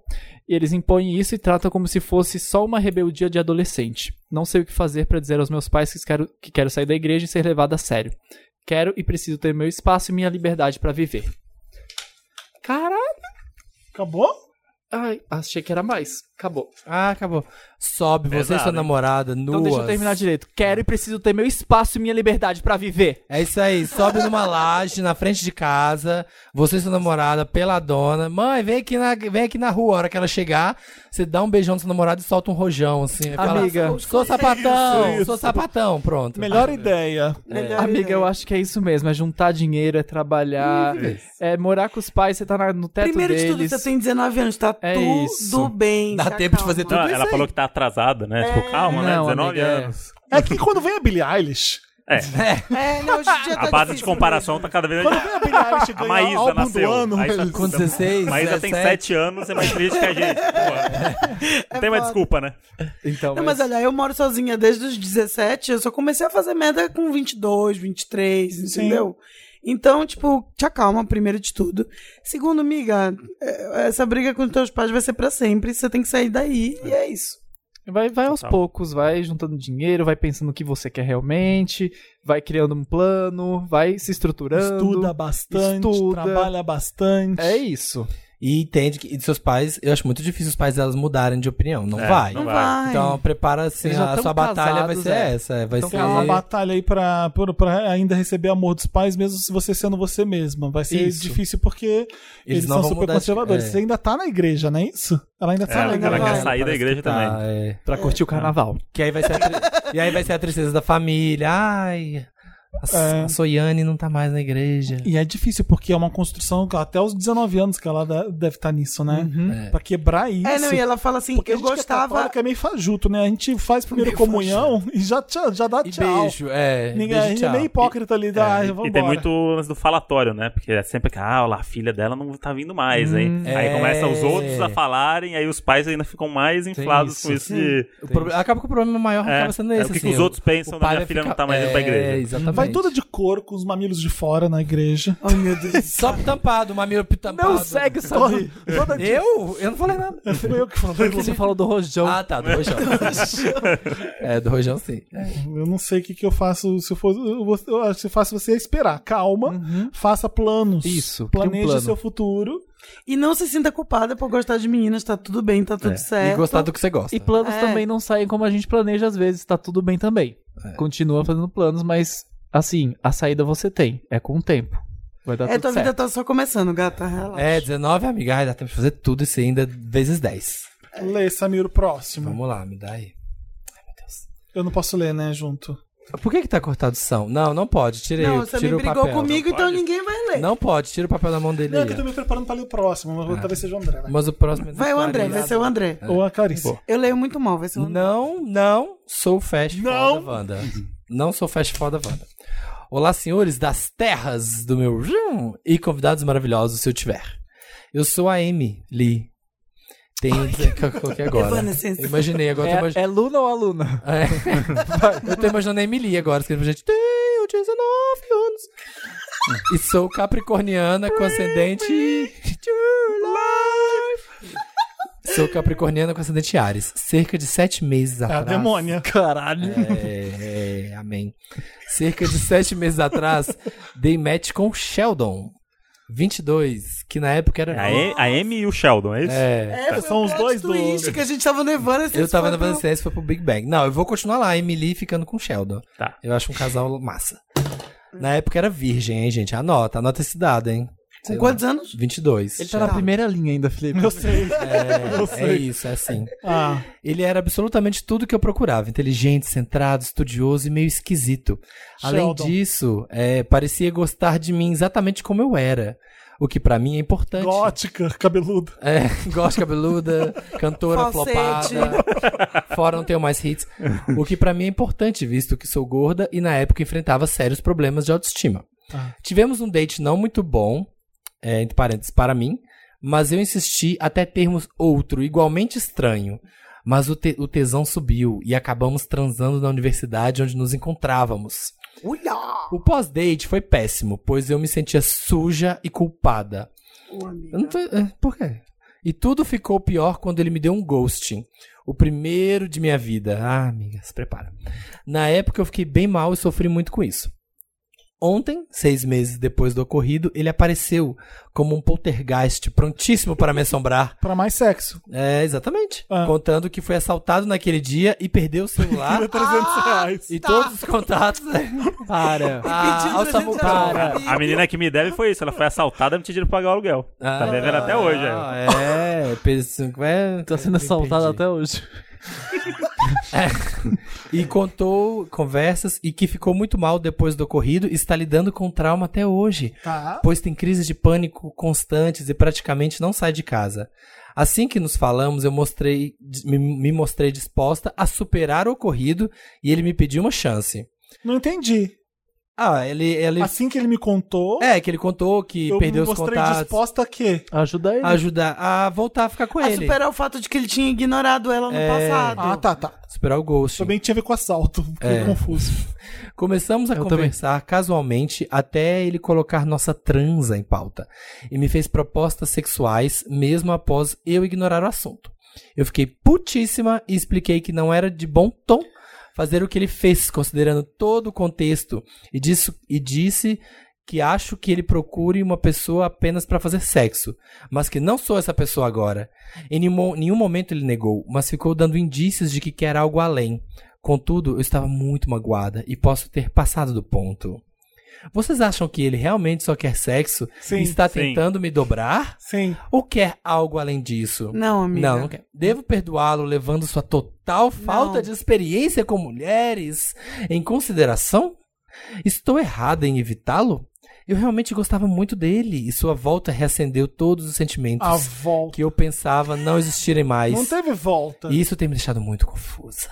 Speaker 9: e eles impõem isso e tratam como se fosse só uma rebeldia de adolescente. Não sei o que fazer pra dizer aos meus pais que quero, que quero sair da igreja e ser levada a sério. Quero e preciso ter meu espaço e minha liberdade pra viver. Caralho!
Speaker 1: Acabou?
Speaker 9: Ai, achei que era mais. Acabou.
Speaker 2: Ah, acabou. Sobe, você e sua
Speaker 4: Pesado, hein?
Speaker 2: namorada, nuas.
Speaker 9: Então deixa eu terminar direito. Quero e preciso ter meu espaço e minha liberdade pra viver.
Speaker 2: É isso aí, sobe numa laje na frente de casa, você e sua namorada, pela dona. Mãe, vem aqui na, vem aqui na rua, a hora que ela chegar, você dá um beijão no seu namorado e solta um rojão, assim. fala,
Speaker 9: Amiga.
Speaker 2: sou sapatão,
Speaker 1: Isso, isso.
Speaker 2: sou sapatão, pronto.
Speaker 1: Melhor ideia.
Speaker 6: Melhor
Speaker 9: Amiga,
Speaker 6: ideia.
Speaker 9: eu acho que é isso mesmo. É juntar dinheiro, é trabalhar, é morar com os pais, você tá na- no teto
Speaker 6: Primeiro de tudo,
Speaker 9: deles.
Speaker 6: você tem 19 anos, tá
Speaker 9: É
Speaker 6: tudo
Speaker 9: isso.
Speaker 6: bem.
Speaker 2: Dá
Speaker 6: se
Speaker 2: tempo de
Speaker 6: acalma.
Speaker 2: fazer tudo
Speaker 4: Não,
Speaker 2: isso
Speaker 4: ela
Speaker 2: aí.
Speaker 4: falou que tá atrasada, né? Tipo, calma, né?
Speaker 9: Não,
Speaker 4: 19
Speaker 9: amiga, é.
Speaker 4: anos.
Speaker 1: É que quando vem a Billie Eilish,
Speaker 6: É, não, hoje em dia tá
Speaker 4: A base de
Speaker 6: difícil
Speaker 4: comparação tá cada vez
Speaker 1: quando vem a Billie Eilish
Speaker 4: A
Speaker 1: ganhar o
Speaker 4: Maísa
Speaker 1: álbum do
Speaker 4: nasceu.
Speaker 1: ano,
Speaker 4: Aí tá-
Speaker 2: Com 16,
Speaker 4: Maísa tem
Speaker 2: 17.
Speaker 4: 7 anos, é mais triste que a gente. Porra.
Speaker 6: É
Speaker 4: Não tem mais desculpa, né?
Speaker 9: Então,
Speaker 6: Não,
Speaker 9: mas-
Speaker 6: mas olha, eu moro sozinha desde os 17, eu só comecei a fazer merda com 22, 23, entendeu? Então, tipo, te acalma, primeiro de tudo. Segundo, amiga, é, essa briga com teus pais vai ser pra sempre, você tem que sair daí, e é isso.
Speaker 9: vai, vai aos
Speaker 4: Total.
Speaker 9: poucos, vai juntando dinheiro, vai pensando o que você quer realmente, vai criando um plano, vai se estruturando.
Speaker 1: estuda bastante,
Speaker 9: estuda.
Speaker 1: trabalha bastante.
Speaker 9: É isso.
Speaker 2: E entende que e de seus pais, eu acho muito difícil os pais delas mudarem de opinião. Não
Speaker 4: É,
Speaker 2: vai.
Speaker 4: não vai.
Speaker 2: Então prepara assim,
Speaker 1: Eles já
Speaker 2: a
Speaker 1: tão
Speaker 2: sua batalha vai
Speaker 1: casados,
Speaker 2: ser
Speaker 1: é.
Speaker 2: essa. Vai
Speaker 1: então
Speaker 2: ser
Speaker 1: é uma batalha aí pra, pra, pra ainda receber amor dos pais, mesmo se você sendo você mesma. Vai ser
Speaker 2: Isso.
Speaker 1: difícil porque eles, são
Speaker 2: não vão
Speaker 1: super
Speaker 2: mudar de-
Speaker 1: conservadores.
Speaker 2: é.
Speaker 1: Você ainda tá na igreja, não é isso? Ela ainda tá
Speaker 2: É,
Speaker 1: na
Speaker 2: ela
Speaker 1: igreja.
Speaker 2: quer sair da igreja também.
Speaker 5: Pra curtir o carnaval.
Speaker 2: tá, é. Que aí vai ser a tri- e aí vai ser a tristeza da família. Ai, a,
Speaker 1: É.
Speaker 2: a Soiane não tá mais na igreja.
Speaker 1: E é difícil, porque é uma construção que até os 19 anos que ela da- deve estar nisso, né?
Speaker 2: É.
Speaker 1: Pra quebrar isso.
Speaker 6: É, não, e ela fala assim,
Speaker 1: Porque
Speaker 6: eu
Speaker 1: a gente Que é,
Speaker 6: gostava.
Speaker 1: católica é meio fajuto, né? A gente faz primeiro
Speaker 6: Meio
Speaker 1: comunhão e já, tchau- já dá tchau.
Speaker 2: beijo, é,
Speaker 1: Ninguém,
Speaker 2: beijo,
Speaker 1: a gente
Speaker 2: tchau.
Speaker 1: é meio hipócrita ali. Da, ah, vamos
Speaker 4: E tem muito lance do falatório, né? Porque é sempre que, ah, olha, a filha dela não tá vindo mais, hein?
Speaker 2: Hum,
Speaker 4: aí
Speaker 2: é.
Speaker 4: começam os outros a falarem, aí os pais ainda ficam mais
Speaker 2: Tem
Speaker 4: inflados
Speaker 2: isso.
Speaker 4: com isso de...
Speaker 2: O proble- Acaba que o problema maior
Speaker 4: É,
Speaker 2: acaba sendo
Speaker 4: é
Speaker 2: esse.
Speaker 4: o que que
Speaker 2: assim,
Speaker 4: os outros pensam
Speaker 2: o
Speaker 4: da
Speaker 2: pai
Speaker 4: minha
Speaker 2: vai
Speaker 4: filha não
Speaker 2: ficar-
Speaker 4: tá mais indo pra
Speaker 2: É,
Speaker 4: igreja.
Speaker 2: Exatamente.
Speaker 1: Vai toda de couro com os mamilos de fora na igreja.
Speaker 6: Ai, meu Deus.
Speaker 2: Só tampado, o mamilo tampado.
Speaker 9: Não segue essa
Speaker 1: Corre.
Speaker 2: Eu? Eu não falei nada.
Speaker 1: Foi eu que falei.
Speaker 9: Você falou do rojão.
Speaker 2: Ah, tá, do Rojão. é, do Rojão sim.
Speaker 1: Eu não sei o que, que eu faço. Se eu for. Eu, vou- eu acho que se eu faço você é esperar. Calma.
Speaker 9: Uhum.
Speaker 1: Faça planos.
Speaker 9: Isso, cria um
Speaker 1: Planeje
Speaker 9: plano.
Speaker 1: seu futuro.
Speaker 6: E não se sinta culpada por gostar de meninas, tá tudo bem, tá tudo
Speaker 1: É,
Speaker 6: certo.
Speaker 2: E
Speaker 1: então
Speaker 2: gostar do que você gosta.
Speaker 9: E planos
Speaker 6: É.
Speaker 9: também não saem como a gente planeja às vezes, tá tudo bem também. Continua fazendo planos, mas assim, a saída você tem, é com o tempo. Vai dar
Speaker 6: É, tua
Speaker 9: tudo
Speaker 6: vida
Speaker 9: certo.
Speaker 6: tá só começando, gata, relaxa.
Speaker 2: É, 19, amiga. Ai, dá tempo de fazer tudo isso ainda vezes 10.
Speaker 1: Lê, Samir, o próximo.
Speaker 2: Vamos lá, me dá aí. Ai, meu Deus.
Speaker 1: Eu não posso ler, né, junto.
Speaker 2: Por que que tá cortado o som? Não, não pode. Tira aí,
Speaker 6: Não, você
Speaker 2: tira
Speaker 6: me
Speaker 2: o
Speaker 6: brigou
Speaker 2: papel.
Speaker 6: comigo,
Speaker 4: Não
Speaker 6: então
Speaker 4: pode.
Speaker 6: ninguém vai ler.
Speaker 2: Não pode, tira o papel da mão dele
Speaker 1: Não, é
Speaker 2: aí,
Speaker 1: que eu
Speaker 2: ó.
Speaker 1: tô me preparando pra ler o próximo, mas talvez seja o André, né?
Speaker 2: Mas o próximo... é da
Speaker 6: Vai o André,
Speaker 2: Clarice.
Speaker 6: vai ser o André.
Speaker 1: Ou a Clarice.
Speaker 6: Eu leio muito mal, vai ser o André.
Speaker 2: Não, não sou fast
Speaker 1: Não.
Speaker 2: foda, Wanda. Não sou fast foda, Wanda. Olá, senhores das terras do meu rum e convidados maravilhosos, se eu tiver. Eu sou a Amy Lee. Tenho que eu coloquei agora.
Speaker 6: Evanescence.
Speaker 2: Eu Imaginei, agora eu tô
Speaker 9: É, é Luna ou aluna?
Speaker 2: é. Eu tô imaginando a Emily agora, escrevendo pra gente. Tenho 19 anos. E sou capricorniana com ascendente. Sou capricorniana com ascendente Ares. Cerca de sete meses
Speaker 1: É a
Speaker 2: atrás.
Speaker 1: demônia. Caralho.
Speaker 2: É, é, amém. Cerca de sete meses atrás, dei match com Sheldon, 22, que na época era.
Speaker 4: A, e, a Amy e o Sheldon, é isso?
Speaker 2: É.
Speaker 6: É,
Speaker 1: São os dois do-
Speaker 6: twist que a gente tava levando esse um-
Speaker 2: Eu tava na
Speaker 6: espanto.
Speaker 2: Vanessa foi pro Big Bang. Não, eu vou continuar lá, Emily ficando com Sheldon.
Speaker 4: Tá.
Speaker 2: Eu acho um casal massa. Na época era virgem, hein, gente? Anota, anota esse dado, hein?
Speaker 6: Com quantos anos?
Speaker 2: 22.
Speaker 9: Ele tá na primeira linha ainda, Felipe.
Speaker 1: Eu sei. eu
Speaker 2: É
Speaker 1: sei.
Speaker 2: isso, é assim.
Speaker 1: Ah,
Speaker 2: Ele era absolutamente tudo que eu procurava. Inteligente, centrado, estudioso e meio esquisito. Além
Speaker 1: Sheldon.
Speaker 2: disso, é, parecia gostar de mim exatamente como eu era. O que pra mim é importante.
Speaker 1: gótica, cabeludo.
Speaker 2: É, gosto cabeluda, cantora
Speaker 6: Falsete.
Speaker 2: flopada. Fora não tenho mais hits. O que pra mim é importante, visto que sou gorda e na época enfrentava sérios problemas de autoestima.
Speaker 1: Ah.
Speaker 2: Tivemos um date não muito bom, é, entre parênteses, para mim, mas eu insisti até termos outro igualmente estranho. Mas o, te- o tesão subiu e acabamos transando na universidade onde nos encontrávamos.
Speaker 6: Olha!
Speaker 2: O pós-date foi péssimo, pois eu me sentia suja e culpada. Eu não tô- é, Por quê? E tudo ficou pior quando ele me deu um ghosting. O primeiro de minha vida. Ah, amiga, se prepara. Na época eu fiquei bem mal e sofri muito com isso. Ontem, seis meses depois do ocorrido, ele apareceu como um poltergeist prontíssimo para me assombrar.
Speaker 1: Pra mais sexo.
Speaker 2: É, exatamente.
Speaker 1: Ah.
Speaker 2: Contando que foi assaltado naquele dia e perdeu o celular. Ah,
Speaker 1: 300 reais.
Speaker 2: E todos os contatos. Para. Ah,
Speaker 6: Pedindo
Speaker 2: ao
Speaker 6: pra gente um
Speaker 2: Samuel.
Speaker 6: ouvir.
Speaker 4: A menina que me deve foi isso, ela foi assaltada e me pediram pra pagar o aluguel. tá devendo até hoje, é.
Speaker 2: Ah, é. Penso, é
Speaker 9: Tá sendo assaltado até hoje.
Speaker 2: E contou conversas e que ficou muito mal depois do ocorrido e está lidando com trauma até hoje.
Speaker 1: Tá.
Speaker 2: pois tem crises de pânico constantes e praticamente não sai de casa. Assim que nos falamos, eu mostrei, me, me mostrei disposta a superar o ocorrido e ele me pediu uma chance.
Speaker 1: Não entendi.
Speaker 2: Ah, ele. ele
Speaker 1: Assim que ele me contou,
Speaker 2: é, que ele contou que
Speaker 1: eu me
Speaker 2: perdeu os
Speaker 1: mostrei
Speaker 2: contatos.
Speaker 1: disposta a quê?
Speaker 9: Ajuda né? ele.
Speaker 2: a Ajudar a voltar a ficar com
Speaker 6: A
Speaker 2: ele.
Speaker 6: superar o fato de que ele tinha ignorado ela no passado.
Speaker 1: Ah, tá, tá.
Speaker 2: Superar o ghost.
Speaker 1: Também tinha a ver com assalto.
Speaker 2: É.
Speaker 1: Fiquei confuso.
Speaker 2: Começamos a
Speaker 9: Eu
Speaker 2: conversar casualmente até ele colocar nossa transa em pauta e me fez propostas sexuais mesmo após eu ignorar o assunto. Eu fiquei putíssima e expliquei que não era de bom tom fazer o que ele fez, considerando todo o contexto, e, disso, e disse que acho que ele procure uma pessoa apenas para fazer sexo, mas que não sou essa pessoa agora. Em nenhum, nenhum momento ele negou, mas ficou dando indícios de que quer algo além. Contudo, eu estava muito magoada e posso ter passado do ponto. Vocês acham que ele realmente só quer sexo
Speaker 1: Sim,
Speaker 2: e está
Speaker 1: sim.
Speaker 2: tentando me dobrar?
Speaker 1: Sim.
Speaker 2: Ou quer algo além disso?
Speaker 6: Não, amiga.
Speaker 2: Não, não quer. Devo perdoá-lo levando sua total falta
Speaker 6: Não.
Speaker 2: de experiência com mulheres em consideração? Estou errada em evitá-lo? Eu realmente gostava muito dele e sua volta reacendeu todos os sentimentos
Speaker 1: A volta.
Speaker 2: que eu pensava não existirem mais.
Speaker 1: Não teve volta.
Speaker 2: E isso tem me deixado muito confusa.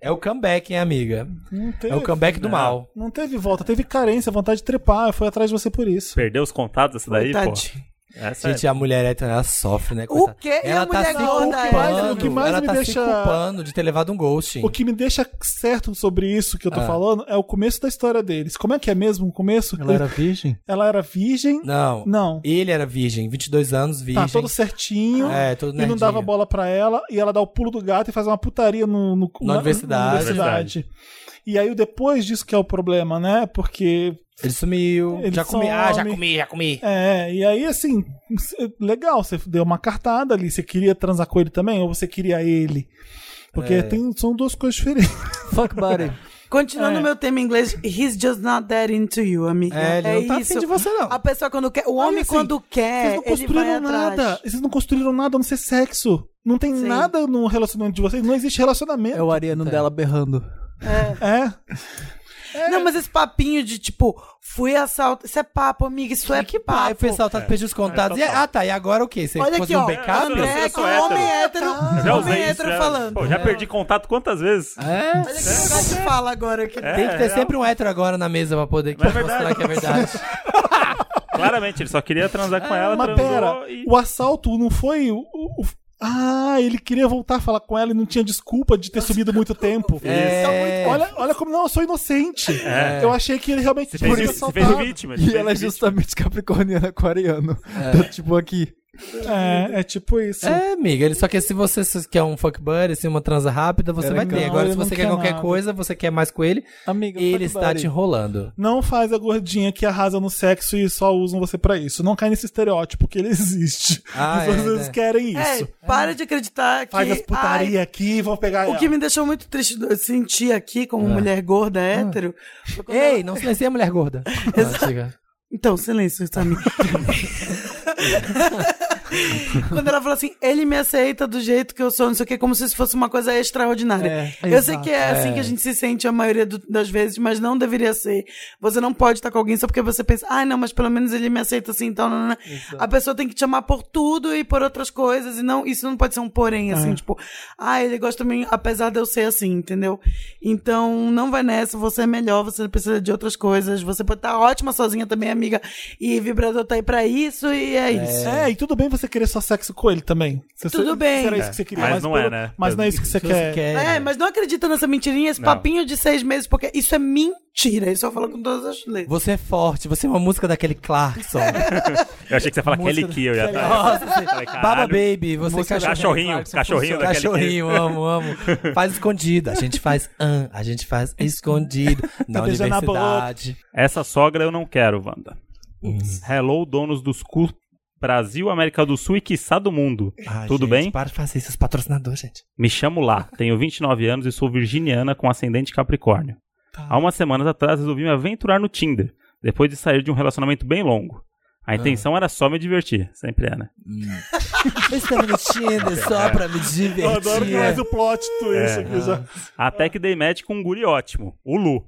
Speaker 2: É o comeback, hein, amiga?
Speaker 1: Não teve-
Speaker 2: É o comeback do
Speaker 1: Não.
Speaker 2: mal.
Speaker 1: Não teve volta, teve carência, vontade de trepar, eu fui atrás de você por isso.
Speaker 4: Perdeu os contatos essa daí, pô? É
Speaker 1: Tadinho.
Speaker 4: Essa
Speaker 2: Gente, a mulher hétero, ela sofre, né?
Speaker 1: O
Speaker 2: coitada?
Speaker 1: quê? E
Speaker 2: Ela
Speaker 1: a
Speaker 2: tá
Speaker 1: mulher
Speaker 2: se
Speaker 1: gorda, é?
Speaker 2: culpando.
Speaker 1: O que mais
Speaker 2: ela
Speaker 1: me
Speaker 2: tá se
Speaker 1: deixa-
Speaker 2: culpando de ter levado um ghosting.
Speaker 1: O que me deixa certo sobre isso que eu tô
Speaker 2: Ah.
Speaker 1: falando é o começo da história deles. Como é que é mesmo o começo?
Speaker 2: Ela era
Speaker 1: virgem? Ela era virgem.
Speaker 2: Não.
Speaker 1: Não.
Speaker 2: Ele era virgem, 22 anos, virgem.
Speaker 1: Tá todo certinho.
Speaker 2: É, todo
Speaker 1: e não
Speaker 2: nerdinho.
Speaker 1: dava bola pra ela. E ela dá o pulo do gato e faz uma putaria no, no-
Speaker 2: Na universidade.
Speaker 1: universidade. E aí, depois disso que é o problema, né? Porque.
Speaker 2: Ele sumiu.
Speaker 1: Ele
Speaker 2: já comi. Ah, já
Speaker 1: some.
Speaker 2: comi, já comi.
Speaker 1: É, e aí, assim, legal, você deu uma cartada ali. Você queria transar com ele também? Ou você queria ele? Porque
Speaker 6: É.
Speaker 1: tem, são duas coisas diferentes.
Speaker 9: Fuck buddy.
Speaker 6: Continuando
Speaker 1: É.
Speaker 6: o meu tema em inglês, he's just not that into you, amiga.
Speaker 1: É, ele não tá afim
Speaker 6: isso.
Speaker 1: de você, não.
Speaker 6: A pessoa quando quer, o homem
Speaker 1: Olha, assim,
Speaker 6: quando quer,
Speaker 1: Vocês não
Speaker 6: É, ele vai
Speaker 1: construíram nada.
Speaker 6: atrás.
Speaker 1: Vocês não construíram nada a não ser sexo. Não tem nada no relacionamento de vocês. Não existe relacionamento. É o
Speaker 9: ariano dela berrando.
Speaker 1: É.
Speaker 6: É. Não, mas esse papinho de tipo, fui assalto, isso é papo, amiga, isso é que papo.
Speaker 2: Aí o pessoal tá perdendo os contados. E, ah, tá. E agora o quê? Você
Speaker 6: Olha
Speaker 2: fosse
Speaker 6: aqui,
Speaker 2: um
Speaker 6: ó,
Speaker 2: backup?
Speaker 6: André,
Speaker 4: Eu
Speaker 6: que
Speaker 4: sou
Speaker 6: homem hétero,
Speaker 4: hétero. Já usei
Speaker 6: homem
Speaker 4: isso, né?
Speaker 6: hétero
Speaker 4: já-
Speaker 6: falando.
Speaker 4: Pô, já perdi contato quantas vezes?
Speaker 2: É.
Speaker 6: Olha que negócio de fala agora aqui.
Speaker 2: Tem que ter
Speaker 4: É,
Speaker 2: sempre um hétero agora na mesa pra poder
Speaker 4: Mas é
Speaker 2: mostrar
Speaker 4: verdade.
Speaker 2: que é verdade.
Speaker 4: Claramente, ele só queria transar com ela,
Speaker 1: Mas
Speaker 4: transou
Speaker 1: É pera,
Speaker 4: e...
Speaker 1: o assalto não foi. O, o- o- ah, ele queria voltar a falar com ela e não tinha desculpa de ter sumido tá muito tempo.
Speaker 2: É.
Speaker 1: Olha, olha como não, eu sou inocente.
Speaker 2: É.
Speaker 1: Eu achei que ele realmente
Speaker 4: Se
Speaker 1: tinha
Speaker 4: fez
Speaker 1: sido
Speaker 4: vi- se fez
Speaker 1: assaltado.
Speaker 4: vítima. ele
Speaker 5: E
Speaker 4: fez
Speaker 5: ela é
Speaker 4: vítima.
Speaker 5: justamente capricorniana aquariano. Tá tipo aqui.
Speaker 1: É, é tipo isso.
Speaker 2: É, amiga, ele só que se você se- quer um fuck buddy, assim, uma transa rápida, você
Speaker 1: Era
Speaker 2: vai
Speaker 1: que-
Speaker 2: ter.
Speaker 1: Não,
Speaker 2: Agora,
Speaker 1: ele
Speaker 2: se
Speaker 1: não
Speaker 2: você
Speaker 1: quer
Speaker 2: quer qualquer
Speaker 1: nada.
Speaker 2: coisa, você quer mais com ele,
Speaker 5: Amiga,
Speaker 2: ele
Speaker 5: fuck
Speaker 2: está
Speaker 5: buddy.
Speaker 2: te enrolando.
Speaker 1: Não faz a gordinha que arrasa no sexo e só usam você pra isso. Não cai nesse estereótipo que ele existe.
Speaker 2: Ah,
Speaker 1: As pessoas
Speaker 2: é, né?
Speaker 1: querem isso.
Speaker 6: É, para de acreditar que...
Speaker 1: Faz as putaria aqui, vão pegar
Speaker 6: ai,
Speaker 1: ela.
Speaker 6: o que me deixou muito triste, eu senti aqui
Speaker 1: Ah.
Speaker 6: como mulher gorda, hétero... foi quando
Speaker 2: Ei,
Speaker 6: ela-
Speaker 2: não silencia a mulher gorda. Ah, diga.
Speaker 6: Então, silêncio, Samir. Quando ela falou assim, ele me aceita do jeito que eu sou, não sei o que, como se isso fosse uma coisa extraordinária.
Speaker 5: É,
Speaker 6: eu sei
Speaker 5: exato.
Speaker 6: que é assim
Speaker 5: É.
Speaker 6: que a gente se sente a maioria do- das vezes, mas não deveria ser. Você não pode estar com alguém só porque você pensa, ai não, mas pelo menos ele me aceita assim, então. Não, não, não." A pessoa tem que te amar por tudo e por outras coisas, e não, isso não pode ser um porém, assim,
Speaker 1: É.
Speaker 6: tipo, ah, ele gosta de mim, apesar de eu ser assim, entendeu? Então, não vai nessa, você é melhor, você precisa de outras coisas, você pode estar ótima sozinha também, amiga, e vibrador tá aí pra isso, e é isso.
Speaker 1: É, e tudo bem você querer só sexo com ele também. Se
Speaker 6: Tudo
Speaker 1: você-
Speaker 6: bem.
Speaker 1: se Era isso
Speaker 4: É,
Speaker 1: que você queria.
Speaker 4: mas não é, né?
Speaker 1: Mas não é isso que você
Speaker 2: Se
Speaker 1: quer.
Speaker 6: É, mas não acredita nessa mentirinha, esse
Speaker 4: Não.
Speaker 6: papinho de seis meses, porque isso é mentira. Isso eu falo com todas as letras.
Speaker 2: Você é forte, você é uma música daquele Clarkson.
Speaker 4: Eu achei que você ia falar
Speaker 2: Música
Speaker 4: Kelly Key, eu já tava.
Speaker 2: Nossa, você-
Speaker 4: Falei, caralho.
Speaker 2: Baba Baby, você
Speaker 4: Música da- Cachorrinho, cachorrinho da Kelly
Speaker 2: Cachorrinho,
Speaker 4: Key.
Speaker 2: amo, amo. Faz escondido, a gente faz an, a gente faz escondido na
Speaker 1: beijando na boca.
Speaker 2: universidade.
Speaker 4: Essa sogra eu não quero, Wanda. Hello, donos dos cu Brasil, América do Sul e quiçá do mundo.
Speaker 2: Ai,
Speaker 4: Tudo
Speaker 2: gente,
Speaker 4: bem?
Speaker 2: Para de fazer esses patrocinadores, gente.
Speaker 4: Me chamo lá, tenho 29 anos e sou virginiana com ascendente Capricórnio. Há umas semanas atrás resolvi me aventurar no Tinder, depois de sair de um relacionamento bem longo. A intenção era só me divertir, sempre é, né?
Speaker 2: Eu estava no Tinder só pra me divertir.
Speaker 1: Eu adoro que faz o plot twist
Speaker 4: É.
Speaker 1: aqui já.
Speaker 4: Até que dei match com um guri ótimo, o Lu.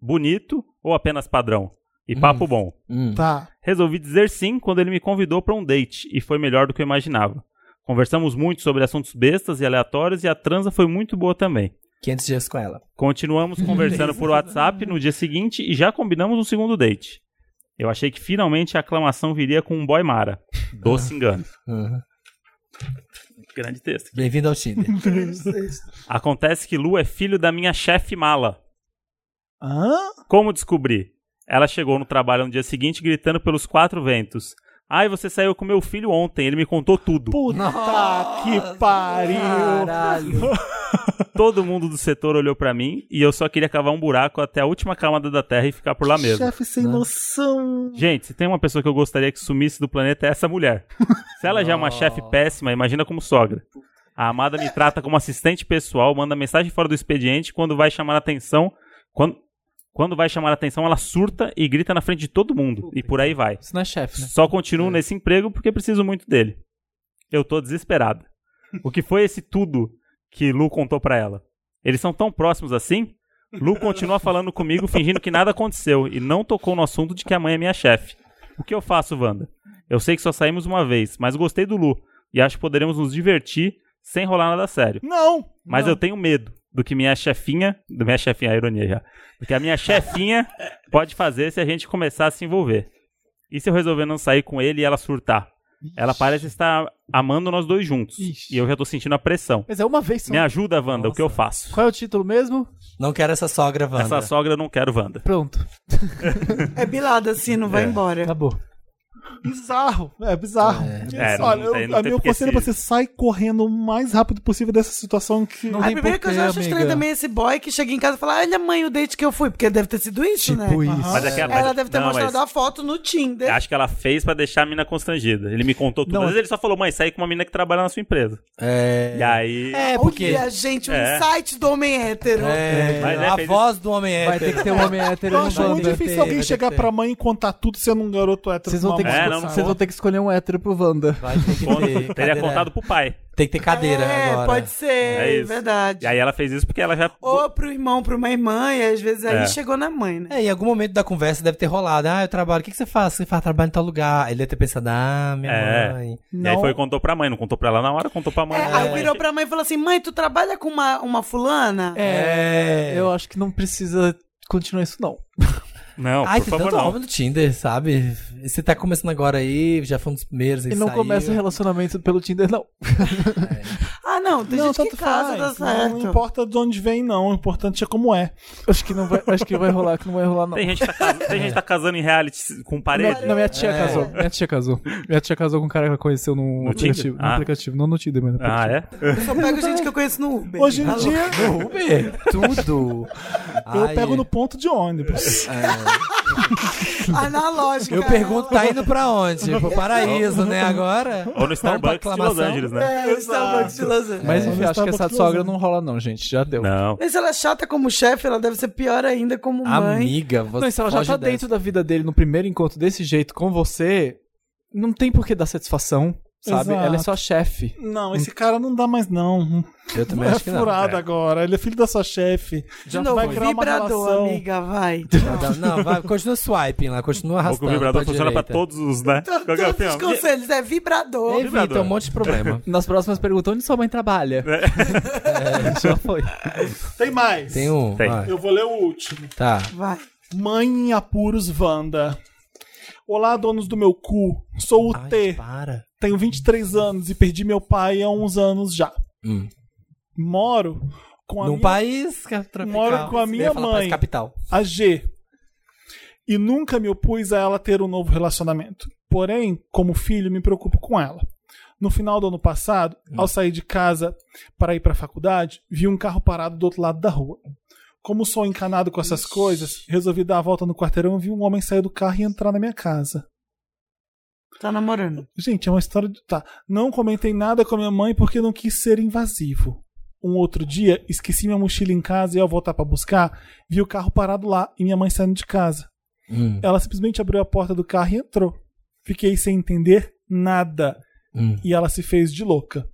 Speaker 4: Bonito ou apenas padrão? E papo bom.
Speaker 2: Hum.
Speaker 1: Tá.
Speaker 4: Resolvi dizer sim quando ele me convidou para um date e foi melhor do que eu imaginava. Conversamos muito sobre assuntos bestas e aleatórios e a transa foi muito boa também.
Speaker 2: 500 dias com ela.
Speaker 4: Continuamos conversando por WhatsApp no dia seguinte e já combinamos um segundo date. Eu achei que finalmente a aclamação viria com um boy Mara. Doce engano.
Speaker 2: Uhum.
Speaker 4: Grande texto.
Speaker 2: Bem-vindo ao Tinder.
Speaker 4: Acontece que Lu é filho da minha chefe mala.
Speaker 1: Hã?
Speaker 4: Como descobri? Ela chegou no trabalho no dia seguinte gritando pelos quatro ventos. Ai, você saiu com meu filho ontem, ele me contou tudo.
Speaker 1: Puta que pariu.
Speaker 2: Caralho.
Speaker 4: Todo mundo do setor olhou pra mim e eu só queria cavar um buraco até a última camada da Terra e ficar por lá mesmo.
Speaker 1: Chefe sem noção.
Speaker 4: Gente, se tem uma pessoa que eu gostaria que sumisse do planeta é essa mulher. Se ela já é uma chefe péssima, imagina como sogra. A amada me trata como assistente pessoal, manda mensagem fora do expediente, quando vai chamar a atenção, quando, quando vai chamar a atenção, ela surta e grita na frente de todo mundo e por aí vai.
Speaker 9: Isso não é chefe, né?
Speaker 4: Só
Speaker 1: É.
Speaker 4: continuo nesse emprego porque preciso muito dele. Eu tô desesperado. O que foi esse tudo que Lu contou pra ela? Eles são tão próximos assim? Lu continua falando comigo, fingindo que nada aconteceu e não tocou no assunto de que a mãe é minha chefe. O que eu faço, Wanda? Eu sei que só saímos uma vez, mas gostei do Lu e acho que poderemos nos divertir sem rolar nada sério.
Speaker 1: Não!
Speaker 4: Mas
Speaker 1: não.
Speaker 4: eu tenho medo do que minha chefinha, do minha chefinha, a ironia já, do que a minha chefinha pode fazer se a gente começar a se envolver. E se eu resolver não sair com ele e ela surtar? Ela parece estar amando nós dois juntos.
Speaker 9: Ixi.
Speaker 4: E eu já tô sentindo a pressão.
Speaker 9: Mas é uma vez só.
Speaker 4: Me ajuda, Wanda, o que eu faço?
Speaker 9: Qual é o título mesmo?
Speaker 2: Não quero essa sogra, Wanda.
Speaker 4: Essa sogra eu não quero, Wanda.
Speaker 9: Pronto.
Speaker 6: É bilada assim, não vai
Speaker 4: É.
Speaker 6: embora.
Speaker 9: Acabou.
Speaker 1: Bizarro. É bizarro.
Speaker 4: É, não
Speaker 1: Olha,
Speaker 4: tem-
Speaker 1: eu,
Speaker 4: não
Speaker 1: a
Speaker 4: tem
Speaker 1: meu
Speaker 4: porque
Speaker 1: conselho é
Speaker 4: se-
Speaker 1: você sai correndo o mais rápido possível dessa situação que.
Speaker 6: a primeira que eu já acho estranho também é esse boy que chega em casa e fala: Olha, mãe, o date que eu fui, porque deve ter sido isso, né?
Speaker 9: Tipo isso.
Speaker 4: Mas é que
Speaker 6: Ela deve ter
Speaker 4: não,
Speaker 6: mostrado
Speaker 4: mas É,
Speaker 6: a foto no Tinder.
Speaker 4: Acho que ela fez pra deixar a mina constrangida. Ele me contou tudo.
Speaker 9: Não.
Speaker 4: Às vezes ele só falou, mãe, saí com uma mina que trabalha na sua empresa.
Speaker 2: É.
Speaker 4: E aí.
Speaker 9: É, porque
Speaker 6: Olha, gente, o
Speaker 4: É.
Speaker 6: insight do homem hétero.
Speaker 2: É,
Speaker 4: Mas, né,
Speaker 2: a
Speaker 4: fez-
Speaker 2: voz do homem
Speaker 9: vai
Speaker 2: hétero.
Speaker 9: ter que ter um homem hétero
Speaker 1: Eu
Speaker 9: no
Speaker 1: acho muito
Speaker 9: Wanda.
Speaker 1: difícil
Speaker 2: ter,
Speaker 1: alguém
Speaker 2: vai
Speaker 1: chegar
Speaker 2: ter.
Speaker 1: pra mãe e contar tudo sendo um garoto hétero.
Speaker 9: Vocês vão, ter que
Speaker 4: É,
Speaker 1: normal.
Speaker 4: não,
Speaker 9: escolher- vocês vão ter que escolher um hétero pro Wanda.
Speaker 2: Vai ter que
Speaker 4: Quando
Speaker 2: ter.
Speaker 4: teria
Speaker 2: cadeira-
Speaker 4: contado pro pai.
Speaker 2: Tem que ter cadeira
Speaker 6: é,
Speaker 2: agora.
Speaker 6: pode ser,
Speaker 4: É isso.
Speaker 6: verdade.
Speaker 4: E aí ela fez isso porque ela já.
Speaker 6: Ou pro irmão, pra uma irmã, e às vezes aí
Speaker 4: É.
Speaker 6: chegou na mãe, né?
Speaker 2: É, em algum momento da conversa deve ter rolado. Ah, eu trabalho. O que, que você faz? Você faz trabalho em tal lugar. Ele deve ter pensado, ah, minha
Speaker 4: É.
Speaker 2: mãe.
Speaker 4: E aí foi e contou pra mãe. Não contou pra ela na hora, contou pra mãe.
Speaker 6: É, aí virou pra mãe e falou assim: mãe, tu trabalha com uma, uma fulana?
Speaker 9: É, eu acho que não precisa continuar isso, não.
Speaker 4: Não,
Speaker 2: Ai,
Speaker 4: por
Speaker 2: tem
Speaker 4: favor,
Speaker 2: tanto
Speaker 4: não.
Speaker 2: homem no Tinder, sabe? Você tá começando agora aí, já foi um dos primeiros aí é-
Speaker 9: E não
Speaker 2: saiu.
Speaker 9: começa o relacionamento pelo Tinder, não.
Speaker 6: Ah, não, tem
Speaker 1: Não,
Speaker 6: gente que
Speaker 1: tanto
Speaker 6: casa,
Speaker 1: faz.
Speaker 6: tá
Speaker 1: Não, não
Speaker 6: certo.
Speaker 1: importa de onde vem, não. O importante é como é.
Speaker 9: Acho que não vai, acho que vai rolar, que não vai rolar, não.
Speaker 4: Tem gente, que tá cas- tem gente que tá casando em reality com parede.
Speaker 9: Minha, não, minha tia
Speaker 2: É.
Speaker 9: casou. Minha tia casou. Minha tia casou com um cara que ela conheceu num
Speaker 4: No Tinder?
Speaker 9: aplicativo. Num
Speaker 4: Ah.
Speaker 9: aplicativo, não no Tinder, mas no
Speaker 4: Ah,
Speaker 9: aplicativo.
Speaker 4: é?
Speaker 6: Eu só pego gente que eu conheço no Uber.
Speaker 1: Hoje em
Speaker 6: Alô?
Speaker 1: dia,
Speaker 2: No Uber, tudo.
Speaker 1: eu
Speaker 2: Ai,
Speaker 1: pego no ponto de ônibus.
Speaker 6: Ah, Analógica.
Speaker 2: Eu pergunto, tá indo pra onde? Pro paraíso, né, agora?
Speaker 4: Ou no
Speaker 2: Vamos pra
Speaker 4: Starbucks de Los
Speaker 2: aclamação?
Speaker 4: Angeles, né?
Speaker 6: É, Starbucks de Los Angeles.
Speaker 9: Mas
Speaker 1: É.
Speaker 9: enfim,
Speaker 1: Mas
Speaker 9: acho que
Speaker 1: tá
Speaker 9: essa
Speaker 1: gostoso,
Speaker 9: sogra
Speaker 1: né?
Speaker 9: não rola, não, gente. Já deu.
Speaker 4: Não.
Speaker 6: Mas ela é chata como chefe, ela deve ser pior ainda como mãe.
Speaker 2: Amiga, você
Speaker 9: Não, e se ela já
Speaker 2: foge
Speaker 9: tá
Speaker 2: dessa.
Speaker 9: dentro da vida dele no primeiro encontro desse jeito com você, não tem por que dar satisfação, sabe?
Speaker 1: Exato.
Speaker 9: Ela é só chefe.
Speaker 1: Não, esse cara não dá mais, não.
Speaker 2: Eu também
Speaker 1: é
Speaker 2: acho que não.
Speaker 1: furado
Speaker 4: É.
Speaker 1: agora. Ele é filho da sua chefe.
Speaker 6: De novo,
Speaker 1: vai criar uma
Speaker 6: vibrador,
Speaker 1: relação.
Speaker 6: amiga, vai.
Speaker 2: Não, É, não, vai, continua swiping lá, continua
Speaker 4: Ou que
Speaker 2: arrastando
Speaker 4: o vibrador
Speaker 2: pra
Speaker 4: funciona pra
Speaker 2: direita.
Speaker 4: todos os, né? Qualquer
Speaker 6: Tá Todos os
Speaker 4: filme.
Speaker 6: conselhos, é vibrador.
Speaker 2: Evita
Speaker 4: vibrador.
Speaker 2: um monte de problema.
Speaker 9: Nas próximas perguntas, onde sua mãe trabalha? É, já foi.
Speaker 1: Tem mais.
Speaker 2: Tem um.
Speaker 4: Tem.
Speaker 2: vai.
Speaker 1: Eu vou ler o último.
Speaker 2: Tá.
Speaker 6: Vai.
Speaker 1: Mãe em apuros, Wanda. Olá, donos do meu cu. Sou o
Speaker 2: Ai,
Speaker 1: T.
Speaker 2: para.
Speaker 1: Tenho 23 anos e perdi meu pai há uns anos já.
Speaker 2: Hum.
Speaker 1: Moro com a
Speaker 2: Num
Speaker 1: minha
Speaker 2: país que é tropical.
Speaker 1: Moro com a
Speaker 2: Você
Speaker 1: minha
Speaker 2: ia falar país
Speaker 1: mãe.
Speaker 2: capital.
Speaker 1: a G. E nunca me opus a ela ter um novo relacionamento. Porém, como filho, me preocupo com ela. No final do ano passado, ao sair de casa para ir para a faculdade, vi um carro parado do outro lado da rua. Como sou encanado com essas coisas, resolvi dar a volta no quarteirão e vi um homem sair do carro e entrar na minha casa.
Speaker 6: Tá namorando.
Speaker 1: Gente, é uma história de. Tá. Não comentei nada com a minha mãe porque não quis ser invasivo. Um outro dia, esqueci minha mochila em casa e ao voltar pra buscar, vi o carro parado lá e minha mãe saindo de casa.
Speaker 2: Hum,
Speaker 1: Ela simplesmente abriu a porta do carro e entrou. Fiquei sem entender nada
Speaker 2: hum.
Speaker 1: e ela se fez de louca.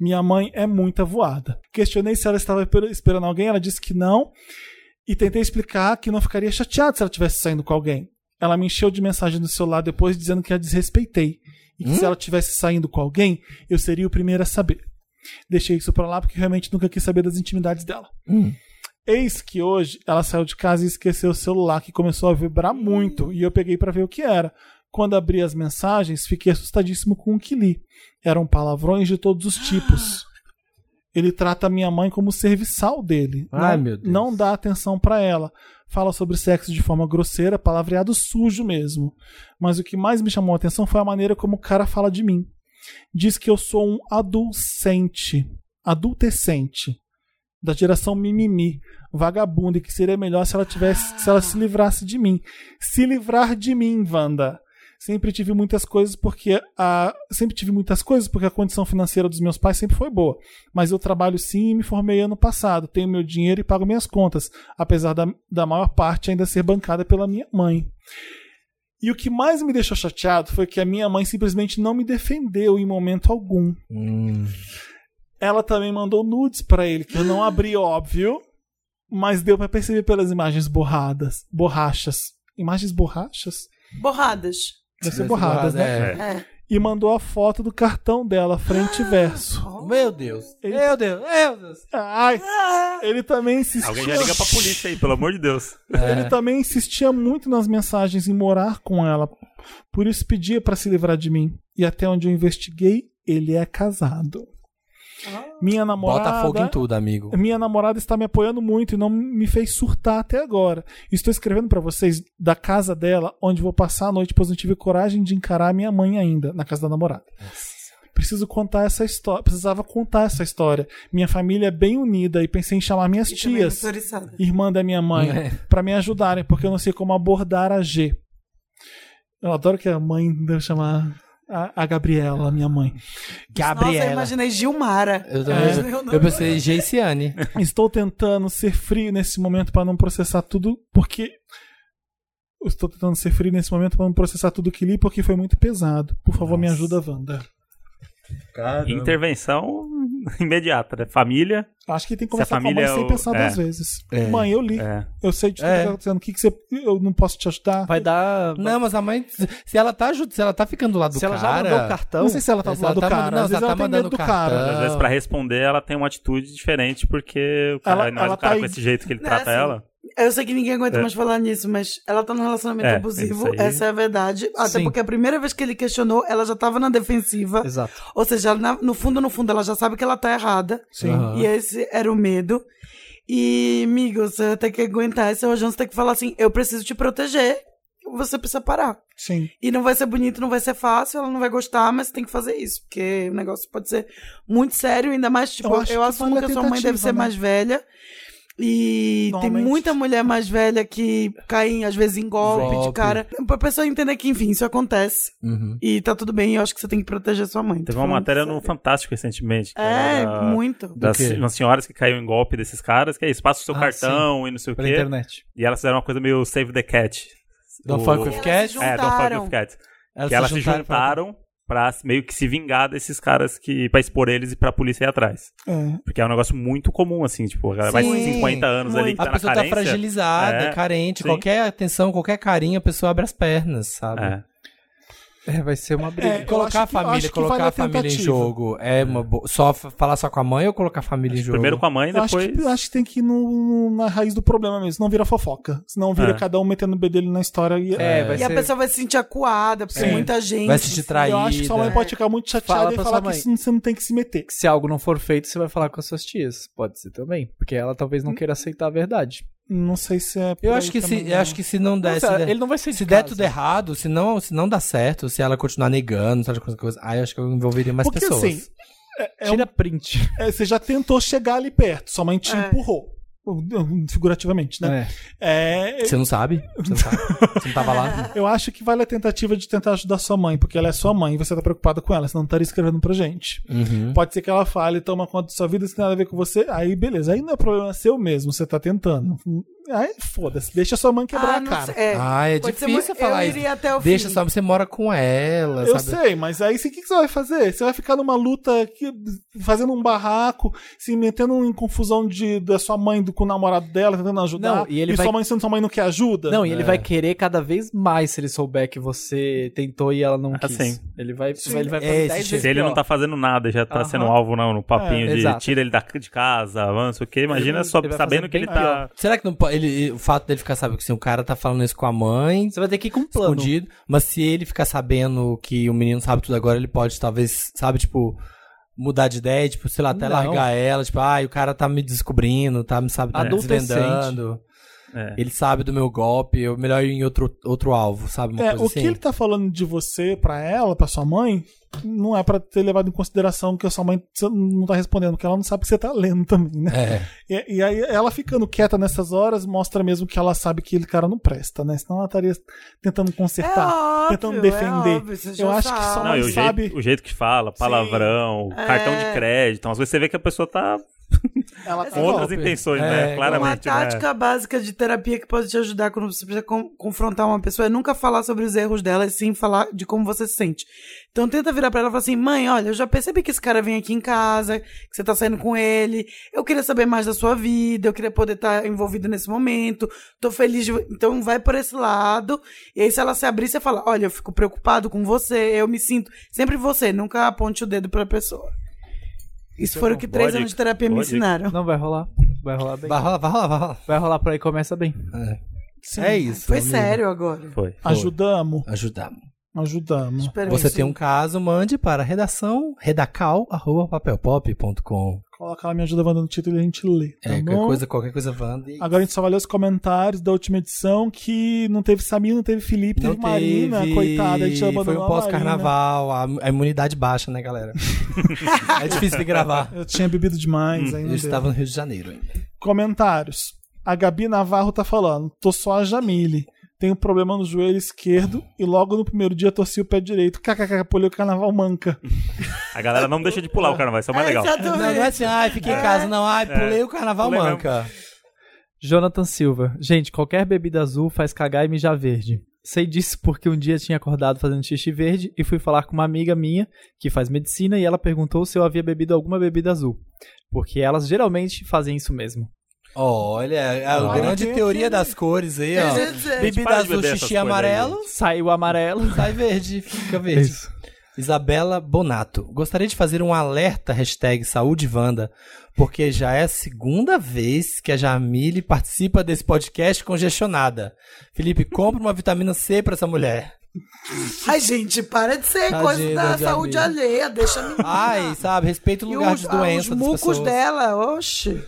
Speaker 1: Minha mãe é muito avoada. Questionei se ela estava esper- esperando alguém, ela disse que não. E tentei explicar que não ficaria chateado se ela estivesse saindo com alguém. Ela me encheu de mensagem no celular depois dizendo que a desrespeitei. E que se ela estivesse saindo com alguém, eu seria o primeiro a saber. Deixei isso pra lá porque realmente nunca quis saber das intimidades dela. Eis que hoje ela saiu de casa e esqueceu o celular que começou a vibrar muito e eu peguei pra ver o que era. Quando abri as mensagens, fiquei assustadíssimo com o que li. Eram palavrões de todos os tipos. Ele trata minha mãe como serviçal dele.
Speaker 2: Ai,
Speaker 1: não,
Speaker 2: meu Deus.
Speaker 1: não dá atenção pra ela. Fala sobre sexo de forma grosseira, palavreado sujo mesmo. Mas o que mais me chamou a atenção foi a maneira como o cara fala de mim. Diz que eu sou um adolescente. Adultecente. da geração mimimi, vagabunda, e que seria melhor se ela tivesse, se ela se livrasse de mim. Se livrar de mim, Wanda. Sempre tive muitas coisas porque a sempre tive muitas coisas porque a condição financeira dos meus pais sempre foi boa. Mas eu trabalho sim e me formei ano passado, tenho meu dinheiro e pago minhas contas, apesar da, da maior parte ainda ser bancada pela minha mãe. E o que mais me deixou chateado foi que a minha mãe simplesmente não me defendeu em momento algum. Ela também mandou nudes pra ele, que eu não abri, óbvio, mas deu pra perceber pelas imagens borradas, borrachas. Imagens borrachas?
Speaker 6: Borradas.
Speaker 1: Deve ser borradas, né?
Speaker 6: É.
Speaker 1: E mandou a foto do cartão dela, frente e verso.
Speaker 2: Meu Deus.
Speaker 1: Ele-
Speaker 2: Meu Deus, meu Deus.
Speaker 1: Ai, ele também insistia.
Speaker 4: Alguém já liga pra polícia aí, pelo amor de Deus.
Speaker 1: Ele também insistia muito nas mensagens em morar com ela. Por isso pedia pra se livrar de mim. E até onde eu investiguei, ele é casado. Minha namorada.
Speaker 2: Bota fogo em tudo, amigo.
Speaker 1: Minha namorada está me apoiando muito e não me fez surtar até agora. Estou escrevendo pra vocês da casa dela, onde vou passar a noite, pois não tive coragem de encarar minha mãe ainda, na casa da namorada. Preciso contar essa história. Precisava contar essa história. Minha família é bem unida e pensei em chamar minhas
Speaker 6: também
Speaker 1: tias,
Speaker 6: não tô oriçada.
Speaker 1: irmã da minha mãe,
Speaker 6: É.
Speaker 1: pra me ajudarem, porque eu não sei como abordar a G. Eu adoro que a mãe deve chamar a, a Gabriela, a minha mãe.
Speaker 6: Nossa, eu imaginei Gilmara. É.
Speaker 2: Eu,
Speaker 1: também-
Speaker 2: eu pensei Geiciane.
Speaker 1: Estou tentando ser frio nesse momento para não processar tudo, porque. Eu Estou tentando ser frio nesse momento para não processar tudo que li, porque foi muito pesado. Por favor, me ajuda, Wanda.
Speaker 4: Intervenção imediata, né? Família.
Speaker 1: Acho que tem que
Speaker 4: Se a
Speaker 1: conversar com a mãe
Speaker 4: família é
Speaker 1: sem
Speaker 4: o-
Speaker 1: pensar
Speaker 4: é.
Speaker 1: duas vezes.
Speaker 4: É.
Speaker 1: Mãe, eu li.
Speaker 4: É.
Speaker 1: Eu sei de tudo
Speaker 2: É.
Speaker 1: que tá acontecendo. O que, que você. Eu não posso te ajudar?
Speaker 9: Vai dar.
Speaker 2: Não, mas a mãe. Se ela tá ajudando, se ela tá ficando do lado
Speaker 9: Se
Speaker 2: do
Speaker 9: ela já
Speaker 2: cara.
Speaker 9: mandou o cartão?
Speaker 1: Não sei se ela tá do lado do
Speaker 2: manda-
Speaker 1: cara,
Speaker 2: Não,
Speaker 1: às
Speaker 2: se
Speaker 1: vezes
Speaker 2: ela
Speaker 1: ela
Speaker 2: tá
Speaker 1: tem
Speaker 2: mandando
Speaker 1: medo do
Speaker 2: cartão.
Speaker 1: cara.
Speaker 4: Às vezes, pra responder, ela tem uma atitude diferente, porque o cara,
Speaker 6: Ela-
Speaker 4: ainda mais
Speaker 6: ela
Speaker 4: o cara
Speaker 6: tá
Speaker 4: com
Speaker 6: aí-
Speaker 4: esse jeito que ele
Speaker 6: Não,
Speaker 4: trata
Speaker 6: assim,
Speaker 4: ela.
Speaker 6: Eu sei que ninguém aguenta
Speaker 4: É.
Speaker 6: mais falar nisso, mas ela tá num relacionamento
Speaker 4: É,
Speaker 6: abusivo,
Speaker 4: isso aí.
Speaker 6: essa é a verdade. Até
Speaker 4: Sim.
Speaker 6: porque a primeira vez que ele questionou, ela já tava na defensiva.
Speaker 9: Exato.
Speaker 6: Ou seja, ela, na- no fundo, no fundo, ela já sabe que ela tá errada.
Speaker 9: Sim. Aham.
Speaker 6: E esse era o medo. E, amigo, você tem que aguentar esse rojão, você tem que falar assim, eu preciso te proteger, você precisa parar.
Speaker 1: Sim.
Speaker 6: E não vai ser bonito, não vai ser fácil, ela não vai gostar, mas tem que fazer isso, porque o negócio pode ser muito sério, ainda mais, tipo,
Speaker 1: Eu
Speaker 6: eu,
Speaker 1: acho que
Speaker 6: assumo
Speaker 1: vale
Speaker 6: que
Speaker 1: a
Speaker 6: a sua mãe
Speaker 1: tentativa,
Speaker 6: deve ser
Speaker 1: né?
Speaker 6: mais velha. E tem
Speaker 1: Normalmente.
Speaker 6: muita mulher mais velha que cai, em, às vezes, em golpe, de
Speaker 4: Golpe.
Speaker 6: cara. Pra pessoa entender que, enfim, isso acontece.
Speaker 2: Uhum.
Speaker 6: E tá tudo bem, eu acho que você tem que proteger sua mãe. Tô
Speaker 4: Teve uma
Speaker 6: falando
Speaker 4: matéria
Speaker 6: sério.
Speaker 4: no Fantástico recentemente. que
Speaker 6: É,
Speaker 4: era
Speaker 6: muito.
Speaker 4: Das,
Speaker 6: Do quê?
Speaker 4: umas senhoras que caíram em golpe desses caras, que é isso, passa o seu
Speaker 2: Ah,
Speaker 4: cartão
Speaker 2: sim.
Speaker 4: e não sei o quê.
Speaker 2: Pela internet.
Speaker 4: E elas fizeram uma coisa meio Save the Cat.
Speaker 2: Don't
Speaker 4: O-
Speaker 2: fuck with cats?
Speaker 4: É, Don't Fuck with Cat.
Speaker 2: Elas
Speaker 4: que
Speaker 2: se
Speaker 4: elas se
Speaker 2: juntaram pra-
Speaker 4: juntaram pra meio que se vingar desses caras que. pra expor eles e pra polícia ir atrás.
Speaker 1: É.
Speaker 4: Porque é um negócio muito comum, assim, tipo, a galera vai
Speaker 2: Sim.
Speaker 4: 50 anos ali que tá
Speaker 2: A
Speaker 4: na
Speaker 2: pessoa
Speaker 4: carência.
Speaker 2: tá fragilizada,
Speaker 4: É,
Speaker 2: carente.
Speaker 4: sim.
Speaker 2: Qualquer atenção, qualquer carinho, a pessoa abre as pernas, sabe?
Speaker 4: É.
Speaker 2: É, vai ser uma briga.
Speaker 9: É, eu acho
Speaker 2: colocar a
Speaker 9: que- acho
Speaker 2: família,
Speaker 9: que
Speaker 2: colocar
Speaker 9: vale a
Speaker 2: a família em
Speaker 9: tentativa.
Speaker 2: jogo. É uma bo... só f- falar só com a mãe ou colocar a família em jogo?
Speaker 4: primeiro com a mãe,
Speaker 1: Eu acho, que, eu acho que tem que ir no- na raiz do problema mesmo. Não vira fofoca. Senão vira
Speaker 2: É.
Speaker 1: cada um metendo o B dele na história. E,
Speaker 2: É, vai
Speaker 6: E a pessoa vai se sentir acuada, porque
Speaker 1: Sim.
Speaker 6: muita gente.
Speaker 2: Vai se sentir traída.
Speaker 1: Eu acho que sua mãe pode ficar muito chateada
Speaker 9: Fala
Speaker 1: e
Speaker 9: pra
Speaker 1: falar
Speaker 9: sua
Speaker 1: que
Speaker 9: mãe.
Speaker 1: isso não- você não tem que se meter.
Speaker 9: Se algo não for feito, você vai falar com as suas tias. Pode ser também. Porque ela talvez
Speaker 2: Hum.
Speaker 9: não queira aceitar a verdade.
Speaker 1: Não sei se é.
Speaker 9: Eu
Speaker 1: por
Speaker 9: acho
Speaker 1: aí
Speaker 9: que
Speaker 1: também,
Speaker 9: se-
Speaker 1: não.
Speaker 9: eu
Speaker 2: acho que se não der.
Speaker 9: Nossa,
Speaker 2: se der
Speaker 9: ele não vai sair
Speaker 2: Se
Speaker 9: de
Speaker 2: der
Speaker 9: casa.
Speaker 2: tudo errado, se não, se não dá certo, se ela continuar negando, sabe, coisa, coisa, aí eu acho que eu envolveria mais
Speaker 1: Porque
Speaker 2: pessoas.
Speaker 1: assim. É,
Speaker 9: Tira print.
Speaker 1: você já tentou chegar ali perto, sua mãe
Speaker 6: É.
Speaker 1: te empurrou. Figurativamente,
Speaker 2: um
Speaker 9: É.
Speaker 1: né? É,
Speaker 2: Você não sabe? Você não sabe? Você não tava lá?
Speaker 1: Eu acho que vale a tentativa de tentar ajudar sua mãe, porque ela é sua mãe e você tá preocupado com ela, senão não estaria escrevendo pra gente.
Speaker 2: Uhum.
Speaker 1: Pode ser que ela fale, toma conta da sua vida, isso tem nada a ver com você. Aí, beleza, aí não é problema seu mesmo, você tá tentando. Aí, foda-se, deixa sua mãe quebrar
Speaker 6: Ah,
Speaker 1: a
Speaker 6: não
Speaker 1: cara.
Speaker 6: sei, é.
Speaker 2: Ah, é
Speaker 6: Pode ser
Speaker 2: difícil
Speaker 6: muito-
Speaker 2: falar
Speaker 6: eu
Speaker 2: isso.
Speaker 6: iria até o
Speaker 2: Deixa
Speaker 6: fim.
Speaker 2: só, você mora com ela,
Speaker 1: Eu
Speaker 2: sabe?
Speaker 1: sei, mas aí você- o que, que você vai fazer? Você vai ficar numa luta, que- fazendo um barraco, se metendo em confusão de, da sua mãe do, com o namorado dela, tentando ajudar.
Speaker 9: Não, e ele vai-
Speaker 1: sua mãe sendo sua mãe não quer ajuda?
Speaker 9: Não, e ele
Speaker 1: É.
Speaker 6: né?
Speaker 9: vai querer cada vez mais se ele souber que você tentou e ela não quis.
Speaker 4: sim.
Speaker 9: Ele vai,
Speaker 4: Sim.
Speaker 9: ele vai fazer
Speaker 4: É,
Speaker 9: 10
Speaker 4: se
Speaker 6: tipo
Speaker 9: vezes
Speaker 4: ele
Speaker 9: pior.
Speaker 4: não tá fazendo nada, já tá
Speaker 9: Aham.
Speaker 4: sendo alvo não, no papinho
Speaker 9: É,
Speaker 4: de
Speaker 9: exato.
Speaker 4: tira ele da, de casa, avança o quê? Imagina
Speaker 9: Ele-
Speaker 4: só
Speaker 9: ele vai
Speaker 4: sabendo
Speaker 9: fazer
Speaker 4: que ele
Speaker 9: bem
Speaker 4: tá.
Speaker 9: pior.
Speaker 2: Será que não po- ele, o fato dele ficar sabendo que assim, o cara tá falando isso com a mãe. Você
Speaker 9: vai ter que ir com um
Speaker 2: plano. Escondido, mas se ele ficar sabendo que o menino sabe tudo agora, ele pode, talvez, sabe, tipo, mudar de ideia, tipo, sei lá, até
Speaker 9: Não.
Speaker 2: largar ela, tipo, ai, o cara tá me descobrindo, tá me sabe, tá me
Speaker 9: Adulto é
Speaker 2: desvendando.
Speaker 9: sente.
Speaker 4: é.
Speaker 2: Ele sabe do meu golpe, eu melhor ir em outro, outro alvo, sabe? Uma
Speaker 1: É,
Speaker 2: coisa
Speaker 1: o
Speaker 2: assim.
Speaker 1: que ele tá falando de você pra ela, pra sua mãe, não é pra ter levado em consideração que a sua mãe você não tá respondendo, porque ela não sabe que você tá lendo também,
Speaker 2: É.
Speaker 1: né? E, e aí ela ficando quieta nessas horas mostra mesmo que ela sabe que ele cara não presta, né? Senão ela estaria tentando consertar,
Speaker 6: óbvio,
Speaker 1: tentando
Speaker 6: é
Speaker 1: defender.
Speaker 6: óbvio, você já
Speaker 1: Eu acho que só
Speaker 4: Não, e o,
Speaker 1: não sabe.
Speaker 4: jeito, o jeito que fala, palavrão,
Speaker 1: É.
Speaker 4: cartão de crédito, umas coisas você vê que a pessoa tá
Speaker 6: Assim,
Speaker 1: Ela
Speaker 4: com outras intenções, né? Claramente.
Speaker 6: Uma
Speaker 4: né?
Speaker 6: tática básica de terapia que pode te ajudar quando você precisa con- confrontar uma pessoa é nunca falar sobre os erros dela, e sim falar de como você se sente. Então tenta virar pra ela e falar assim: mãe, olha, eu já percebi que esse cara vem aqui em casa, que você tá saindo com ele, eu queria saber mais da sua vida, eu queria poder estar envolvida nesse momento, tô feliz. De... Então vai por esse lado. E aí, se ela se abrir, você fala: olha, eu fico preocupado com você, eu me sinto. Sempre você, nunca aponte o dedo pra pessoa.
Speaker 4: é
Speaker 6: Isso foram o que três anos de terapia me ensinaram.
Speaker 9: Não, vai rolar. Vai rolar bem.
Speaker 6: Vai rolar,
Speaker 9: vai rolar, vai rolar. Vai rolar por aí, começa bem. É,
Speaker 1: Sim.
Speaker 6: Foi sério agora.
Speaker 4: Foi.
Speaker 1: Ajudamos.
Speaker 2: Ajudamos.
Speaker 1: Ajudamos.
Speaker 2: Você tem um
Speaker 6: É,
Speaker 2: caso, mande para redação redacal.papelpop.com.
Speaker 1: Coloca lá, me ajuda mandando o título e a gente lê. Tá
Speaker 2: É, qualquer
Speaker 1: bom?
Speaker 2: coisa, qualquer coisa, Wanda. e-
Speaker 1: Agora a gente só vai ler os comentários da última edição que não teve Samir, não teve Felipe,
Speaker 2: Não
Speaker 1: teve Marina,
Speaker 2: teve,
Speaker 1: coitada, a gente abandonou
Speaker 2: Foi um
Speaker 1: a
Speaker 2: pós-carnaval, a, a imunidade baixa, né, galera? é difícil de gravar.
Speaker 1: Eu tinha bebido demais, aí não deu.
Speaker 2: Eu estava no Rio de Janeiro ainda.
Speaker 1: Comentários. A Gabi Navarro tá falando: tô só a Jamile. Tenho problema no joelho esquerdo e logo no primeiro dia torci o pé direito. KKK, pulei o carnaval manca.
Speaker 4: A galera não deixa de pular o carnaval, isso é o mais legal.
Speaker 2: Não, não é assim, ai, fiquei em casa, não, ai, pulei o carnaval
Speaker 9: Então, É. Pulei
Speaker 2: manca.
Speaker 9: Jonathan Silva. Gente, qualquer bebida azul faz cagar e mijar verde. Sei disso porque um dia tinha acordado fazendo xixi verde e fui falar com uma amiga minha que faz medicina e ela perguntou se eu havia bebido alguma bebida azul. Porque elas geralmente fazem isso mesmo.
Speaker 2: Olha, é a
Speaker 9: Olha,
Speaker 2: grande
Speaker 9: tem
Speaker 2: teoria das cores aí, ó.
Speaker 9: Quer dizer,
Speaker 2: Bebida
Speaker 9: para de
Speaker 2: azul,
Speaker 9: beber essas
Speaker 2: xixi
Speaker 9: coisas
Speaker 2: amarelo.
Speaker 9: aí. Sai o amarelo.
Speaker 2: Sai verde, fica verde. Isabela Bonato. Gostaria de fazer um alerta hashtag Saúde Vanda, porque já é a segunda vez que a Jamile participa desse podcast congestionada. Felipe, compra uma vitamina C pra essa mulher.
Speaker 6: Ai, gente, para de ser
Speaker 2: Tadinha
Speaker 6: coisa
Speaker 2: da
Speaker 6: da
Speaker 2: Jamila.
Speaker 6: saúde alheia, deixa a menina.
Speaker 2: Ai, sabe, respeita o
Speaker 6: E
Speaker 2: lugar
Speaker 6: os,
Speaker 2: de
Speaker 6: ah,
Speaker 2: doença
Speaker 6: Os
Speaker 2: das
Speaker 6: mucos
Speaker 2: pessoas.
Speaker 6: dela, oxe.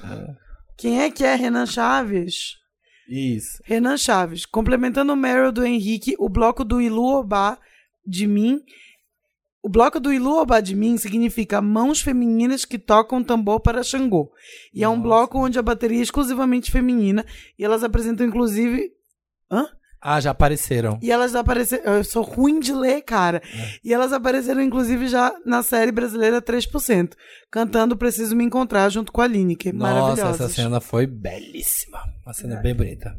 Speaker 6: Quem é que é Renan Chaves?
Speaker 2: Isso.
Speaker 6: Renan Chaves. Complementando o Meryl do Henrique, o bloco do Ilu Obá de mim. O bloco do Ilu Obá de mim significa mãos femininas que tocam tambor para Xangô. E é um bloco onde a bateria é exclusivamente feminina. E elas apresentam, inclusive. Hã?
Speaker 2: Ah, já apareceram.
Speaker 6: E elas apareceram. Eu sou ruim de ler, cara. E elas apareceram, inclusive, já na série brasileira 3%, cantando Preciso Me Encontrar junto com a Lineker.
Speaker 2: Nossa,
Speaker 6: Maravilhosa.
Speaker 2: essa cena foi belíssima. Uma
Speaker 6: É.
Speaker 2: cena bem bonita.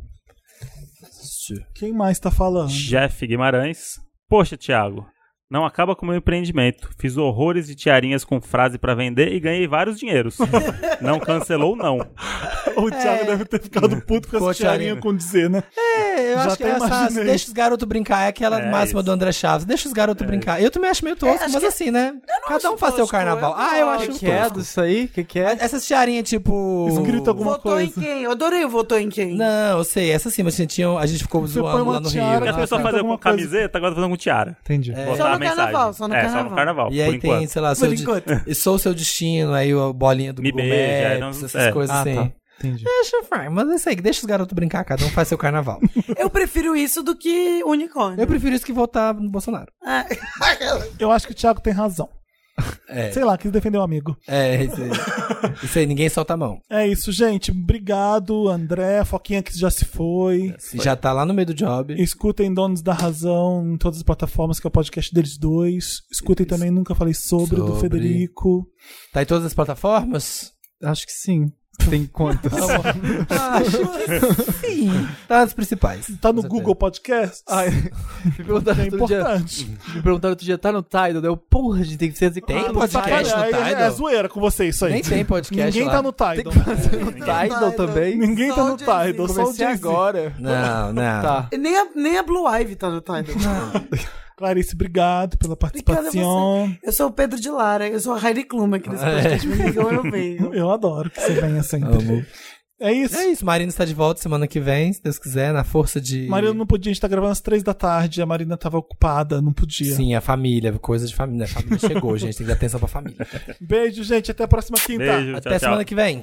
Speaker 1: Quem mais tá falando?
Speaker 4: Jeff Guimarães. Poxa, Thiago, não acaba com o meu empreendimento. Fiz horrores de tiarinhas com frase pra vender e ganhei vários dinheiros. não cancelou, não.
Speaker 1: O Thiago deve ter ficado puto com
Speaker 2: Com a
Speaker 1: essa tiarinha
Speaker 2: tiarinha.
Speaker 1: com dizer, né?
Speaker 2: É, eu
Speaker 1: Já
Speaker 2: acho que
Speaker 1: até
Speaker 2: essa,
Speaker 1: imaginei.
Speaker 2: deixa os garotos brincar, é aquela
Speaker 1: É
Speaker 2: máxima
Speaker 1: isso.
Speaker 2: do André Chaves, deixa os garotos brincar. Eu também acho meio
Speaker 9: É,
Speaker 2: tosco,
Speaker 9: acho
Speaker 2: mas
Speaker 9: que-
Speaker 2: assim, né? Cada um faz seu carnaval. ah, eu acho
Speaker 9: que é
Speaker 2: tosco.
Speaker 9: disso aí? que que é?
Speaker 2: Essas tiarinhas, tipo...
Speaker 9: Escrito alguma
Speaker 6: Votou em quem? Eu adorei o votou em quem.
Speaker 2: Não, eu sei, essa sim, mas a gente, tinha- um, a gente ficou
Speaker 4: põe
Speaker 2: zoando
Speaker 4: uma
Speaker 2: lá no
Speaker 4: tiara,
Speaker 2: Rio.
Speaker 4: que as pessoas faziam com camiseta, agora tá fazendo com tiara.
Speaker 9: Entendi.
Speaker 4: É.
Speaker 2: Só no
Speaker 6: carnaval, só no
Speaker 4: é, só no
Speaker 6: carnaval.
Speaker 4: carnaval,
Speaker 2: E aí
Speaker 4: por
Speaker 2: tem,
Speaker 4: enquanto.
Speaker 2: sei lá, seu de- e sou o seu destino, aí a bolinha do
Speaker 4: Me
Speaker 2: Google Maps,
Speaker 4: beija, não-
Speaker 2: essas
Speaker 4: é.
Speaker 2: coisas
Speaker 4: Ah,
Speaker 2: assim.
Speaker 4: tá.
Speaker 9: Entendi.
Speaker 2: Deixa, fine, mas é isso aí, deixa os garotos brincar, cada um faz seu carnaval.
Speaker 6: Eu prefiro isso do que unicórnio.
Speaker 2: Eu prefiro isso que votar no Bolsonaro.
Speaker 1: Eu acho que o Thiago tem razão.
Speaker 2: É.
Speaker 1: Sei lá, quis defender o amigo.
Speaker 2: É, isso aí. Isso aí, ninguém solta a mão.
Speaker 1: É isso, gente. Obrigado, André. Foquinha que já se foi.
Speaker 2: Já tá lá no meio do job.
Speaker 1: Escutem Donos da Razão em todas as plataformas, que é o podcast deles dois. Escutem também Nunca Falei Sobre, do
Speaker 2: Sobre.
Speaker 1: Federico.
Speaker 2: Tá em todas as plataformas?
Speaker 9: Acho que sim. Tem quantas?
Speaker 1: Tá
Speaker 2: Acho que sim. Tá nas principais.
Speaker 1: Tá no Google Podcasts?
Speaker 9: Ai, me perguntaram
Speaker 1: É
Speaker 9: outro
Speaker 1: importante.
Speaker 2: Um
Speaker 9: dia. Me perguntaram outro dia, tá no Tidal? Daí Eu, porra, gente, tem que ser assim." Ah,
Speaker 2: Tem podcast no
Speaker 1: Aí é,
Speaker 2: Tidal?
Speaker 1: é zoeira com você isso aí.
Speaker 2: Nem tem podcast
Speaker 1: Ninguém
Speaker 2: lá.
Speaker 1: tá no Tidal. no
Speaker 9: Tidal também?
Speaker 1: Ninguém tá
Speaker 6: Só
Speaker 1: no
Speaker 6: o Jay-Z.
Speaker 1: Tidal, só o
Speaker 9: Comecei
Speaker 1: Jay-Z.
Speaker 9: agora.
Speaker 2: Não, não.
Speaker 9: Tá.
Speaker 6: E Nem a, nem a Blue Ivy tá no Tidal.
Speaker 1: Clarice, obrigado pela
Speaker 6: Obrigada a
Speaker 1: participação.
Speaker 6: você. Eu sou o Pedro de Lara, eu sou a Heidi Klum aqui desse podcast. Me
Speaker 2: É.
Speaker 6: ligam, eu venho.
Speaker 1: Eu adoro que você venha sempre.
Speaker 2: Amo.
Speaker 1: É isso.
Speaker 2: É isso, Marina está de volta semana que vem, se Deus quiser, na força de.
Speaker 1: Marina não podia, a gente tá gravando às três da tarde, a Marina tava ocupada, não podia.
Speaker 2: Sim, a família, coisa de família. A família chegou, gente, tem que dar atenção pra família.
Speaker 1: Beijo, gente, até a próxima quinta.
Speaker 2: Até semana que vem.